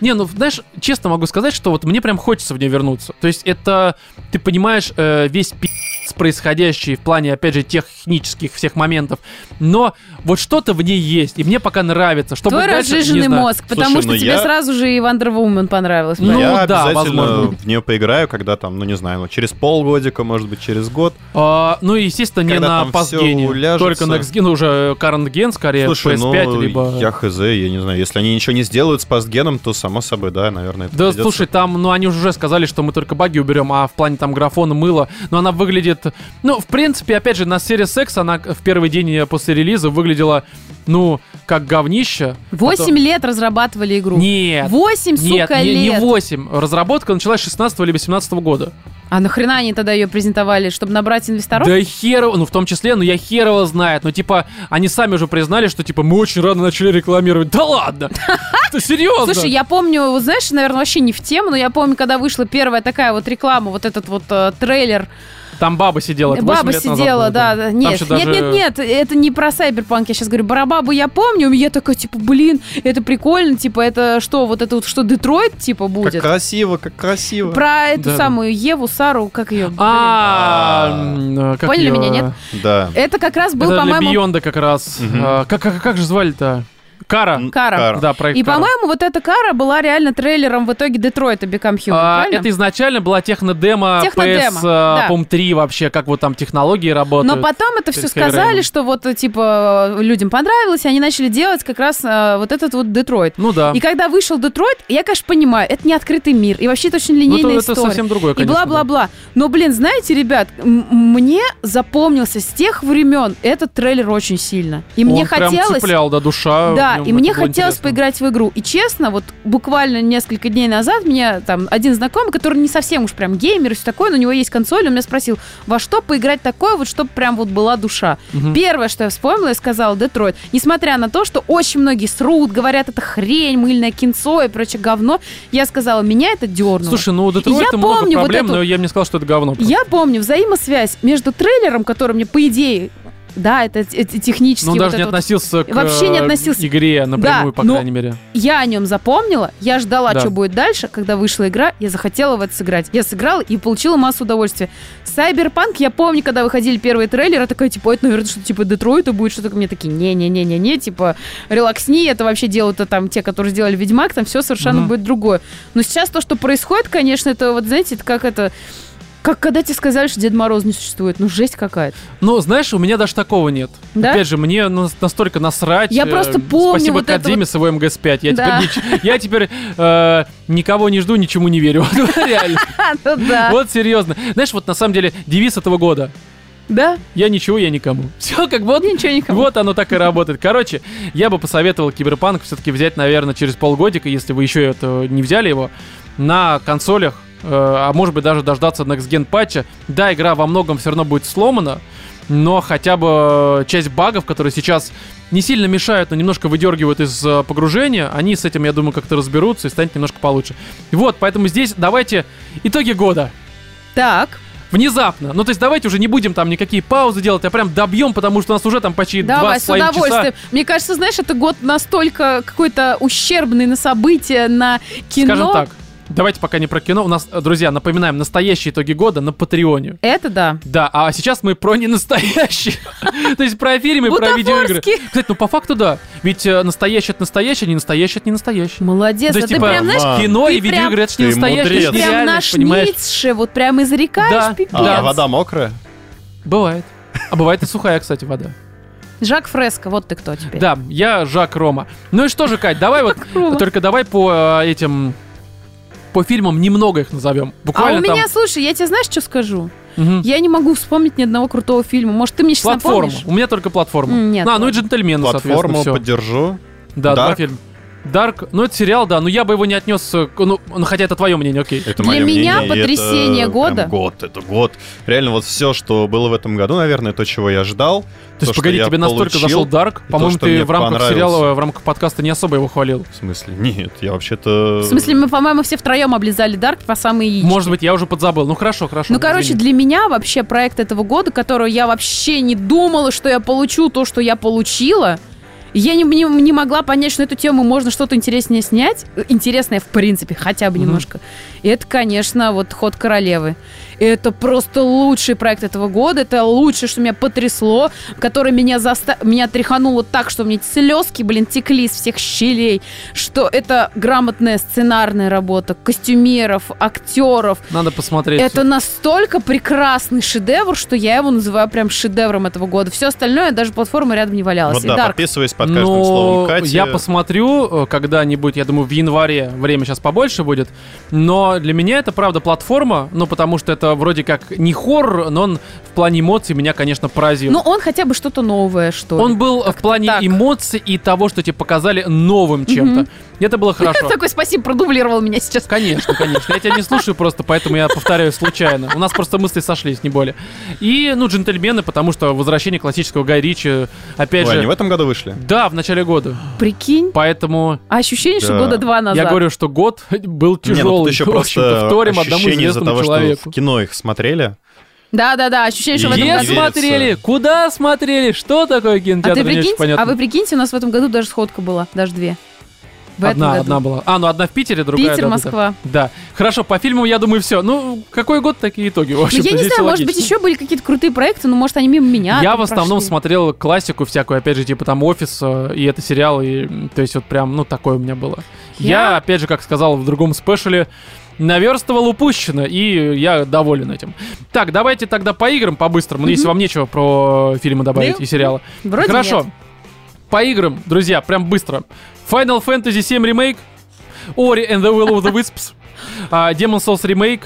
Speaker 1: Не, ну знаешь, честно могу сказать, что вот мне прям хочется в нее вернуться. То есть это, ты понимаешь, э, весь пи***ц происходящий в плане, опять же, технических всех моментов. Но вот что-то в ней есть, и мне пока нравится. Что
Speaker 3: Твой
Speaker 1: будет дальше, не
Speaker 3: разжиженный
Speaker 1: знаю.
Speaker 3: мозг, потому
Speaker 2: Слушай,
Speaker 3: что
Speaker 2: ну
Speaker 3: тебе
Speaker 2: я-
Speaker 3: сразу же и Wonder Woman понравилось.
Speaker 1: Ну,
Speaker 3: правильно?
Speaker 2: Я
Speaker 1: да,
Speaker 2: обязательно
Speaker 1: возможно.
Speaker 2: в нее поиграю, когда там, ну не знаю, ну, через полгодика, может быть, через год.
Speaker 1: А, ну и, естественно, не
Speaker 2: Когда
Speaker 1: на
Speaker 2: там всё
Speaker 1: пастгене.
Speaker 2: уляжется.
Speaker 1: Только на Xgen, ну, уже current gen, скорее,
Speaker 2: Слушай,
Speaker 1: PS5,
Speaker 2: ну,
Speaker 1: либо...
Speaker 2: я хз, я не знаю, если они ничего не сделают с пастгеном, то само собой, да, наверное, это
Speaker 1: Да,
Speaker 2: придётся.
Speaker 1: слушай, там, ну, они уже сказали, что мы только баги уберем, а в плане там графона мыла, но она выглядит... Ну, в принципе, опять же, на Series X она в первый день после релиза выглядела, ну, как говнище.
Speaker 3: Восемь лет разрабатывали игру.
Speaker 1: Нет.
Speaker 3: Восемь,
Speaker 1: Нет,
Speaker 3: сука,
Speaker 1: не, не
Speaker 3: лет.
Speaker 1: 8. Разработка началась 16 либо 17 года.
Speaker 3: А нахрена они тогда ее презентовали, чтобы набрать инвесторов?
Speaker 1: Да хер, ну в том числе, ну я хер его знает. Ну типа, они сами уже признали, что типа мы очень рано начали рекламировать. Да ладно! Ты серьезно?
Speaker 3: Слушай, я помню, вот знаешь, наверное, вообще не в тему, но я помню, когда вышла первая такая вот реклама, вот этот вот э, трейлер.
Speaker 1: Там баба сидела. это восемь
Speaker 3: Баба
Speaker 1: лет назад
Speaker 3: сидела,
Speaker 1: было,
Speaker 3: да, да. Нет,
Speaker 1: еще
Speaker 3: нет,
Speaker 1: даже-
Speaker 3: нет, нет, это не про Сайберпанк, я сейчас говорю, про бабу я помню, и я такая, типа, блин, это прикольно, типа, это что, вот это вот что, Детройт, типа,
Speaker 2: как
Speaker 3: будет?
Speaker 2: красиво, как красиво.
Speaker 3: Про эту
Speaker 1: Да.
Speaker 3: самую Еву, Сару, как ее?
Speaker 1: А, м, как
Speaker 3: Поняли
Speaker 1: её,
Speaker 3: меня, нет?
Speaker 2: Да.
Speaker 3: Это как раз был,
Speaker 1: это для
Speaker 3: по-моему,
Speaker 1: Бионда как раз.
Speaker 2: Мгм.
Speaker 1: А, как, как, как же звали-то? Кара.
Speaker 2: М,
Speaker 3: Кара.
Speaker 1: Да, проект
Speaker 3: И,
Speaker 1: Кара.
Speaker 3: по-моему, вот эта кара была реально трейлером в итоге Детройта Become Human,
Speaker 1: А,
Speaker 3: правильно?
Speaker 1: это изначально была технодема
Speaker 3: Технодемо,
Speaker 1: PS, а,
Speaker 3: да.
Speaker 1: по-моему, 3 вообще, как вот там технологии работают.
Speaker 3: Но потом это все
Speaker 1: перед Скайримом.
Speaker 3: сказали, что вот, э, типа, людям понравилось, и они начали делать как раз э, вот этот вот Детройт.
Speaker 1: Ну да.
Speaker 3: И когда вышел Детройт, я, конечно, понимаю, это не открытый мир, и вообще это очень
Speaker 1: Ну,
Speaker 3: линейная
Speaker 1: это, это
Speaker 3: история.
Speaker 1: совсем другое,
Speaker 3: и
Speaker 1: конечно. да.
Speaker 3: бла-бла-бла. Но, блин, знаете, ребят, м- мне запомнился с тех времен этот трейлер очень сильно. И мне
Speaker 1: Он прям
Speaker 3: хотелось...
Speaker 1: цеплял, да, душа.
Speaker 3: Да, Да,
Speaker 1: Днём
Speaker 3: и
Speaker 1: это
Speaker 3: мне
Speaker 1: было
Speaker 3: хотелось
Speaker 1: интересно.
Speaker 3: поиграть в игру. И честно, вот буквально несколько дней назад мне там один знакомый, который не совсем уж прям геймер и все такое, но у него есть консоль, он меня спросил, во что поиграть такое, вот чтобы прям вот была душа.
Speaker 1: Мгм.
Speaker 3: Первое, что я вспомнила, я сказала Детройт. Несмотря на то, что очень многие срут, говорят, это хрень, мыльное кинцо и прочее говно, я сказала, меня это дернуло.
Speaker 1: Слушай, ну у Детройта
Speaker 3: Я
Speaker 1: много
Speaker 3: помню вот
Speaker 1: проблем,
Speaker 3: эту-
Speaker 1: но я бы не сказал, что это говно.
Speaker 3: Я помню взаимосвязь между трейлером, который мне, по идее, да, это т- т- технически
Speaker 1: Но Ну, он
Speaker 3: вот
Speaker 1: даже не
Speaker 3: это вот
Speaker 1: относился к
Speaker 3: Вообще не
Speaker 1: э,
Speaker 3: относился.
Speaker 1: игре напрямую,
Speaker 3: Да,
Speaker 1: по
Speaker 3: но-
Speaker 1: крайней мере.
Speaker 3: Я о нем запомнила, я ждала,
Speaker 1: Да.
Speaker 3: что будет дальше. Когда вышла игра, я захотела в это сыграть. Я сыграла и получила массу удовольствия. Сайберпанк, я помню, когда выходили первые трейлеры, такая, типа, это, наверное, что-то типа Детройта будет, что-то мне такие, не-не-не-не-не, типа, релаксни, это вообще делают-то там те, которые сделали Ведьмак, там все совершенно
Speaker 1: Мгм.
Speaker 3: будет другое. Но сейчас то, что происходит, конечно, это вот, знаете, это как это... Как когда тебе сказали, что Дед Мороз не существует. Ну, жесть какая-то.
Speaker 1: Но, знаешь, у меня даже такого нет.
Speaker 3: Да?
Speaker 1: Опять же, мне на- настолько насрать. э,
Speaker 3: Я просто помню
Speaker 1: Спасибо
Speaker 3: вот это
Speaker 1: Кадзиме с его МГС-5. Я
Speaker 3: Да.
Speaker 1: теперь, нич- я теперь э, никого не жду, ничему не верю. Вот Реально.
Speaker 3: А, ну да.
Speaker 1: Вот серьезно. Знаешь, вот на самом деле девиз этого года.
Speaker 3: Да?
Speaker 1: Я ничего, я никому. Все как бы вот
Speaker 3: Вот ничего не
Speaker 1: Вот оно так и работает. Короче, я бы посоветовал Киберпанк все-таки взять, наверное, через полгодика, если вы еще это не взяли его, на консолях, э, а может быть даже дождаться Next Gen патча. Да, игра во многом все равно будет сломана, но хотя бы э, часть багов, которые сейчас не сильно мешают, но немножко выдергивают из э, погружения, они с этим, я думаю, как-то разберутся и станет немножко получше. Вот, поэтому здесь давайте итоги года.
Speaker 3: Так.
Speaker 1: Внезапно. Ну, то есть давайте уже не будем там никакие паузы делать, а прям добьем, потому что у нас уже там почти два
Speaker 3: Давай,
Speaker 1: с
Speaker 3: с
Speaker 1: половиной часа.
Speaker 3: удовольствием. Мне кажется, знаешь, это год настолько какой-то ущербный на события, на кино.
Speaker 1: Скажем так, давайте пока не про кино. У нас, э, друзья, напоминаем, настоящие итоги года на Патреоне.
Speaker 3: Это да.
Speaker 1: Да, а сейчас мы про ненастоящие. То есть про фильмы, про видеоигры.
Speaker 3: Бутафорский.
Speaker 1: Кстати, ну по факту да. Ведь э, настоящий от настоящего, не настоящий от ненастоящего.
Speaker 3: Молодец.
Speaker 1: То
Speaker 3: Да
Speaker 1: есть,
Speaker 3: ты
Speaker 1: типа,
Speaker 3: прям, знаешь,
Speaker 2: а,
Speaker 1: кино
Speaker 3: ты
Speaker 1: и видеоигры, это ж не
Speaker 2: ты
Speaker 1: настоящее, это ж
Speaker 2: мудрец.
Speaker 1: не
Speaker 3: прям
Speaker 1: реальность,
Speaker 3: наш
Speaker 1: понимаешь?
Speaker 3: Ницше, вот прям изрекаешь,
Speaker 1: Да.
Speaker 3: пипец.
Speaker 2: А вода мокрая?
Speaker 1: Бывает. А бывает и сухая, кстати, вода.
Speaker 3: Жак Фреско, вот ты кто теперь.
Speaker 1: Да, я Жак Рома. Ну и что же, Кать, давай вот,
Speaker 3: Рома.
Speaker 1: только давай по э, этим, по фильмам немного их назовем.
Speaker 3: А у
Speaker 1: Буквально там.
Speaker 3: меня, слушай, я тебе знаешь, что скажу?
Speaker 1: Мгм.
Speaker 3: Я не могу вспомнить ни одного крутого фильма. Может, ты мне сейчас
Speaker 1: Платформу.
Speaker 3: напомнишь?
Speaker 1: У меня только платформа.
Speaker 3: М, нет,
Speaker 1: А, ну и джентльмены,
Speaker 2: Платформу
Speaker 1: соответственно, все.
Speaker 2: поддержу.
Speaker 1: Да, два
Speaker 2: Dark.
Speaker 1: фильма. Дарк, ну это сериал, да, но я бы его не отнес, э, к- ну, ну, хотя это твое мнение, окей.
Speaker 2: Это
Speaker 3: Для
Speaker 2: моё
Speaker 3: меня
Speaker 2: мнение, и
Speaker 3: потрясение
Speaker 2: это
Speaker 3: года.
Speaker 2: прям год, это год. Реально, вот все, что было в этом году, наверное, то, чего я ждал.
Speaker 1: То, есть,
Speaker 2: что
Speaker 1: погоди,
Speaker 2: я
Speaker 1: тебе настолько
Speaker 2: получил.
Speaker 1: зашел Дарк,
Speaker 2: то,
Speaker 1: по-моему,
Speaker 2: что
Speaker 1: ты
Speaker 2: мне
Speaker 1: в рамках
Speaker 2: понравилось.
Speaker 1: сериала, в рамках подкаста не особо его хвалил.
Speaker 2: В смысле? Нет, я вообще-то...
Speaker 3: В смысле, мы, по-моему, все втроем облизали Дарк по самые яички.
Speaker 1: Может быть, я уже подзабыл. Ну хорошо, хорошо.
Speaker 3: Ну, короче,
Speaker 1: извини.
Speaker 3: для меня вообще проект этого года, который я вообще не думала, что я получу то, что я получила, я не, не, не могла понять, что на эту тему можно что-то интереснее снять. Э, Интересное, в принципе, хотя бы
Speaker 1: Мгм.
Speaker 3: немножко. И это, конечно, вот «Ход королевы». Это просто лучший проект этого года. Это лучшее, что меня потрясло, которое меня, заста... меня тряхануло так, что мне слезки, блин, текли из всех щелей. Что это грамотная сценарная работа костюмеров, актеров,
Speaker 1: Надо посмотреть.
Speaker 3: это настолько прекрасный шедевр, что я его называю прям шедевром этого года. Все остальное, даже платформа рядом не валялась.
Speaker 2: Вот
Speaker 3: И
Speaker 2: да,
Speaker 3: Dark.
Speaker 2: подписываясь под каждым
Speaker 1: Но
Speaker 2: словом Кати.
Speaker 1: Ну, я посмотрю э, когда-нибудь, я думаю, в январе время сейчас побольше будет. Но для меня это, правда, платформа, ну, потому что это вроде как не хоррор, но он в плане эмоций меня, конечно, поразил.
Speaker 3: Ну, он хотя бы что-то новое, что
Speaker 1: он
Speaker 3: ли.
Speaker 1: был в плане
Speaker 3: так.
Speaker 1: эмоций и того, что тебе показали новым чем-то. Это было хорошо.
Speaker 3: Такой спасибо, продублировал меня сейчас.
Speaker 1: Конечно, конечно. Я тебя не слушаю просто, поэтому я повторяю случайно. У нас просто мысли сошлись, не более. И, ну, джентльмены, потому что возвращение классического Гай Ричи, опять
Speaker 2: Ой, они в
Speaker 1: же...
Speaker 2: этом году вышли?
Speaker 1: Да, в начале года.
Speaker 3: Прикинь.
Speaker 1: Поэтому
Speaker 3: А ощущение, что
Speaker 2: Да.
Speaker 3: года два назад.
Speaker 1: Я говорю, что год был
Speaker 2: Не, ну тут
Speaker 1: тяжелый.
Speaker 2: еще
Speaker 1: В общем-то,
Speaker 2: просто
Speaker 1: вторим одному
Speaker 2: ощущение из-за
Speaker 1: известному
Speaker 2: того, что
Speaker 1: человеку.
Speaker 2: в кино их смотрели.
Speaker 3: Да-да-да, ощущение, что в
Speaker 2: И
Speaker 3: этом
Speaker 1: Где
Speaker 3: году...
Speaker 2: верится.
Speaker 1: смотрели? Куда смотрели? Что такое кинотеатр?
Speaker 3: А ты
Speaker 1: Не очень
Speaker 3: прикинь,
Speaker 1: понятно.
Speaker 3: а вы прикиньте, у нас в этом году даже сходка была, даже две. В этом
Speaker 1: одна,
Speaker 3: году.
Speaker 1: одна была. А, ну одна в Питере, другая...
Speaker 3: Питер,
Speaker 1: да, да, да.
Speaker 3: Москва.
Speaker 1: Да, Хорошо, по фильму, я думаю, все. Ну, какой год, такие итоги, в
Speaker 3: Ну,
Speaker 1: общем
Speaker 3: я не знаю, может быть, еще были какие-то крутые проекты, но, может, они мимо меня
Speaker 1: я
Speaker 3: А, там
Speaker 1: в основном
Speaker 3: прошли.
Speaker 1: смотрел классику всякую, опять же, типа там «Офис», э, и это сериал, и, м, то есть вот прям, ну, такое у меня было. Я,
Speaker 3: Я-
Speaker 1: опять же, как сказал в другом спешле, наверстывал упущено, и я доволен этим. Так, давайте тогда по играм по-быстрому, ну, если вам нечего про фильмы добавить
Speaker 3: Да.
Speaker 1: и сериалы.
Speaker 3: Ну, Вроде
Speaker 1: Хорошо.
Speaker 3: нет.
Speaker 1: По играм, друзья, прям быстро. Final Fantasy VII Remake, Ori and the Will of the Wisps, а, Demon's Souls Remake,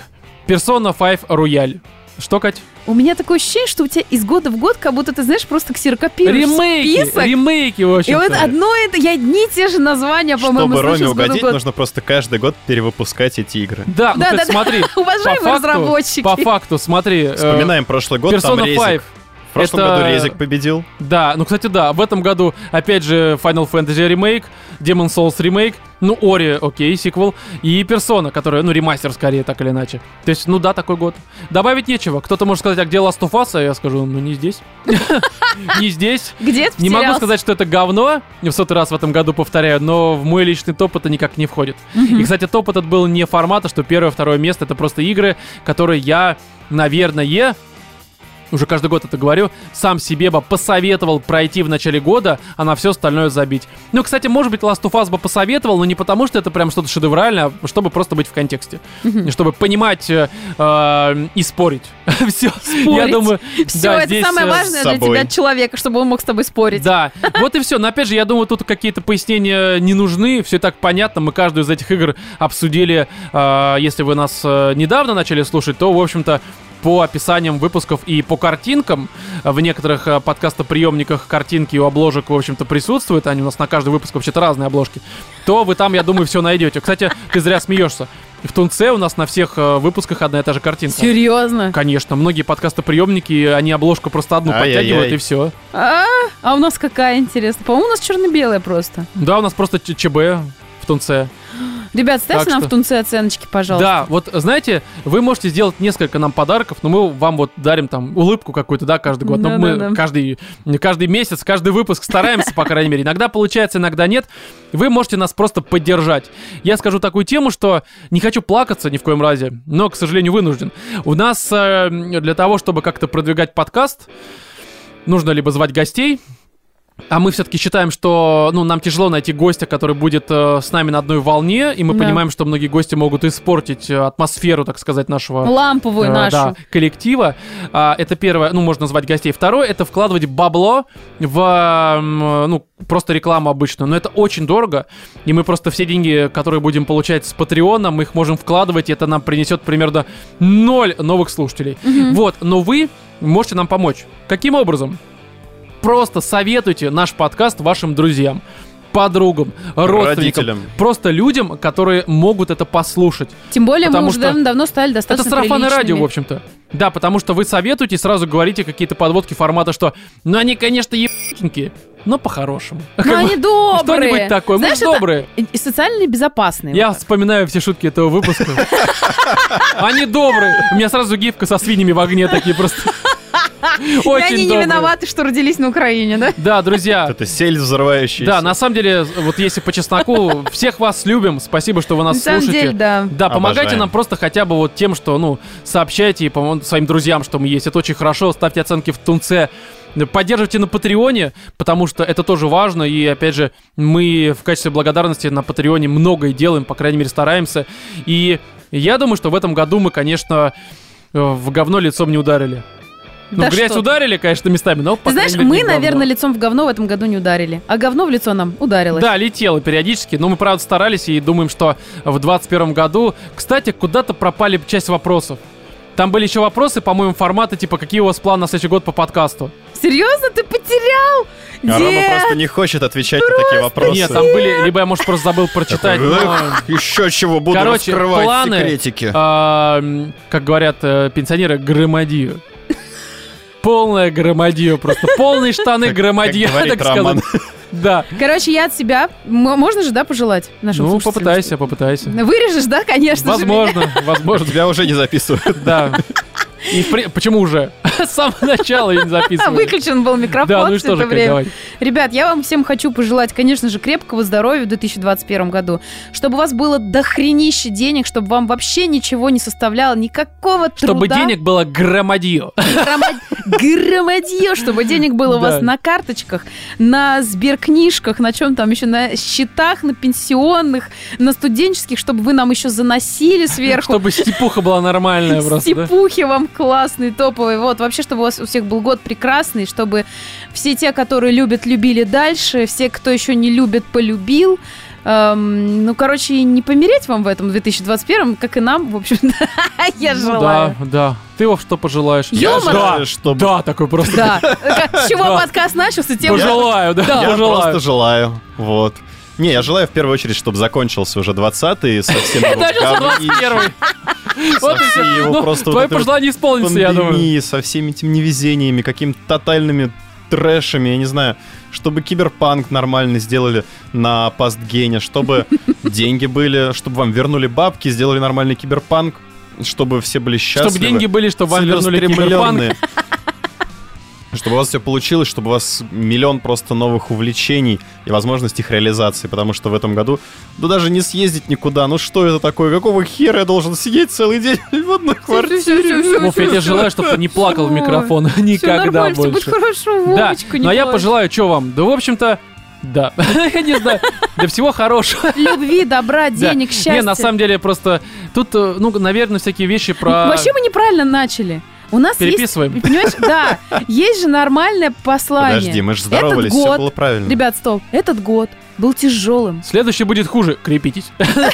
Speaker 1: Persona 5 Royal. Что, Кать?
Speaker 3: У меня такое ощущение, что у тебя из года в год, как будто ты, знаешь, просто ксерокопируешь
Speaker 1: Ремейки,
Speaker 3: список.
Speaker 1: ремейки, в
Speaker 3: И
Speaker 1: общем
Speaker 3: вот одно это, я одни и те же названия, по-моему,
Speaker 2: Чтобы Роме
Speaker 3: слышу с года в
Speaker 2: угодить,
Speaker 3: год.
Speaker 2: нужно просто каждый год перевыпускать эти игры.
Speaker 1: Да, ну,
Speaker 3: Да,
Speaker 1: то есть
Speaker 3: да, да.
Speaker 1: смотри,
Speaker 3: Уважаемые
Speaker 1: по факту,
Speaker 3: разработчики.
Speaker 1: по факту, смотри, э,
Speaker 2: Вспоминаем прошлый год, там
Speaker 1: Persona
Speaker 2: Резик.
Speaker 1: 5.
Speaker 2: В прошлом
Speaker 1: Это-
Speaker 2: году Резик победил.
Speaker 1: Да, ну, кстати, да, в этом году, опять же, Final Fantasy ремейк, Demon Souls ремейк, ну, Ori, окей, сиквел, и Persona, которая, ну, ремастер скорее, так или иначе. То есть, ну да, такой год. Добавить нечего. Кто-то может сказать, а где Last of Us? А я скажу, ну, не здесь. Не здесь.
Speaker 3: Где ты
Speaker 1: Не могу
Speaker 3: потерялся?
Speaker 1: сказать, что это говно, не в сотый раз в этом году повторяю, но в мой личный топ это никак не входит.
Speaker 3: Мгм.
Speaker 1: И, кстати, топ этот был не формата, что первое, второе место это просто игры, которые я, наверное, уже каждый год это говорю, сам себе бы посоветовал пройти в начале года, а на все остальное забить. Ну, кстати, может быть, Last of Us бы посоветовал, но не потому, что это прям что-то шедевральное, а чтобы просто быть в контексте.
Speaker 3: Мгм.
Speaker 1: Чтобы понимать э, э, и спорить. все. Я
Speaker 3: Спорить.
Speaker 1: думаю,
Speaker 3: Все,
Speaker 1: да,
Speaker 3: это
Speaker 1: здесь,
Speaker 3: самое
Speaker 1: э,
Speaker 3: важное для
Speaker 2: собой.
Speaker 3: тебя человека, чтобы он мог с тобой спорить.
Speaker 1: да, вот и все. Но опять же, я думаю, тут какие-то пояснения не нужны. Все так понятно. Мы каждую из этих игр обсудили. Э, Если вы нас э, недавно начали слушать, то, в общем-то, по описаниям выпусков и по картинкам э, в некоторых э, подкастоприемниках картинки у обложек, в общем-то, присутствуют. Они у нас на каждый выпуск вообще-то разные обложки. То вы там, я думаю, все найдете. Кстати, ты зря смеешься. В Тунце у нас на всех э, выпусках одна и та же картинка.
Speaker 3: Серьезно?
Speaker 1: Конечно, многие подкастоприемники, они обложку просто одну
Speaker 2: Ай-яй-яй.
Speaker 1: подтягивают, и все.
Speaker 3: А, а у нас какая интересно. По-моему, у нас черно-белая просто.
Speaker 1: Да, у нас просто Ч- ЧБ в Тунце.
Speaker 3: Ребят, ставьте
Speaker 1: Так
Speaker 3: нам
Speaker 1: что-
Speaker 3: в Тунце оценочки, пожалуйста.
Speaker 1: Да, вот знаете, вы можете сделать несколько нам подарков, но мы вам вот дарим там улыбку какую-то, да, каждый год. Но мы
Speaker 3: Да-да-да.
Speaker 1: каждый, каждый месяц, каждый выпуск стараемся, по крайней мере. Иногда получается, иногда нет. Вы можете нас просто поддержать. Я скажу такую тему, что не хочу плакаться ни в коем разе, но, к сожалению, вынужден. У нас э, для того, чтобы как-то продвигать подкаст, нужно либо звать гостей, а мы все-таки считаем, что ну, нам тяжело найти гостя, который будет э, с нами на одной волне, и мы
Speaker 3: Да.
Speaker 1: понимаем, что многие гости могут испортить э, атмосферу, так сказать, нашего
Speaker 3: Ламповую
Speaker 1: э,
Speaker 3: нашу.
Speaker 1: да, коллектива. А, это первое, ну, можно назвать гостей. Второе, это вкладывать бабло в, м, ну, просто рекламу обычную. Но это очень дорого, и мы просто все деньги, которые будем получать с Патреона, мы их можем вкладывать, и это нам принесет примерно ноль новых слушателей. Вот, но вы можете нам помочь. Каким образом? Просто советуйте наш подкаст вашим друзьям, подругам, родственникам.
Speaker 2: Родителям.
Speaker 1: Просто людям, которые могут это послушать.
Speaker 3: Тем более мы
Speaker 1: Потому
Speaker 3: уже
Speaker 1: что
Speaker 3: давно, давно стали достаточно
Speaker 1: Это сарафанное
Speaker 3: приличными.
Speaker 1: радио, в общем-то. Да, потому что вы советуете и сразу говорите какие-то подводки формата, что «Ну они, конечно, ебаненькие, но по-хорошему».
Speaker 3: Ну, они добрые.
Speaker 1: Что-нибудь такое. Мы
Speaker 3: Знаешь,
Speaker 1: же
Speaker 3: это
Speaker 1: добрые.
Speaker 3: и социально безопасные.
Speaker 1: Я вспоминаю все шутки этого выпуска. Они добрые. У меня сразу гифка со свиньями в огне такие просто.
Speaker 3: И
Speaker 1: Очень
Speaker 3: они не
Speaker 1: добрые.
Speaker 3: виноваты, что родились на Украине, да?
Speaker 1: Да, друзья,
Speaker 2: Это сель взрывающийся.
Speaker 1: Да, на самом деле, вот если по чесноку, всех вас любим. Спасибо, что вы
Speaker 3: На
Speaker 1: нас
Speaker 3: самом
Speaker 1: слушаете.
Speaker 3: деле, да.
Speaker 1: Да, помогайте
Speaker 2: Обожаем.
Speaker 1: нам просто хотя бы вот тем, что, ну, сообщайте и, по-моему, своим друзьям, что мы есть. Это очень хорошо. Ставьте оценки в Тунце. Поддерживайте на Патреоне, потому что это тоже важно. И, опять же, мы в качестве благодарности на Патреоне многое делаем, по крайней мере, стараемся. И я думаю, что в этом году мы, конечно, э, в говно лицом не ударили. Ну,
Speaker 3: Да
Speaker 1: в грязь
Speaker 3: что ты.
Speaker 1: ударили, конечно, местами, но... по
Speaker 3: Ты знаешь,
Speaker 1: крайней мере,
Speaker 3: мы,
Speaker 1: не в говно.
Speaker 3: наверное, лицом в говно в этом году не ударили. А говно в лицо нам ударилось.
Speaker 1: Да, летело периодически, но мы, правда, старались и думаем, что в 21 году... Кстати, куда-то пропали часть вопросов. Там были еще вопросы, по-моему, формата, типа, какие у вас планы на следующий год по подкасту?
Speaker 3: Серьезно, ты потерял?
Speaker 2: А Рома
Speaker 3: Дед!
Speaker 2: просто не хочет отвечать на такие вопросы.
Speaker 1: Нет, там были, либо я, может, просто забыл прочитать. но-
Speaker 2: Еще чего буду
Speaker 1: Короче,
Speaker 2: раскрывать
Speaker 1: планы,
Speaker 2: секретики.
Speaker 1: а, м, как говорят э, пенсионеры, громадью. Полная громадье просто. Полные штаны
Speaker 2: Как-
Speaker 1: громадье,
Speaker 2: как говорит
Speaker 1: так сказать.
Speaker 2: Роман.
Speaker 1: Да.
Speaker 3: Короче, я от себя. М- можно же, да, пожелать нашим
Speaker 1: Ну,
Speaker 3: слушателям?
Speaker 1: попытайся, попытайся.
Speaker 3: Вырежешь, да, Ну, конечно же, меня?
Speaker 1: Возможно, возможно.
Speaker 2: Тебя уже не записывают.
Speaker 1: Да. И в при- почему уже? С самого начала я не
Speaker 3: А,
Speaker 1: записываю.
Speaker 3: Выключен был микрофон
Speaker 1: Да, ну и
Speaker 3: все
Speaker 1: что же,
Speaker 3: это
Speaker 1: Кать,
Speaker 3: время.
Speaker 1: давай.
Speaker 3: Ребят, я вам всем хочу пожелать, конечно же, крепкого здоровья в 2021 году, чтобы у вас было дохренище денег, чтобы вам вообще ничего не составляло, никакого
Speaker 1: Чтобы
Speaker 3: труда.
Speaker 1: денег было громадье.
Speaker 3: Громад- громадье, чтобы денег было у
Speaker 1: Да.
Speaker 3: вас на карточках, на сберкнижках, на чем там еще, на счетах, на пенсионных, на студенческих, чтобы вы нам еще заносили сверху.
Speaker 1: Чтобы степуха была нормальная просто. да?
Speaker 3: Степухи вам классный, топовый. Вот, вообще, чтобы у вас у всех был год прекрасный, чтобы все те, которые любят, любили дальше, все, кто еще не любит, полюбил. Эм, ну, короче, не помереть вам в этом 2021, как и нам, в общем-то. Я
Speaker 1: Ну
Speaker 3: желаю.
Speaker 1: Да, да. Ты, Вов, что пожелаешь?
Speaker 3: Я Юмора.
Speaker 2: желаю,
Speaker 1: Да,
Speaker 2: чтобы-
Speaker 1: Да, такой просто.
Speaker 3: Да. Как- С чего
Speaker 1: Да.
Speaker 3: подкаст начался, тем
Speaker 1: Пожелаю, да,
Speaker 2: Я просто
Speaker 1: пожелаю.
Speaker 2: желаю. Вот. Не, я желаю в первую очередь, чтобы закончился уже 20-й со всеми его камнями,
Speaker 1: Первый.
Speaker 2: со
Speaker 1: Вот и всё.
Speaker 2: всей его
Speaker 1: Ну,
Speaker 2: просто вот
Speaker 1: Твое
Speaker 2: этой вот
Speaker 1: пожелание исполнится, я думаю.
Speaker 2: пандемии, со всеми этими невезениями, какими-то тотальными трэшами, я не знаю, чтобы киберпанк нормально сделали на пастгене, чтобы деньги были, чтобы вам вернули бабки, сделали нормальный киберпанк, чтобы все были счастливы.
Speaker 1: Чтобы деньги были, чтобы вам вернули киберпанк.
Speaker 2: целеустремлённые. Чтобы у вас все получилось, чтобы у вас миллион просто новых увлечений и возможность их реализации, потому что в этом году, да даже не съездить никуда, ну что это такое, какого хера я должен сидеть целый день в одной квартире?
Speaker 1: Вов, я тебе желаю, чтобы ты не плакал в
Speaker 3: Всё.
Speaker 1: микрофон никогда
Speaker 3: Все будет
Speaker 1: больше.
Speaker 3: хорошо,
Speaker 1: Да,
Speaker 3: Вовочка, не
Speaker 1: ну а я
Speaker 3: плачь.
Speaker 1: пожелаю, что вам? Да, в общем-то, да. Я не знаю. Да всего хорошего.
Speaker 3: Любви, добра,
Speaker 1: Да.
Speaker 3: денег, счастья.
Speaker 1: Не, на самом деле просто тут, э, ну, наверное, всякие вещи про...
Speaker 3: Вообще мы неправильно начали. У нас есть...
Speaker 1: Переписываем.
Speaker 3: Понимаешь, да, есть же нормальное послание.
Speaker 2: Подожди, мы же
Speaker 3: Этот
Speaker 2: здоровались,
Speaker 3: год,
Speaker 2: все было правильно.
Speaker 3: Ребят, стоп, этот год был тяжелым.
Speaker 1: Следующий будет хуже. Крепитесь. Крепитесь.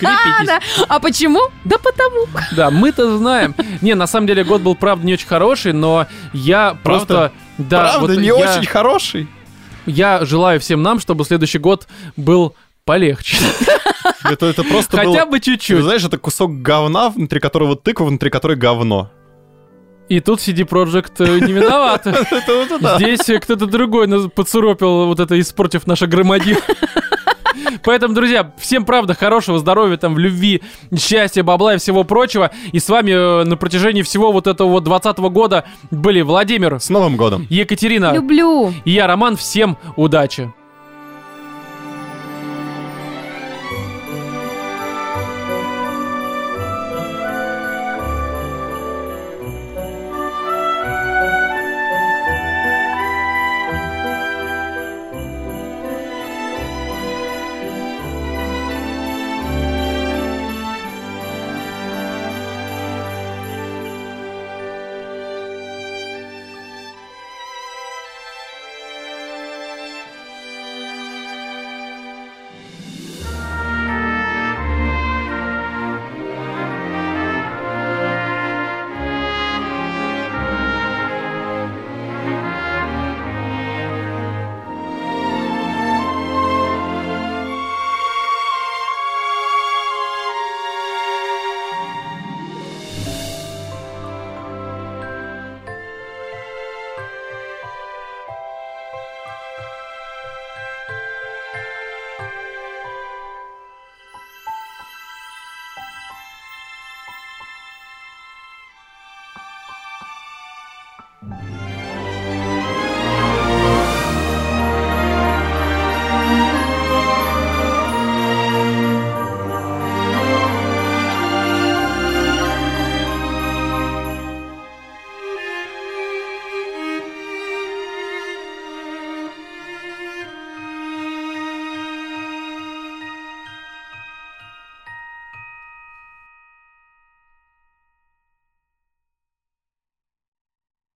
Speaker 3: Да. А почему? Да потому.
Speaker 1: Да, мы-то знаем. Не, на самом деле год был, правда, не очень хороший, но я просто...
Speaker 2: Правда?
Speaker 1: Да,
Speaker 2: Правда,
Speaker 1: вот
Speaker 2: не
Speaker 1: я-
Speaker 2: очень хороший.
Speaker 1: Я желаю всем нам, чтобы следующий год был полегче.
Speaker 2: Это, это просто
Speaker 1: Хотя
Speaker 2: было-
Speaker 1: бы
Speaker 2: Ты
Speaker 1: чуть-чуть.
Speaker 2: знаешь, это кусок говна, внутри которого тыква, внутри которой говно.
Speaker 1: И тут CD Projekt э, не виноват.
Speaker 2: Это, это да.
Speaker 1: Здесь э, кто-то другой нас подсуропил вот это, испортив наше громадье. Поэтому, друзья, всем правда хорошего здоровья, там, в любви, счастья, бабла и всего прочего. И с вами э, на протяжении всего вот этого вот 20 года были Владимир,
Speaker 2: С Новым годом!
Speaker 1: Екатерина
Speaker 3: Люблю.
Speaker 1: и я, Роман. Всем удачи!